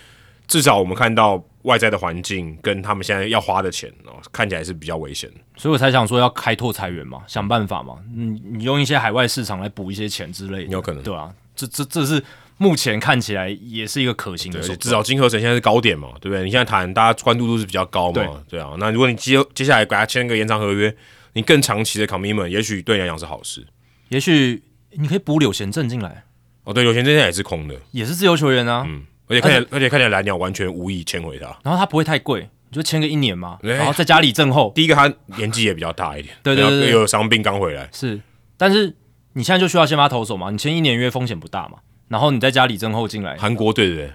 [SPEAKER 1] 至少我们看到外在的环境跟他们现在要花的钱哦，看起来是比较危险的。
[SPEAKER 2] 所以我才想说要开拓裁员嘛，想办法嘛，你你用一些海外市场来补一些钱之类的，
[SPEAKER 1] 有可能
[SPEAKER 2] 对啊，这这这是目前看起来也是一个可行
[SPEAKER 1] 对，
[SPEAKER 2] 的
[SPEAKER 1] 而
[SPEAKER 2] 手
[SPEAKER 1] 且至
[SPEAKER 2] 段。
[SPEAKER 1] 少金合成现在是高点嘛，对不对？你现在谈，大家关注度是比较高嘛，
[SPEAKER 2] 对
[SPEAKER 1] 啊。那如果你接接下来给他签个延长合约，你更长期的 commitment，也许对你来讲是好事。
[SPEAKER 2] 也许你可以补柳贤镇进来，
[SPEAKER 1] 哦，对，有钱这在也是空的，
[SPEAKER 2] 也是自由球员啊，
[SPEAKER 1] 而且看起来，而且看起来蓝鸟完全无意签回他。
[SPEAKER 2] 然后他不会太贵，你就签个一年嘛，
[SPEAKER 1] 对
[SPEAKER 2] 然后再加里正后
[SPEAKER 1] 第一个，他年纪也比较大一点，
[SPEAKER 2] 对对
[SPEAKER 1] 然后
[SPEAKER 2] 对对
[SPEAKER 1] 又有伤病刚回来，
[SPEAKER 2] 是，但是你现在就需要先发投手嘛，你签一年约风险不大嘛，然后你再加里正后进来，
[SPEAKER 1] 韩国队对不对？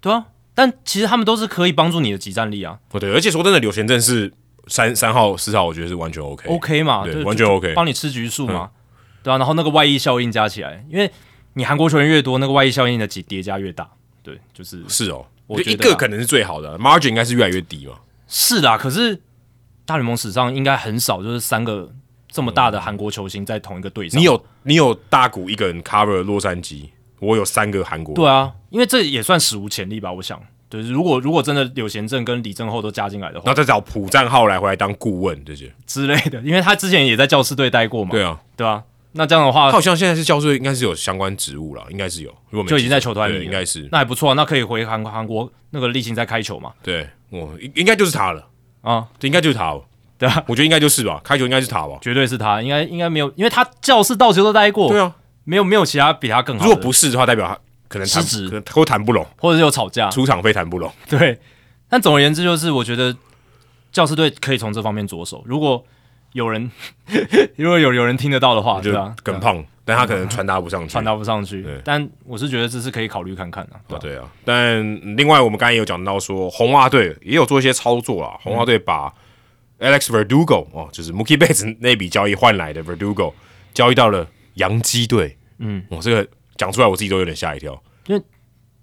[SPEAKER 2] 对啊，但其实他们都是可以帮助你的集战力啊
[SPEAKER 1] 哦，对，而且说真的，柳贤正是三三号、四号，我觉得是完全 OK。
[SPEAKER 2] ，OK 嘛，
[SPEAKER 1] 对嗯
[SPEAKER 2] 就
[SPEAKER 1] 完全 OK
[SPEAKER 2] 就帮你吃局数嘛，对啊，然后那个外溢效应加起来，因为你韩国球员越多，那个外溢效应的几叠加越大，对，就是
[SPEAKER 1] 是哦，
[SPEAKER 2] 我
[SPEAKER 1] 就
[SPEAKER 2] 觉得
[SPEAKER 1] 一
[SPEAKER 2] 啊
[SPEAKER 1] 个可能是最好的，margin 应该是越来越低嘛。
[SPEAKER 2] 是啦，可是大联盟史上应该很少就是三个这么大的韩国球星在同一个队上，
[SPEAKER 1] 你有你有大谷一个人 cover 洛杉矶，我有三个韩国，
[SPEAKER 2] 对啊，因为这也算史无前例吧，我想。对，如果如果真的柳贤正跟李正厚都加进来的话
[SPEAKER 1] 然，后再找朴赞浩来回来当顾问这些。
[SPEAKER 2] 之类的，因为他之前也在教师队待过嘛，
[SPEAKER 1] 对啊，
[SPEAKER 2] 对啊，那这样的话
[SPEAKER 1] 他好像现在是教授，应该是有相关职务了，应该是有。如果没
[SPEAKER 2] 就已
[SPEAKER 1] 记
[SPEAKER 2] 经
[SPEAKER 1] 错
[SPEAKER 2] 在球团里
[SPEAKER 1] 对
[SPEAKER 2] 了
[SPEAKER 1] 应该是
[SPEAKER 2] 那还不错、啊，那可以回韩韩国那个例行赛开球嘛，
[SPEAKER 1] 对，我应应该就是他了，
[SPEAKER 2] 啊、
[SPEAKER 1] 对应该就是他哦。
[SPEAKER 2] 对啊，
[SPEAKER 1] 我觉得应该就是吧，开球应该是他吧。
[SPEAKER 2] 绝对是他，应该应该没有，因为他教师到球都待过，
[SPEAKER 1] 对啊，
[SPEAKER 2] 没有没有其他比他更好
[SPEAKER 1] 如
[SPEAKER 2] 的，
[SPEAKER 1] 果不是的话，代表他可能谈
[SPEAKER 2] 失职啊
[SPEAKER 1] 可能都谈不拢，
[SPEAKER 2] 或者是有吵架，
[SPEAKER 1] 出场费谈不拢。
[SPEAKER 2] [laughs] 对，但总而言之就是，我觉得教师队可以从这方面着手，如果有人 [laughs] 如果有有人听得到的话，
[SPEAKER 1] 就
[SPEAKER 2] 对啊，
[SPEAKER 1] 梗胖，但他可能传达不上去。
[SPEAKER 2] 传达不上去
[SPEAKER 1] 对，
[SPEAKER 2] 但我是觉得这是可以考虑看看的、
[SPEAKER 1] 啊
[SPEAKER 2] 对吧
[SPEAKER 1] 对啊。但另外我们刚才也有讲到说，红袜队也有做一些操作啊，红袜队把 Alex Verdugo 哦，就是 Mookie Betts [laughs] 那笔交易换来的 Verdugo 交易到了洋基队。嗯，我这个讲出来我自己都有点吓一跳。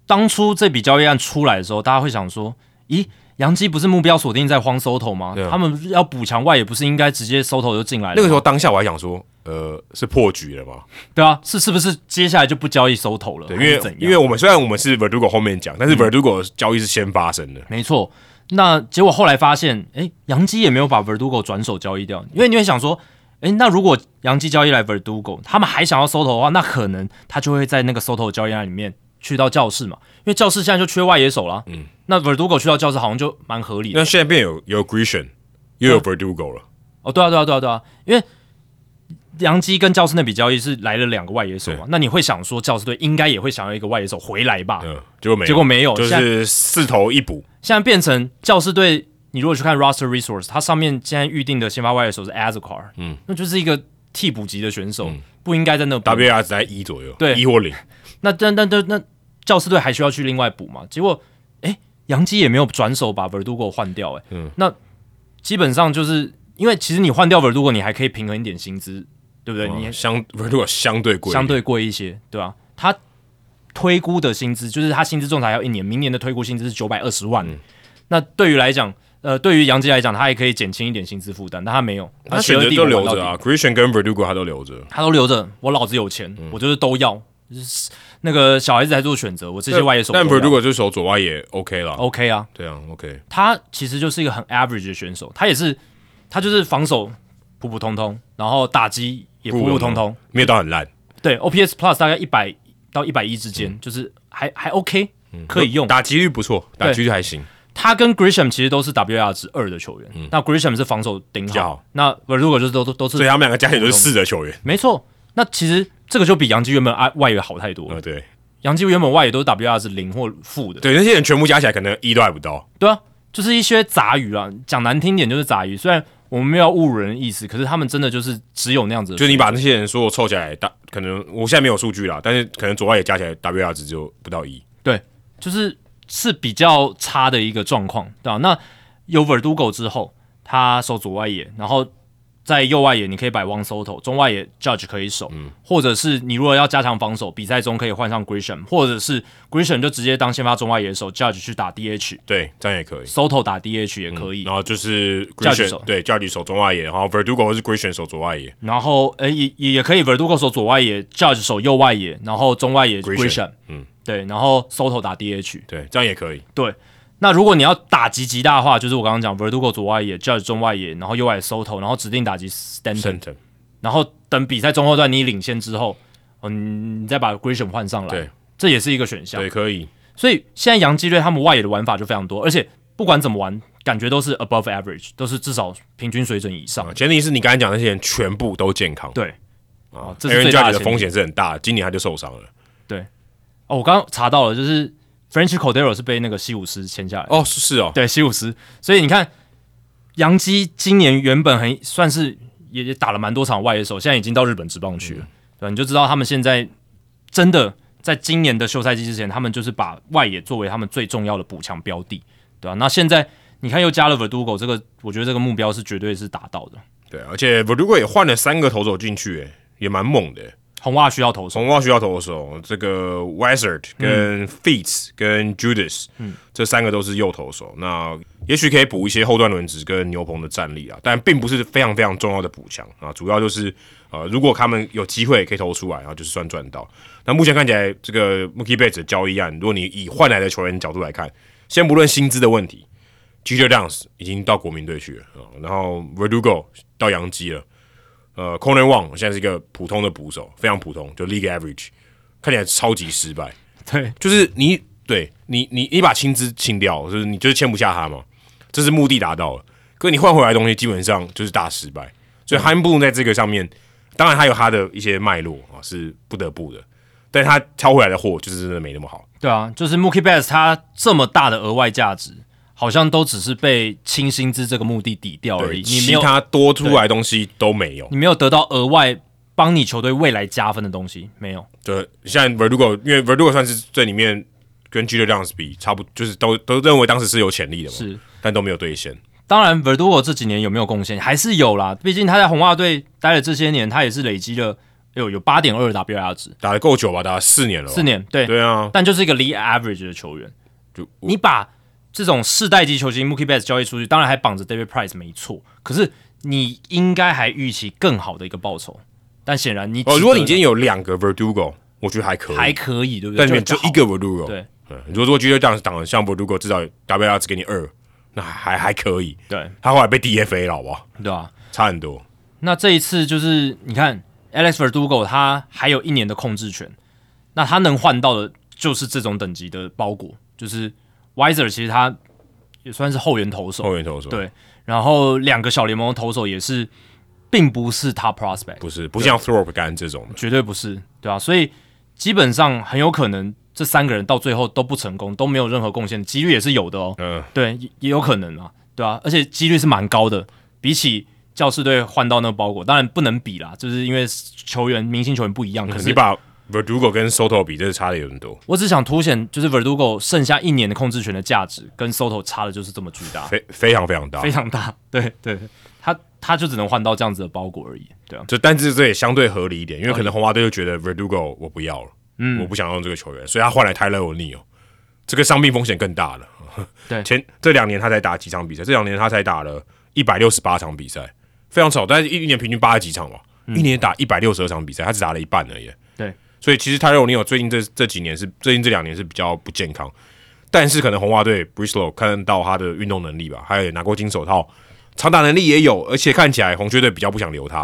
[SPEAKER 2] 当初这笔交易案出来的时候，大家会想说，咦，杨基不是目标锁定在荒 Soto 吗？
[SPEAKER 1] 对啊
[SPEAKER 2] 他们要补强外，也不是应该直接 Soto 就进来了吗？
[SPEAKER 1] 那个时候当下我还想说，呃，是破局了吗？
[SPEAKER 2] 对啊，是是不是接下来就不交易 Soto 了？
[SPEAKER 1] 对，因
[SPEAKER 2] 还是
[SPEAKER 1] 为
[SPEAKER 2] 怎样？嗯
[SPEAKER 1] 因为我们虽然我们是 Verdugo 后面讲，但是 Verdugo 交易是先发生的。
[SPEAKER 2] 没错，那结果后来发现，诶，杨基也没有把 Verdugo 转手交易掉，因为你会想说。诶，那如果杨基交易来 Verdugo，他们还想要 Soto 的话，那可能他就会在那个 Soto 交易案里面去到教室嘛，因为教室现在就缺外野手啦。嗯，那 Verdugo 去到教室好像就蛮合理的。
[SPEAKER 1] 那现在变有有 Grisham 又
[SPEAKER 2] 嗯
[SPEAKER 1] 有 Verdugo 了，
[SPEAKER 2] 哦，对啊，对啊，对啊，对啊，因为杨基跟教师那笔交易是来了两个外野手嘛，那你会想说教师队应该也会想要一个外野手回来吧？
[SPEAKER 1] 嗯，结果没有，
[SPEAKER 2] 结果没有，
[SPEAKER 1] 就
[SPEAKER 2] 现在
[SPEAKER 1] 是四投一补。
[SPEAKER 2] 现在变成教师队，你如果去看 roster resource，它上面现在预定的先发外野手是 Azucar，嗯，那就是一个替补级的选手，不应该在那边
[SPEAKER 1] WR 只在一左右，
[SPEAKER 2] 对
[SPEAKER 1] 一或零，
[SPEAKER 2] 那那那那那教师队还需要去另外补嘛？结果诶，杨基也没有转手把 Verdugo 换掉、诶，嗯，那基本上就是因为其实你换掉 Verdugo，你还可以平衡一点薪资，对不对？你
[SPEAKER 1] 嗯相如果相对贵一点，
[SPEAKER 2] 相对贵一些，对吧、他推估的薪资就是他薪资仲裁要一年，明年的推估薪资是九百二十
[SPEAKER 1] 嗯
[SPEAKER 2] 万。那对于来讲，呃，对于杨基来讲，他也可以减轻一点薪资负担，但他没有，
[SPEAKER 1] 他
[SPEAKER 2] 学
[SPEAKER 1] 选择
[SPEAKER 2] 了地
[SPEAKER 1] 都
[SPEAKER 2] 我
[SPEAKER 1] 留
[SPEAKER 2] 玩到
[SPEAKER 1] 着
[SPEAKER 2] 底，
[SPEAKER 1] 啊，Grisham 跟 Verdugo 他都留着。
[SPEAKER 2] 他都留着。我老子有钱，
[SPEAKER 1] 嗯
[SPEAKER 2] 我就是都要。就是那个小孩子在做选择，我这些外野手
[SPEAKER 1] 但
[SPEAKER 2] 都要啊
[SPEAKER 1] Verdugo 就是守左外也 OK 啦，
[SPEAKER 2] OK 啊，
[SPEAKER 1] 对啊，OK，
[SPEAKER 2] 他其实就是一个很 average 的选手，他也是他就是防守普普通通，然后打击也普普通通，
[SPEAKER 1] 没有到很烂，
[SPEAKER 2] 对 OPS Plus 大概一百到一百一之间，就是还还 OK，可以用。嗯
[SPEAKER 1] 打击率不错，打击率还行，
[SPEAKER 2] 他跟 Grisham 其实都是 WR 值二的球员，那 Grisham 是防守顶
[SPEAKER 1] 较
[SPEAKER 2] 好
[SPEAKER 1] 好，
[SPEAKER 2] 那 Verdugo 就是都都都
[SPEAKER 1] 所以
[SPEAKER 2] 是
[SPEAKER 1] 他们两个加起来就是四的球员。
[SPEAKER 2] 没错。那其实这个就比杨基原本啊外野好太多
[SPEAKER 1] 呃，
[SPEAKER 2] 了。
[SPEAKER 1] 对
[SPEAKER 2] 杨基原本外野都是 WR 值零或负的，
[SPEAKER 1] 对，那些人全部加起来可能一都还不到，
[SPEAKER 2] 对啊，就是一些杂鱼啊，讲难听点就是杂鱼。虽然我们没有侮辱人的意思，可是他们真的就是只有那样子的
[SPEAKER 1] 就是你把那些人所有凑起来，大可能我现在没有数据啦，但是可能左外也加起来 WR 值就不到一。
[SPEAKER 2] 对，就是是比较差的一个状况，对吧、那有 Verdugo 之后，他守左外野，然后在右外野你可以摆 One Soto，中外野 Judge 可以守，或者是你如果要加强防守，比赛中可以换上 Grisham，或者是 Grisham 就直接当先发中外野手，Judge 去打 DH，Soto
[SPEAKER 1] 对，这样也可以。
[SPEAKER 2] 打 DH 也可以，
[SPEAKER 1] 然后就是
[SPEAKER 2] Judge
[SPEAKER 1] Grisham
[SPEAKER 2] 守
[SPEAKER 1] 对 j u d 守中外野，然后 Verdugo 是 Grisham 守左外野，
[SPEAKER 2] 然后呃也也也可以 Verdugo 守左外野，Judge 守右外野，然后中外野
[SPEAKER 1] Grisham，
[SPEAKER 2] Grisham，嗯，对，然后 Soto 打 DH，
[SPEAKER 1] 对，这样也可以。
[SPEAKER 2] 对，那如果你要打击极大化，就是我刚刚讲 Verdugo 左外野，Judge 中外野，然后右外野 Soto，然后指定打击 Stanton，
[SPEAKER 1] Stanton
[SPEAKER 2] 哦然后等比赛中后段你领先之后，嗯，你再把 Grisham 换上来，
[SPEAKER 1] 对，
[SPEAKER 2] 这也是一个选项
[SPEAKER 1] 对，。可以，
[SPEAKER 2] 所以现在洋基队他们外野的玩法就非常多，而且不管怎么玩，感觉都是 above average，都是至少平均水准以上。
[SPEAKER 1] 啊前提是你刚才讲的那些人全部都健康。
[SPEAKER 2] 对，哦，这是
[SPEAKER 1] Aaron
[SPEAKER 2] 最
[SPEAKER 1] j
[SPEAKER 2] 大
[SPEAKER 1] u
[SPEAKER 2] 的
[SPEAKER 1] 的
[SPEAKER 2] 前提
[SPEAKER 1] 风险是很大的，今年他就受伤了。
[SPEAKER 2] 哦，我刚刚查到了，就是 French Cordero 是被那个西武师签下来的。
[SPEAKER 1] 哦，是是哦，
[SPEAKER 2] 对，西武师。所以你看，杨基今年原本很算是也也打了蛮多场外野手，现在已经到日本职棒去了，对，你就知道他们现在真的在今年的休赛季之前，他们就是把外野作为他们最重要的补强标的，对吧、那现在你看又加了 Verdugo，这个我觉得这个目标是绝对是达到的。
[SPEAKER 1] 对，而且 v e r d u g o 也换了三个投手进去，哎也蛮猛的。
[SPEAKER 2] 红袜需要投手，
[SPEAKER 1] 从袜需要投手，这个 Wizard 跟 Feats、跟 Judas，嗯，这三个都是右投手，那也许可以补一些后段轮值跟牛棚的战力啊，但并不是非常非常重要的补强啊，主要就是呃，如果他们有机会可以投出来，然后就是算赚到。那目前看起来，这个 Mookie Betts 的交易案，如果你以换来的球员角度来看，先不论薪资的问题 g j Downs 已经到国民队去了啊，然后 Verdugo 到洋基了。呃 c o n a n Wang 现在是一个普通的捕手，非常普通，就 League Average，看起来超级失败。
[SPEAKER 2] 对，
[SPEAKER 1] 就是你对你你你把薪资清掉，就是你就是签不下他嘛，这是目的达到了。可你换回来的东西基本上就是大失败，所以汉布在这个上面，当然他有他的一些脉络啊，是不得不的，但他挑回来的货就是真的没那么好。
[SPEAKER 2] 对啊，就是 Mookie Betts 他这么大的额外价值，好像都只是被清薪资这个目的抵掉而
[SPEAKER 1] 对，
[SPEAKER 2] 已，哦你没
[SPEAKER 1] 其
[SPEAKER 2] 有
[SPEAKER 1] 他多出来的东西都没有。
[SPEAKER 2] 你没有得到额外帮你球队未来加分的东西，没有。
[SPEAKER 1] 对，像 Verdugo，因为 Verdugo 算是这里面跟 G 的 Downs 比，差不就是都都认为当时是有潜力的嘛，
[SPEAKER 2] 是，
[SPEAKER 1] 但都没有兑现。
[SPEAKER 2] 当然 Verdugo 这几年有没有贡献，还是有啦。毕竟他在红袜队待了这些年，他也是累积了有有八点二 WR 值，
[SPEAKER 1] 打得够久吧？打了四年了吧，
[SPEAKER 2] 四。年对，
[SPEAKER 1] 对啊，
[SPEAKER 2] 但就是一个 league average 的球员。
[SPEAKER 1] 就
[SPEAKER 2] 你把这种世代级球星 Mookie Betts 交易出去，当然还绑着 David Price 没错，可是你应该还预期更好的一个报酬。但显然你
[SPEAKER 1] 哦，如果你今
[SPEAKER 2] 天
[SPEAKER 1] 天有两个 Verdugo，我觉得还可以，
[SPEAKER 2] 还可以，对不对？
[SPEAKER 1] 但里面就
[SPEAKER 2] 就
[SPEAKER 1] 一个 Verdugo。
[SPEAKER 2] 对
[SPEAKER 1] 嗯，如果说 G 的 Downs 挡得像 Verdugo，至少 WR 只给你二，那还还可以。
[SPEAKER 2] 对
[SPEAKER 1] 他后来被 DFA 了，好不好？
[SPEAKER 2] 对吧、啊？
[SPEAKER 1] 差很多。
[SPEAKER 2] 那这一次就是你看，Alex Verdugo 他还有一年的控制权，那他能换到的就是这种等级的包裹，就是 Wiser 其实他也算是后援投手，
[SPEAKER 1] 后援投手，
[SPEAKER 2] 对然后两个小联盟的投手也是，并不是 Top Prospect，
[SPEAKER 1] 不是不像 Thorpe 干这种的，
[SPEAKER 2] 绝对不是，对吧、啊？所以基本上很有可能这三个人到最后都不成功，都没有任何贡献，几率也是有的哦。
[SPEAKER 1] 嗯，
[SPEAKER 2] 对，也也有可能啊，对啊，而且几率是蛮高的，比起教士队换到那个包裹，当然不能比啦，就是因为球员明星球员不嗯一样。可
[SPEAKER 1] 你
[SPEAKER 2] 是
[SPEAKER 1] 把 Verdugo 跟 Soto 比，这是差的有很多，
[SPEAKER 2] 我只想凸显，就是 Verdugo 剩下一年的控制权的价值，跟 Soto 差的就是这么巨大，
[SPEAKER 1] 非非常非常大，
[SPEAKER 2] 非常大。对对，他他就只能换到这样子的包裹而已，对啊，
[SPEAKER 1] 就但是这也相对合理一点，因为可能红袜队就觉得 Verdugo 我不要了，嗯，我不想用这个球员，所以他换来 Tyler O'Neill，这个伤病风险更大了。
[SPEAKER 2] 对
[SPEAKER 1] [laughs] 前这两年他才打几场比赛，这两年他才打了一百六十八场比赛，非常少，但是一一年平均八十几场嘛，一年打一百六十二场比赛，他只打了一半而已。
[SPEAKER 2] 对，
[SPEAKER 1] 所以其实 Tyler O'Neill 最近这这几年是最近这两年是比较不健康，但是可能红袜队 Brislow 看到他的运动能力吧，还有拿过金手套，长打能力也有，而且看起来红雀队比较不想留他，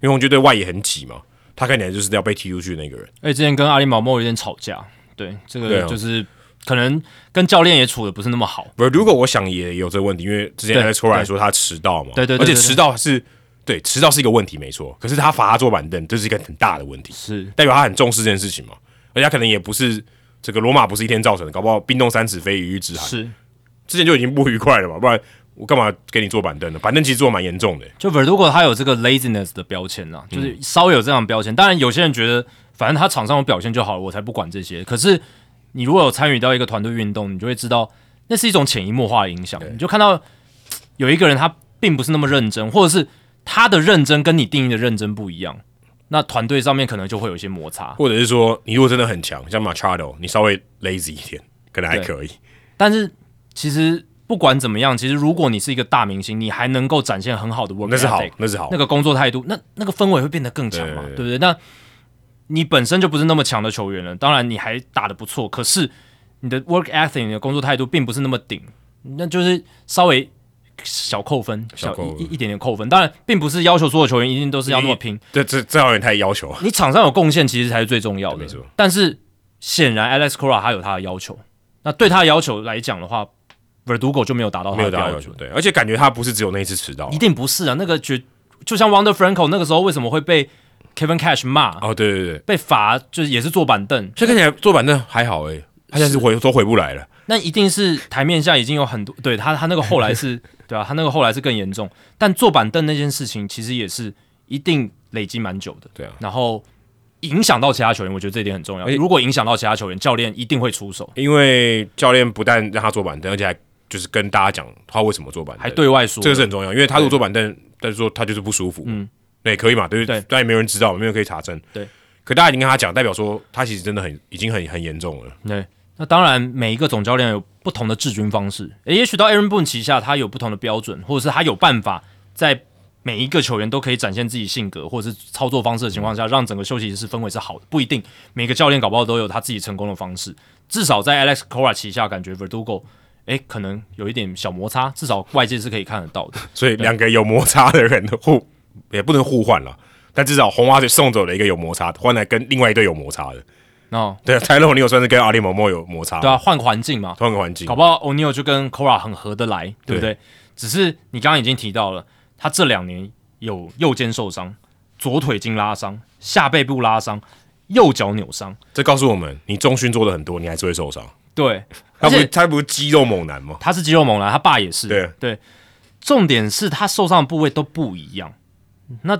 [SPEAKER 1] 因为红雀队外野很挤嘛，他看起来就是要被踢出去的那个人。
[SPEAKER 2] 而且之前跟阿里毛毛有点吵架，对，这
[SPEAKER 1] 对
[SPEAKER 2] 个
[SPEAKER 1] 啊
[SPEAKER 2] 就是可能跟教练也处的不是那么好，
[SPEAKER 1] 不，如果我想也有这个问题，因为之前
[SPEAKER 2] 对
[SPEAKER 1] Alex c o r a 说他迟到嘛，
[SPEAKER 2] 对对对
[SPEAKER 1] 而且
[SPEAKER 2] 对对
[SPEAKER 1] 迟到是对迟到是一个问题没错，可是他罚他坐板凳，这是一个很大的问题。
[SPEAKER 2] 是
[SPEAKER 1] 代表他很重视这件事情嘛，而且他可能也不是这个罗马不是一天造成的，搞不好冰冻三尺非一日之寒，
[SPEAKER 2] 是。
[SPEAKER 1] 之前就已经不愉快了嘛，不然我干嘛给你坐板凳呢？板凳其实坐蛮严重的、
[SPEAKER 2] 就 Verdugo 他有这个 laziness 的标签啊，就是稍有这样的标签。当然，有些人觉得反正他场上有表现就好了，我才不管这些。可是你如果有参与到一个团队运动，你就会知道那是一种潜移默化的影响。你就看到嘖有一个人他并不是那么认真，或者是他的认真跟你定义的认真不一样，那团队上面可能就会有一些摩擦。
[SPEAKER 1] 或者是说你如果真的很强，像 Machado，你稍微 lazy 一点，可能还
[SPEAKER 2] 对
[SPEAKER 1] 可以。
[SPEAKER 2] 但是其实不管怎么样，其实如果你是一个大明星，你还能够展现很好的 work，
[SPEAKER 1] 那是好
[SPEAKER 2] ethic，
[SPEAKER 1] 那是好
[SPEAKER 2] 那。个工作态度，那那个氛围会变得更强嘛，
[SPEAKER 1] 对
[SPEAKER 2] 对不对？那你本身就不是那么强的球员了，当然你还打得不错，可是你的 work ethic、你的工作态度并不是那么顶，那就是稍微小扣分，
[SPEAKER 1] 小
[SPEAKER 2] 小
[SPEAKER 1] 扣分
[SPEAKER 2] 一一点点扣分。当然，并不是要求所有球员一定都是要那么拼，哦
[SPEAKER 1] 这这这好像有点太要求了。
[SPEAKER 2] 你场上有贡献其实才是最重要的
[SPEAKER 1] 没错。
[SPEAKER 2] 但是显然 Alex Cora 他有他的要求。那对他的要求来讲的话，Verdugo 就没有达到
[SPEAKER 1] 没
[SPEAKER 2] 他
[SPEAKER 1] 有
[SPEAKER 2] 的
[SPEAKER 1] 达到
[SPEAKER 2] 标
[SPEAKER 1] 要
[SPEAKER 2] 准
[SPEAKER 1] 求，，对，而且感觉他不是只有那一次迟到啊
[SPEAKER 2] 一，定不是啊。那个绝就像 Wonder Franco 那个时候为什么会被 Kevin Cash 骂，
[SPEAKER 1] 哦，对对对，
[SPEAKER 2] 被罚就是也是坐板凳，
[SPEAKER 1] 现在看起来坐板凳还好诶、他现在是回都回不来了，
[SPEAKER 2] 那一定是台面下已经有很多，对他他那个后来
[SPEAKER 1] [laughs]
[SPEAKER 2] 是，对啊，他那个后来是更严重。但坐板凳那件事情其实也是一定累积蛮久的，
[SPEAKER 1] 对啊
[SPEAKER 2] 然后影响到其他球员，我觉得这一点很重要。
[SPEAKER 1] 而且
[SPEAKER 2] 如果影响到其他球员，教练一定会出手，
[SPEAKER 1] 因为教练不但让他坐板凳，而且还就是跟大家讲他为什么坐板凳，
[SPEAKER 2] 还对外说
[SPEAKER 1] 这个是很重要，因为他如果坐板凳，但是说他就是不舒服，嗯，那也可以嘛，对不
[SPEAKER 2] 对
[SPEAKER 1] 但也没有人知道，没有人可以查证，
[SPEAKER 2] 对。
[SPEAKER 1] 可大家已经跟他讲，代表说他其实真的很已经很很严重了，
[SPEAKER 2] 对。那当然，每一个总教练有不同的治军方式，诶也许到 Aaron Boone 旗下，他有不同的标准，或者是他有办法在每一个球员都可以展现自己性格或者是操作方式的情况下，让整个休息室氛围是好的。不一定每个教练搞不好都有他自己成功的方式。至少在 Alex Cora 旗下，感觉 Verdugo 诶可能有一点小摩擦，至少外界是可以看得到的。
[SPEAKER 1] 所以两个有摩擦的人互也不能互换了，但至少红花队送走了一个有摩擦，换来跟另外一队有摩擦的，
[SPEAKER 2] 那
[SPEAKER 1] 对啊， [laughs] 泰勒尼有算是跟阿里某某有摩擦，
[SPEAKER 2] 对啊，，换环境嘛，
[SPEAKER 1] 换个环境
[SPEAKER 2] 搞，不好 O'Neal 就跟 Cora 很合得来，对不对？只是你刚刚已经提到了，他这两年有右肩受伤、左腿筋拉伤、下背部拉伤、右脚扭伤，
[SPEAKER 1] 这告诉我们，你重训做的很多，你还是会受伤。
[SPEAKER 2] 对，
[SPEAKER 1] 他
[SPEAKER 2] 而
[SPEAKER 1] 不是
[SPEAKER 2] 且
[SPEAKER 1] 他不是肌肉猛男吗？
[SPEAKER 2] 他是肌肉猛男，他爸也是，
[SPEAKER 1] 对啊
[SPEAKER 2] 对。重点是他受伤的部位都不一样，那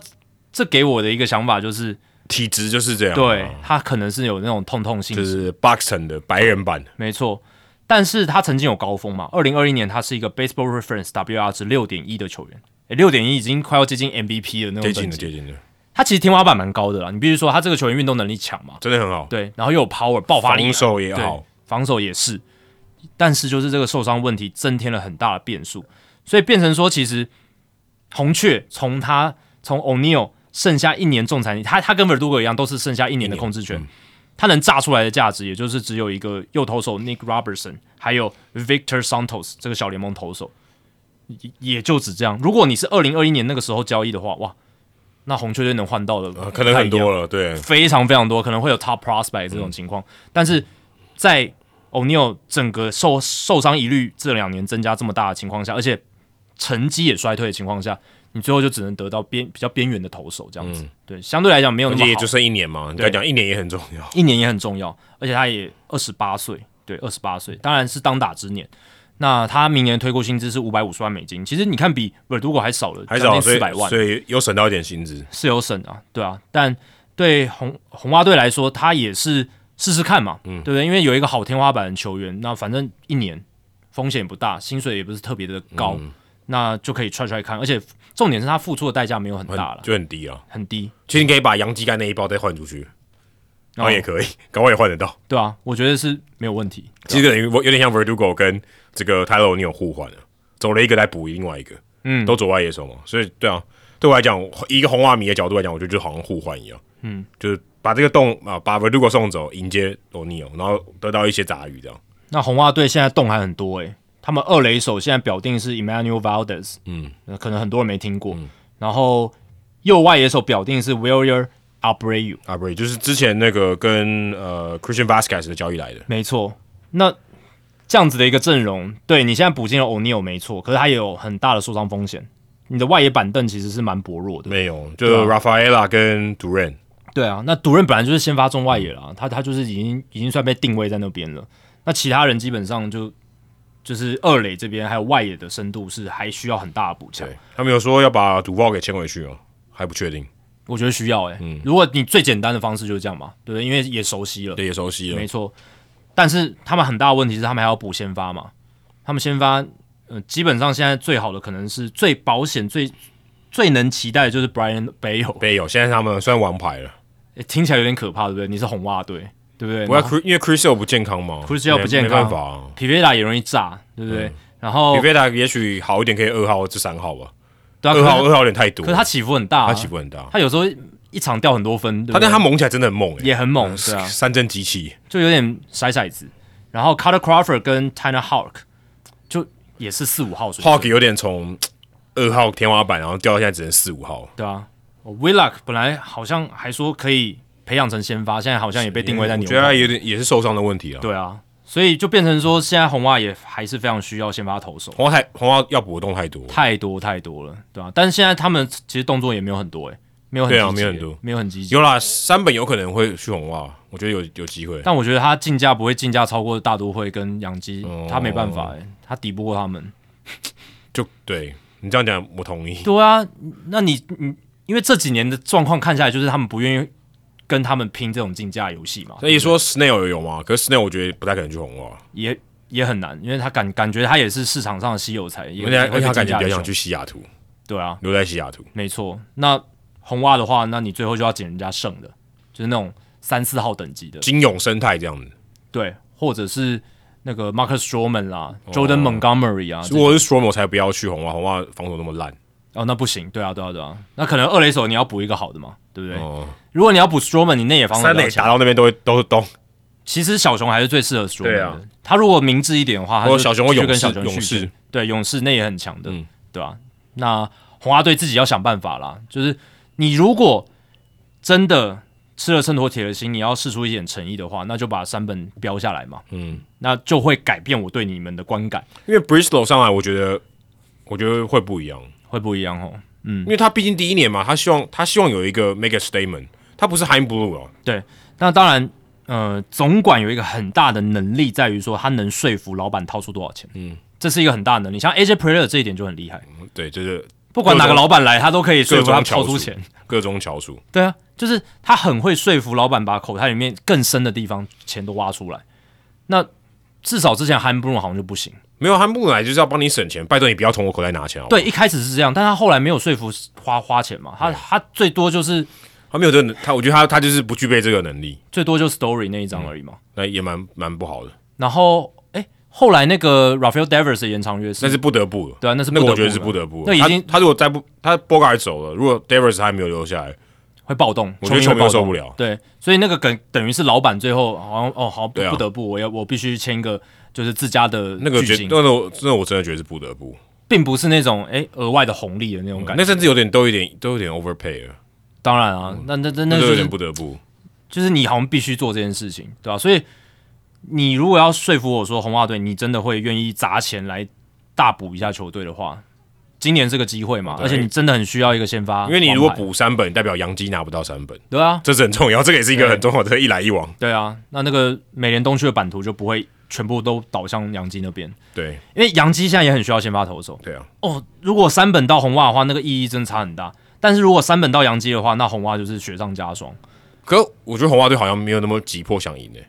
[SPEAKER 2] 这给我的一个想法就是，
[SPEAKER 1] 体质就是这样，
[SPEAKER 2] 对
[SPEAKER 1] 啊
[SPEAKER 2] 他可能是有那种痛痛性
[SPEAKER 1] 就是 boxing 的白人版，
[SPEAKER 2] 没错。但是他曾经有高峰嘛？二零二一年他是一个 Baseball Reference WR 值六点一的球员，诶六点一已经快要接近 MVP 的那
[SPEAKER 1] 接
[SPEAKER 2] 种等
[SPEAKER 1] 近了，
[SPEAKER 2] 级。
[SPEAKER 1] 接近了，
[SPEAKER 2] 他其实天花板蛮高的啦，你必须说他这个球员运动能力强嘛，
[SPEAKER 1] 真的很好，
[SPEAKER 2] 对，然后又有 power 爆发力啊，
[SPEAKER 1] 防守也
[SPEAKER 2] 对
[SPEAKER 1] 好，，
[SPEAKER 2] 防守也是。但是就是这个受伤问题增添了很大的变数，所以变成说，其实红雀从他从 O'Neal 剩下一年仲裁，他他跟 Verdugo 一样，都是剩下一年的控制权。
[SPEAKER 1] 嗯
[SPEAKER 2] 他能炸出来的价值，也就是只有一个右投手 Nick Robertson，还有 Victor Santos 这个小联盟投手，也也就只这样。如果你是二零二一年那个时候交易的话，哇，那红雀队能换到的、
[SPEAKER 1] 呃可能很多了，对，
[SPEAKER 2] 非常非常多，可能会有 top
[SPEAKER 1] 嗯
[SPEAKER 2] prospect 这种情况。但是在 O'Neal 整个受受伤疑虑这两年增加这么大的情况下，而且成绩也衰退的情况下，你最后就只能得到边比较边缘的投手这样子。对，相对来讲没有
[SPEAKER 1] 而
[SPEAKER 2] 那么
[SPEAKER 1] 且也
[SPEAKER 2] 好，
[SPEAKER 1] 就剩一年嗯嘛，你刚才讲一年也很重要，
[SPEAKER 2] 一年也很重要，而且他也二十八岁，对，二十八岁，当然是当打之年。那他明年推过薪资是五百五十万美金，其实你看比 Verdugo 还少了
[SPEAKER 1] 还
[SPEAKER 2] 将
[SPEAKER 1] 少，
[SPEAKER 2] 近
[SPEAKER 1] 所
[SPEAKER 2] 四
[SPEAKER 1] 以
[SPEAKER 2] 百万，
[SPEAKER 1] 所以有省到一点薪资，
[SPEAKER 2] 是有省啊，对啊，但对红红袜队来说，他也是试试看嘛，对不对？因为有一个好天花板的球员，那反正一年风险也不大，薪水也不是特别的高，那就可以踹踹看。而且重点是他付出的代价没有很
[SPEAKER 1] 很
[SPEAKER 2] 大了，
[SPEAKER 1] 就很低啊。
[SPEAKER 2] 很低，
[SPEAKER 1] 其实你可以把洋基干那一包再换出去，然后也可以， [laughs] 搞不好也换得到。
[SPEAKER 2] 哦对啊，我觉得是没有问题。
[SPEAKER 1] 其实等于有点像 Verdugo 跟这个 Tyler o n e 互换了，走了一个来补另外一个，嗯，都左外野手嘛，所以对啊，对我来讲，以一个红袜迷的角度来讲，我觉得就好像互换一样，嗯，就是把这个洞啊，把 Verdugo 送走，迎接 o n e 然后得到一些杂鱼这样，
[SPEAKER 2] 那红袜队现在动还很多诶、他们二垒手现在表定是 Emmanuel Valdez，嗯，可能很多人没听过。然后右外野手表定是 Willier Abreu，
[SPEAKER 1] 啊，不是，就是之前那个跟呃 Christian Vasquez 的交易来的，
[SPEAKER 2] 没错，那这样子的一个阵容，对你现在补进了 O'Neal 没错，可是他也有很大的受伤风险。你的外野板凳其实是蛮薄弱的。
[SPEAKER 1] 没有，就
[SPEAKER 2] 啊
[SPEAKER 1] Rafaela 跟 Duran，
[SPEAKER 2] 对啊，那独任本来就是先发中外野啦，他他就是已经已经算被定位在那边了。那其他人基本上就就是二垒这边还有外野的深度是还需要很大的补强
[SPEAKER 1] 对，他们有说要把赌报给签回去哦，还不确定，
[SPEAKER 2] 我觉得需要哎、如果你最简单的方式就是这样嘛，对不对？因为也熟悉了，
[SPEAKER 1] 对，也熟悉了
[SPEAKER 2] 没，错。但是他们很大的问题是，他们还要补先发嘛？他们先发，呃，基本上现在最好的可能是最保险、最最能期待的就是 Brian b a y
[SPEAKER 1] 没有，现在他们算王牌了。
[SPEAKER 2] 听起来有点可怕，对不对？你是红袜队，对不对？
[SPEAKER 1] 我要 Chris，因为 Chris Hill 不健康嘛
[SPEAKER 2] Chris Hill
[SPEAKER 1] 没
[SPEAKER 2] 不健康
[SPEAKER 1] 没办法、啊。
[SPEAKER 2] 皮维达也容易炸，对
[SPEAKER 1] 嗯
[SPEAKER 2] 不对？然后
[SPEAKER 1] 比贝达也许好一点，可以二号至三号吧。
[SPEAKER 2] 对啊，
[SPEAKER 1] 二号
[SPEAKER 2] 可
[SPEAKER 1] 二号有点太多，
[SPEAKER 2] 是他起伏很大、啊，
[SPEAKER 1] 他起伏很大，
[SPEAKER 2] 他有时候一场掉很多分，
[SPEAKER 1] 他
[SPEAKER 2] 对不对
[SPEAKER 1] 但他猛起来真的很猛、欸，
[SPEAKER 2] 也很猛，对啊
[SPEAKER 1] 三，三针机器，
[SPEAKER 2] 就有点甩骰子。然后 Carter Crawford 跟 Tanner Hawk 就也是四五号水准
[SPEAKER 1] Hawk 有点从呃二号天花板，然后掉到现在只能四五号，
[SPEAKER 2] 对啊 w i l l o c k 本来好像还说可以培养成先发，现在好像也被定位在
[SPEAKER 1] 嗯我
[SPEAKER 2] 牛
[SPEAKER 1] 觉得他
[SPEAKER 2] 棚。
[SPEAKER 1] 有点也是受伤的问题啊。，
[SPEAKER 2] 对啊，所以就变成说，现在红袜也还是非常需要先发投手，
[SPEAKER 1] 红花太红花要补的洞太多了，
[SPEAKER 2] 太多太多了，对啊，但是现在他们其实动作也没有很多、欸，没有很
[SPEAKER 1] 对啊
[SPEAKER 2] 积极
[SPEAKER 1] 没有很多
[SPEAKER 2] 没有很积极。
[SPEAKER 1] 有啦，三本有可能会去红袜，我觉得有有机会。
[SPEAKER 2] 但我觉得他竞价不会竞价超过大都会跟养鸡，
[SPEAKER 1] 哦
[SPEAKER 2] 他没办法、欸，他敌不过他们。
[SPEAKER 1] 就对你这样讲，我同意。
[SPEAKER 2] 对啊，那你你因为这几年的状况看下来，就是他们不愿意跟他们拼这种竞价游戏嘛，
[SPEAKER 1] 所以说 Snail 有吗？可是 Snail 我觉得不太可能去红袜，
[SPEAKER 2] 也也很难，因为他感感觉他也是市场上的稀有才，也
[SPEAKER 1] 而且而且他
[SPEAKER 2] 会被
[SPEAKER 1] 感
[SPEAKER 2] 竞
[SPEAKER 1] 觉
[SPEAKER 2] 价
[SPEAKER 1] 比较
[SPEAKER 2] 的
[SPEAKER 1] 想
[SPEAKER 2] 球
[SPEAKER 1] 去西雅图，
[SPEAKER 2] 对啊，
[SPEAKER 1] 留在西雅图。
[SPEAKER 2] 没错。那红袜的话，那你最后就要捡人家剩的，就是那种三四号等级的，
[SPEAKER 1] 金永生态这样子，
[SPEAKER 2] 啊对，或者是那个 Marcus Stroman 啦、Jordan Montgomery 啊，
[SPEAKER 1] 如果哦是 Storm 我才不要去红袜，红袜防守那么烂。
[SPEAKER 2] 哦，那不行，对啊，对啊，对啊，那可能二垒手你要补一个好的嘛，对不对？
[SPEAKER 1] 哦，
[SPEAKER 2] 如果你要补 Stroman，你内野防守
[SPEAKER 1] 三
[SPEAKER 2] 比较
[SPEAKER 1] 垒打
[SPEAKER 2] 强，
[SPEAKER 1] 到那边都会都是洞，
[SPEAKER 2] 其实小熊还是最适合 Stroman
[SPEAKER 1] 对
[SPEAKER 2] 的。
[SPEAKER 1] 啊
[SPEAKER 2] 他如果明智一点的话，他
[SPEAKER 1] 或
[SPEAKER 2] 就
[SPEAKER 1] 者小熊或
[SPEAKER 2] 去
[SPEAKER 1] 勇
[SPEAKER 2] 跟
[SPEAKER 1] 士
[SPEAKER 2] 小熊
[SPEAKER 1] 勇
[SPEAKER 2] 续
[SPEAKER 1] 士
[SPEAKER 2] 签对勇士内野很强的，
[SPEAKER 1] 嗯
[SPEAKER 2] 对吧、那红花队自己要想办法啦，就是你如果真的吃了秤砣铁了心，你要试出一点诚意的话，那就把三本标下来嘛，
[SPEAKER 1] 嗯，
[SPEAKER 2] 那就会改变我对你们的观感，
[SPEAKER 1] 因为 Bristol 上来，我觉得我觉得会不一样，
[SPEAKER 2] 会不一样哦。
[SPEAKER 1] 因为他毕竟第一年嘛，他希望他希望有一个 make a statement，他不是 h i m Blue 啊，
[SPEAKER 2] 那当然，呃，总管有一个很大的能力在于说他能说服老板掏出多少钱，
[SPEAKER 1] 嗯，
[SPEAKER 2] 这是一个很大的能力。像 AJ Player 这一点就很厉害，
[SPEAKER 1] 对，就是
[SPEAKER 2] 不管哪个
[SPEAKER 1] 各种
[SPEAKER 2] 老板来，他都可以说服他
[SPEAKER 1] 各种
[SPEAKER 2] 掏
[SPEAKER 1] 翘
[SPEAKER 2] 出
[SPEAKER 1] 楚
[SPEAKER 2] 钱。
[SPEAKER 1] 各中翘楚。
[SPEAKER 2] 对啊，就是他很会说服老板把口袋里面更深的地方钱都挖出来。那至少之前汉布鲁好像就不行，
[SPEAKER 1] 没有，他木乃就是要帮你省钱，拜托你不要从我口袋拿钱好不好，
[SPEAKER 2] 对，一开始是这样，但他后来没有说服花花钱嘛，他他最多就是
[SPEAKER 1] 他没有这个能，他我觉得他他就是不具备这个能力，
[SPEAKER 2] 最多就 story 那一
[SPEAKER 1] 嗯
[SPEAKER 2] 张而已嘛。
[SPEAKER 1] 那也蛮蛮不好的，
[SPEAKER 2] 然后哎，后来那个 Rafael Devers 的延长约是
[SPEAKER 1] 但是不得不的。
[SPEAKER 2] 对啊，那是
[SPEAKER 1] 那个
[SPEAKER 2] 不得
[SPEAKER 1] 我觉得
[SPEAKER 2] 不
[SPEAKER 1] 是
[SPEAKER 2] 的
[SPEAKER 1] 不得不的，
[SPEAKER 2] 那已经
[SPEAKER 1] 他他如果再不他 b o g a r 走了，如果 Davis 还没有留下来，
[SPEAKER 2] 会暴动，
[SPEAKER 1] 我觉得
[SPEAKER 2] 球
[SPEAKER 1] 球
[SPEAKER 2] 迷
[SPEAKER 1] 迷
[SPEAKER 2] 会
[SPEAKER 1] 会
[SPEAKER 2] 暴动
[SPEAKER 1] 受不了
[SPEAKER 2] 对，所以那个等等于是老板最后好像哦好不
[SPEAKER 1] 对啊
[SPEAKER 2] 不得不我要我必须签一个就是自家的
[SPEAKER 1] 那个
[SPEAKER 2] 巨
[SPEAKER 1] 觉
[SPEAKER 2] 星
[SPEAKER 1] 那个我那我真的觉得是不得不，
[SPEAKER 2] 并不是那种哎额外的红利的那种感觉。
[SPEAKER 1] 那甚至有点都有点都有点 overpay 了，
[SPEAKER 2] 当然啊，那那那那
[SPEAKER 1] 嗯那
[SPEAKER 2] 就
[SPEAKER 1] 都有
[SPEAKER 2] 是
[SPEAKER 1] 点不得不。
[SPEAKER 2] 就是你好像必须做这件事情，对吧、所以你如果要说服我说红袜队你真的会愿意砸钱来大补一下球队的话，今年是个机会嘛，
[SPEAKER 1] 对
[SPEAKER 2] 而且你真的很需要一个先发王
[SPEAKER 1] 因
[SPEAKER 2] 牌，
[SPEAKER 1] 为你如果补三本，代表杨基拿不到三本，
[SPEAKER 2] 对啊，
[SPEAKER 1] 这是很重要，这个也是一个很重要的一来一往。
[SPEAKER 2] 对啊，那那个美联东区的版图就不会全部都倒向杨基那边，
[SPEAKER 1] 对
[SPEAKER 2] 因为杨基现在也很需要先发投手
[SPEAKER 1] 对啊，
[SPEAKER 2] 哦。如果三本到红袜的话，那个意义真的差很大。但是如果三本到杨基的话，那红袜就是雪上加霜。
[SPEAKER 1] 可我觉得红袜队好像没有那么急迫想赢诶、欸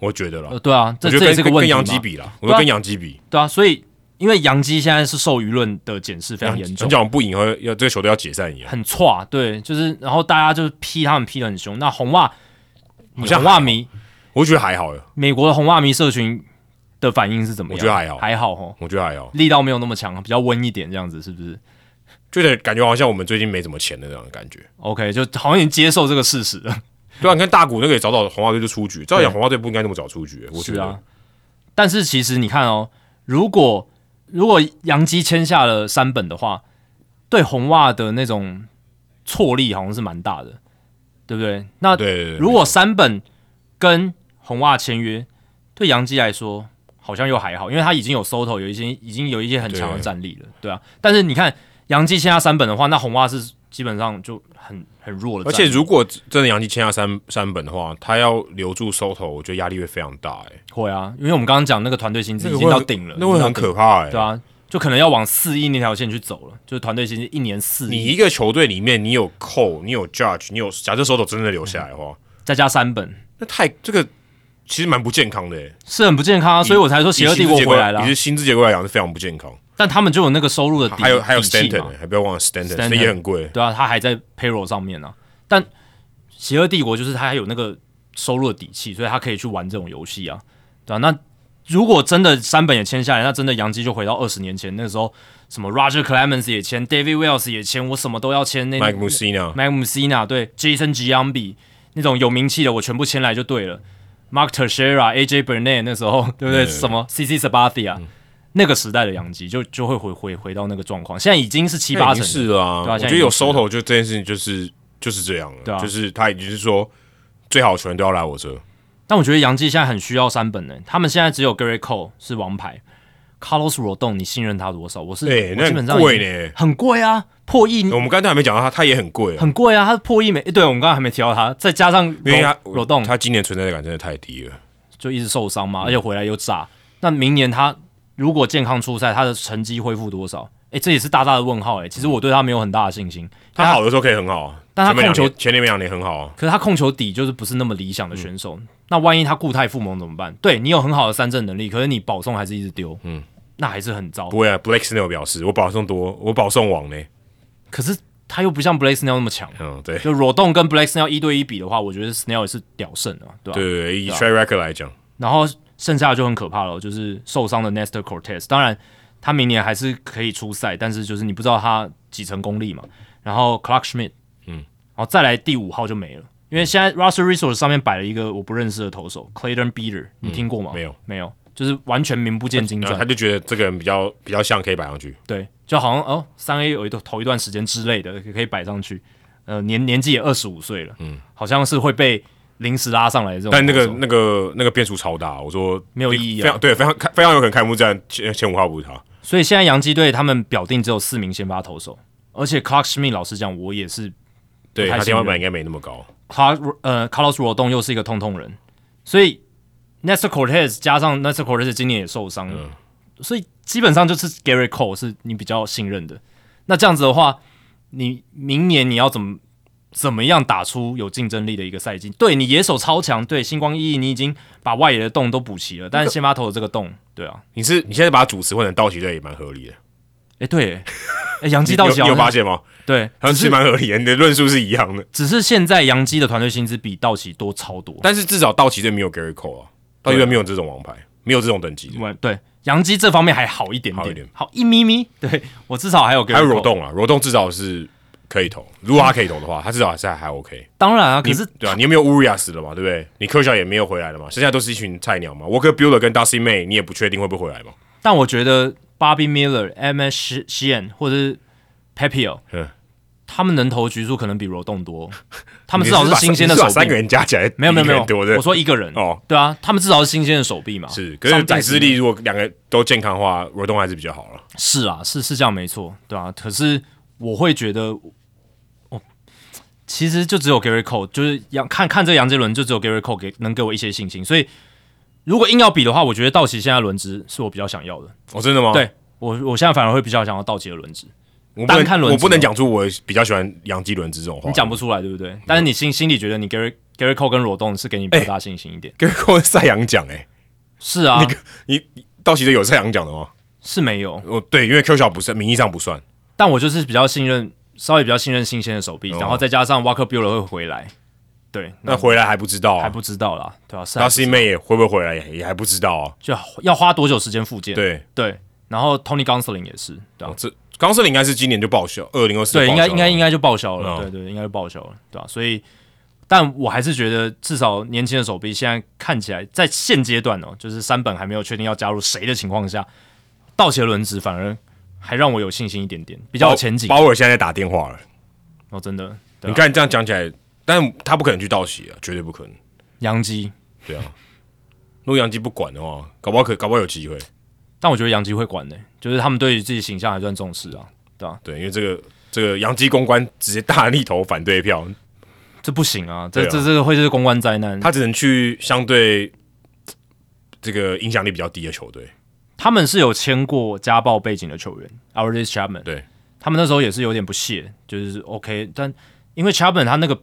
[SPEAKER 1] 我觉得啦，
[SPEAKER 2] 呃，对啊，这
[SPEAKER 1] 我觉
[SPEAKER 2] 这
[SPEAKER 1] 得
[SPEAKER 2] 也是
[SPEAKER 1] 跟
[SPEAKER 2] 个
[SPEAKER 1] 跟
[SPEAKER 2] 问题嘛
[SPEAKER 1] 杨基比啦，我觉得跟杨基比，
[SPEAKER 2] 对啊，所以因为杨基现在是受舆论的检视非常
[SPEAKER 1] 杨
[SPEAKER 2] 严
[SPEAKER 1] 基
[SPEAKER 2] 重，
[SPEAKER 1] 讲不赢会要这个球队要解散一样。
[SPEAKER 2] 很错，对，就是然后大家就是批他们批的很凶。那红袜，你
[SPEAKER 1] 像
[SPEAKER 2] 红袜迷，
[SPEAKER 1] 我觉得还好了，
[SPEAKER 2] 美国的红袜迷社群的反应是怎么样？
[SPEAKER 1] 我觉得还好
[SPEAKER 2] 还好吼，
[SPEAKER 1] 我觉得还好，
[SPEAKER 2] 力道没有那么强，啊比较温一点，这样子是不是
[SPEAKER 1] 就是感觉好像我们最近没怎么钱的那种感觉。
[SPEAKER 2] ？OK，就好像已经接受这个事实了。
[SPEAKER 1] 对啊，你看大谷那个也早早红袜队就出局，照
[SPEAKER 2] 对
[SPEAKER 1] 讲红袜队不应该那么早出局，我觉
[SPEAKER 2] 是
[SPEAKER 1] 得。
[SPEAKER 2] 啊，但是其实你看哦，如果如果杨基签下了三本的话，对红袜的那种挫力好像是蛮大的，对不对？那
[SPEAKER 1] 对对对，
[SPEAKER 2] 如果三本跟红袜签约，对杨基来说好像又还好，因为他已经有 Soto，有一些已经有一些很强的战力了，对啊。但是你看杨基签下三本的话，那红袜是基本上就很很弱了。
[SPEAKER 1] 而且如果真的杨基签下三三本的话，他要留住收头，我觉得压力会非常大、欸，哎，
[SPEAKER 2] 会啊，因为我们刚刚讲那个团队薪资
[SPEAKER 1] 那
[SPEAKER 2] 已
[SPEAKER 1] 个
[SPEAKER 2] 经
[SPEAKER 1] 会
[SPEAKER 2] 到顶了，
[SPEAKER 1] 那会很
[SPEAKER 2] 已经到顶
[SPEAKER 1] 可怕、欸，
[SPEAKER 2] 了，对啊，就可能要往四亿那条线去走了，就是团队薪资一年四
[SPEAKER 1] 你
[SPEAKER 2] 亿，
[SPEAKER 1] 一个球队里面，你有扣，你有 Judge，你有假设手头真的留下来的话，
[SPEAKER 2] 再加三本
[SPEAKER 1] 那太这个其实蛮不健康的、欸。
[SPEAKER 2] 是很不健康啊，所以我才说邪恶帝国回来了
[SPEAKER 1] 以
[SPEAKER 2] 啊
[SPEAKER 1] 薪资结构以。薪资结构来讲是非常不健康。
[SPEAKER 2] 但他们就有那个收入的底，
[SPEAKER 1] 还有还有
[SPEAKER 2] 底气嘛
[SPEAKER 1] Stanton，欸、还不要忘了 Stanton，,
[SPEAKER 2] Stanton
[SPEAKER 1] 也很贵。
[SPEAKER 2] 对啊，他还在 payroll 上面呢、啊。但邪恶帝国就是他还有那个收入的底气，所以他可以去玩这种游戏啊，对啊，那如果真的三本也签下来，那真的杨基就回到二十年前那时候，什么 Roger Clemens 也签，David Wells 也签，我什么都要签。那
[SPEAKER 1] Mike Musina，
[SPEAKER 2] Mike Mussina 对 Jason Giambi 那种有名气的，我全部签来就对了。Mark Teixeira、AJ Burnett 那时候 [laughs] 对不
[SPEAKER 1] 对
[SPEAKER 2] 对？
[SPEAKER 1] 嗯
[SPEAKER 2] 什么 CC Sabathia、那个时代的杨基就就会回回回到那个状况，现在已经是七
[SPEAKER 1] 那
[SPEAKER 2] 八
[SPEAKER 1] 已经
[SPEAKER 2] 成了
[SPEAKER 1] 是啦、
[SPEAKER 2] 对啊
[SPEAKER 1] 我
[SPEAKER 2] 现在
[SPEAKER 1] 觉得
[SPEAKER 2] 已经
[SPEAKER 1] 有
[SPEAKER 2] 是了
[SPEAKER 1] 收头就这件事情就是就是这样了，
[SPEAKER 2] 对啊
[SPEAKER 1] 就是他已经是说最好的球员都要来我这。
[SPEAKER 2] 但我觉得杨基现在很需要三本呢，他们现在只有 Gary Cole 是王牌，Carlos Rodon 你信任他多少？我是、
[SPEAKER 1] 哎
[SPEAKER 2] 我
[SPEAKER 1] 那
[SPEAKER 2] 基本上
[SPEAKER 1] 很贵
[SPEAKER 2] 已经
[SPEAKER 1] 呢哦
[SPEAKER 2] 很贵啊，破亿
[SPEAKER 1] 我们刚才还没讲到他，他也很贵啊，
[SPEAKER 2] 很贵啊，他破亿没？诶对我们刚刚还没提到他，再加上
[SPEAKER 1] 因为他
[SPEAKER 2] Ro- Rodon
[SPEAKER 1] 他今年存在感真的太低了。
[SPEAKER 2] 就一直受伤
[SPEAKER 1] 嗯
[SPEAKER 2] 嘛，而且回来又炸。那明年他如果健康出赛，他的成绩恢复多少？诶，这也是大大的问号诶，其实我对他没有很大的信心，
[SPEAKER 1] 他好的时候可以很好啊，
[SPEAKER 2] 但他
[SPEAKER 1] 前面两
[SPEAKER 2] 控球
[SPEAKER 1] 年前面两年很好啊，
[SPEAKER 2] 可是他控球底就是不是那么理想的选手。
[SPEAKER 1] 嗯
[SPEAKER 2] 那万一他固态复萌怎么办？对你有很好的三振能力，可是你保送还是一直丢，嗯，那还是很糟
[SPEAKER 1] 不。会啊。Blake Snell 表示，我保送多，我保送网呢。
[SPEAKER 2] 可是他又不像 Blake Snell 那么强，
[SPEAKER 1] 嗯，对，
[SPEAKER 2] 就 Rodon 跟 Blake Snell 一对一比的话，我觉得 Snell 也是屌胜的嘛，对吧、
[SPEAKER 1] 对对
[SPEAKER 2] 啊
[SPEAKER 1] 对，以 t r a y Record 来讲，
[SPEAKER 2] 然后剩下的就很可怕了，就是受伤的 Nestor Cortez。当然，他明年还是可以出赛，但是就是你不知道他几成功力嘛。然后 Clark Schmidt，嗯，然后再来第五号就没了，因为现在 Russell Resource 上面摆了一个我不认识的投手 Clayton Beater，你听过吗？
[SPEAKER 1] 嗯没有，
[SPEAKER 2] 没有，就是完全名不见经
[SPEAKER 1] 然后他。
[SPEAKER 2] 传
[SPEAKER 1] 就觉得这个人比较比较像可以摆上去。
[SPEAKER 2] 对，就好像哦，三 A 有一段头一段时间之类的可以摆上去。呃，年年纪也二十五岁了，嗯，好像是会被临时拉上来的这种投手。
[SPEAKER 1] 但那个那个那个变数超大，我说
[SPEAKER 2] 没有意义啊
[SPEAKER 1] 非常对，非常非常有可能开幕战前前五号不是他，
[SPEAKER 2] 所以现在洋基队他们表定只有四名先发投手，而且 Clark Schmidt 老实讲，我也是
[SPEAKER 1] 对
[SPEAKER 2] 不太
[SPEAKER 1] 他
[SPEAKER 2] 信
[SPEAKER 1] 天花
[SPEAKER 2] 任
[SPEAKER 1] 板应该没那么高。
[SPEAKER 2] Clark 呃 Carlos Rodon 又是一个通通人，所以 Nestor Cortez 加上 Nestor Cortez 今年也受伤
[SPEAKER 1] 嗯
[SPEAKER 2] 了，所以基本上就是 Gary Cole 是你比较信任的。那这样子的话，你明年你要怎么怎么样打出有竞争力的一个赛季？对你野手超强，对星光熠熠，你已经把外野的洞都补齐了，但是先发投手这个洞，对啊，
[SPEAKER 1] 你是你现在把主持换成道奇队也蛮合理的，
[SPEAKER 2] 诶，对，诶，诶洋基到
[SPEAKER 1] 你
[SPEAKER 2] 期
[SPEAKER 1] 有你
[SPEAKER 2] 好
[SPEAKER 1] 有
[SPEAKER 2] 像
[SPEAKER 1] 发现吗？
[SPEAKER 2] 对，
[SPEAKER 1] 好像
[SPEAKER 2] 只
[SPEAKER 1] 是
[SPEAKER 2] 是
[SPEAKER 1] 蛮合理的，你的论述是一样的。
[SPEAKER 2] 只是现在洋基的团队薪资比道奇多超多。
[SPEAKER 1] 但是至少道奇队没有 Gary Cole 啊，道奇队没有这种王牌，没有这种等级的，
[SPEAKER 2] 我对杨基这方面还好一点点，
[SPEAKER 1] 好一点
[SPEAKER 2] 咪咪。 [laughs] 对我至少还有给
[SPEAKER 1] 还有柔，动啊，柔动至少是可以投，如果他可以投的话，他至少还是还 OK。
[SPEAKER 2] 当然啊，可
[SPEAKER 1] 你
[SPEAKER 2] 是
[SPEAKER 1] 对啊，你也没有乌 r i a s 了嘛，对不对？你科肖也没有回来了嘛，剩下都是一群菜鸟嘛。我跟 Builder 跟 Dusty May，你也不确定会不会回来嘛？
[SPEAKER 2] 但我觉得 Bobby Miller、M S 西恩或者是 Pepio，
[SPEAKER 1] 嗯
[SPEAKER 2] 他们能投的局数可能比柔
[SPEAKER 1] [laughs]
[SPEAKER 2] 动多，他
[SPEAKER 1] 他
[SPEAKER 2] 们至少是新鲜的手
[SPEAKER 1] 把三个
[SPEAKER 2] 臂。
[SPEAKER 1] 人加起来，
[SPEAKER 2] 没有没有没
[SPEAKER 1] 一个人多的
[SPEAKER 2] 有，我说一个人
[SPEAKER 1] 哦，
[SPEAKER 2] 对啊，他们至少是新鲜的手臂嘛。
[SPEAKER 1] 是，可是
[SPEAKER 2] 上
[SPEAKER 1] 宰
[SPEAKER 2] 阵
[SPEAKER 1] 之力如果两个都健康的话，柔动还是比较好了。
[SPEAKER 2] 是啊，是是这样没错，对啊。可是我会觉得，我其实就只有 Gary Cole，就是杨看看这个杨杰伦，就只有 Gary Cole 给能给我一些信心。所以如果硬要比的话，我觉得道奇现在轮值是我比较想要的。
[SPEAKER 1] 哦，真的吗？
[SPEAKER 2] 对我，我现在反而会比较想要道奇的轮值。
[SPEAKER 1] 我不
[SPEAKER 2] 单
[SPEAKER 1] 能
[SPEAKER 2] 看轮
[SPEAKER 1] 我
[SPEAKER 2] 子
[SPEAKER 1] 不能
[SPEAKER 2] 吗
[SPEAKER 1] 讲出我比较喜欢杨基轮子这种话。
[SPEAKER 2] 你讲不出来，对不对？但是你心心里觉得你 Gary Gary Cole 跟罗栋是给你比较大信心一点。
[SPEAKER 1] [laughs] 跟跟赛扬奖哎，
[SPEAKER 2] 是啊，
[SPEAKER 1] 道奇队有赛扬奖的吗？
[SPEAKER 2] 是没有，
[SPEAKER 1] 哦，对，因为 Q 小不是名义上不算，
[SPEAKER 2] 但我就是比较信任，稍微比较信任新鲜的手臂，
[SPEAKER 1] 哦
[SPEAKER 2] 然后再加上 Walker Buehler 会回来，对，
[SPEAKER 1] 那回来还不知道
[SPEAKER 2] 还
[SPEAKER 1] 啊。
[SPEAKER 2] 不知道啦，对啊，是还不
[SPEAKER 1] Dusty May 会不会回来也也还不知道啊。
[SPEAKER 2] 就要花多久时间复健？
[SPEAKER 1] 对，
[SPEAKER 2] 对然后 Tony Gonsolin 也是，对啊、
[SPEAKER 1] 哦这冈瑟林应该是今年就报销，二零二四
[SPEAKER 2] 对，应该应该应
[SPEAKER 1] 该
[SPEAKER 2] 该就报销了，
[SPEAKER 1] 嗯
[SPEAKER 2] 对对，应该就报销了，对吧、啊所以，但我还是觉得至少年轻的手臂现在看起来，在现阶段哦，就是三本还没有确定要加入谁的情况下，道奇的轮值反而还让我有信心一点点，比较有前景。
[SPEAKER 1] 鲍尔现在在打电话了，
[SPEAKER 2] 哦，真的，对
[SPEAKER 1] 你
[SPEAKER 2] 啊，
[SPEAKER 1] 看这样讲起来，但他不可能去道奇啊，绝对不可能。
[SPEAKER 2] 杨基，
[SPEAKER 1] 对啊，如果杨基不管的话，搞不好可搞不好有机会。
[SPEAKER 2] 但我觉得杨基会管的、就是他们对于自己形象还算重视啊，
[SPEAKER 1] 对，因为这个这个杨基公关直接大力投反对
[SPEAKER 2] 嗯
[SPEAKER 1] 票，
[SPEAKER 2] 这不行啊，这
[SPEAKER 1] 对啊
[SPEAKER 2] 这这个会是公关灾难。
[SPEAKER 1] 他只能去相对这个影响力比较低的球队。
[SPEAKER 2] 他们是有签过家暴背景的球员 a l d i s Chapman，
[SPEAKER 1] 对，
[SPEAKER 2] 他们那时候也是有点不屑，就是 OK，但因为 Chapman 他那个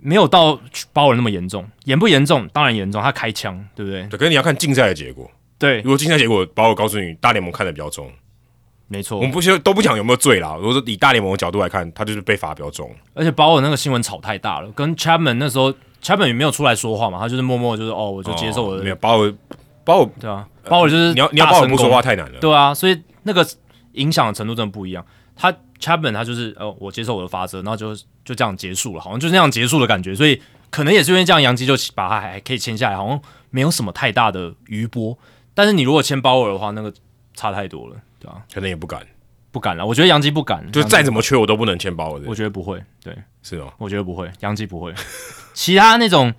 [SPEAKER 2] 没有到包尔那么严重，严不严重？当然严重，他开枪，对不对？
[SPEAKER 1] 对，可是你要看竞赛的结果。
[SPEAKER 2] 对，
[SPEAKER 1] 如果竞赛结果，把我告诉你，大联盟看的比较重。
[SPEAKER 2] 哦没
[SPEAKER 1] 我
[SPEAKER 2] 错
[SPEAKER 1] 们。不说都不讲有没有罪啦，如果说以大联盟的角度来看，他就是被罚比较重。
[SPEAKER 2] 而且包尔那个新闻炒太大了，跟 Chapman 那时候 Chapman 也没有出来说话嘛，他就是默默就是哦，我就接受我
[SPEAKER 1] 哦
[SPEAKER 2] 的，
[SPEAKER 1] 没有把我把我，
[SPEAKER 2] 对啊，包尔就是
[SPEAKER 1] 你要你要
[SPEAKER 2] 大
[SPEAKER 1] 把我
[SPEAKER 2] 声
[SPEAKER 1] 不说
[SPEAKER 2] 公
[SPEAKER 1] 话太难了。
[SPEAKER 2] 对啊，所以那个影响的程度真的不一样。他 Chapman 他就是哦，我接受我的法则，然后就就这样结束了，好像就那样结束的感觉。所以可能也是因为这样，杨基就把他还还可以签下来，好像没有什么太大的余波。但是你如果签鲍尔的话，那个差太多了，对啊，
[SPEAKER 1] 可能也不敢。
[SPEAKER 2] 不敢了。我觉得杨基不敢，
[SPEAKER 1] 就
[SPEAKER 2] 杨基
[SPEAKER 1] 再怎么缺我都不能签保尔的
[SPEAKER 2] 我，觉得不会，对
[SPEAKER 1] 是哦。
[SPEAKER 2] 我觉得不会，杨基不会。 [laughs] 其他那种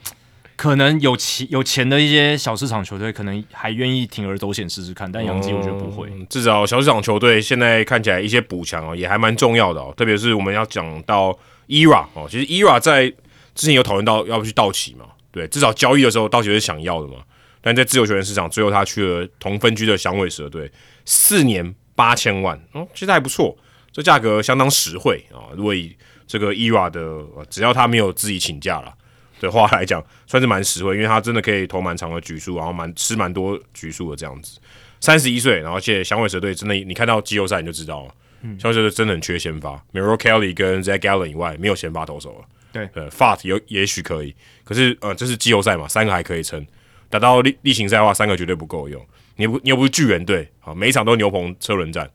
[SPEAKER 2] 可能有钱有钱的一些小市场球队，可能还愿意铤而走险试试看，但杨基我觉得不会。
[SPEAKER 1] 嗯至少小市场球队现在看起来一些补强哦，也还蛮重要的哦。特别是我们要讲到 ERA 哦，其实 ERA 在之前有讨论到要不去道奇嘛，对，至少交易的时候道奇是想要的嘛。但在自由球员市场，最后他去了同分区的响尾蛇队，四年八千万，哦，其实还不错，这价格相当实惠啊、如果以这个 ERA 的，呃只要他没有自己请假了。对话来讲，算是蛮实惠，因为他真的可以投蛮长的局数，然后蛮吃蛮多局数的这样子。三十一岁，然后而且响尾蛇队真的，你看到季后赛你就知道了，
[SPEAKER 2] 嗯
[SPEAKER 1] 响尾蛇队真的很缺先发。m i r o Kelly 跟 Zach Gallen 以外，没有先发投手了。
[SPEAKER 2] 对
[SPEAKER 1] 呃 f a t 有也许可以，可是呃，这是季后赛嘛，三个还可以撑。打到例例行赛的话，三个绝对不够用。你又不你又不是巨人队，好，每一场都牛棚车轮战，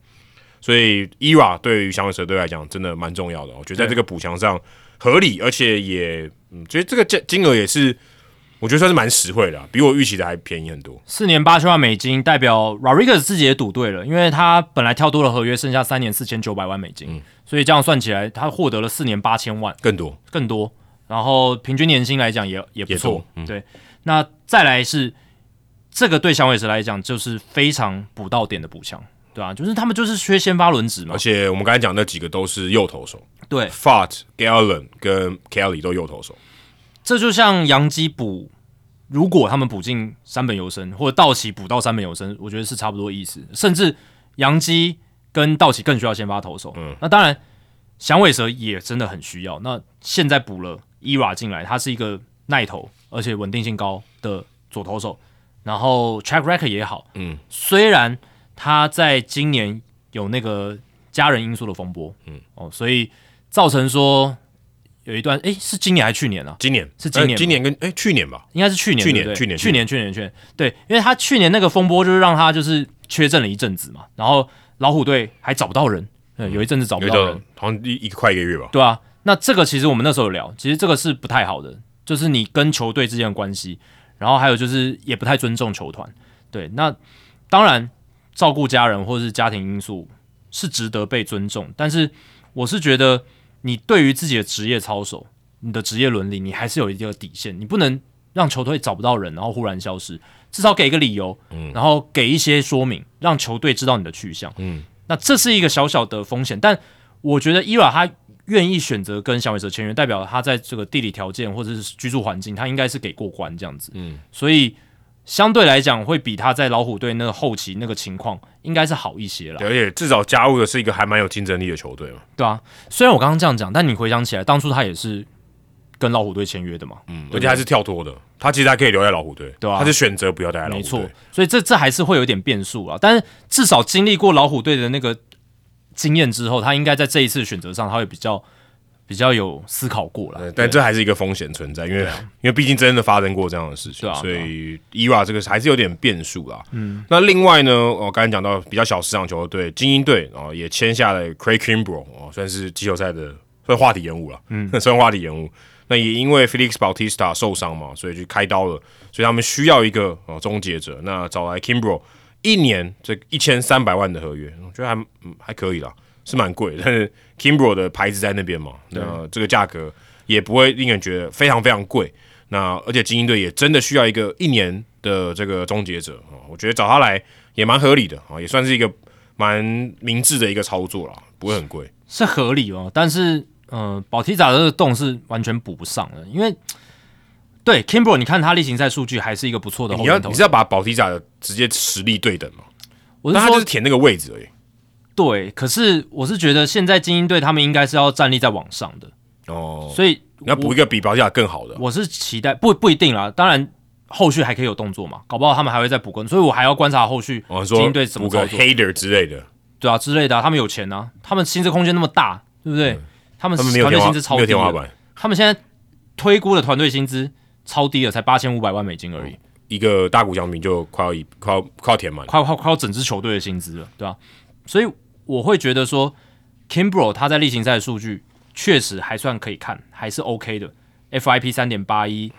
[SPEAKER 1] 所以 ERA 对于响尾蛇队来讲真的蛮重要的。哦我觉得在
[SPEAKER 2] 对
[SPEAKER 1] 这个补强上合理，而且也嗯，觉得这个金金额也是我觉得算是蛮实惠的啊、比我预期的还便宜很多。
[SPEAKER 2] 四年八千万美金，代表 Rodriguez 自己也赌对了，因为他本来跳多了合约，剩下三年四千九百万美金，
[SPEAKER 1] 嗯
[SPEAKER 2] 所以这样算起来，他获得了四年八千万
[SPEAKER 1] 更多，
[SPEAKER 2] 更多，然后平均年薪来讲也也不
[SPEAKER 1] 也
[SPEAKER 2] 错
[SPEAKER 1] 多，嗯
[SPEAKER 2] 对。那再来是这个对响尾蛇来讲就是非常补到点的补强，对啊，就是他们就是缺先发轮值嘛
[SPEAKER 1] 而，且我们刚才讲那几个都是右投手
[SPEAKER 2] 对，
[SPEAKER 1] ，Fart、Gallen 跟 Kelly 都右投手，
[SPEAKER 2] 这就像杨基补，如果他们补进三本游生，或者道奇补到三本游生，我觉得是差不多意思。甚至杨基跟道奇更需要先发投手。嗯，那当然，响尾蛇也真的很需要。那现在补了伊 r a 进来，他是一个耐投而且稳定性高的左投手，然后 track record 也好。
[SPEAKER 1] 嗯，
[SPEAKER 2] 虽然他在今年有那个家人因素的风波，嗯，哦，所以造成说有一段，诶，是今年还是去年啊？
[SPEAKER 1] 今年
[SPEAKER 2] 是今年
[SPEAKER 1] 呃
[SPEAKER 2] 吗
[SPEAKER 1] 今年跟哎、去年吧，
[SPEAKER 2] 应该是去年，
[SPEAKER 1] 去年
[SPEAKER 2] 对不对
[SPEAKER 1] 去年
[SPEAKER 2] 去年，去年，去年，对，因为他去年那个风波就是让他就是缺阵了一阵子嘛，然后老虎队还找不到人，对，哦有一阵子找不
[SPEAKER 1] 有一
[SPEAKER 2] 到人
[SPEAKER 1] 段，好像一一快一个月吧，
[SPEAKER 2] 对啊，那这个其实我们那时候有聊，其实这个是不太好的，就是你跟球队之间的关系，然后还有就是也不太尊重球团，对，那当然照顾家人或是家庭因素是值得被尊重，但是我是觉得你对于自己的职业操守、你的职业伦理，你还是有一定的底线，你不能让球队找不到人，然后忽然消失，至少给一个理由，然后给一些说明，让球队知道你的去向，
[SPEAKER 1] 嗯，
[SPEAKER 2] 那这是一个小小的风险，但我觉得伊朗他愿意选择跟响尾蛇签约，代表他在这个地理条件或者是居住环境，他应该是给过关这样子，
[SPEAKER 1] 嗯，
[SPEAKER 2] 所以。相对来讲，会比他在老虎队那个后期那个情况应该是好一些啦。
[SPEAKER 1] 对而且至少加入的是一个还蛮有竞争力的球队嘛，
[SPEAKER 2] 对啊，虽然我刚刚这样讲，但你回想起来，当初他也是跟老虎队签约的嘛，
[SPEAKER 1] 嗯，而且他是跳脱的，他其实还可以留在老虎队，
[SPEAKER 2] 对啊
[SPEAKER 1] 他是选择不要待在老
[SPEAKER 2] 没
[SPEAKER 1] 虎
[SPEAKER 2] 错
[SPEAKER 1] 队，，
[SPEAKER 2] 所以这这还是会有点变数啊。但是至少经历过老虎队的那个经验之后，他应该在这一次选择上，他会比较比较有思考过了
[SPEAKER 1] 呃。但这还是一个风险存在，因为、因为毕竟真的发生过这样的事情，
[SPEAKER 2] 啊对啊
[SPEAKER 1] 所以 ERA 这个还是有点变数啦。嗯，那另外呢，我、刚才讲到比较小市场球队精英队，哦、也签下了 Craig Kimbrel 哦，算是季后赛的算话题人物了，嗯， [laughs] 算话题人物。那也因为 Felix Bautista 受伤嘛，所以就开刀了，所以他们需要一个哦终结者。那找来 Kimbrel 一年这一千三百万的合约，我觉得还嗯还可以啦，是蛮贵的，但是 Kimbrel 的牌子在那边嘛，那这个价格也不会令人觉得非常非常贵。那而且精英队也真的需要一个一年的这个终结者啊，我觉得找他来也蛮合理的啊，也算是一个蛮明智的一个操作啦，不会很贵。
[SPEAKER 2] 是合理哦，但是呃，保提扎的这个洞是完全补不上的，因为对 Kimbrel，你看他例行赛数据还是一个不错的
[SPEAKER 1] 你
[SPEAKER 2] 后
[SPEAKER 1] 要
[SPEAKER 2] 援投
[SPEAKER 1] 你
[SPEAKER 2] 手
[SPEAKER 1] 是要把保提贾的直接实力对等嘛？
[SPEAKER 2] 我
[SPEAKER 1] 但
[SPEAKER 2] 是
[SPEAKER 1] 他就
[SPEAKER 2] 说
[SPEAKER 1] 是填那个位置而已。
[SPEAKER 2] 对，可是我是觉得现在精英队他们应该是要站立在往上的，
[SPEAKER 1] 哦，
[SPEAKER 2] 所以
[SPEAKER 1] 你要补一个比保提贾更好的。
[SPEAKER 2] 我是期待不不一定啦，当然后续还可以有动作嘛，搞不好他们还会再补跟，所以我还要观察后续
[SPEAKER 1] 我
[SPEAKER 2] 精
[SPEAKER 1] 哦说
[SPEAKER 2] 英队怎
[SPEAKER 1] 补
[SPEAKER 2] 么
[SPEAKER 1] 个
[SPEAKER 2] 操作，
[SPEAKER 1] hater 之类的，
[SPEAKER 2] 对啊之类的啊、他们有钱啊，他们薪资空间那么大，对不对？他们
[SPEAKER 1] 他们没有
[SPEAKER 2] 团队
[SPEAKER 1] 天
[SPEAKER 2] 薪
[SPEAKER 1] 花
[SPEAKER 2] 资超
[SPEAKER 1] 没有
[SPEAKER 2] 低
[SPEAKER 1] 天花
[SPEAKER 2] 的，
[SPEAKER 1] 板，
[SPEAKER 2] 他们现在推估的团队薪资超低了，才八千五百万美金而已。
[SPEAKER 1] 一个大谷翔平就快要一快要快要填满了。
[SPEAKER 2] 快快快要整支球队的薪资了，对吧、所以我会觉得说，Kimbrel 他在例行赛的数据确实还算可以看，还是 OK 的，FIP 三点八一，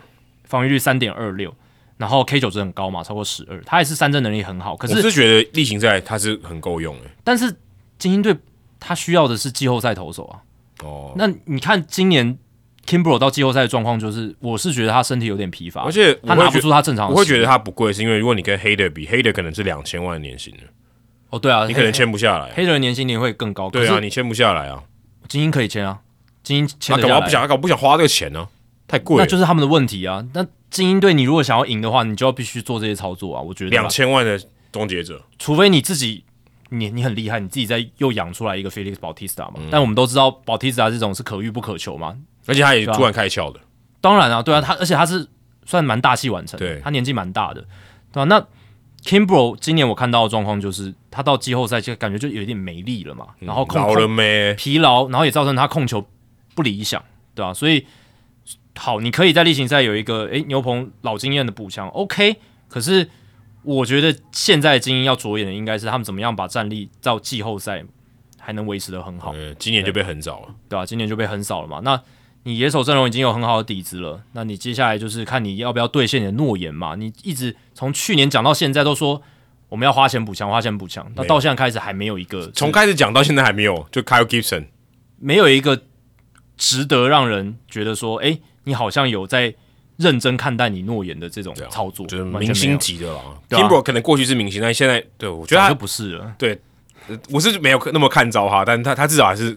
[SPEAKER 2] 防御率三点二六，然后 K 九值很高嘛，超过十二，他也是三振能力很好，可啊
[SPEAKER 1] 我
[SPEAKER 2] 是
[SPEAKER 1] 是觉得例行赛他是很够用的，
[SPEAKER 2] 但是精英队他需要的是季后赛投手啊。
[SPEAKER 1] 哦，
[SPEAKER 2] 那你看今年 Kimbro 到季后赛的状况，就是我是觉得他身体有点疲乏，
[SPEAKER 1] 而且我
[SPEAKER 2] 他
[SPEAKER 1] 会
[SPEAKER 2] 拿
[SPEAKER 1] 觉
[SPEAKER 2] 不出他正常的
[SPEAKER 1] 我
[SPEAKER 2] 时间。
[SPEAKER 1] 会觉得他不贵，是因为如果你跟 Hader 比，Hader 可能是两千万年薪的，
[SPEAKER 2] 哦，对啊，
[SPEAKER 1] 你可能
[SPEAKER 2] 黑
[SPEAKER 1] 签不下来。
[SPEAKER 2] 黑人年薪年会更高，
[SPEAKER 1] 对
[SPEAKER 2] 可
[SPEAKER 1] 啊，
[SPEAKER 2] 是
[SPEAKER 1] 你签不下来啊，
[SPEAKER 2] 精英可以签啊，精英签
[SPEAKER 1] 他干
[SPEAKER 2] 得下
[SPEAKER 1] 嘛
[SPEAKER 2] 来
[SPEAKER 1] 不想？他搞不想花这个钱呢？太贵
[SPEAKER 2] 那
[SPEAKER 1] 了，
[SPEAKER 2] 就是他们的问题啊。那精英队你如果想要赢的话，你就要必须做这些操作啊。我觉得啦
[SPEAKER 1] 两，千万的终结者，
[SPEAKER 2] 除非你自己。你你很厉害，你自己在又养出来一个 Felix
[SPEAKER 1] 嗯
[SPEAKER 2] Bautista 嘛？但我们都知道 Bautista 这种是可遇不可求嘛。
[SPEAKER 1] 而且他也
[SPEAKER 2] 对啊
[SPEAKER 1] 突然开窍的，
[SPEAKER 2] 当然啊，对啊，他而且他是算蛮大器晚成的，
[SPEAKER 1] 对
[SPEAKER 2] 他年纪蛮大的，对吧、啊那 Kimbro 今年我看到的状况就是，他到季后赛就感觉就有一点没力了嘛，然后控
[SPEAKER 1] 嗯老
[SPEAKER 2] 控
[SPEAKER 1] 了没？
[SPEAKER 2] 疲劳，然后也造成他控球不理想，对吧、所以好，你可以在例行赛有一个诶牛棚老经验的补强，OK。可是我觉得现在的精英要着眼的应该是他们怎么样把战力到季后赛还能维持的很好，
[SPEAKER 1] 嗯，今年就被横早了。
[SPEAKER 2] 对吧、今年就被横扫了嘛。那你野手阵容已经有很好的底子了，那你接下来就是看你要不要兑现你的诺言嘛。你一直从去年讲到现在都说我们要花钱补强，花钱补强，那
[SPEAKER 1] 没有
[SPEAKER 2] 到现在开始还没有一个
[SPEAKER 1] 从开始讲到现在还没有，就 Kyle Gibson
[SPEAKER 2] 没有一个值得让人觉得说，哎、你好像有在认真看待你诺言的这种
[SPEAKER 1] 啊
[SPEAKER 2] 操作，
[SPEAKER 1] 就是
[SPEAKER 2] 完全
[SPEAKER 1] 明
[SPEAKER 2] 没有
[SPEAKER 1] 星级的啦。
[SPEAKER 2] 对啊
[SPEAKER 1] Kimbro 可能过去是明星，但现在对我觉得
[SPEAKER 2] 早
[SPEAKER 1] 他
[SPEAKER 2] 就不是了。
[SPEAKER 1] 我是没有那么看糟他，但他他至少还是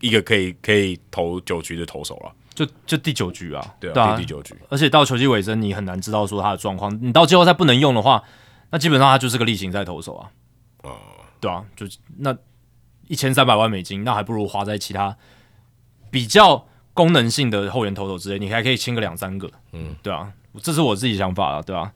[SPEAKER 1] 一个可以可以投九局的投手了。
[SPEAKER 2] 就就第九局啊，
[SPEAKER 1] 对
[SPEAKER 2] 啊
[SPEAKER 1] 啊，第第九局，
[SPEAKER 2] 而且到球季尾声，你很难知道说他的状况。你到季后赛不能用的话，那基本上他就是个例行赛投手啊。对啊，就那一千三百万美金，那还不如花在其他比较功能性的后援投手之类，你还可以签个两三个。嗯，对啊，这是我自己想法啊，对啊，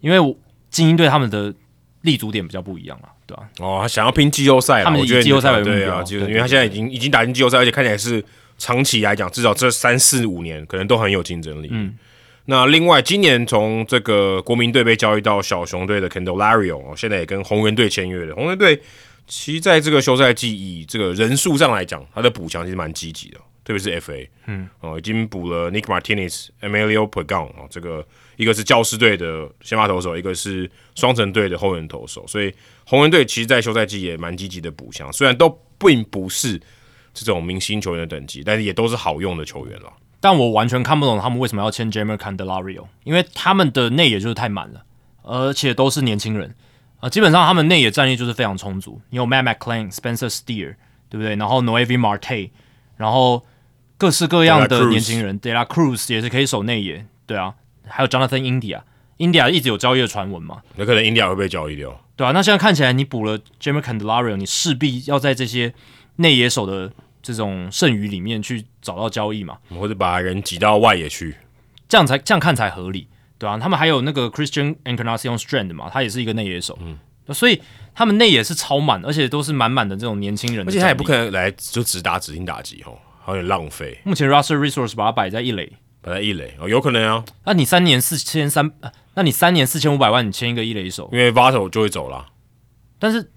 [SPEAKER 2] 因为我精英队他们的立足点比较不一样啊，对啊，
[SPEAKER 1] 哦，他想要拼季后赛啦，
[SPEAKER 2] 他们
[SPEAKER 1] 我
[SPEAKER 2] 以
[SPEAKER 1] 觉得
[SPEAKER 2] 季后赛为目
[SPEAKER 1] 对
[SPEAKER 2] 标
[SPEAKER 1] 啊，季后
[SPEAKER 2] 对
[SPEAKER 1] 因为他现在已经已经打进季后赛，而且看起来是长期来讲，至少这三四五年可能都很有竞争力。嗯，那另外今年从这个国民队被交易到小熊队的 Candelario，哦现在也跟红人队签约了。红人队其实在这个休赛季以这个人数上来讲，他的补强其实蛮积极的，哦特别是 FA，嗯，哦，已经补了 Nick Martinez、Emilio Pagan 哦，这个一个是教师队的先发投手，一个是双城队的后援投手，所以红人队其实，在休赛季也蛮积极的补强，虽然都并不是这种明星球员的等级，但是也都是好用的球员了。
[SPEAKER 2] 但我完全看不懂他们为什么要签 Jamer Candelario，因为他们的内野就是太满了，而且都是年轻人，呃，基本上他们内野战力就是非常充足。你有 Matt McClain、Spencer Steer，对不对？然后 Noevi Marte，然后各式各样
[SPEAKER 1] Dela
[SPEAKER 2] 的
[SPEAKER 1] Cruz
[SPEAKER 2] 年轻人，Dela Cruz 也是可以守内野，对啊，还有 Jonathan India，India 一直有交易的传闻嘛，
[SPEAKER 1] 那可能印第安会被交易掉，
[SPEAKER 2] 对啊，那现在看起来你补了 Jamer Candelario，你势必要在这些内野手的这种剩余里面去找到交易嘛。
[SPEAKER 1] 或者把人挤到外野去。
[SPEAKER 2] 这样才这样看才合理，对啊，他们还有那个 Christian Encarnacion Strand 嘛，他也是一个内野手，嗯，所以他们内野是超满，而且都是满满的这种年轻人
[SPEAKER 1] 而
[SPEAKER 2] 的
[SPEAKER 1] 且
[SPEAKER 2] 战力，
[SPEAKER 1] 他也不可能来就只打指定打击哦，好像有点浪费。
[SPEAKER 2] 目前 roster resource 把它摆在一垒，
[SPEAKER 1] 本来一垒哦，有可能啊，
[SPEAKER 2] 那你三年四千三，呃那你三年四千五百万，你签一个一垒手，
[SPEAKER 1] 因为 Vato 就会走了，
[SPEAKER 2] 但是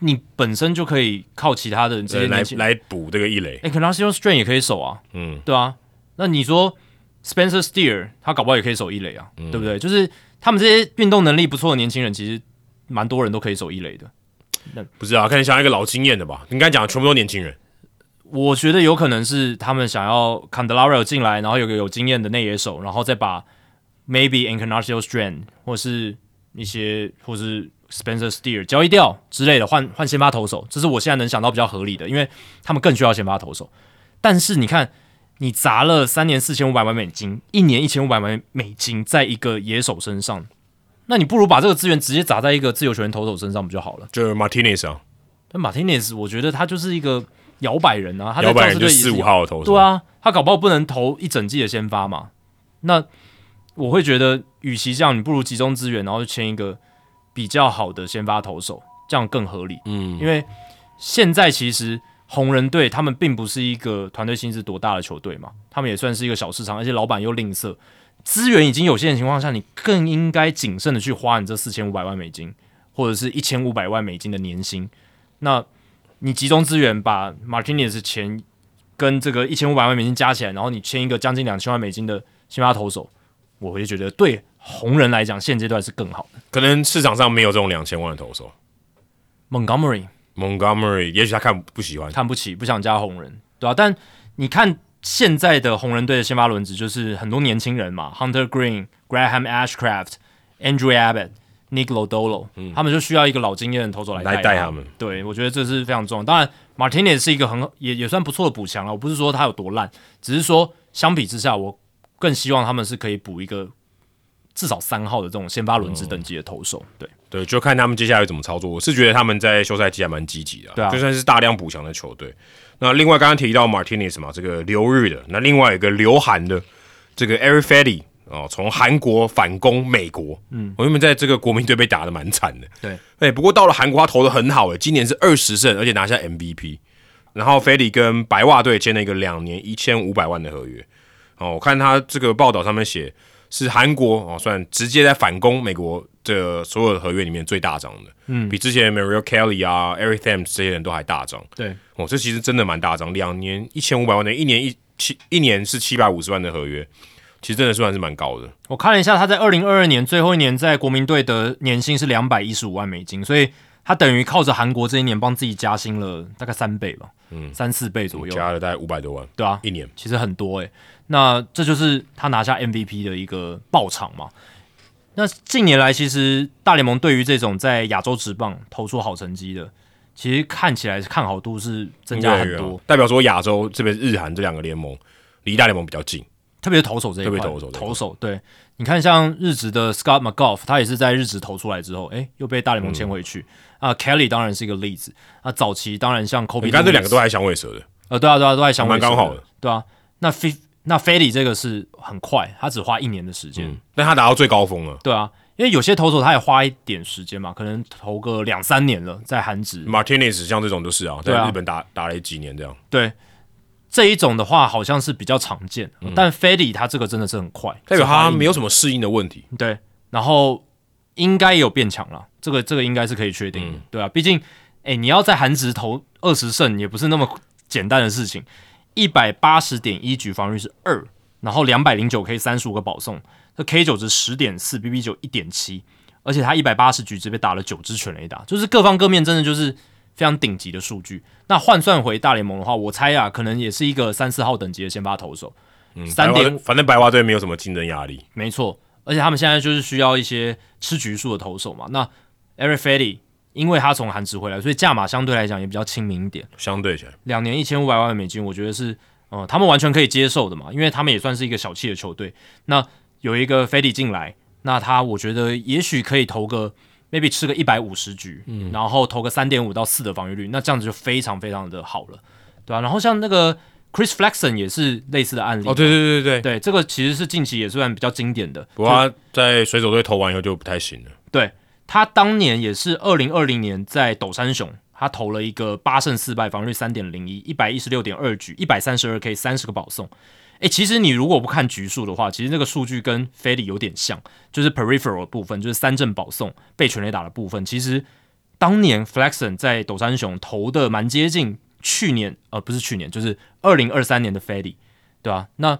[SPEAKER 2] 你本身就可以靠其他的这些
[SPEAKER 1] 对呃来
[SPEAKER 2] 年轻人
[SPEAKER 1] 来补这个一垒。
[SPEAKER 2] Encarnacion Strand 也可以守啊，
[SPEAKER 1] 嗯，
[SPEAKER 2] 对啊，那你说 Spencer Steer 他搞不好也可以守一垒啊，
[SPEAKER 1] 嗯
[SPEAKER 2] 对不对？就是他们这些运动能力不错的年轻人，其实蛮多人都可以守一垒的。
[SPEAKER 1] 不是啊，看你想要一个老经验的吧？你刚才讲的全部都年轻人，
[SPEAKER 2] 我觉得有可能是他们想要 Candelario 进来，然后有个有经验的内野手，然后再把 maybe Encarnacion Strand 或是一些或是 Spencer Steer 交易掉之类的，换换先发投手，这是我现在能想到比较合理的，因为他们更需要先发投手。但是你看，你砸了三年四千五百万美金，一年一千五百万美金在一个野手身上，那你不如把这个资源直接砸在一个自由球员投手身上不就好了？
[SPEAKER 1] 就是 Martinez 啊，
[SPEAKER 2] 但马丁内斯，我觉得他就是一个摇摆人啊，他在
[SPEAKER 1] 摇摆
[SPEAKER 2] 教
[SPEAKER 1] 人
[SPEAKER 2] 士
[SPEAKER 1] 就
[SPEAKER 2] 队
[SPEAKER 1] 四
[SPEAKER 2] 也是
[SPEAKER 1] 五号的投手。
[SPEAKER 2] 对，啊，他搞不好不能投一整季的先发嘛。那我会觉得，与其这样，你不如集中资源，然后就签一个比较好的先发投手，这样更合理。
[SPEAKER 1] 嗯，
[SPEAKER 2] 因为现在其实红人队他们并不是一个团队薪资多大的球队嘛，他们也算是一个小市场，而且老板又吝啬，资源已经有限的情况下，你更应该谨慎的去花你这四千五百万美金或者是一千五百万美金的年薪。那你集中资源把 Martinez 的钱跟这个一千五百万美金加起来，然后你签一个将近两千万美金的先发投手，我会觉得对红人来讲现阶段是更好的。
[SPEAKER 1] 可能市场上没有这种两千万的投手。
[SPEAKER 2] Montgomery
[SPEAKER 1] Montgomery，也许他看不喜欢，
[SPEAKER 2] 看不起，不想加红人，对啊，但你看现在的红人队的先发轮值，就是很多年轻人嘛，Hunter Green、Graham Ashcraft、Andrew Abbott、Nick Lodolo，、他们就需要一个老经验的投手来
[SPEAKER 1] 嗯来带他们。
[SPEAKER 2] 对，我觉得这是非常重要。当然，Martinez 是一个很也也算不错的补强了。我不是说他有多烂，只是说相比之下，我更希望他们是可以补一个至少三号的这种先发轮
[SPEAKER 1] 哦
[SPEAKER 2] 值等级的投手。对。
[SPEAKER 1] 对，就看他们接下来怎么操作。我是觉得他们在休赛期还蛮积极的、
[SPEAKER 2] 对啊
[SPEAKER 1] 就算是大量补强的球队。那另外刚刚提到 Martinez 嘛，这个留日的，那另外有一个留韩的，这个 Eric f e d d y 哦，从韩国反攻美国，嗯，我原本在这个国民队被打得蛮惨的，
[SPEAKER 2] 对，
[SPEAKER 1] 哎、不过到了韩国他投的很好、哎，今年是二十胜，而且拿下 MVP。然后 f e d d y 跟白袜队签了一个两年一千五百万的合约，哦，我看他这个报道上面写是韩国哦，算直接在反攻美国的所有的合约里面最大张的，嗯，比之前 Mario Kelly 啊、Eric Thames 这些人都还大张。
[SPEAKER 2] 对，
[SPEAKER 1] 哦，这其实真的蛮大张，两年一千五百万的，一年一七一年是七百五十万的合约，其实真的算是蛮高的。
[SPEAKER 2] 我看了一下，他在二零二二年最后一年在国民队的年薪是两百一十五万美金，所以他等于靠着韩国这一年帮自己加薪了大概三倍吧，嗯，三四倍左右，
[SPEAKER 1] 加了大概五百多万
[SPEAKER 2] 对啊，
[SPEAKER 1] 一年。
[SPEAKER 2] 其实很多诶、欸那这就是他拿下 MVP 的一个爆场嘛。那近年来，其实大联盟对于这种在亚洲职棒投出好成绩的，其实看起来看好度是增加很
[SPEAKER 1] 越来越
[SPEAKER 2] 多
[SPEAKER 1] 好，啊代表说亚洲这边日韩这两个联盟离大联盟比较近，
[SPEAKER 2] 特别是投手这一块，
[SPEAKER 1] 特别投手这一块
[SPEAKER 2] 投手对，你看像日职的 Scott McGoff，他也是在日职投出来之后，诶，又被大联盟签回去。啊，Kelly 当然是一个例子。啊，早期当然像 Kobe，
[SPEAKER 1] 嗯你看这
[SPEAKER 2] Lewis
[SPEAKER 1] 两个都还响尾蛇的，
[SPEAKER 2] 呃，对啊，对啊，都在想
[SPEAKER 1] 蛮刚好的，
[SPEAKER 2] 对啊。那 f 那 f e d y 这个是很快，他只花一年的时间，
[SPEAKER 1] 嗯，但他达到最高峰了。
[SPEAKER 2] 对啊，因为有些投手他也花一点时间嘛，可能投个两三年了，在韩职，
[SPEAKER 1] 嗯 Martinez 像这种都是啊，
[SPEAKER 2] 对啊
[SPEAKER 1] 在日本打、打了几年这样。
[SPEAKER 2] 对这一种的话好像是比较常见，但 f e d y 他这个真的是很快，
[SPEAKER 1] 代表
[SPEAKER 2] 只花一
[SPEAKER 1] 嗯他
[SPEAKER 2] 年
[SPEAKER 1] 没有什么适应的问题。
[SPEAKER 2] 对，然后应该也有变强了，这个这个应该是可以确定的，对啊，毕竟哎、你要在韩职投二十胜也不是那么简单的事情，一百八十点一局防御是二，然后两百零九 K 三十五个保送，这 K 九值十点四，BB 九一点七，而且他一百八十局只被打了九支全垒打，就是各方各面真的就是。非常顶级的数据。那换算回大联盟的话，我猜啊，可能也是一个三四号等级的先发投手，三
[SPEAKER 1] 白
[SPEAKER 2] 点
[SPEAKER 1] 袜反正白袜队没有什么竞争压力。
[SPEAKER 2] 没错，而且他们现在就是需要一些吃局数的投手嘛。那 Eric f e d d y 因为他从韩职回来，所以价码相对来讲也比较亲民一点，
[SPEAKER 1] 相对起来，
[SPEAKER 2] 两年一千五百万美金，我觉得是呃他们完全可以接受的嘛，因为他们也算是一个小气的球队。那有一个 f e d d y 进来，那他我觉得也许可以投个 maybe 吃个一百五十局，然后投个三点五到四的防御率，那这样子就非常非常的好了，对啊吧、然后像那个 Chris Flexen 也是类似的案例。
[SPEAKER 1] 哦，对对对对对，
[SPEAKER 2] 对，这个其实是近期也算比较经典的，
[SPEAKER 1] 不过他在水手队投完以后就不太行了。
[SPEAKER 2] 对他当年也是二零二零年在斗山熊，他投了一个八胜四败，防御率三点零一，一百一十六点二局，一百三十二 K，三十个保送。诶，其实你如果不看局数的话，其实那个数据跟菲利有点像，就是 peripheral 的部分，就是三振保送被全垒打的部分。其实当年 Flexen 在斗山熊投的蛮接近去年，呃，不是去年，就是二零二三年的菲利，对吧、那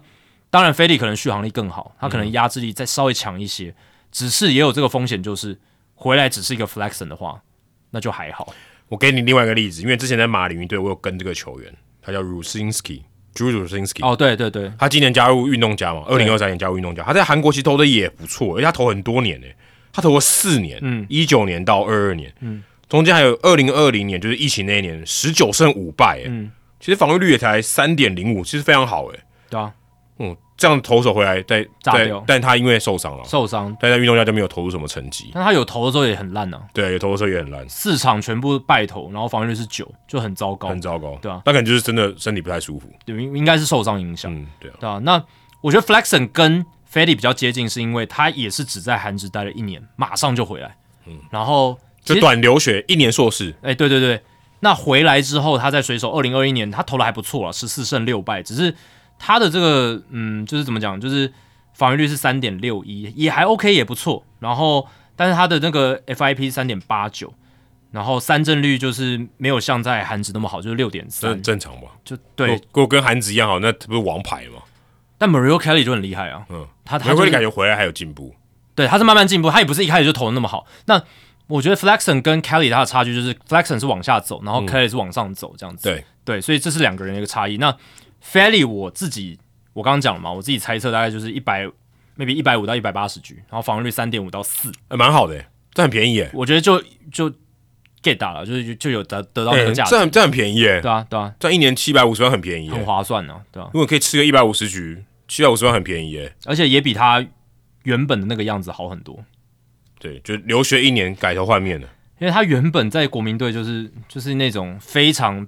[SPEAKER 2] 当然，菲利可能续航力更好，他可能压制力再稍微强一些，只是也有这个风险，就是回来只是一个 flexen 的话，那就还好。
[SPEAKER 1] 我给你另外一个例子，因为之前在马林鱼队我有跟这个球员，他叫 Rusinski，Drew Rusinski。
[SPEAKER 2] 哦，对对对，
[SPEAKER 1] 他今年加入运动家嘛，二零二三年加入运动家，他在韩国其实投的也不错，而且他投很多年呢、欸他投了四年，嗯，一九年到二二年，嗯，中间还有二零二零年，就是疫情那一年，十九胜五败、欸，嗯，其实防御率也才三点零五，其实非常好、欸，
[SPEAKER 2] 对啊，
[SPEAKER 1] 嗯，这样投手回来再
[SPEAKER 2] 炸
[SPEAKER 1] 再
[SPEAKER 2] 掉，
[SPEAKER 1] 但他因为受伤了，
[SPEAKER 2] 受伤，
[SPEAKER 1] 但在运动家就没有投出什么成绩，
[SPEAKER 2] 但他有投的时候也很烂啊，
[SPEAKER 1] 对，有投的时候也很烂，
[SPEAKER 2] 四场全部败投，然后防御率是九，就很糟糕
[SPEAKER 1] 很，糟糕，
[SPEAKER 2] 对啊
[SPEAKER 1] 那可能就是真的身体不太舒服，
[SPEAKER 2] 对，应应该是受伤影响，
[SPEAKER 1] 嗯，对啊，
[SPEAKER 2] 对啊，那我觉得 flexen 跟 f e d d y 比较接近，是因为他也是只在韩职待了一年，马上就回来，嗯，然后其
[SPEAKER 1] 就
[SPEAKER 2] 实
[SPEAKER 1] 短留学一年硕士，
[SPEAKER 2] 哎、对对对，那回来之后，他在水手二零二一年，他投的还不错了，十四胜六败，只是他的这个嗯，就是怎么讲，就是防御率是三点六一，也还 OK，也不错。然后，但是他的那个 FIP 三点八九，然后三振率就是没有像在韩职那么好，就是六点
[SPEAKER 1] 这
[SPEAKER 2] 三，
[SPEAKER 1] 正常吧？
[SPEAKER 2] 就对。
[SPEAKER 1] 如果跟韩子一样好，那不是王牌吗？
[SPEAKER 2] 但 Mario Kelly 就很厉害啊，
[SPEAKER 1] 嗯，
[SPEAKER 2] 他他
[SPEAKER 1] 回
[SPEAKER 2] 就
[SPEAKER 1] 归
[SPEAKER 2] 是
[SPEAKER 1] 感觉回来还有进步，
[SPEAKER 2] 对，他是慢慢进步，他也不是一开始就投的那么好。那我觉得 Flexon 跟 Kelly 他的差距就是 Flexon 是往下走，然后 Kelly 是往上走这样
[SPEAKER 1] 嗯
[SPEAKER 2] 子。
[SPEAKER 1] 对
[SPEAKER 2] 对，所以这是两个人的一个差异。那 Felly 我自己我刚刚讲了嘛，我自己猜测大概就是一百 maybe 一百五到一百八十局，然后防御率三点五到四，
[SPEAKER 1] 哎蛮好的、欸，这很便宜耶、
[SPEAKER 2] 我觉得就就 get 到了，就是就哦有得得到那
[SPEAKER 1] 欸
[SPEAKER 2] 个价值。
[SPEAKER 1] 这很这很便宜、欸，
[SPEAKER 2] 对啊，对啊，
[SPEAKER 1] 这样一年七百五十万很便宜、
[SPEAKER 2] 很
[SPEAKER 1] 欸，
[SPEAKER 2] 划算呢、对啊，
[SPEAKER 1] 如果可以吃个一百五十局，七百五十万很便宜、欸，
[SPEAKER 2] 而且也比他原本的那个样子好很多，
[SPEAKER 1] 对，就留学一年改头换面的，
[SPEAKER 2] 因为他原本在国民队就是就是那种非常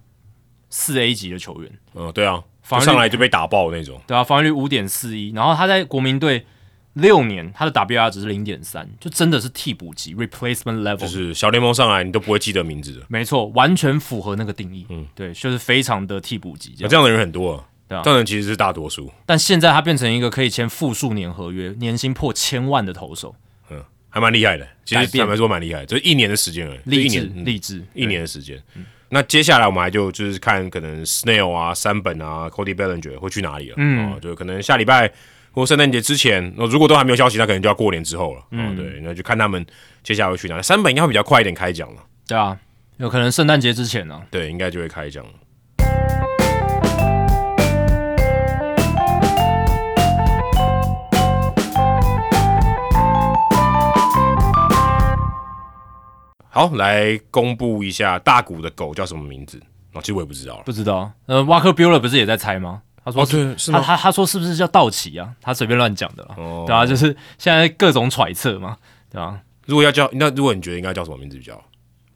[SPEAKER 2] 四 A 级的球员，
[SPEAKER 1] 嗯，对啊，
[SPEAKER 2] 防
[SPEAKER 1] 就
[SPEAKER 2] 御
[SPEAKER 1] 上来就被打爆那种，
[SPEAKER 2] 对啊，防御率五点四一，然后他在国民队六年，他的 WR 只是零点三，就真的是替补级 replacement level，、
[SPEAKER 1] 就是小联盟上来你都不会记得名字的，
[SPEAKER 2] 没错，完全符合那个定义，嗯，对，就是非常的替补级这
[SPEAKER 1] 那
[SPEAKER 2] 样。
[SPEAKER 1] 这样的人很多、啊，
[SPEAKER 2] 对啊
[SPEAKER 1] 这样的人其实是大多数，
[SPEAKER 2] 但现在他变成一个可以签复数年合约，年薪破千万的投手，
[SPEAKER 1] 嗯，还蛮厉害的，其
[SPEAKER 2] 改
[SPEAKER 1] 实
[SPEAKER 2] 变
[SPEAKER 1] 坦白说蛮厉害的，就是一年的时间而已，就
[SPEAKER 2] 励
[SPEAKER 1] 一
[SPEAKER 2] 志
[SPEAKER 1] 年，嗯
[SPEAKER 2] 励志，
[SPEAKER 1] 一年的时间。那接下来我们还就就是看可能 Snail 啊、三本啊、Cody Bellinger 会去哪里了。嗯、就可能下礼拜或圣诞节之前，那如果都还没有消息，那可能就要过年之后了。嗯、对，那就看他们接下来会去哪里。三本应该会比较快一点开奖了，
[SPEAKER 2] 对啊，有可能圣诞节之前呢、啊
[SPEAKER 1] 对，应该就会开奖了。好，来公布一下大谷的狗叫什么名字？哦，其实我也不知道了。
[SPEAKER 2] 不知道。呃，Walker Bueller 不是也在猜吗？他说
[SPEAKER 1] 哦，
[SPEAKER 2] 是、
[SPEAKER 1] 对，是
[SPEAKER 2] 他
[SPEAKER 1] 吗？
[SPEAKER 2] 他他说是不是叫道奇啊？他随便乱讲的啦。
[SPEAKER 1] 哦
[SPEAKER 2] 对啊，就是现在各种揣测嘛，对啊，
[SPEAKER 1] 如果要叫，那如果你觉得应该叫什么名字比较好？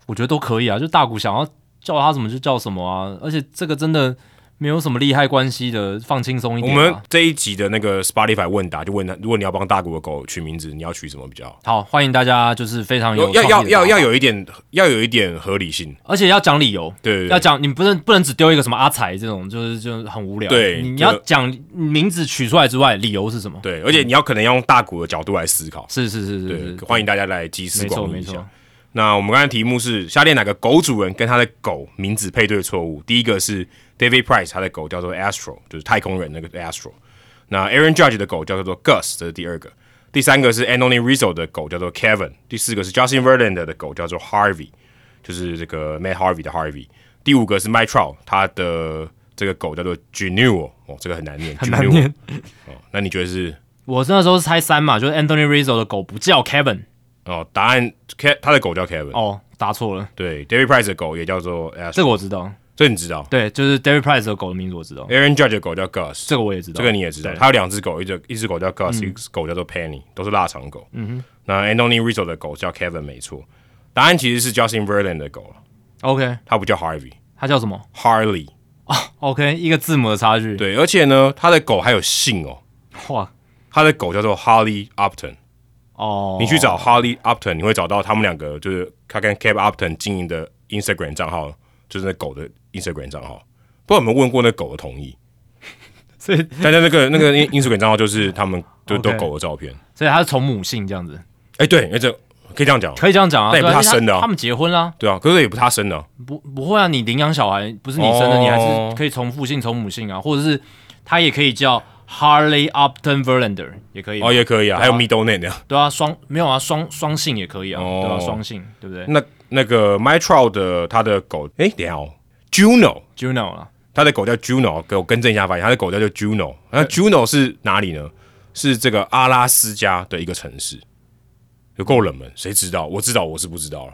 [SPEAKER 2] 我觉得都可以啊，就大谷想要叫他什么就叫什么啊，而且这个真的没有什么利害关系的，放轻松一
[SPEAKER 1] 我
[SPEAKER 2] 点、啊。
[SPEAKER 1] 们这一集的那个 Spotify 问答就问他，如果你要帮大谷的狗取名字，你要取什么比较好？
[SPEAKER 2] 好，欢迎大家就是非常有
[SPEAKER 1] 要
[SPEAKER 2] 创
[SPEAKER 1] 要
[SPEAKER 2] 意的
[SPEAKER 1] 要要
[SPEAKER 2] 想法，
[SPEAKER 1] 有一点，要有一点合理性，
[SPEAKER 2] 而且要讲理由。
[SPEAKER 1] 对对对
[SPEAKER 2] 要讲你不能不能只丢一个什么阿才这种，就是就很无聊。
[SPEAKER 1] 对
[SPEAKER 2] 你你
[SPEAKER 1] 这个
[SPEAKER 2] 要讲名字取出来之外，理由是什么？
[SPEAKER 1] 对，而且你要可能要用大谷的角度来思考，
[SPEAKER 2] 是是是是
[SPEAKER 1] 对，
[SPEAKER 2] 是，
[SPEAKER 1] 欢迎大家来集思
[SPEAKER 2] 没错
[SPEAKER 1] 广益
[SPEAKER 2] 没
[SPEAKER 1] 一
[SPEAKER 2] 错
[SPEAKER 1] 下。。那我们刚才题目是下列哪个狗主人跟他的狗名字配对错误？第一个是 David Price，他的狗叫做 Astro，就是太空人那个 Astro。那 Aaron Judge 的狗叫做 Gus，这是第二个。第三个是 Anthony Rizzo 的狗叫做 Kevin。第四个是 Justin Verlander 的狗叫做 Harvey，就是这个 Matt Harvey 的 Harvey。第五个是 Mike Trout，他的这个狗叫做 Genuo，哦，这个很难念，很
[SPEAKER 2] 难念。
[SPEAKER 1] 哦，那你觉得是？
[SPEAKER 2] 我那时候是猜三嘛，就是 Anthony Rizzo 的狗不叫 Kevin，
[SPEAKER 1] 哦，答案 Ke 他的狗叫 Kevin，、
[SPEAKER 2] 哦，答错了，
[SPEAKER 1] 对，David Price 的狗也叫做 Astro，
[SPEAKER 2] 这个我知道，
[SPEAKER 1] 这你知道？
[SPEAKER 2] 对，就是 David Price 的狗的名字我知道，
[SPEAKER 1] Aaron Judge 的狗叫 Gus，
[SPEAKER 2] 这个我也知道，
[SPEAKER 1] 这个你也知道，
[SPEAKER 2] 对嗯
[SPEAKER 1] 他有两只狗，一只一只狗叫 Gus，、一只狗叫做 Penny，都是腊肠狗。嗯哼，那 Anthony Rizzo 的狗叫 Kevin，没错。答案其实是 Justin Verlander 的狗了，
[SPEAKER 2] OK，
[SPEAKER 1] 它不叫 Harvey，Harley。
[SPEAKER 2] 它叫什么？OK，一个字母的差距，，
[SPEAKER 1] 对，而且呢，他的狗还有姓哦，
[SPEAKER 2] 哇，
[SPEAKER 1] 他的狗叫做 Harley Upton。
[SPEAKER 2] 哦，
[SPEAKER 1] 你去找 Harley Upton，你会找到他们两个，就是他跟 Kev Upton 经营的 Instagram 账号，就是那狗的 Instagram 账号。不知道有没有问过那狗的同意？
[SPEAKER 2] 所以
[SPEAKER 1] [laughs] 但是那个那个 Instagram 账号就是他们就都
[SPEAKER 2] OK
[SPEAKER 1] 狗的照片。
[SPEAKER 2] 所以它是从母姓这样子，
[SPEAKER 1] 哎、对，哎、这可以这样讲哦，
[SPEAKER 2] 可以这样讲啊，
[SPEAKER 1] 但也不是
[SPEAKER 2] 对啊
[SPEAKER 1] 它
[SPEAKER 2] 因为
[SPEAKER 1] 生的啊
[SPEAKER 2] 他们结婚啦，
[SPEAKER 1] 对啊，可是也不是他生的啊、
[SPEAKER 2] 不不会啊，你领养小孩不是你生的，
[SPEAKER 1] 哦
[SPEAKER 2] 你还是可以从父姓从母姓啊，或者是它也可以叫 Harley Upton Verlander 也可以嘛，
[SPEAKER 1] 哦，也可以啊，
[SPEAKER 2] 对啊
[SPEAKER 1] 还有 middle name 的。
[SPEAKER 2] 对啊，双没有啊，双双姓也可以啊，
[SPEAKER 1] 哦
[SPEAKER 2] 对啊，双姓对不对
[SPEAKER 1] 那那个 m y t r o 的他的狗，哎、等一下哦，Juno，
[SPEAKER 2] ？Juno 啦。
[SPEAKER 1] 他的狗叫 Juno，给我更正一下发现，他的狗叫做 Juno。那 Juno 是哪里呢？是这个阿拉斯加的一个城市，有够冷门，谁知道？我知道，我是不知道了。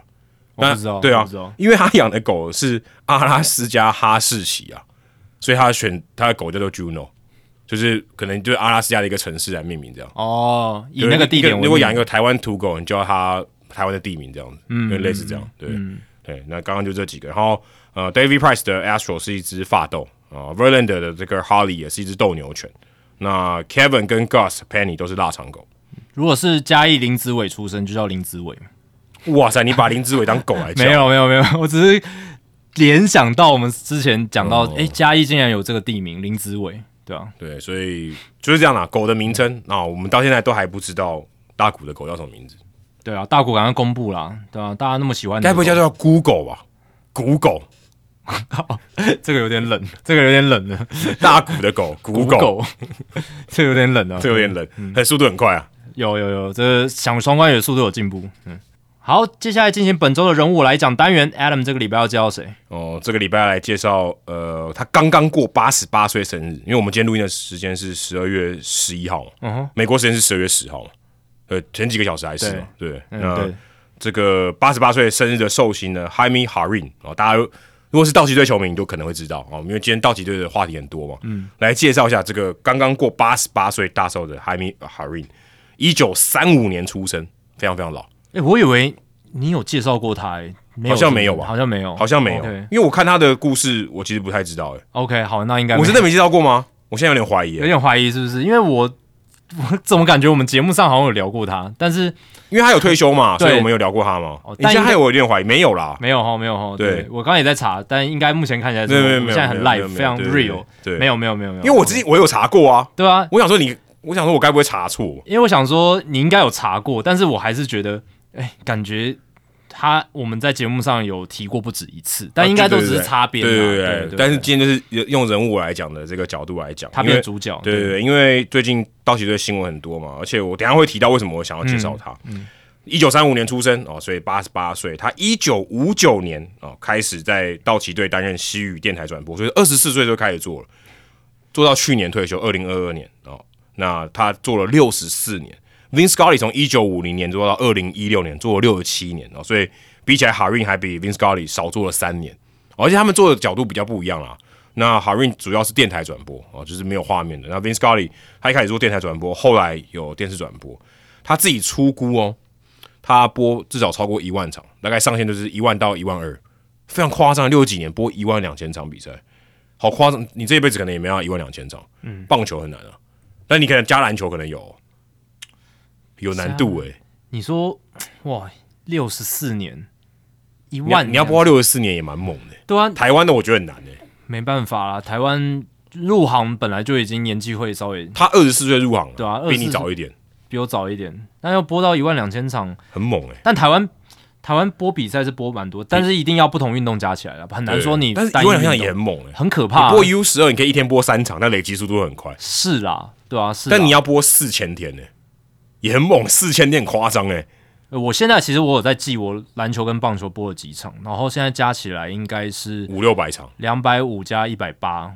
[SPEAKER 2] 我不知道
[SPEAKER 1] 对
[SPEAKER 2] 我
[SPEAKER 1] 啊
[SPEAKER 2] 不知道，
[SPEAKER 1] 因为他养的狗是阿拉斯加哈士奇啊，所以他选他的狗叫做 Juno，就是可能就是阿拉斯加的一个城市来命名这样。
[SPEAKER 2] 哦，以
[SPEAKER 1] 对
[SPEAKER 2] 那个地点
[SPEAKER 1] 一
[SPEAKER 2] 为
[SPEAKER 1] 如果
[SPEAKER 2] 名
[SPEAKER 1] 养一个台湾土狗，你就要它台湾的地名这样子，嗯，类似这样，对、
[SPEAKER 2] 嗯
[SPEAKER 1] 对。那刚刚就这几个，然后呃，David Price 的 Astro 是一只发豆啊、v e r l a n d e r 的这个 Harley 也是一只斗牛犬，那 Kevin 跟 Gus Penny 都是腊肠狗。
[SPEAKER 2] 如果是嘉义林子伟出生，就叫林子伟。
[SPEAKER 1] 哇塞，你把林志伟当狗来叫？
[SPEAKER 2] [laughs] 没有没有没有，我只是联想到我们之前讲到，
[SPEAKER 1] 哦
[SPEAKER 2] 诶，嘉义竟然有这个地名林子伟，对啊，
[SPEAKER 1] 对，所以就是这样啦。狗的名称，那、我们到现在都还不知道大谷的狗叫什么名字，
[SPEAKER 2] 对啊，大谷赶快公布啦，对啊，大家那么喜欢你，
[SPEAKER 1] 该不会叫做 Google 吧？谷狗，
[SPEAKER 2] 这个有点冷，这个有点
[SPEAKER 1] [laughs]
[SPEAKER 2] 冷了，
[SPEAKER 1] 大谷的
[SPEAKER 2] [laughs]
[SPEAKER 1] 狗，谷狗，，
[SPEAKER 2] 这个有点冷啊，
[SPEAKER 1] 这有点冷，很速度很快啊。
[SPEAKER 2] 有有有，这个想双关语的速度有进步，嗯，好，接下来进行本周的人物来讲单元，Adam 这个礼拜要介绍谁？
[SPEAKER 1] 哦，这个礼拜来介绍，呃，他刚刚过八十八岁生日，因为我们今天录音的时间是十二月十一号嘛，
[SPEAKER 2] 嗯哼，
[SPEAKER 1] 美国时间是十二月十号嘛，呃，前几个小时还是嘛，对，
[SPEAKER 2] 嗯，
[SPEAKER 1] 那
[SPEAKER 2] 对，
[SPEAKER 1] 这个八十八岁生日的寿星呢，Jaime Harin 哦，大家如果是道奇队球迷，你就可能会知道哦，因为今天道奇队的话题很多嘛。嗯，来介绍一下这个刚刚过八十八岁大寿的 Jaime Harin，一九三五年出生，非常非常老，
[SPEAKER 2] 哎，我以为你有介绍过他，哎，没有，
[SPEAKER 1] 好像没有吧
[SPEAKER 2] 好像没有，
[SPEAKER 1] 好像没有
[SPEAKER 2] OK，
[SPEAKER 1] 因为我看他的故事，我其实不太知道哎、
[SPEAKER 2] OK，好，那应该没有
[SPEAKER 1] 我真的没介绍过吗？我现在有点怀疑、
[SPEAKER 2] 有
[SPEAKER 1] 欸，
[SPEAKER 2] 点怀疑是不是？因为我 [laughs] 我怎么感觉我们节目上好像有聊过他，但是
[SPEAKER 1] 因为他有退休嘛，
[SPEAKER 2] 对
[SPEAKER 1] 所以我们有聊过他嘛
[SPEAKER 2] 哦。
[SPEAKER 1] 你现
[SPEAKER 2] 但应
[SPEAKER 1] 在
[SPEAKER 2] 该
[SPEAKER 1] 害我有点怀疑，没有啦，
[SPEAKER 2] 没有哈，没有哈。
[SPEAKER 1] 对
[SPEAKER 2] 我刚刚也在查，但应该目前看起来是
[SPEAKER 1] 没有没有
[SPEAKER 2] 我
[SPEAKER 1] 没有，
[SPEAKER 2] 现在很
[SPEAKER 1] 没有
[SPEAKER 2] live，非常 real，，
[SPEAKER 1] 没有
[SPEAKER 2] 没
[SPEAKER 1] 没有对对对，
[SPEAKER 2] 有没有没有没有，
[SPEAKER 1] 因为我之前我有查过啊，
[SPEAKER 2] 对啊，
[SPEAKER 1] 我想说你，我想说我该不会查错？
[SPEAKER 2] 因为我想说你应该有查过，但是我还是觉得，哎，感觉他我们在节目上有提过不止一次，但应该都只是擦边啊，
[SPEAKER 1] 对对
[SPEAKER 2] 对
[SPEAKER 1] 对但是今天就是用人物来讲的这个角度来讲，
[SPEAKER 2] 他
[SPEAKER 1] 因
[SPEAKER 2] 变
[SPEAKER 1] 为
[SPEAKER 2] 主角，
[SPEAKER 1] 对对对，因为最近道奇队新闻很多嘛，而且我等一下会提到为什么我想要介绍他。一九三五年出生哦，所以八十八岁。他一九五九年哦开始在道奇队担任西语电台转播，所以二十四岁就开始做了，做到去年退休，二零二二年哦。那他做了六十四年，Vin Scully 从一九五零年做到二零一六年，做了六十七年哦，所以比起来 Harin 还比 Vin Scully 少做了三年、哦而且他们做的角度比较不一样啦。那 Harin 主要是电台转播哦，就是没有画面的。那 Vin Scully 他一开始做电台转播，后来有电视转播，他自己出估哦，他播至少超过一万场，大概上限就是一万到一万二，非常夸张。六几年播一万两千场比赛，好夸张！你这一辈子可能也没要一万两千场。嗯，棒球很难啊，但你可能加篮球可能有哦，有
[SPEAKER 2] 啊
[SPEAKER 1] 难度欸诶、
[SPEAKER 2] 你说哇，六十四年。一
[SPEAKER 1] 你要
[SPEAKER 2] 万
[SPEAKER 1] 你要播到六十四年也蛮猛的、
[SPEAKER 2] 对啊，
[SPEAKER 1] 台湾的我觉得很难欸诶、
[SPEAKER 2] 没办法啦，台湾入行本来就已经年纪会稍微
[SPEAKER 1] 他二十四岁入行了，
[SPEAKER 2] 对啊
[SPEAKER 1] 比你
[SPEAKER 2] 24
[SPEAKER 1] 早一点，
[SPEAKER 2] 比我早一点，但要播到一万两千场，
[SPEAKER 1] 很猛欸诶、
[SPEAKER 2] 但台湾台湾播比赛是播蛮多，但是一定要不同运动加起来了，很难说你
[SPEAKER 1] 但是一
[SPEAKER 2] 单一
[SPEAKER 1] 万两千
[SPEAKER 2] 运动
[SPEAKER 1] 场也很猛诶、
[SPEAKER 2] 很可怕啊、
[SPEAKER 1] 你播 U 十二，你可以一天播三场，那累积速度会很快。
[SPEAKER 2] 是啦，对啊，是啦。
[SPEAKER 1] 但你要播四千天呢、也很猛，四千天很夸张哎。
[SPEAKER 2] 呃我现在其实我有在记我篮球跟棒球播了几场，然后现在加起来应该是
[SPEAKER 1] 五六百场，哦
[SPEAKER 2] 两百五加一百八，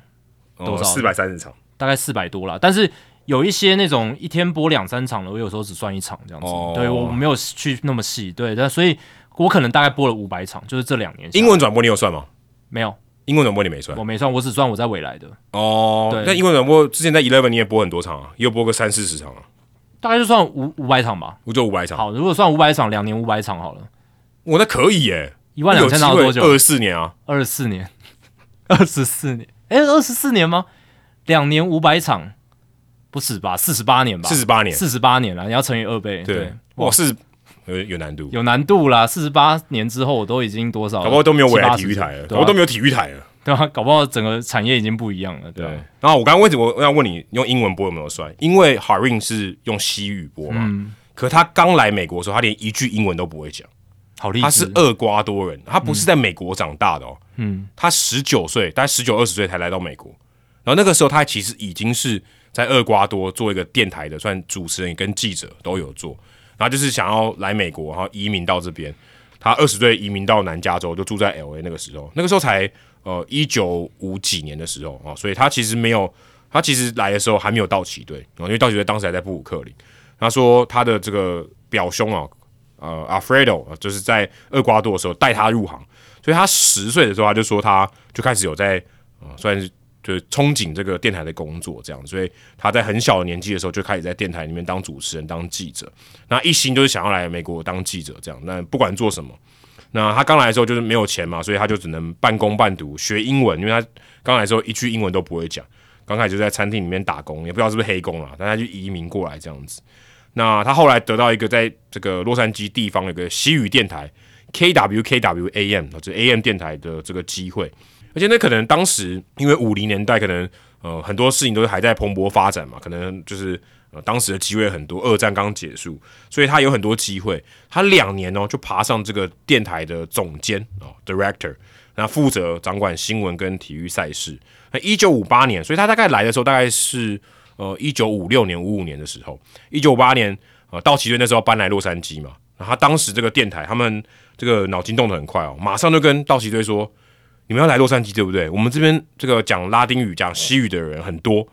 [SPEAKER 2] 多少
[SPEAKER 1] 四百三十场。
[SPEAKER 2] 大概四百多啦。但是有一些那种一天播两三场的，我有时候只算一场这样子。
[SPEAKER 1] 哦
[SPEAKER 2] 对我没有去那么细，对，但所以我可能大概播了五百场，就是这两年下来。
[SPEAKER 1] 英文转播你有算吗？
[SPEAKER 2] 没有，
[SPEAKER 1] 英文转播你没算
[SPEAKER 2] 我没算，我只算我在未来的，
[SPEAKER 1] 哦
[SPEAKER 2] 对
[SPEAKER 1] 但英文转播之前在 Eleven 你也播很多场啊，也有播个三四十场啊，
[SPEAKER 2] 大概就算五五百场吧。
[SPEAKER 1] 我就五百场。
[SPEAKER 2] 好，如果算五百场，两年五百场好了，
[SPEAKER 1] 我那可以欸耶、
[SPEAKER 2] 一万两千场要多久？
[SPEAKER 1] 二十四年啊，
[SPEAKER 2] 二十四年，二十四年，哎，二十四年吗？两年五百场，不是吧？四十八年吧？
[SPEAKER 1] 四十八年。
[SPEAKER 2] 四十八年了，你要乘以二倍，
[SPEAKER 1] 对，哇，是有有难度，
[SPEAKER 2] 有难度啦。四十八年之后，我都已经多少了？
[SPEAKER 1] 搞不好都没有未来体育
[SPEAKER 2] 70-80
[SPEAKER 1] 台了，
[SPEAKER 2] 对
[SPEAKER 1] 我
[SPEAKER 2] 啊
[SPEAKER 1] 都没有体育台了。
[SPEAKER 2] 对啊，搞不好整个产业已经不一样了，对
[SPEAKER 1] 对
[SPEAKER 2] 啊。，
[SPEAKER 1] 然后我刚刚为什么我要问你用英文播有没有算？因为 Harin 是用西语播嘛，可他刚来美国的时候，他连一句英文都不会讲。
[SPEAKER 2] 好励
[SPEAKER 1] 他
[SPEAKER 2] 志
[SPEAKER 1] 是，厄瓜多人，他不是在美国长大的哦，
[SPEAKER 2] 嗯，
[SPEAKER 1] 他十九岁，大概十九二十岁才来到美国，然后那个时候他其实已经是在厄瓜多做一个电台的，算主持人跟记者都有做，然后就是想要来美国，然后移民到这边。他二十岁移民到南加州，就住在 L A 那个时候，那个时候才呃一九五几年的时候哦，所以他其实没有，他其实来的时候还没有到奇队，哦、因为道奇队当时还在布鲁克林。他说他的这个表兄啊，呃，Alfredo 呃就是在厄瓜多的时候带他入行，所以他十岁的时候他就说他就开始有在呃算是就是憧憬这个电台的工作这样，所以他在很小的年纪的时候就开始在电台里面当主持人、当记者，那一心就是想要来美国当记者这样，那不管做什么。那他刚来的时候就是没有钱嘛，所以他就只能半工半读学英文，因为他刚来的时候一句英文都不会讲，刚开始就在餐厅里面打工，也不知道是不是黑工啦，啊但他就移民过来这样子。那他后来得到一个在这个洛杉矶地方有个西语电台 KWKW AM，就是 AM 电台的这个机会，而且那可能当时因为五零年代可能呃很多事情都是还在蓬勃发展嘛，可能就是呃当时的机会很多，二战刚结束，所以他有很多机会。他两年哦就爬上这个电台的总监哦 Director，那负责掌管新闻跟体育赛事。那一九五八年，所以他大概来的时候大概是呃一九五六年五五年的时候，一九五八年呃道奇队那时候搬来洛杉矶嘛，然后他当时这个电台，他们这个脑筋动得很快哦，马上就跟道奇队说：“你们要来洛杉矶，对不对？我们这边这个讲拉丁语、讲西语的人很多，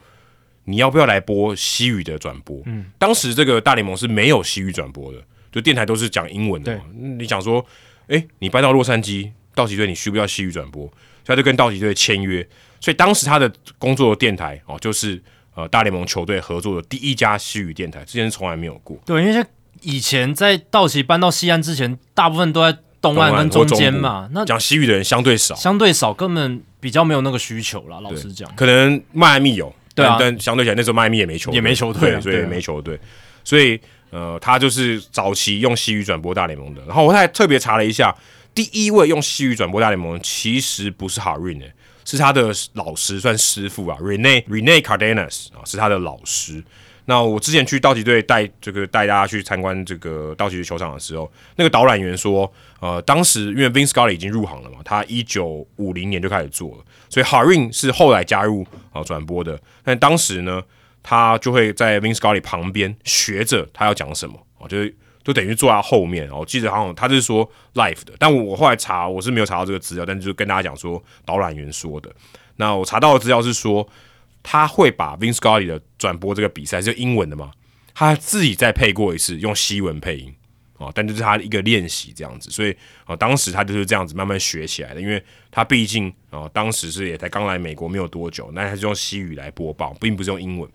[SPEAKER 1] 你要不要来播西语的转播？”嗯，当时这个大联盟是没有西语转播的，就电台都是讲英文的嘛。你想说，诶，你搬到洛杉矶，道奇队你需不需要西语转播？所以他就跟道奇队签约。所以当时他的工作的电台哦，就是呃大联盟球队合作的第一家西语电台，之前是从来没有过。
[SPEAKER 2] 对，因为像以前在道奇搬到西安之前，大部分都在东岸跟中间嘛，那
[SPEAKER 1] 讲西语的人相对少，
[SPEAKER 2] 相对少，根本比较没有那个需求啦。老实讲，
[SPEAKER 1] 可能迈阿密有，
[SPEAKER 2] 对啊
[SPEAKER 1] 但但相对起来那时候迈阿密也没球队，
[SPEAKER 2] 也没球队啊
[SPEAKER 1] 对所以
[SPEAKER 2] 对啊
[SPEAKER 1] 没球队，所以呃，他就是早期用西语转播大联盟的。然后我还特别查了一下，第一位用西语转播大联盟的其实不是 Harin 诶、是他的老师，算师傅啊，Rene Rene Cardenas 啊，是他的老师。那我之前去道奇队带这个带大家去参观这个道奇队球场的时候，那个导览员说，呃，当时因为 Vince Scully 已经入行了嘛，他一九五零年就开始做了，所以 Harin 是后来加入啊转播的。但当时呢，他就会在 Vince Scully 旁边学着他要讲什么，哦，就是就等于坐在他后面。哦我记得好像他是说 live 的，但我我后来查我是没有查到这个资料，但就是跟大家讲说导览员说的。那我查到的资料是说，他会把 Vince Scully 的转播这个比赛是英文的嘛，他自己再配过一次，用西文配音。哦，但就是他一个练习这样子，所以啊、哦当时他就是这样子慢慢学起来的，因为他毕竟啊、哦当时是也才刚来美国没有多久，那他是用西语来播报，并不是用英文。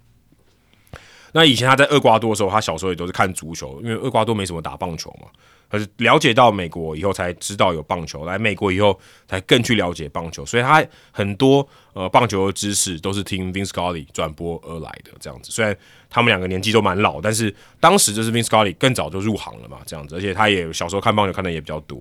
[SPEAKER 1] 那以前他在厄瓜多的时候，他小时候也都是看足球，因为厄瓜多没什么打棒球嘛。他是了解到美国以后才知道有棒球，来美国以后才更去了解棒球，所以他很多呃棒球的知识都是听 Vince Scully 转播而来的这样子。虽然他们两个年纪都蛮老，但是当时就是 Vince Scully 更早就入行了嘛，这样子，而且他也小时候看棒球看的也比较多。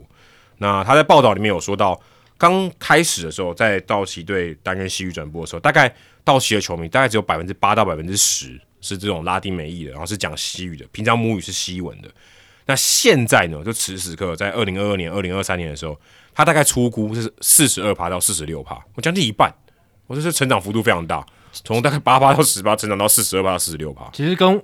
[SPEAKER 1] 那他在报道里面有说到，刚开始的时候，在道奇队担任西语转播的时候，大概道奇的球迷大概只有百分之八到百分之十是这种拉丁美裔的，然后是讲西语的，平常母语是西文的。那现在呢，就此时此刻，在二零二二年、二零二三年的时候，他大概出估是四十二趴到四十六趴，我将近一半，我这是成长幅度非常大，从大概八趴到十趴，成长到四十二趴到四十六趴。
[SPEAKER 2] 其实跟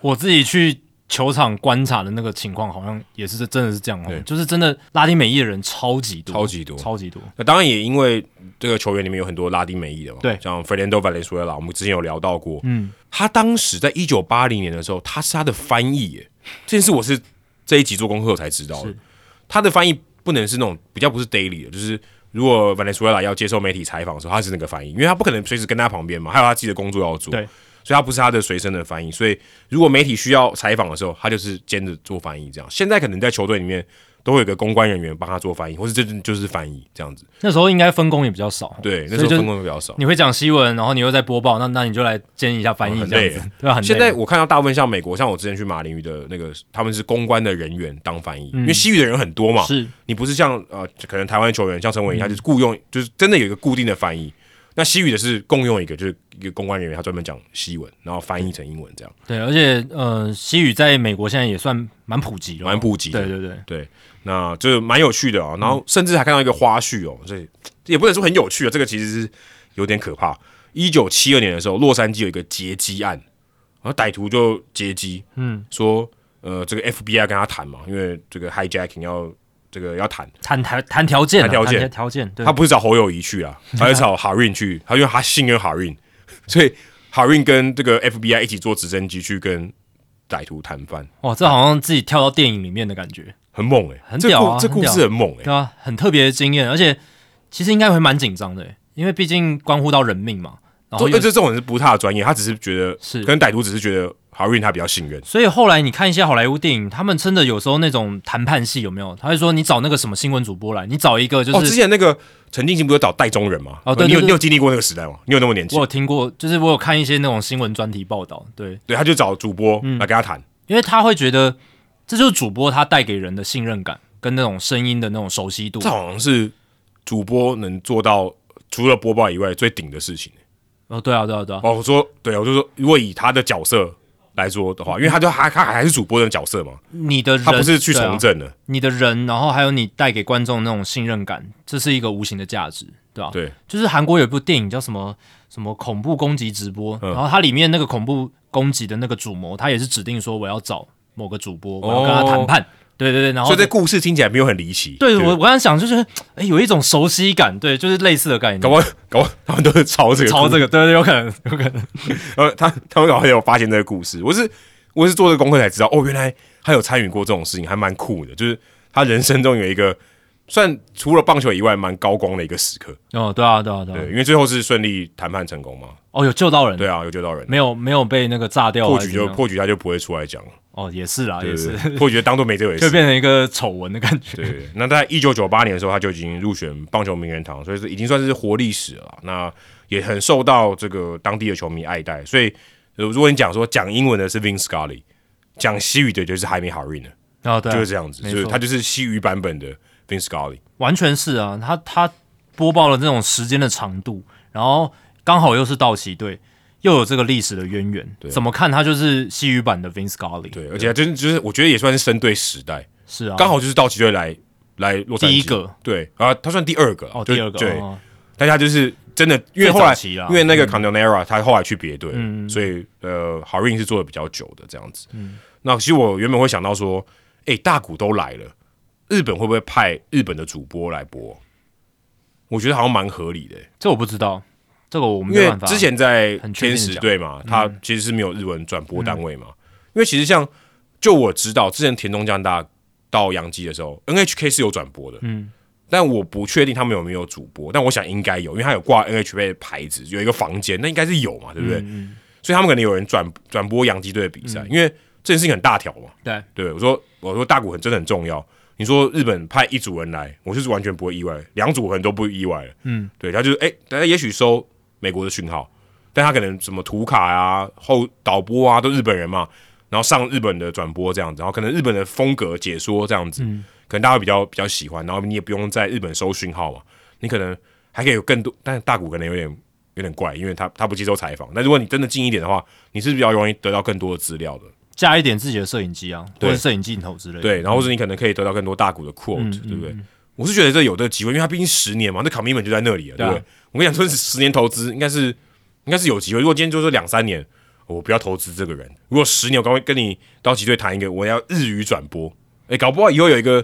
[SPEAKER 2] 我自己去球场观察的那个情况，好像也是真的是这样哦，就是真的拉丁美裔的人超级多，
[SPEAKER 1] 超级多
[SPEAKER 2] 超级多。
[SPEAKER 1] 那当然也因为这个球员里面有很多拉丁美裔的嘛，
[SPEAKER 2] 对
[SPEAKER 1] 像 Fernando Valenzuela，我们之前有聊到过，嗯，他当时在一九八零年的时候，他是他的翻译耶，这件事我是这一集做功课我才知道的
[SPEAKER 2] 是，
[SPEAKER 1] 他的翻译不能是那种比较不是 daily 的，就是。如果 Venezuela 要接受媒体采访的时候，他是那个翻译，因为他不可能随时跟他旁边嘛，还有他自己的工作要做，
[SPEAKER 2] 对
[SPEAKER 1] 所以他不是他的随身的翻译。所以如果媒体需要采访的时候，他就是兼着做翻译这样。现在可能在球队里面都会有一个公关人员帮他做翻译，或是这就是翻译这样子。
[SPEAKER 2] 那时候应该分工也比较少，哦
[SPEAKER 1] 对，那
[SPEAKER 2] 所
[SPEAKER 1] 时
[SPEAKER 2] 以
[SPEAKER 1] 候
[SPEAKER 2] 就
[SPEAKER 1] 分工比较少。
[SPEAKER 2] 你会讲西文，然后你又在播报，那那你就来兼一下翻译
[SPEAKER 1] 哦很
[SPEAKER 2] 这样
[SPEAKER 1] 累啊
[SPEAKER 2] 子，对吧？啊很累
[SPEAKER 1] 现在我看到大部分像美国，像我之前去马林鱼的那个，他们是公关的人员当翻译，因为西语的人很多嘛。
[SPEAKER 2] 嗯是嗯
[SPEAKER 1] 你不是像呃，可能台湾球员像陈伟霆，他就是雇佣，就是真的有一个固定的翻译。那西语的是共用一个，就是一个公关人员，他专门讲西文，然后翻译成英文这样。
[SPEAKER 2] 对，而且呃，西语在美国现在也算蛮普及了，哦
[SPEAKER 1] 蛮普及的
[SPEAKER 2] 对对对，
[SPEAKER 1] 对，那就是蛮有趣的啊、
[SPEAKER 2] 嗯
[SPEAKER 1] 然后甚至还看到一个花絮哦，所以也不能说很有趣啊，这个其实是有点可怕。一九七二年的时候，洛杉矶有一个劫机案，然后歹徒就劫机，嗯，说呃这个 FBI 跟他谈嘛，因为这个 hijacking 要这个要谈，
[SPEAKER 2] 谈谈谈条件啊，
[SPEAKER 1] 谈条件
[SPEAKER 2] 谈条件，对
[SPEAKER 1] 他，不是找侯友谊去
[SPEAKER 2] [laughs]
[SPEAKER 1] 啊，他是找 Harin 去，他因为他信任 Harin，所 [laughs] 以 Harin 跟这个 FBI 一起坐直升机去跟歹徒谈判，
[SPEAKER 2] 哇，这好像自己跳到电影里面的感觉，
[SPEAKER 1] 很猛哎、
[SPEAKER 2] 很屌啊
[SPEAKER 1] 这故这故
[SPEAKER 2] 很屌
[SPEAKER 1] 事很猛哎、
[SPEAKER 2] 对啊，很特别的经验，而且其实应该会蛮紧张的欸，因为毕竟关乎到人命嘛，然后
[SPEAKER 1] 这
[SPEAKER 2] 又
[SPEAKER 1] 这这种人是不是他的专业，他只是觉得
[SPEAKER 2] 哦是
[SPEAKER 1] 可能歹徒只是觉得好运他比较信任，
[SPEAKER 2] 所以后来你看一些好莱坞电影，他们真的有时候那种谈判戏有没有？他会说你找那个什么新闻主播来，你找一个就
[SPEAKER 1] 哦，之
[SPEAKER 2] 是、
[SPEAKER 1] 前那个陈进兴不是找戴中人吗？
[SPEAKER 2] 哦对
[SPEAKER 1] 你有
[SPEAKER 2] 对对
[SPEAKER 1] 你有经历过那个时代吗？你有那么年
[SPEAKER 2] 我
[SPEAKER 1] 轻？
[SPEAKER 2] 有听过，就是我有看一些那种新闻专题报道，对，
[SPEAKER 1] 对，他就找主播
[SPEAKER 2] 嗯
[SPEAKER 1] 来跟他谈，
[SPEAKER 2] 因为他会觉得这就是主播他带给人的信任感跟那种声音的那种熟悉度
[SPEAKER 1] 这。好像是主播能做到除了播报以外最顶的事情。
[SPEAKER 2] 哦，对啊，对啊，对啊，
[SPEAKER 1] 哦，我说对，我就说如果以他的角色来说的话，因为他就还他还是主播的角色嘛，
[SPEAKER 2] 你的人
[SPEAKER 1] 他不是去
[SPEAKER 2] 对啊
[SPEAKER 1] 从政的，
[SPEAKER 2] 你的人，然后还有你带给观众那种信任感，这是一个无形的价值，对啊吧、
[SPEAKER 1] 对，
[SPEAKER 2] 就是韩国有一部电影叫什么什么恐怖攻击直播，
[SPEAKER 1] 嗯
[SPEAKER 2] 然后它里面那个恐怖攻击的那个主谋，他也是指定说我要找某个主播，我要跟他谈判，对对对，然
[SPEAKER 1] 哦
[SPEAKER 2] 后
[SPEAKER 1] 所以这故事听起来没有很离奇。
[SPEAKER 2] 对
[SPEAKER 1] 不
[SPEAKER 2] 我我刚才想就是，哎，有一种熟悉感，对，就是类似的概念，
[SPEAKER 1] 搞不好搞不好他们都是抄这个故
[SPEAKER 2] 朝
[SPEAKER 1] 事
[SPEAKER 2] 这个，对对，有可能，有可能，
[SPEAKER 1] 呃，他他们好像有发现这个故事，我是我是做这个功课才知道，哦，原来他有参与过这种事情，还蛮酷的。就是他人生中有一个算除了棒球以外蛮高光的一个时刻，
[SPEAKER 2] 哦，对啊，对啊，对啊
[SPEAKER 1] 对，，因为最后是顺利谈判成功嘛，
[SPEAKER 2] 哦，有救到人，
[SPEAKER 1] 对啊，有救到人，
[SPEAKER 2] 没有没有被那个炸掉，啊
[SPEAKER 1] 破
[SPEAKER 2] 嗯哦还是
[SPEAKER 1] 局
[SPEAKER 2] 怎
[SPEAKER 1] 就
[SPEAKER 2] 么样
[SPEAKER 1] 破局他就不会出来讲，
[SPEAKER 2] 哦，也是啦，
[SPEAKER 1] 对
[SPEAKER 2] 也
[SPEAKER 1] 对
[SPEAKER 2] 是，
[SPEAKER 1] 对，破局就当做没这回
[SPEAKER 2] [laughs] 就
[SPEAKER 1] 事。
[SPEAKER 2] 变成一个丑闻的感觉，
[SPEAKER 1] 对，那在一九九八年的时候，他就已经入选棒球名人堂，所以是已经算是活历史了啦。那也很受到这个当地的球迷爱戴，所以呃如果你讲说讲英文的是 Vin Scully，讲西语的就是 Jaime h a r i n
[SPEAKER 2] 哦，对啊，
[SPEAKER 1] 就是这样子，
[SPEAKER 2] 没
[SPEAKER 1] 就是
[SPEAKER 2] 错
[SPEAKER 1] 他就是西语版本的 Vin Scully。
[SPEAKER 2] 完全是啊，他他播报了这种时间的长度，然后刚好又是道奇队，又有这个历史的渊源，怎么看他就是西语版的 Vince Scully，
[SPEAKER 1] 对，而且真就是我觉得也算是生对时代，
[SPEAKER 2] 是啊，
[SPEAKER 1] 刚好就是道奇队来来洛杉矶
[SPEAKER 2] 第一个，
[SPEAKER 1] 对啊，他算第二个
[SPEAKER 2] 哦
[SPEAKER 1] 就
[SPEAKER 2] 第二个
[SPEAKER 1] 对，
[SPEAKER 2] 哦
[SPEAKER 1] 但他就是真的，因为后
[SPEAKER 2] 最早
[SPEAKER 1] 来
[SPEAKER 2] 期啦嗯
[SPEAKER 1] 因为那个 Condonera 他后来去别队了，所以呃，好运是做的比较久的这样子。
[SPEAKER 2] 嗯
[SPEAKER 1] 那其实我原本会想到说，哎、大股都来了，日本会不会派日本的主播来播？我觉得好像蛮合理的、欸
[SPEAKER 2] 这我不知道，这个我没
[SPEAKER 1] 因
[SPEAKER 2] 有
[SPEAKER 1] 为
[SPEAKER 2] 办法，
[SPEAKER 1] 之前在
[SPEAKER 2] 很确定
[SPEAKER 1] 天
[SPEAKER 2] 地
[SPEAKER 1] 使
[SPEAKER 2] 讲嗯
[SPEAKER 1] 队嘛，他其实是没有日文转播单位嘛。因为其实像就我知道，之前田中将大到洋基的时候，NHK 是有转播的，嗯，但我不确定他们有没有主播，但我想应该有，因为他有挂 NHK 的牌子，有一个房间，那应该是有嘛，对
[SPEAKER 2] 嗯
[SPEAKER 1] 不对？所以他们可能有人转转播洋基队的比赛，因为这件事情很大条嘛。
[SPEAKER 2] 对
[SPEAKER 1] 对我说，我说大股很真的很重要。你说日本派一组人来，我就是完全不会意外，两组可能都不意外了。嗯，对，他就是哎，大、家也许收美国的讯号，但他可能什么图卡啊、后导播啊，都日本人嘛，然后上日本的转播这样子，然后可能日本的风格解说这样子，可能大家会比较比较喜欢，然后你也不用在日本收讯号嘛，你可能还可以有更多，但大谷可能有点有点怪，因为他他不接受采访，但如果你真的近一点的话，你是比较容易得到更多的资料的。
[SPEAKER 2] 加一点自己的摄影机啊，或
[SPEAKER 1] 对
[SPEAKER 2] 者摄影镜头之类的，
[SPEAKER 1] 对，然嗯后是你可能可以得到更多大股的 quote，、对不对？我是觉得这有这个机会，因为它毕竟十年嘛，那 commitment 就在那里了，
[SPEAKER 2] 对
[SPEAKER 1] 对
[SPEAKER 2] 啊
[SPEAKER 1] 不对？我跟你讲，说是十年投资，应该是应该是有机会。如果今天就说两三年，我不要投资这个人。如果十年，我刚刚跟你道奇队谈一个，我要日语转播，哎，搞不好以后有一个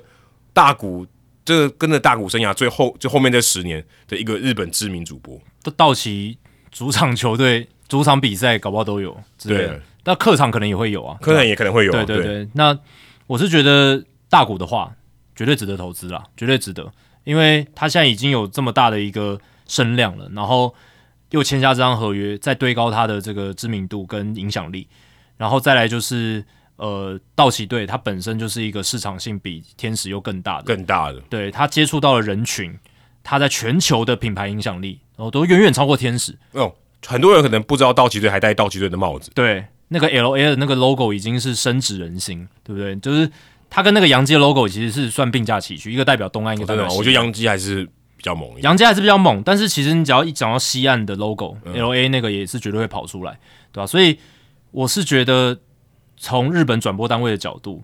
[SPEAKER 1] 大股，这个跟着大股生涯最后最后面这十年的一个日本知名主播，
[SPEAKER 2] 都道奇主场球队 [laughs] 主场比赛搞不好都有之类的
[SPEAKER 1] 对，
[SPEAKER 2] 那客场可能也会有啊，
[SPEAKER 1] 柯南也可能会有啊，
[SPEAKER 2] 对对对，那我是觉得大股的话，绝对值得投资啦，绝对值得，因为他现在已经有这么大的一个声量了，然后又签下这张合约，再堆高他的这个知名度跟影响力，然后再来就是呃，道奇队它本身就是一个市场性比天使又更大的，
[SPEAKER 1] 更大的，
[SPEAKER 2] 对他接触到的人群，他在全球的品牌影响力，然后都远远超过天使，
[SPEAKER 1] 哦，很多人可能不知道道奇队还戴道奇队的帽子，
[SPEAKER 2] 对，那个 L A 的那个 logo 已经是深植人心，对不对？就是它跟那个洋基的 logo 其实是算并驾齐驱，一个代表东岸，一个代
[SPEAKER 1] 真的吗，哦
[SPEAKER 2] 表西岸。
[SPEAKER 1] 啊我觉得杨基还是比较猛一点。
[SPEAKER 2] 洋基还是比较猛，但是其实你只要一讲到西岸的 logo、L
[SPEAKER 1] 嗯
[SPEAKER 2] A 那个也是绝对会跑出来，对吧、所以我是觉得从日本转播单位的角度，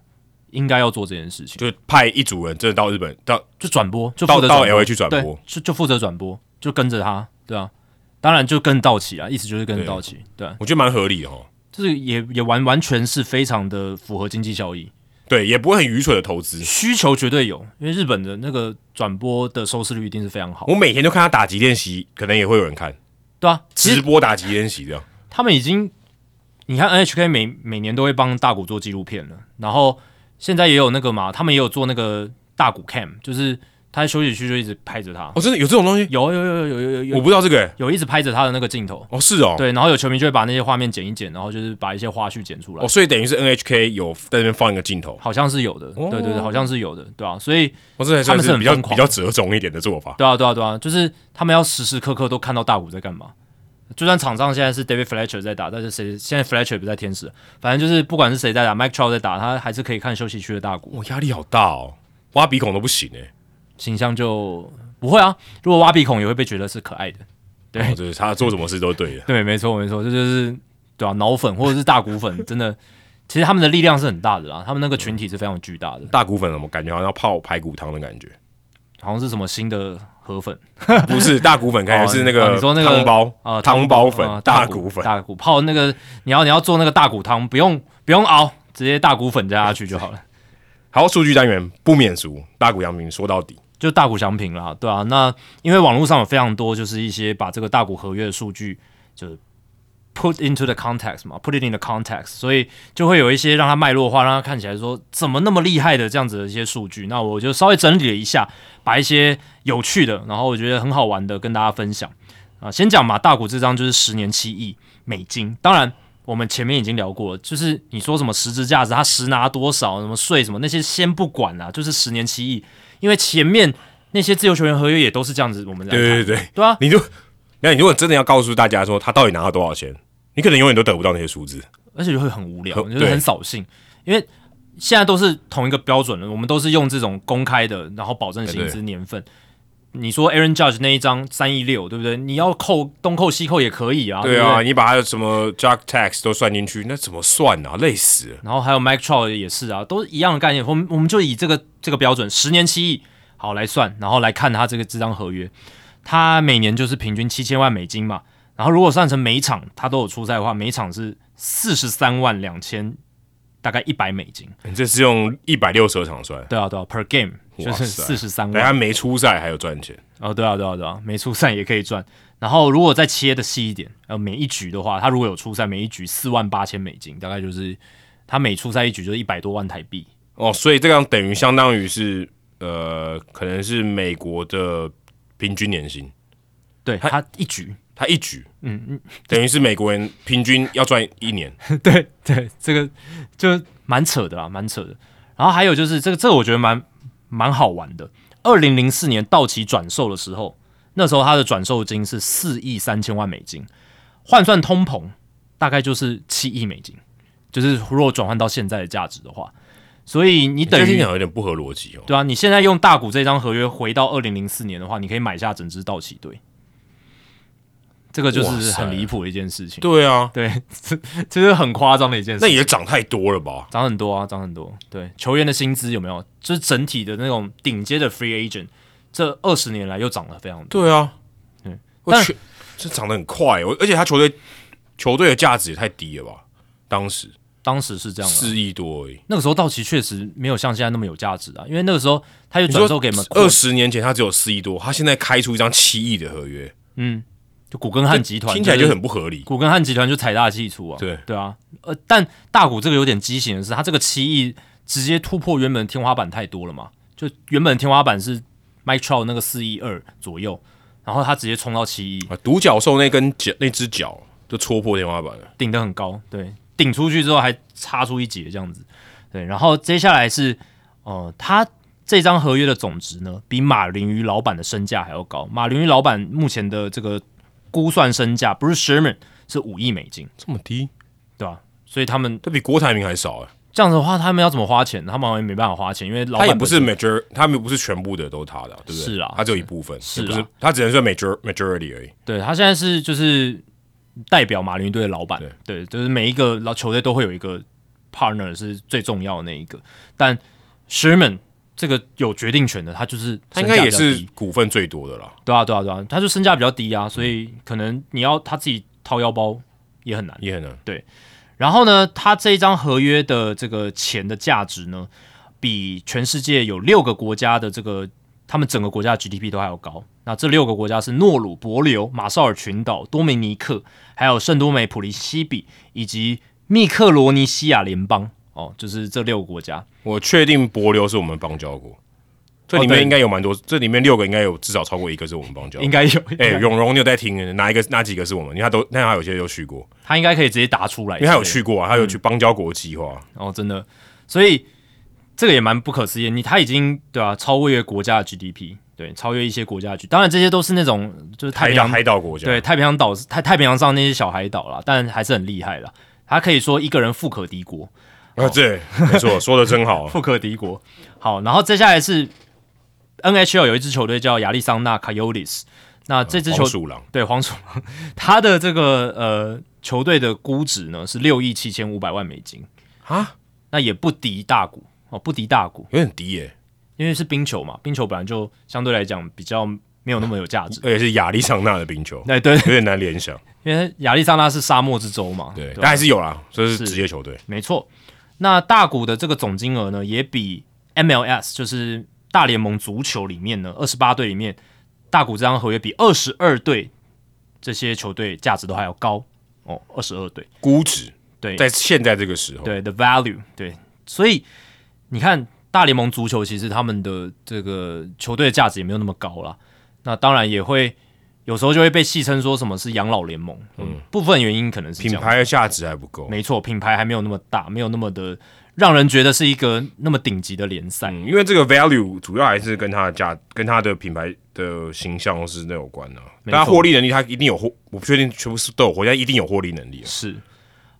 [SPEAKER 2] 应该要做这件事情，就
[SPEAKER 1] 就派一组人真的到日本，到
[SPEAKER 2] 就转播，就
[SPEAKER 1] 到
[SPEAKER 2] 负责转
[SPEAKER 1] 到
[SPEAKER 2] 播
[SPEAKER 1] L A 去转播
[SPEAKER 2] 对，，就就负责转播，就跟着他，对啊。当然就跟道奇啊，意思就是跟
[SPEAKER 1] 对
[SPEAKER 2] 道奇，对啊、
[SPEAKER 1] 我觉得蛮合理的哦。
[SPEAKER 2] 就是也也完完全是非常的符合经济效益，
[SPEAKER 1] 对，也不会很愚蠢的投资。
[SPEAKER 2] 需求绝对有，因为日本的那个转播的收视率一定是非常好
[SPEAKER 1] 我，每天都看他打击练习，可能也会有人看
[SPEAKER 2] 对啊，其
[SPEAKER 1] 直
[SPEAKER 2] 实
[SPEAKER 1] 播打击练习这样。
[SPEAKER 2] 他们已经，你看 NHK 每每年都会帮大谷做纪录片了，然后现在也有那个嘛，他们也有做那个大谷 cam，就是他在休息区就一直拍着他，
[SPEAKER 1] 哦，真的有这种东西，
[SPEAKER 2] 有有有有有有
[SPEAKER 1] 我
[SPEAKER 2] 有
[SPEAKER 1] 不知道这个、欸。
[SPEAKER 2] 有一直拍着他的那个镜头，
[SPEAKER 1] 哦，是哦，
[SPEAKER 2] 对，然后有球迷就会把那些画面剪一剪，然后就是把一些花絮剪出来
[SPEAKER 1] 哦，，所以等于是 N H K 有在那边放一个镜头，
[SPEAKER 2] 好像是有的，对对对，好像是有的，对吧、所以
[SPEAKER 1] 哦，这还
[SPEAKER 2] 他
[SPEAKER 1] 算
[SPEAKER 2] 们是
[SPEAKER 1] 是
[SPEAKER 2] 很
[SPEAKER 1] 比较
[SPEAKER 2] 疯狂
[SPEAKER 1] 比较折中一点的做法。
[SPEAKER 2] 对啊，对啊，对啊，就是他们要时时刻刻都看到大谷在干嘛。就算场上现在是 David Fletcher 在打，但是谁现在 Fletcher 不在天使，反正就是不管是谁在打，Mike Trout 在打，他还是可以看休息区的大谷，
[SPEAKER 1] 哇，压力好大哦，挖鼻孔都不行哎、
[SPEAKER 2] 形象就不会啊。如果挖鼻孔也会被觉得是可爱的，对
[SPEAKER 1] 哦，就是他做什么事都对的。
[SPEAKER 2] 对，没错，没错，这就是对啊，脑粉或者是大谷粉，真
[SPEAKER 1] [laughs]
[SPEAKER 2] 的，其实他们的力量是很大的啦，他们那个群体是非常巨大的，
[SPEAKER 1] 大骨粉怎么感觉好像要泡排骨汤的感觉？
[SPEAKER 2] 好像是什么新的河粉
[SPEAKER 1] 不是大
[SPEAKER 2] [laughs]
[SPEAKER 1] 骨粉，感觉是那个
[SPEAKER 2] 哦你说那个
[SPEAKER 1] 汤包
[SPEAKER 2] 啊，
[SPEAKER 1] 汤包粉
[SPEAKER 2] 啊、
[SPEAKER 1] 大
[SPEAKER 2] 骨
[SPEAKER 1] 骨粉，
[SPEAKER 2] 大骨泡那个，你要你要做那个大骨汤，不用不用熬，直接大骨粉加下去就好了。
[SPEAKER 1] 好，数据单元不免俗，大谷阳明说到底。
[SPEAKER 2] 就大股翔平啦，对啊。那因为网络上有非常多就是一些把这个大股合约的数据就是 put into the context 嘛，put it in the context，所以就会有一些让它脉络化，让它看起来说怎么那么厉害的这样子的一些数据。那我就稍微整理了一下，把一些有趣的，然后我觉得很好玩的跟大家分享啊。先讲嘛，大股这张就是十年七亿美金，当然。我们前面已经聊过了，就是你说什么实质价值，它实拿多少，什么税什么那些先不管啦、就是十年七亿，因为前面那些自由球员合约也都是这样子，我们来看
[SPEAKER 1] 对对对，
[SPEAKER 2] 对啊，
[SPEAKER 1] 你就那你如果真的要告诉大家说他到底拿了多少钱，你可能永远都得不到那些数字。
[SPEAKER 2] 而且就会很无聊，
[SPEAKER 1] 很
[SPEAKER 2] 就是很扫兴，因为现在都是同一个标准了，我们都是用这种公开的，然后保
[SPEAKER 1] 哎
[SPEAKER 2] 证薪资年份。你说 Aaron Judge 那一张三亿六，对不对？你要扣东扣西扣也可以啊，
[SPEAKER 1] 对
[SPEAKER 2] 不
[SPEAKER 1] 啊，你把他的什么 jug tax 都算进去，那怎么算啊？累死了。
[SPEAKER 2] 然后还有 Mike Trout 也是啊，都一样的概念。我们我们就以这个这个标准，十年七亿好来算，然后来看他这个这张合约，他每年就是平均七千万美金嘛。然后如果算成每一场他都有出赛的话，每一场是四十三万两千，大概一百美金。
[SPEAKER 1] 你哎这是用一百六十二场算，
[SPEAKER 2] 对啊，对啊，per game 就
[SPEAKER 1] 哇
[SPEAKER 2] 是
[SPEAKER 1] 塞
[SPEAKER 2] 四十三
[SPEAKER 1] 对
[SPEAKER 2] 万。
[SPEAKER 1] 哎他没出赛还有赚钱，
[SPEAKER 2] 哦，对啊，对啊，对啊，没出赛也可以赚。然后如果再切的细一点，呃，每一局的话，他如果有出赛，每一局四万八千美金，大概就是他每出赛一局就是一百多万台币。
[SPEAKER 1] 哦，所以这样等于相当于是呃，可能是美国的平均年薪，
[SPEAKER 2] 对他一局，
[SPEAKER 1] 他一局，嗯嗯，等于是美国人平均要赚一年。
[SPEAKER 2] [laughs] 对对，这个就蛮扯的啊，蛮扯的。然后还有就是这个，这个我觉得蛮蛮好玩的。二零零四年道奇转售的时候，那时候他的转售金是四亿三千万美金，换算通膨大概就是七亿美金，就是如果转换到现在的价值的话，所以你等
[SPEAKER 1] 这听
[SPEAKER 2] 于
[SPEAKER 1] 起来有点不合逻辑哦。
[SPEAKER 2] 对啊，你现在用大股这张合约回到二零零四年的话，你可以买下整支道奇队，这个就
[SPEAKER 1] 哇
[SPEAKER 2] 是
[SPEAKER 1] 塞
[SPEAKER 2] 很离谱的一件事情。
[SPEAKER 1] 对啊，
[SPEAKER 2] 对， [laughs] 这这是很夸张的一件事情。
[SPEAKER 1] 那也涨太多了吧？
[SPEAKER 2] 涨很多啊，涨很多。对，球员的薪资有没有？就是整体的那种顶尖的 free agent，这二十年来又涨了非常多。
[SPEAKER 1] 对啊，
[SPEAKER 2] 嗯
[SPEAKER 1] 我
[SPEAKER 2] 但
[SPEAKER 1] 去，这涨得很快，哦我而且他球队球队的价值也太低了吧？当时
[SPEAKER 2] 当时是这样的，
[SPEAKER 1] 四亿多而已，
[SPEAKER 2] 那个时候道奇确实没有像现在那么有价值啊，因为那个时候他又转售给 m
[SPEAKER 1] 二
[SPEAKER 2] c
[SPEAKER 1] 十年前他只有四亿多，他现在开出一张七亿的合约，
[SPEAKER 2] 就古根汉集团，
[SPEAKER 1] 听起来
[SPEAKER 2] 就
[SPEAKER 1] 就是很不合理。
[SPEAKER 2] 古根汉集团就财大气粗啊。
[SPEAKER 1] 对
[SPEAKER 2] 对啊，呃，但大股这个有点畸形的是，他这个七亿直接突破原本天花板太多了嘛，就原本天花板是 Mike Trout 那个四亿二左右，然后他直接冲到七亿，
[SPEAKER 1] 啊，独角兽那根脚那只脚就戳破天花板了，
[SPEAKER 2] 顶得很高，对，顶出去之后还插出一截这样子，对，然后接下来是，呃，他这张合约的总值呢，比马林鱼老板的身价还要高。马林鱼老板目前的这个估算身价，不是 Sherman 是五亿美金，
[SPEAKER 1] 这么低，
[SPEAKER 2] 对吧、所以他们
[SPEAKER 1] 这比郭台铭还少哎、
[SPEAKER 2] 这样子的话，他们要怎么花钱？他们好像没办法花钱，因为老
[SPEAKER 1] 他
[SPEAKER 2] 板
[SPEAKER 1] 也不是
[SPEAKER 2] 本
[SPEAKER 1] major，他们不是全部的都是他的啊、对不对？
[SPEAKER 2] 是啊
[SPEAKER 1] 他只有一部分，
[SPEAKER 2] 是
[SPEAKER 1] 也不
[SPEAKER 2] 是
[SPEAKER 1] 是
[SPEAKER 2] 啊，
[SPEAKER 1] 他只能算 major majority 而已。
[SPEAKER 2] 身对他现在是就是代表马林鱼队的老板，对，就是每一个老球队都会有一个 partner 是最重要的那一个，但 Sherman 这个有决定权的，他就是
[SPEAKER 1] 他应该也
[SPEAKER 2] 身价比较
[SPEAKER 1] 是
[SPEAKER 2] 低
[SPEAKER 1] 股份最多的啦。
[SPEAKER 2] 对啊对啊对啊，他就身价比较低啊，所以可能你要他自己掏腰包也很难。
[SPEAKER 1] 也很难。
[SPEAKER 2] 然后呢，他这一张合约的这个钱的价值呢，比全世界有六个国家的这个他们整个国家的 GDP 都还要高。那这六个国家是诺鲁、伯琉、马绍尔群岛、多明尼克，还有圣多美、普利西比以及密克罗尼西亚联邦。哦，就是这六个国家。
[SPEAKER 1] 我确定柏流是我们邦交国，这里
[SPEAKER 2] 哦对
[SPEAKER 1] 面应该有蛮多，这里面六个应该有至少超过一个是我们邦交国
[SPEAKER 2] 应。该有，
[SPEAKER 1] 哎、
[SPEAKER 2] [laughs]
[SPEAKER 1] 永荣，你有在听哪一个哪几个是我们？因为他都，那他有些有去过，
[SPEAKER 2] 他应该可以直接答出来，
[SPEAKER 1] 因为他有去过啊，他有去
[SPEAKER 2] 嗯
[SPEAKER 1] 邦交国计划。
[SPEAKER 2] 哦，真的，所以这个也蛮不可思议。你他已经对啊，超越国家的 GDP，对，超越一些国家的 G，当然这些都是那种就是太
[SPEAKER 1] 海
[SPEAKER 2] 平
[SPEAKER 1] 岛
[SPEAKER 2] 洋
[SPEAKER 1] 海岛国家，啊
[SPEAKER 2] 对太平洋岛太太平洋上那些小海岛啦，但还是很厉害啦。他可以说一个人富可敌国，哦
[SPEAKER 1] 啊，对，没
[SPEAKER 2] [laughs]
[SPEAKER 1] 错，说的真好。啊
[SPEAKER 2] 富可敌国。好，然后接下来是 NHL 有一支球队叫亚利桑那 Coyotes，那这支球
[SPEAKER 1] 黄鼠狼，
[SPEAKER 2] 对黄鼠狼，他的这个呃球队的估值呢是六亿七千五百万美金
[SPEAKER 1] 啊，
[SPEAKER 2] 那也不敌大股哦，不敌大股。
[SPEAKER 1] 有点低耶、
[SPEAKER 2] 因为是冰球嘛，冰球本来就相对来讲比较没有那么有价值。
[SPEAKER 1] 而且是亚利桑那的冰球，
[SPEAKER 2] 哎，对，
[SPEAKER 1] 有点难联想。
[SPEAKER 2] 因为亚利桑那是沙漠之州嘛，
[SPEAKER 1] 对，
[SPEAKER 2] 吧
[SPEAKER 1] 但还是有啦，这是
[SPEAKER 2] 是
[SPEAKER 1] 职业球队。
[SPEAKER 2] 没错。那大股的这个总金额呢，也比 MLS 就是大联盟足球里面呢，二十八队里面，大谷这张合约比二十二队这些球队价值都还要高哦，二十二队
[SPEAKER 1] 估值
[SPEAKER 2] 对
[SPEAKER 1] 在现在这个时候，
[SPEAKER 2] 对 the value 对，所以你看大联盟足球其实他们的这个球队的价值也没有那么高啦，那当然也会有时候就会被戏称说什么是养老联盟，嗯，部分原因可能是这
[SPEAKER 1] 品
[SPEAKER 2] 样
[SPEAKER 1] 牌的价值还不够。
[SPEAKER 2] 没错，品牌还没有那么大，没有那么的让人觉得是一个那么顶级的联赛。
[SPEAKER 1] 嗯，因为这个 value 主要还是跟它的价、跟它的品牌的形象是那有关的、啊。
[SPEAKER 2] 没错
[SPEAKER 1] 但它获利能力，它一定有获，我不确定全部是都有获利，但一定有获利能力、啊。
[SPEAKER 2] 是，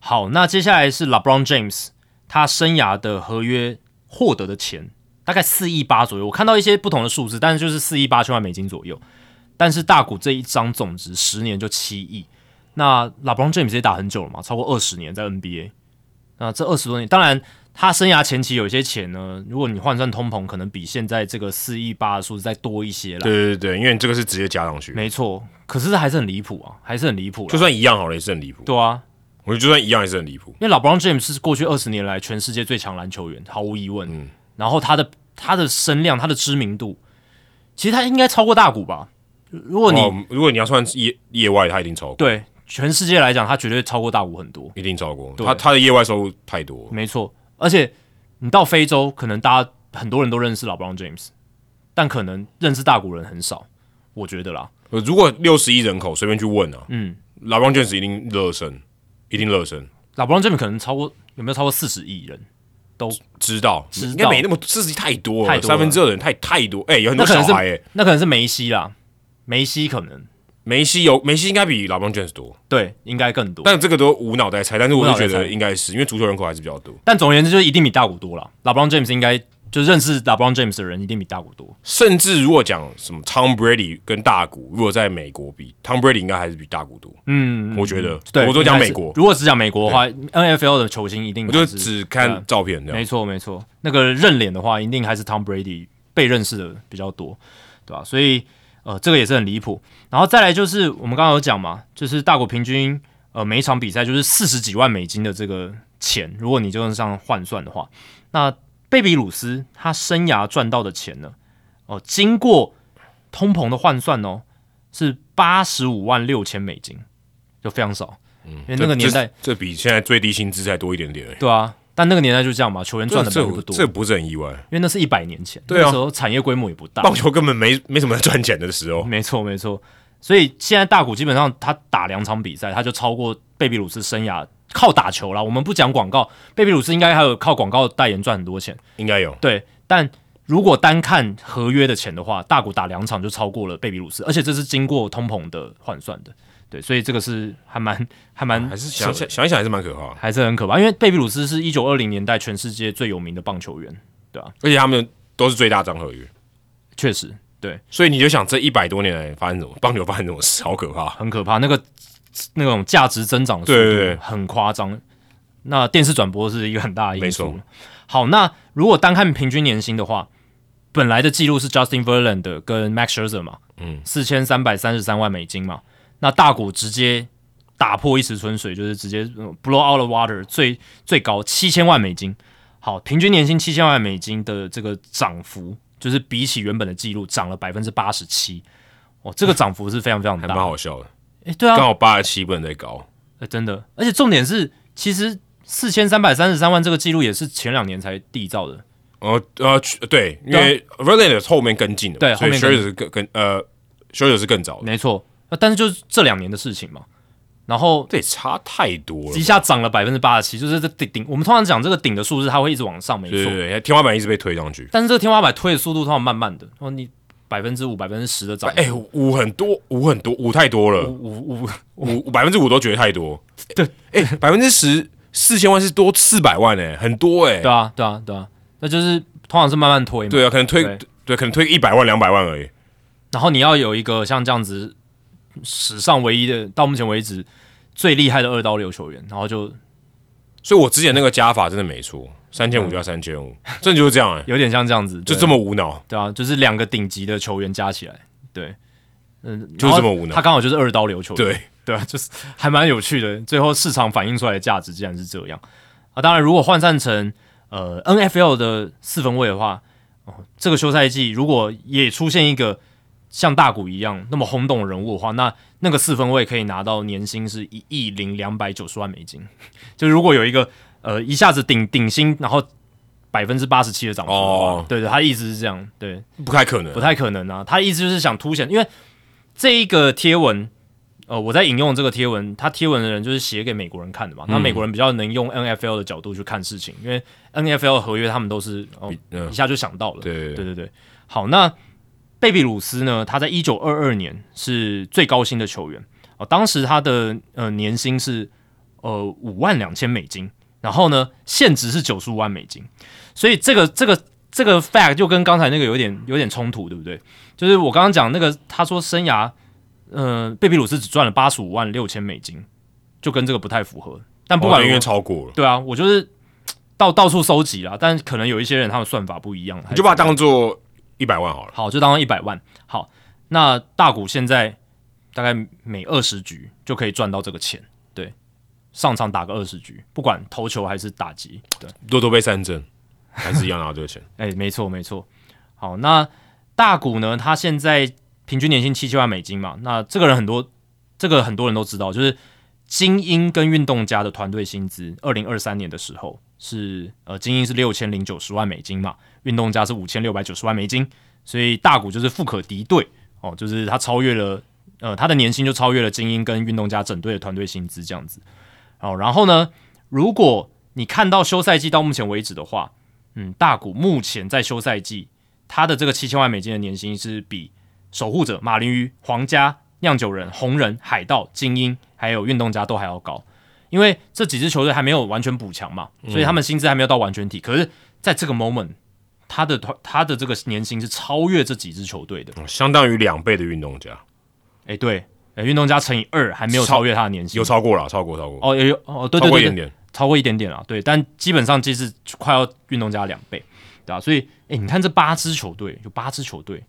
[SPEAKER 2] 好，那接下来是 LeBron James 他生涯的合约获得的钱大概四亿八左右，我看到一些不同的数字，但是就是四亿八千万美金左右。但是大股这一张总值十年就七亿，那 LeBron James 也打很久了嘛，超过二十年在 NBA。那这二十多年，当然他生涯前期有一些钱呢，如果你换算通膨，可能比现在这个四亿八的数字再多一些啦。
[SPEAKER 1] 对对对，因为你这个是直接加上去，
[SPEAKER 2] 啊没错，可是还是很离谱啊，还是很离谱啦。
[SPEAKER 1] 就算一样好了也是很离谱。
[SPEAKER 2] 对啊，
[SPEAKER 1] 我觉得就算一样也是很离谱。
[SPEAKER 2] 因为老 Brown James 是过去二十年来全世界最强篮球员，毫无疑问。
[SPEAKER 1] 嗯
[SPEAKER 2] 然后他的他的声量、他的知名度，其实他应该超过大谷吧？如果你、
[SPEAKER 1] 哦如果你要算业业外，它一定超过，
[SPEAKER 2] 对全世界来讲，他绝对超过大谷很多。
[SPEAKER 1] 一定超过。
[SPEAKER 2] 对嗯
[SPEAKER 1] 它它的业外收入太多了，
[SPEAKER 2] 没错，而且你到非洲，可能大家很多人都认识老 Brown James，但可能认识大谷人很少，我觉得啦。
[SPEAKER 1] 呃如果六十亿人口随便去问啊，
[SPEAKER 2] 嗯，
[SPEAKER 1] 老帮卷子一定热身，一定热身。
[SPEAKER 2] 老 Brown James 可能超过有没有超过四十亿人？
[SPEAKER 1] 知道，
[SPEAKER 2] 知道
[SPEAKER 1] 应该没那么四十太多了，
[SPEAKER 2] 太多了
[SPEAKER 1] 三分之二的人太太多，哎、有很
[SPEAKER 2] 那
[SPEAKER 1] 多
[SPEAKER 2] 可
[SPEAKER 1] 小
[SPEAKER 2] 能
[SPEAKER 1] 孩哎、
[SPEAKER 2] 是那可能是梅西啦，梅西可能
[SPEAKER 1] 梅西有梅西应该比老帮卷子多，
[SPEAKER 2] 对应该更多。
[SPEAKER 1] 但这个都无脑袋猜，但是我
[SPEAKER 2] 无
[SPEAKER 1] 是
[SPEAKER 2] 脑
[SPEAKER 1] 觉
[SPEAKER 2] 在
[SPEAKER 1] 得
[SPEAKER 2] 猜
[SPEAKER 1] 应该是因为足球人口还是比较多，
[SPEAKER 2] 但总而言之，就是一定比大谷多了。LeBron James 应该就认识 LeBron James 的人一定比大谷多。
[SPEAKER 1] 甚至如果讲什么 Tom Brady 跟大谷，如果在美国比，Tom Brady 应该还是比大谷多，
[SPEAKER 2] 嗯，
[SPEAKER 1] 我觉得，
[SPEAKER 2] 对，
[SPEAKER 1] 我都讲
[SPEAKER 2] 应该
[SPEAKER 1] 美
[SPEAKER 2] 是
[SPEAKER 1] 国，
[SPEAKER 2] 如果只讲美国的话，NFL 的球星一定
[SPEAKER 1] 我就
[SPEAKER 2] 还是
[SPEAKER 1] 只
[SPEAKER 2] 对
[SPEAKER 1] 看
[SPEAKER 2] 啊
[SPEAKER 1] 照片这样
[SPEAKER 2] 没。错没错，那个认脸的话，一定还是 Tom Brady 被认识的比较多，对吧、所以呃，这个也是很离谱。然后再来就是我们刚刚有讲嘛，就是大国平均呃每一场比赛就是四十几万美金的这个钱，如果你就用这样换算的话，那贝比鲁斯他生涯赚到的钱呢，哦、经过通膨的换算哦，是八十五万六千美金，就非常少，因为那个
[SPEAKER 1] 这
[SPEAKER 2] 年代
[SPEAKER 1] 这这比现在最低薪资才多一点点而已，
[SPEAKER 2] 对啊。但那个年代就这样嘛，球员 [laughs] 赚的
[SPEAKER 1] 这
[SPEAKER 2] 本来就不多
[SPEAKER 1] 这不是很意外。
[SPEAKER 2] 因为那是一百年前，
[SPEAKER 1] 对啊
[SPEAKER 2] 那时候产业规模也不大。
[SPEAKER 1] 棒球根本没没什么赚钱的时候，
[SPEAKER 2] 没错，没错。所以现在大谷基本上他打两场比赛，他就超过贝比鲁斯生涯靠打球啦。我们不讲广告，贝比鲁斯应该还有靠广告代言赚很多钱。
[SPEAKER 1] 应该有。
[SPEAKER 2] 对，但如果单看合约的钱的话，大谷打两场就超过了贝比鲁斯，而且这是经过通膨的换算的。对，所以这个是还蛮 [laughs] 还蛮
[SPEAKER 1] 还是
[SPEAKER 2] 扯的
[SPEAKER 1] 想想想一想，还是蛮可怕的。
[SPEAKER 2] 还是很可怕，因为贝比鲁斯是一九二零年代全世界最有名的棒球员，
[SPEAKER 1] 而且他们都是最大张合约，
[SPEAKER 2] 确实对。
[SPEAKER 1] 所以你就想这一百多年来发生什么棒球发生什么事，好可怕。
[SPEAKER 2] 啊很可怕，那个那种价值增长的速
[SPEAKER 1] 对对对
[SPEAKER 2] 度很夸张。那电视转播是一个很大的因
[SPEAKER 1] 没
[SPEAKER 2] 素
[SPEAKER 1] 错。
[SPEAKER 2] 好，那如果单看平均年薪的话，本来的记录是 Justin Verlander 跟 Max Scherzer 嘛，
[SPEAKER 1] 嗯，
[SPEAKER 2] 四千三百三十三万美金嘛。那大谷直接打破一池春水，就是直接呃 blow out the water，最最高七千万美金。好，平均年薪七千万美金的这个涨幅，就是比起原本的记录涨了百分之八十七。哦，这个涨幅是非常非常
[SPEAKER 1] 还
[SPEAKER 2] 大
[SPEAKER 1] 蛮。好笑的。
[SPEAKER 2] 哎，对啊，
[SPEAKER 1] 刚好八十七不能再高，
[SPEAKER 2] 呃，真的，而且重点是，其实四千三百三十三万这个记录也是前两年才缔造的，
[SPEAKER 1] 呃呃，去对，因为 Verlander 是后面跟进的嘛，
[SPEAKER 2] 啊对
[SPEAKER 1] 所以
[SPEAKER 2] 后
[SPEAKER 1] s h e r
[SPEAKER 2] 面跟
[SPEAKER 1] 是更更呃 s h e r 是更早的，
[SPEAKER 2] 没错。那呃但是就是这两年的事情嘛，然后
[SPEAKER 1] 这也差太多了
[SPEAKER 2] 一。下涨了百分之八十七，就是这顶顶。我们通常讲这个顶的数字，它会一直往上，没
[SPEAKER 1] 对对
[SPEAKER 2] 错。
[SPEAKER 1] 对，天花板一直被推上去。
[SPEAKER 2] 但是这个天花板推的速度通常慢慢的，哦，你百分之五、百分之十的涨，
[SPEAKER 1] 哎，五很多，五很多，五太多了，
[SPEAKER 2] 五五
[SPEAKER 1] 五百分之五都觉得太多。对，哎，百分之十四千万是多四百万哎，很多哎
[SPEAKER 2] 对。啊，对啊，对啊，那就是通常是慢慢推嘛。
[SPEAKER 1] 对啊，可能推
[SPEAKER 2] 对
[SPEAKER 1] 对，可能推一百万两百万而已。
[SPEAKER 2] 然后你要有一个像这样子史上唯一的，到目前为止最厉害的二刀流球员，然后就
[SPEAKER 1] 所以我之前那个加法真的没错，三
[SPEAKER 2] 嗯
[SPEAKER 1] 千五加三千五，真的就是这样哎、
[SPEAKER 2] 有点像这样子，
[SPEAKER 1] 就
[SPEAKER 2] 对
[SPEAKER 1] 这么无脑。
[SPEAKER 2] 对啊，就是两个顶级的球员加起来，对，嗯，
[SPEAKER 1] 就是这么
[SPEAKER 2] 然后
[SPEAKER 1] 无脑
[SPEAKER 2] 他刚好就是二刀流球员，
[SPEAKER 1] 对，
[SPEAKER 2] 对啊，就是还蛮有趣的。最后市场反映出来的价值竟然是这样啊！当然，如果换算成呃 NFL 的四分位的话，哦，这个休赛季如果也出现一个像大谷一样那么轰动的人物的话，那那个四分位可以拿到年薪是一亿零两百九十万美金。就如果有一个呃一下子顶顶薪，然后百分之八十七的涨幅的话，
[SPEAKER 1] 哦
[SPEAKER 2] 对对，他一直是这样，对，
[SPEAKER 1] 不太可能
[SPEAKER 2] 不。太可能啊。他意思就是想凸显，因为这一个贴文，呃，我在引用这个贴文，他贴文的人就是写给美国人看的嘛。那美国人比较能用 NFL 的角度去看事情，因为 NFL 合约他们都是哦、
[SPEAKER 1] 嗯
[SPEAKER 2] 一，下就想到了。
[SPEAKER 1] 对
[SPEAKER 2] 对对对，好，那贝比鲁斯呢？他在一九二二年是最高薪的球员哦，当时他的呃年薪是呃五万两千美金，然后呢现值是九十五万美金，所以这个这个这个 fact 就跟刚才那个有点有点冲突，对不对？就是我刚刚讲那个，他说生涯呃贝比鲁斯只赚了八十五万六千美金，就跟这个不太符合。但不管
[SPEAKER 1] 哦
[SPEAKER 2] 如
[SPEAKER 1] 因
[SPEAKER 2] 何
[SPEAKER 1] 为超过了，
[SPEAKER 2] 对啊，我就是嘖到到处收集啦，但可能有一些人他们算法不一样，
[SPEAKER 1] 你就把它
[SPEAKER 2] 还是
[SPEAKER 1] 当做一百万好了。
[SPEAKER 2] 好，就当一百万。好，那大股现在大概每二十局就可以赚到这个钱，对，上场打个二十局，不管投球还是打击，对，
[SPEAKER 1] 多多被三振， [laughs] 还是一样拿这个钱。
[SPEAKER 2] 哎、没错没错。好，那大股呢，他现在平均年薪七千万美金嘛，那这个人很多，这个很多人都知道，就是精英跟运动家的团队薪资，二零二三年的时候是呃，精英是六千零九十万美金嘛，运动家是五千六百九十万美金，所以大股就是富可敌对哦，就是他超越了呃，他的年薪就超越了精英跟运动家整队的团队薪资这样子。哦，然后呢，如果你看到休赛季到目前为止的话，嗯，大谷目前在休赛季，他的这个七千万美金的年薪是比守护者、马林鱼、皇家、酿酒人、红人、海盗、精英还有运动家都还要高，因为这几支球队还没有完全补强嘛，
[SPEAKER 1] 嗯
[SPEAKER 2] 所以他们薪资还没有到完全体。可是，在这个 moment，他的团他的这个年薪是超越这几支球队的。
[SPEAKER 1] 嗯相当于两倍的运动家，
[SPEAKER 2] 诶，对，诶运动家乘以二还没有
[SPEAKER 1] 超
[SPEAKER 2] 超越他的年薪，
[SPEAKER 1] 有超过了，超过超过，
[SPEAKER 2] 哦，有有哦，对
[SPEAKER 1] 超
[SPEAKER 2] 对
[SPEAKER 1] 过
[SPEAKER 2] 对
[SPEAKER 1] 一点，
[SPEAKER 2] 对
[SPEAKER 1] 点。
[SPEAKER 2] 超过一点点啦，对，但基本上就是快要运动家两倍，对吧、所以，哎，你看这八支球队，有八支球队，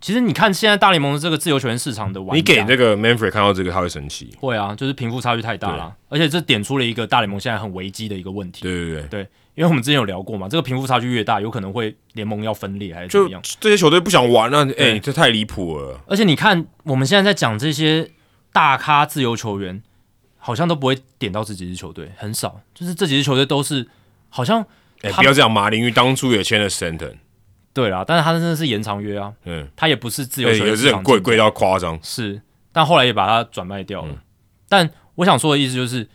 [SPEAKER 2] 其实你看现在大联盟的这个自由球员市场的玩家，
[SPEAKER 1] 你给那个 Manfred 看到这个，他会生气。
[SPEAKER 2] 会啊，就是贫富差距太大啦，而且这点出了一个大联盟现在很危机的一个问题，
[SPEAKER 1] 对对对，
[SPEAKER 2] 因为我们之前有聊过嘛，这个贫富差距越大，有可能会联盟要分裂还是怎
[SPEAKER 1] 就
[SPEAKER 2] 么样。
[SPEAKER 1] 这些球队不想玩了、啊，哎、
[SPEAKER 2] 对
[SPEAKER 1] 这太离谱了。
[SPEAKER 2] 而且你看，我们现在在讲这些大咖自由球员，好像都不会点到这几支球队，很少，就是这几支球队都是好像
[SPEAKER 1] 哎、
[SPEAKER 2] 他
[SPEAKER 1] 不要这样，马林鱼当初也签了 Stanton，
[SPEAKER 2] 对啦，但是他真的是延长约啊，
[SPEAKER 1] 嗯，
[SPEAKER 2] 他也不是自由
[SPEAKER 1] 对，
[SPEAKER 2] 球
[SPEAKER 1] 也
[SPEAKER 2] 员
[SPEAKER 1] 是
[SPEAKER 2] 市
[SPEAKER 1] 很
[SPEAKER 2] 场
[SPEAKER 1] 贵，嗯
[SPEAKER 2] 进，
[SPEAKER 1] 贵到夸张。
[SPEAKER 2] 是，但后来也把它转卖掉了。但我想说的意思就是，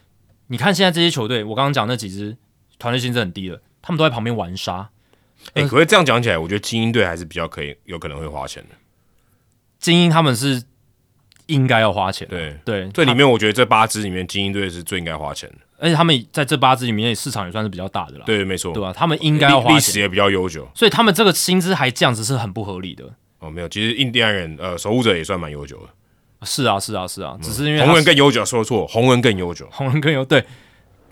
[SPEAKER 2] 你看现在这些球队，我刚刚讲那几支团队薪资很低的，他们都在旁边玩沙。
[SPEAKER 1] 哎、可是这样讲起来，我觉得精英队还是比较可以，有可能会花钱的。
[SPEAKER 2] 精英他们是应该要花钱的，
[SPEAKER 1] 对，
[SPEAKER 2] 对
[SPEAKER 1] 这
[SPEAKER 2] 他
[SPEAKER 1] 里面我觉得这八支里面，精英队是最应该花钱的。
[SPEAKER 2] 而且他们在这八支里面市场也算是比较大的啦，
[SPEAKER 1] 啊对，没错，
[SPEAKER 2] 对吧、啊他们应
[SPEAKER 1] 历
[SPEAKER 2] 该要花
[SPEAKER 1] 历
[SPEAKER 2] 钱，
[SPEAKER 1] 史也比较悠久。
[SPEAKER 2] 所以他们这个薪资还这样子是很不合理的。
[SPEAKER 1] 哦，没有，其实印第安人，呃，守护者也算蛮悠久的。
[SPEAKER 2] 是啊，是啊，是啊，只是因为他
[SPEAKER 1] 红人更悠久，说错，红人更悠久，
[SPEAKER 2] 红人更有对，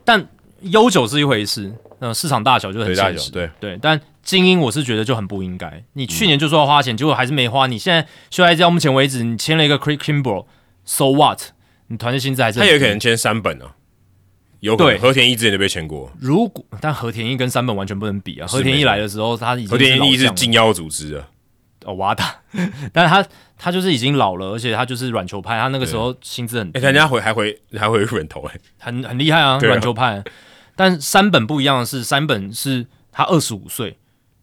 [SPEAKER 2] 但悠久是一回事，那、市场大小就很
[SPEAKER 1] 对大
[SPEAKER 2] 现
[SPEAKER 1] 小
[SPEAKER 2] 实，
[SPEAKER 1] 对
[SPEAKER 2] 对，但精英我是觉得就很不应该。你去年就说要花
[SPEAKER 1] 嗯
[SPEAKER 2] 钱，结果还是没花。你现在休赛季到目前为止，你签了一个 Craig Kimbrel，so what？你团队薪资还是
[SPEAKER 1] 他
[SPEAKER 2] 很
[SPEAKER 1] 也有
[SPEAKER 2] 低
[SPEAKER 1] 可能。签三本啊，有可能
[SPEAKER 2] 对
[SPEAKER 1] 和田一之前就被签过，
[SPEAKER 2] 如果但和田一跟三本完全不能比啊，和田一来的时候他已经
[SPEAKER 1] 和田一
[SPEAKER 2] 是
[SPEAKER 1] 是
[SPEAKER 2] 老将了
[SPEAKER 1] 禁药组织的，
[SPEAKER 2] 哦瓦达， [laughs] 但是他他就是已经老了，而且他就是软球派，他那个时候薪资很低
[SPEAKER 1] 哎、他人家回还回还回日本投哎、
[SPEAKER 2] 很很厉害啊，
[SPEAKER 1] 对啊
[SPEAKER 2] 软球派。但山本不一样的是，山本是他二十五岁，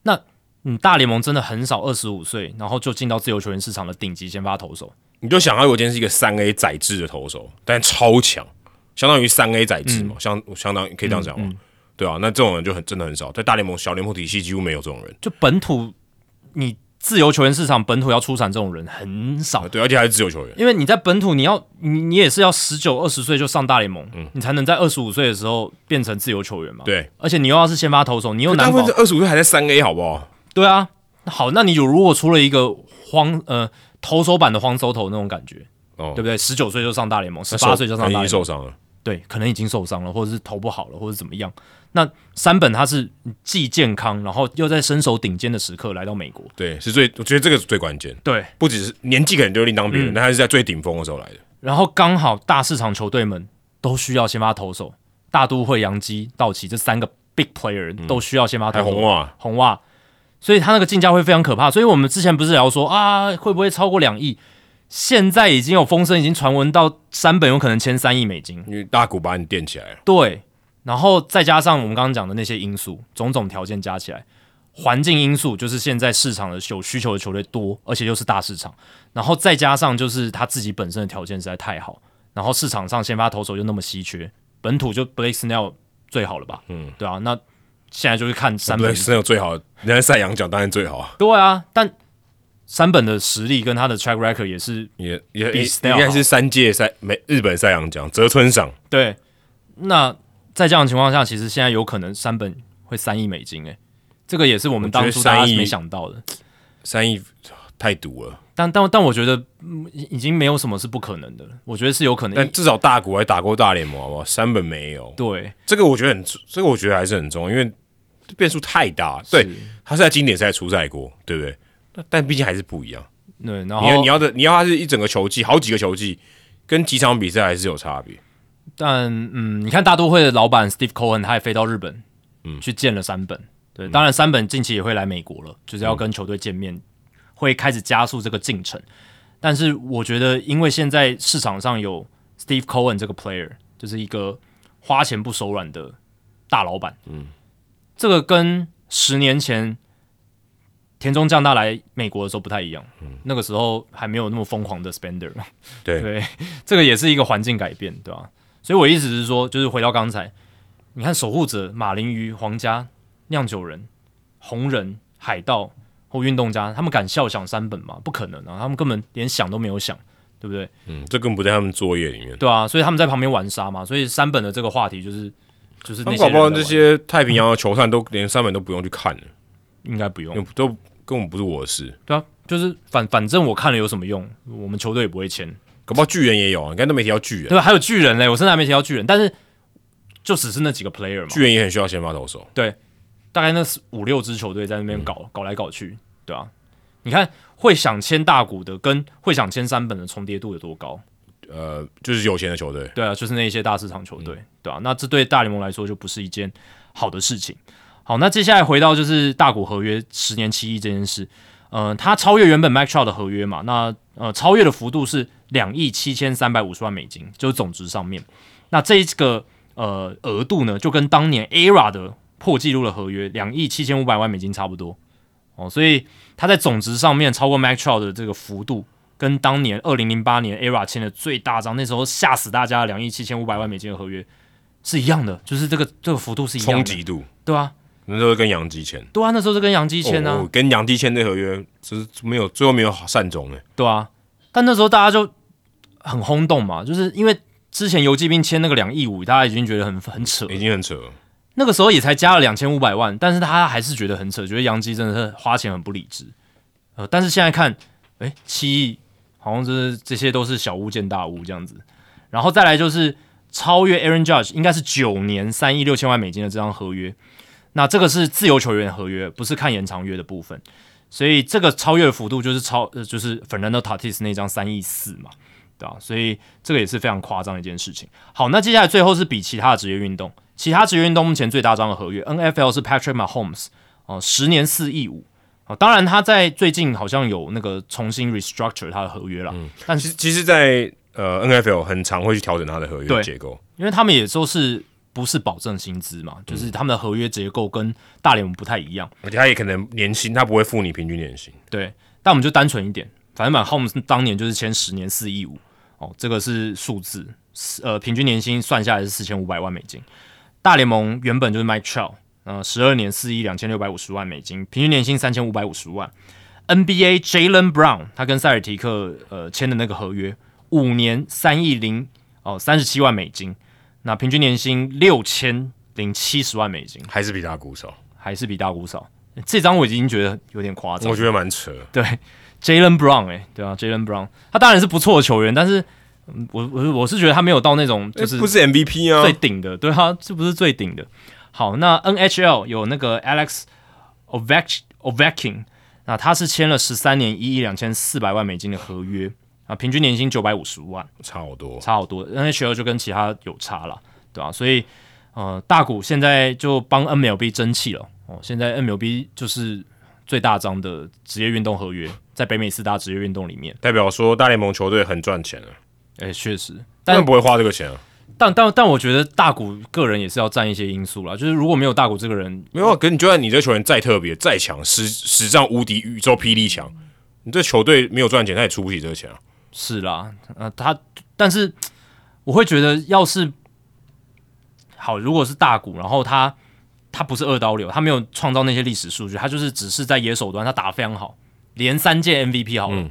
[SPEAKER 2] 那你大联盟真的很少二十五岁，然后就进到自由球员市场的顶级先发投手。
[SPEAKER 1] 你就想他我今天是一个三 A 载制的投手，但超强，相当于三 A 载
[SPEAKER 2] 嗯
[SPEAKER 1] 制嘛，相相当于可以这样讲嘛，对啊，那这种人就很真的很少，在大联盟小联盟体系几乎没有这种人，
[SPEAKER 2] 就本土，你自由球员市场本土要出产这种人很少
[SPEAKER 1] 啊，对，而且还是自由球员，
[SPEAKER 2] 因为你在本土你要你你也是要十九二十岁就上大联盟，你才能在二十五岁的时候变成自由球员嘛。，
[SPEAKER 1] 嗯对，
[SPEAKER 2] 而且你又要是先发投手，你又
[SPEAKER 1] 大
[SPEAKER 2] 难
[SPEAKER 1] 部
[SPEAKER 2] 保
[SPEAKER 1] 分是二十五岁还在三 A 好不好？
[SPEAKER 2] 对啊，好，那你有如果出了一个荒呃投手版的荒收头那种感觉，
[SPEAKER 1] 哦
[SPEAKER 2] 对不对？十九岁就上大联盟，十
[SPEAKER 1] 那哎
[SPEAKER 2] 八岁就上
[SPEAKER 1] 已
[SPEAKER 2] 大
[SPEAKER 1] 经
[SPEAKER 2] 联盟，
[SPEAKER 1] 受伤了，
[SPEAKER 2] 对，可能已经受伤了，或者是投不好了，或者是怎么样。那三本他是既健康，然后又在身手顶尖的时刻来到美国，
[SPEAKER 1] 对，是最我觉得这个是最关键，
[SPEAKER 2] 对，
[SPEAKER 1] 不只是年纪可能就另当别
[SPEAKER 2] 嗯
[SPEAKER 1] 论，但他是在最顶峰的时候来的。
[SPEAKER 2] 然后刚好大市场球队们都需要先发投手，大都会、洋基、道奇这三个 big player 都需要先发
[SPEAKER 1] 嗯还
[SPEAKER 2] 投手、
[SPEAKER 1] 红啊袜，
[SPEAKER 2] 红袜，所以他那个竞价会非常可怕。所以我们之前不是聊说啊，会不会超过两亿？现在已经有风声，已经传闻到山本有可能签三亿美金。
[SPEAKER 1] 因为大股把你垫起来了，
[SPEAKER 2] 对，然后再加上我们刚刚讲的那些因素，种种条件加起来，环境因素就是现在市场的有需求的球队多，而且又是大市场，然后再加上就是他自己本身的条件实在太好，然后市场上先发投手又那么稀缺，本土就 Blake Snell 最好了吧？嗯，对啊，那现在就是看三
[SPEAKER 1] 对，
[SPEAKER 2] 本
[SPEAKER 1] 是有最好的，人家赛扬奖当然最好啊，
[SPEAKER 2] 对啊，但三本的实力跟他的 track record 也是
[SPEAKER 1] 也也
[SPEAKER 2] 比
[SPEAKER 1] 也
[SPEAKER 2] Snell
[SPEAKER 1] 应该是三届赛美日本赛扬奖泽村赏，
[SPEAKER 2] 对。那在这样的情况下，其实现在有可能三本会三亿美金诶、欸这个也是我们
[SPEAKER 1] 我觉得
[SPEAKER 2] 当初大
[SPEAKER 1] 3
[SPEAKER 2] 家
[SPEAKER 1] 亿
[SPEAKER 2] 没想到的。
[SPEAKER 1] 三亿太毒了，
[SPEAKER 2] 但但但我觉得、嗯已经没有什么是不可能的了，我觉得是有可能
[SPEAKER 1] 但。至少大股还打过大联盟，好不好？山本没有，
[SPEAKER 2] 对，
[SPEAKER 1] 这个我觉得很，这个我觉得还是很重要，因为变数太大。对，他是在经典赛出赛过，对不对？但但毕竟还是不一样。
[SPEAKER 2] 对，然
[SPEAKER 1] 你要你
[SPEAKER 2] 后
[SPEAKER 1] 要的，你要他是一整个球季，好几个球季，跟几场比赛还是有差别。
[SPEAKER 2] 但嗯，你看大都会的老板 Steve Cohen 他也飞到日本，嗯，去见了山本。对，当然山本近期也会来美国了，就是要跟球队见面，会开始加速这个进程。但是我觉得，因为现在市场上有 Steve Cohen 这个 player，就是一个花钱不手软的大老板，嗯，这个跟十年前田中将大来美国的时候不太一样，嗯，那个时候还没有那么疯狂的 spender，
[SPEAKER 1] 对
[SPEAKER 2] [laughs] 对，这个也是一个环境改变，对吧、所以我意思是说，就是回到刚才，你看守护者、马林鱼、皇家、酿酒人、红人、海盗或运动家，他们敢笑想三本吗？不可能啊，他们根本连想都没有想，对不对？
[SPEAKER 1] 嗯，这更不在他们作业里面。
[SPEAKER 2] 对啊，所以他们在旁边玩沙嘛，所以三本的这个话题就是就是
[SPEAKER 1] 他
[SPEAKER 2] 那
[SPEAKER 1] 们
[SPEAKER 2] 些
[SPEAKER 1] 搞
[SPEAKER 2] 人
[SPEAKER 1] 不好
[SPEAKER 2] 在
[SPEAKER 1] 这
[SPEAKER 2] 玩
[SPEAKER 1] 些太平洋的球赛都连三本都不用去看了，
[SPEAKER 2] 应该不
[SPEAKER 1] 因为
[SPEAKER 2] 用，
[SPEAKER 1] 都根本不是我的事。
[SPEAKER 2] 对啊，就是反反正我看了有什么用？我们球队也不会签，
[SPEAKER 1] 搞不好巨人也有啊，你看都没提到巨人，
[SPEAKER 2] 对吧？还有巨人嘞，我甚至还没提到巨人，但是就只是那几个 player 嘛，
[SPEAKER 1] 巨人也很需要先发投手。
[SPEAKER 2] 大概那四五六支球队在那边搞、搞来搞去，对啊，你看会想签大股的跟会想签三本的重叠度有多高？
[SPEAKER 1] 呃，就是有钱的球队，
[SPEAKER 2] 对啊，就是那一些大市场球队，对啊，那这对大联盟来说就不是一件好的事情。好，那接下来回到就是大股合约十年七亿这件事，呃，它超越原本 Max Trout 的合约嘛，那呃超越的幅度是两亿七千三百五十万美金，就是总值上面。那这一个呃额度呢，就跟当年 ERA 的破纪录的合约两亿七千五百万美金差不多哦，所以它在总值上面超过 Max Trout 的这个幅度，跟当年二零零八年 ERA 签的最大张，那时候吓死大家的两亿七千五百万美金的合约是一样的，就是这个这个幅度是一样
[SPEAKER 1] 冲
[SPEAKER 2] 的，
[SPEAKER 1] 击度
[SPEAKER 2] 对啊，
[SPEAKER 1] 那时候跟杨基签。
[SPEAKER 2] 对啊，那时候是跟杨基签啊，
[SPEAKER 1] 哦跟杨基签这合约，只是没有最后没有善终哎，
[SPEAKER 2] 对啊，但那时候大家就很轰动嘛，就是因为之前游击兵签那个两亿五，大家已经觉得很很扯了，
[SPEAKER 1] 已经很扯了。
[SPEAKER 2] 那个时候也才加了两千五百万，但是他还是觉得很扯，觉得杨基真的是花钱很不理智。呃，但是现在看，哎，七亿好像就是这些都是小巫见大巫这样子。然后再来就是超越 Aaron Judge，应该是九年三亿六千万美金的这张合约。那这个是自由球员合约，不是看延长约的部分，所以这个超越的幅度就是超呃就是 Fernando Tatis 那张三亿四嘛，对吧、所以这个也是非常夸张的一件事情。好，那接下来最后是比其他的职业运动，其他职业运动目前最大张的合约，NFL 是 Patrick Mahomes 哦、十年四亿五。哦，当然他在最近好像有那个重新 restructure 他的合约啦，但
[SPEAKER 1] 其
[SPEAKER 2] 是
[SPEAKER 1] 实其实在，呃 N F L 很常会去调整它的合
[SPEAKER 2] 对
[SPEAKER 1] 约结构，
[SPEAKER 2] 因为他们也都是不是保证薪资嘛，就是他们的合约结构跟大联盟不太一样。
[SPEAKER 1] 而且它也可能年薪，它不会付你平均年薪。
[SPEAKER 2] 对，但我们就单纯一点，反正马 Homes 当年就是签十年四亿五哦，这个是数字，四呃，平均年薪算下来是四千五百万美金。大联盟原本就是 Mike Trout，呃，十二年四亿两千六百五十万美金，平均年薪三千五百五十万。NBA Jalen Brown 他跟塞尔提克呃签的那个合约，五年三亿零哦三十七万美金，那平均年薪六千零七十万美金，
[SPEAKER 1] 还是比大股少，
[SPEAKER 2] 还是比大股少。这张我已经觉得有点夸张了，
[SPEAKER 1] 我觉得蛮扯。
[SPEAKER 2] 对，Jalen Brown 哎、对啊，Jalen Brown，他当然是不错的球员，但是嗯我我我是觉得他没有到那种就是
[SPEAKER 1] 哎不是 M V P 啊
[SPEAKER 2] 最？顶的，对啊，这不是最顶的。好，那 NHL 有那个 Alex Ovech Ovechkin，那他是签了十三年一亿两千四百万美金的合约啊，平均年薪九百五十万。
[SPEAKER 1] 差好多。
[SPEAKER 2] 差好多，NHL 就跟其他有差了，对吧、所以呃，大谷现在就帮 MLB 争气了哦。现在 MLB 就是最大张的职业运动合约，在北美四大职业运动里面，
[SPEAKER 1] 代表说大联盟球队很赚钱啊，
[SPEAKER 2] 哎、确实，
[SPEAKER 1] 他
[SPEAKER 2] 但
[SPEAKER 1] 们不会花这个钱啊。
[SPEAKER 2] 但但但我觉得大谷个人也是要占一些因素啦，就是如果没有大谷这个人，
[SPEAKER 1] 没有啊，可是你就算你这球员再特别、再强，史史上无敌、宇宙霹雳强，你这球队没有赚钱，他也出不起这个钱啊。
[SPEAKER 2] 是啦，呃，他，但是我会觉得，要是好，如果是大股，然后他他不是二刀流，他没有创造那些历史数据，他就是只是在野手端他打得非常好，连三届 MVP 好了，
[SPEAKER 1] 嗯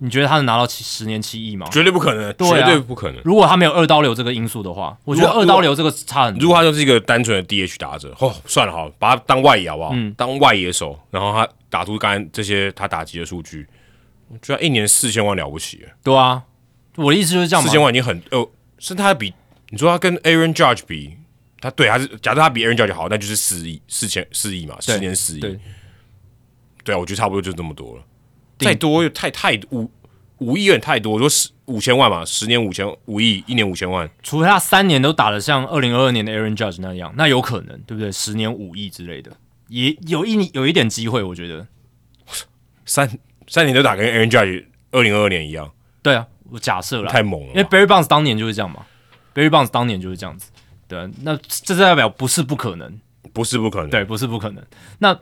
[SPEAKER 2] 你觉得他能拿到七十年七亿吗？
[SPEAKER 1] 绝对不可能，
[SPEAKER 2] 对
[SPEAKER 1] 绝
[SPEAKER 2] 啊
[SPEAKER 1] 对不可能。
[SPEAKER 2] 如果他没有二刀流这个因素的话，我觉得
[SPEAKER 1] 如果
[SPEAKER 2] 二刀流这个差很
[SPEAKER 1] 如
[SPEAKER 2] 多。
[SPEAKER 1] 果他就是一个单纯的 DH 打者，哦，算了，好了，把他当外野好不好？
[SPEAKER 2] 嗯
[SPEAKER 1] 当外野手，然后他打出刚才这些他打击的数据，我觉得一年四千万了不起了，
[SPEAKER 2] 对啊，我的意思就是这样
[SPEAKER 1] 四
[SPEAKER 2] 嘛。
[SPEAKER 1] 千万已经很呃，甚至他比你说他跟 Aaron Judge 比，他对他是假设他比 Aaron Judge 好，那就是四亿四千四亿嘛，
[SPEAKER 2] 对
[SPEAKER 1] 十年四亿，
[SPEAKER 2] 对
[SPEAKER 1] 对啊，我觉得差不多就这么多了，
[SPEAKER 2] 顶
[SPEAKER 1] 再多又太太五五亿有点太多，我说十五千万嘛，十年五千五亿，一年五千万，
[SPEAKER 2] 除非他三年都打得像二零二二年的 Aaron Judge 那样，那有可能，对不对？十年五亿之类的，也有一有一点机会，我觉得。
[SPEAKER 1] 三三年都打跟 Aaron Judge 二零二二年一样，
[SPEAKER 2] 对啊，我假设啦，
[SPEAKER 1] 太猛了吧。
[SPEAKER 2] 因为 Barry Bonds 当年就是这样嘛，Barry Bonds 当年就是这样子。对啊、那这代表不是不可能，
[SPEAKER 1] 不是不可能，
[SPEAKER 2] 哎对，不是不可能。那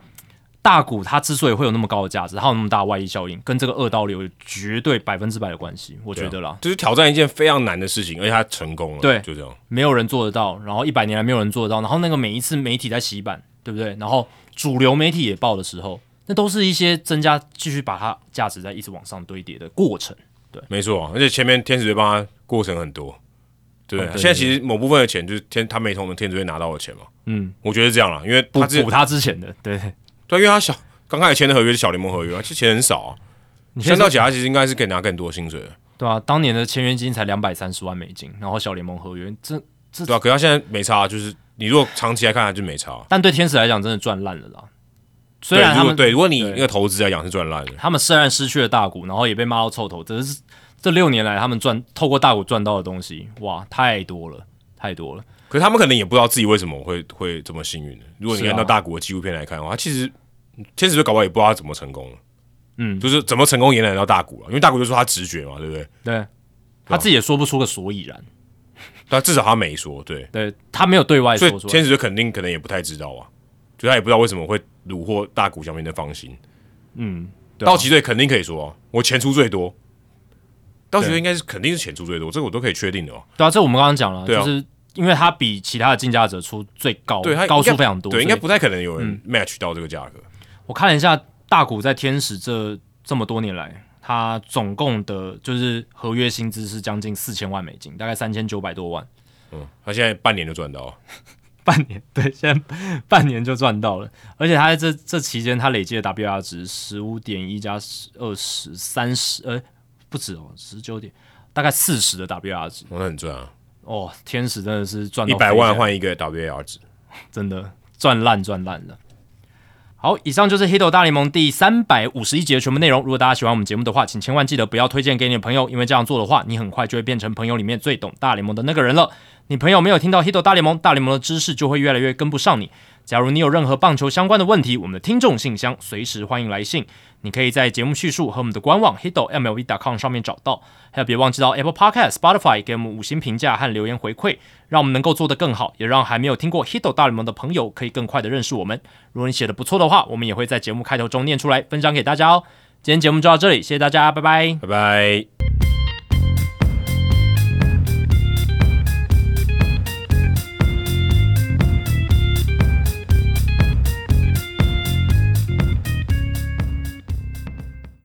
[SPEAKER 2] 大股它之所以会有那么高的价值，它有那么大的外溢效应，跟这个二刀流有绝对百分之百的关系，我
[SPEAKER 1] 啊
[SPEAKER 2] 觉得啦，
[SPEAKER 1] 就是挑战一件非常难的事情，而且他成功了，
[SPEAKER 2] 对
[SPEAKER 1] 就这样。
[SPEAKER 2] 没有人做得到，然后一百年来没有人做得到，然后那个每一次媒体在洗版，对不对？然后主流媒体也报的时候，那都是一些增加继续把它价值在一直往上堆叠的过程。
[SPEAKER 1] 没错，而且前面天使队帮他过程很多，对不对？
[SPEAKER 2] 哦对
[SPEAKER 1] 现在其实某部分的钱就是天，他没从我们天使队拿到的钱嘛，
[SPEAKER 2] 嗯，
[SPEAKER 1] 我觉得是这样啦，因为
[SPEAKER 2] 补
[SPEAKER 1] 他之
[SPEAKER 2] 补他之前的，对，
[SPEAKER 1] 对，因为他小刚开始签的合约是小联盟合约啊，这钱很少啊，
[SPEAKER 2] 你
[SPEAKER 1] 相到其他其实应该是可以拿更多薪水的，
[SPEAKER 2] 对啊，当年的签约金才两百三十万美金，然后小联盟合约，这
[SPEAKER 1] 对啊，可是他现在没差啊，就是你如果长期来看，他就没差啊。
[SPEAKER 2] 但对天使来讲真的赚烂了啦。虽
[SPEAKER 1] 对，
[SPEAKER 2] 然
[SPEAKER 1] 如
[SPEAKER 2] 他
[SPEAKER 1] 果
[SPEAKER 2] 们
[SPEAKER 1] 对，如果你
[SPEAKER 2] 对
[SPEAKER 1] 那个投资来讲是赚烂的，
[SPEAKER 2] 他们虽然失去了大股，然后也被骂到臭头，只是这六年来他们赚透过大股赚到的东西，哇，太多了，太多了。
[SPEAKER 1] 可是他们可能也不知道自己为什么会会这么幸运的。如果你
[SPEAKER 2] 是啊
[SPEAKER 1] 看到大谷的纪录片来看的话，他其实天使队搞不好也不知道他怎么成功了。
[SPEAKER 2] 嗯
[SPEAKER 1] 就是怎么成功延揽到大谷了，因为大谷就说他直觉嘛，对不对？啊
[SPEAKER 2] 对，他自己也说不出个所以然，
[SPEAKER 1] 但至少他没说，对，
[SPEAKER 2] 对他没有对外
[SPEAKER 1] 所
[SPEAKER 2] 说
[SPEAKER 1] 以
[SPEAKER 2] 出来。
[SPEAKER 1] 天使队肯定可能也不太知道啊，就他也不知道为什么会虏获大谷小明的芳心。
[SPEAKER 2] 嗯，对啊
[SPEAKER 1] 道奇队肯定可以说、啊，我钱出最多，道奇队应该是肯定是钱出最多，这个我都可以确定的哦。
[SPEAKER 2] 对啊，这我们刚刚讲了，
[SPEAKER 1] 对啊
[SPEAKER 2] 就是因为他比其他的竞价者出最高，
[SPEAKER 1] 对他
[SPEAKER 2] 哦高出
[SPEAKER 1] 应该
[SPEAKER 2] 非常多，
[SPEAKER 1] 对，应
[SPEAKER 2] 所以嗯
[SPEAKER 1] 该不太可能有人 match 到这个价格。
[SPEAKER 2] 我看了一下大股在天使这这么多年来，他总共的就是合约薪资是将近四千万美金，大概三千九百多万，
[SPEAKER 1] 嗯，他现在半年就赚到了，哦
[SPEAKER 2] 半年对，现在半年就赚到了，而且他在这这期间他累计的 WR 值十五点一加二十三十，呃，不止哦，十九点。大概四十的 WR 值
[SPEAKER 1] 哦那很赚啊，
[SPEAKER 2] 哦，天使真的是赚
[SPEAKER 1] 一
[SPEAKER 2] 到
[SPEAKER 1] 百
[SPEAKER 2] 飞起来
[SPEAKER 1] 万换一个 WAR 值。
[SPEAKER 2] 真的赚烂赚烂了。好，以上就是 Hito 大联盟第三百五十一集的全部内容。如果大家喜欢我们节目的话，请千万记得不要推荐给你的朋友，因为这样做的话，你很快就会变成朋友里面最懂大联盟的那个人了。你朋友没有听到 Hito 大联盟，大联盟的知识就会越来越跟不上你。假如你有任何棒球相关的问题，我们的听众信箱随时欢迎来信，你可以在节目叙述和我们的官网 hito mlb.com E 上面找到。还有，别忘记到 Apple Podcast、Spotify 给我们五星评价和留言回馈，让我们能够做得更好，也让还没有听过 Hito 大联盟的朋友可以更快的认识我们。如果你写的不错的话，我们也会在节目开头中念出来，分享给大家哦。今天节目就到这里，谢谢大家，拜拜。
[SPEAKER 1] 拜拜。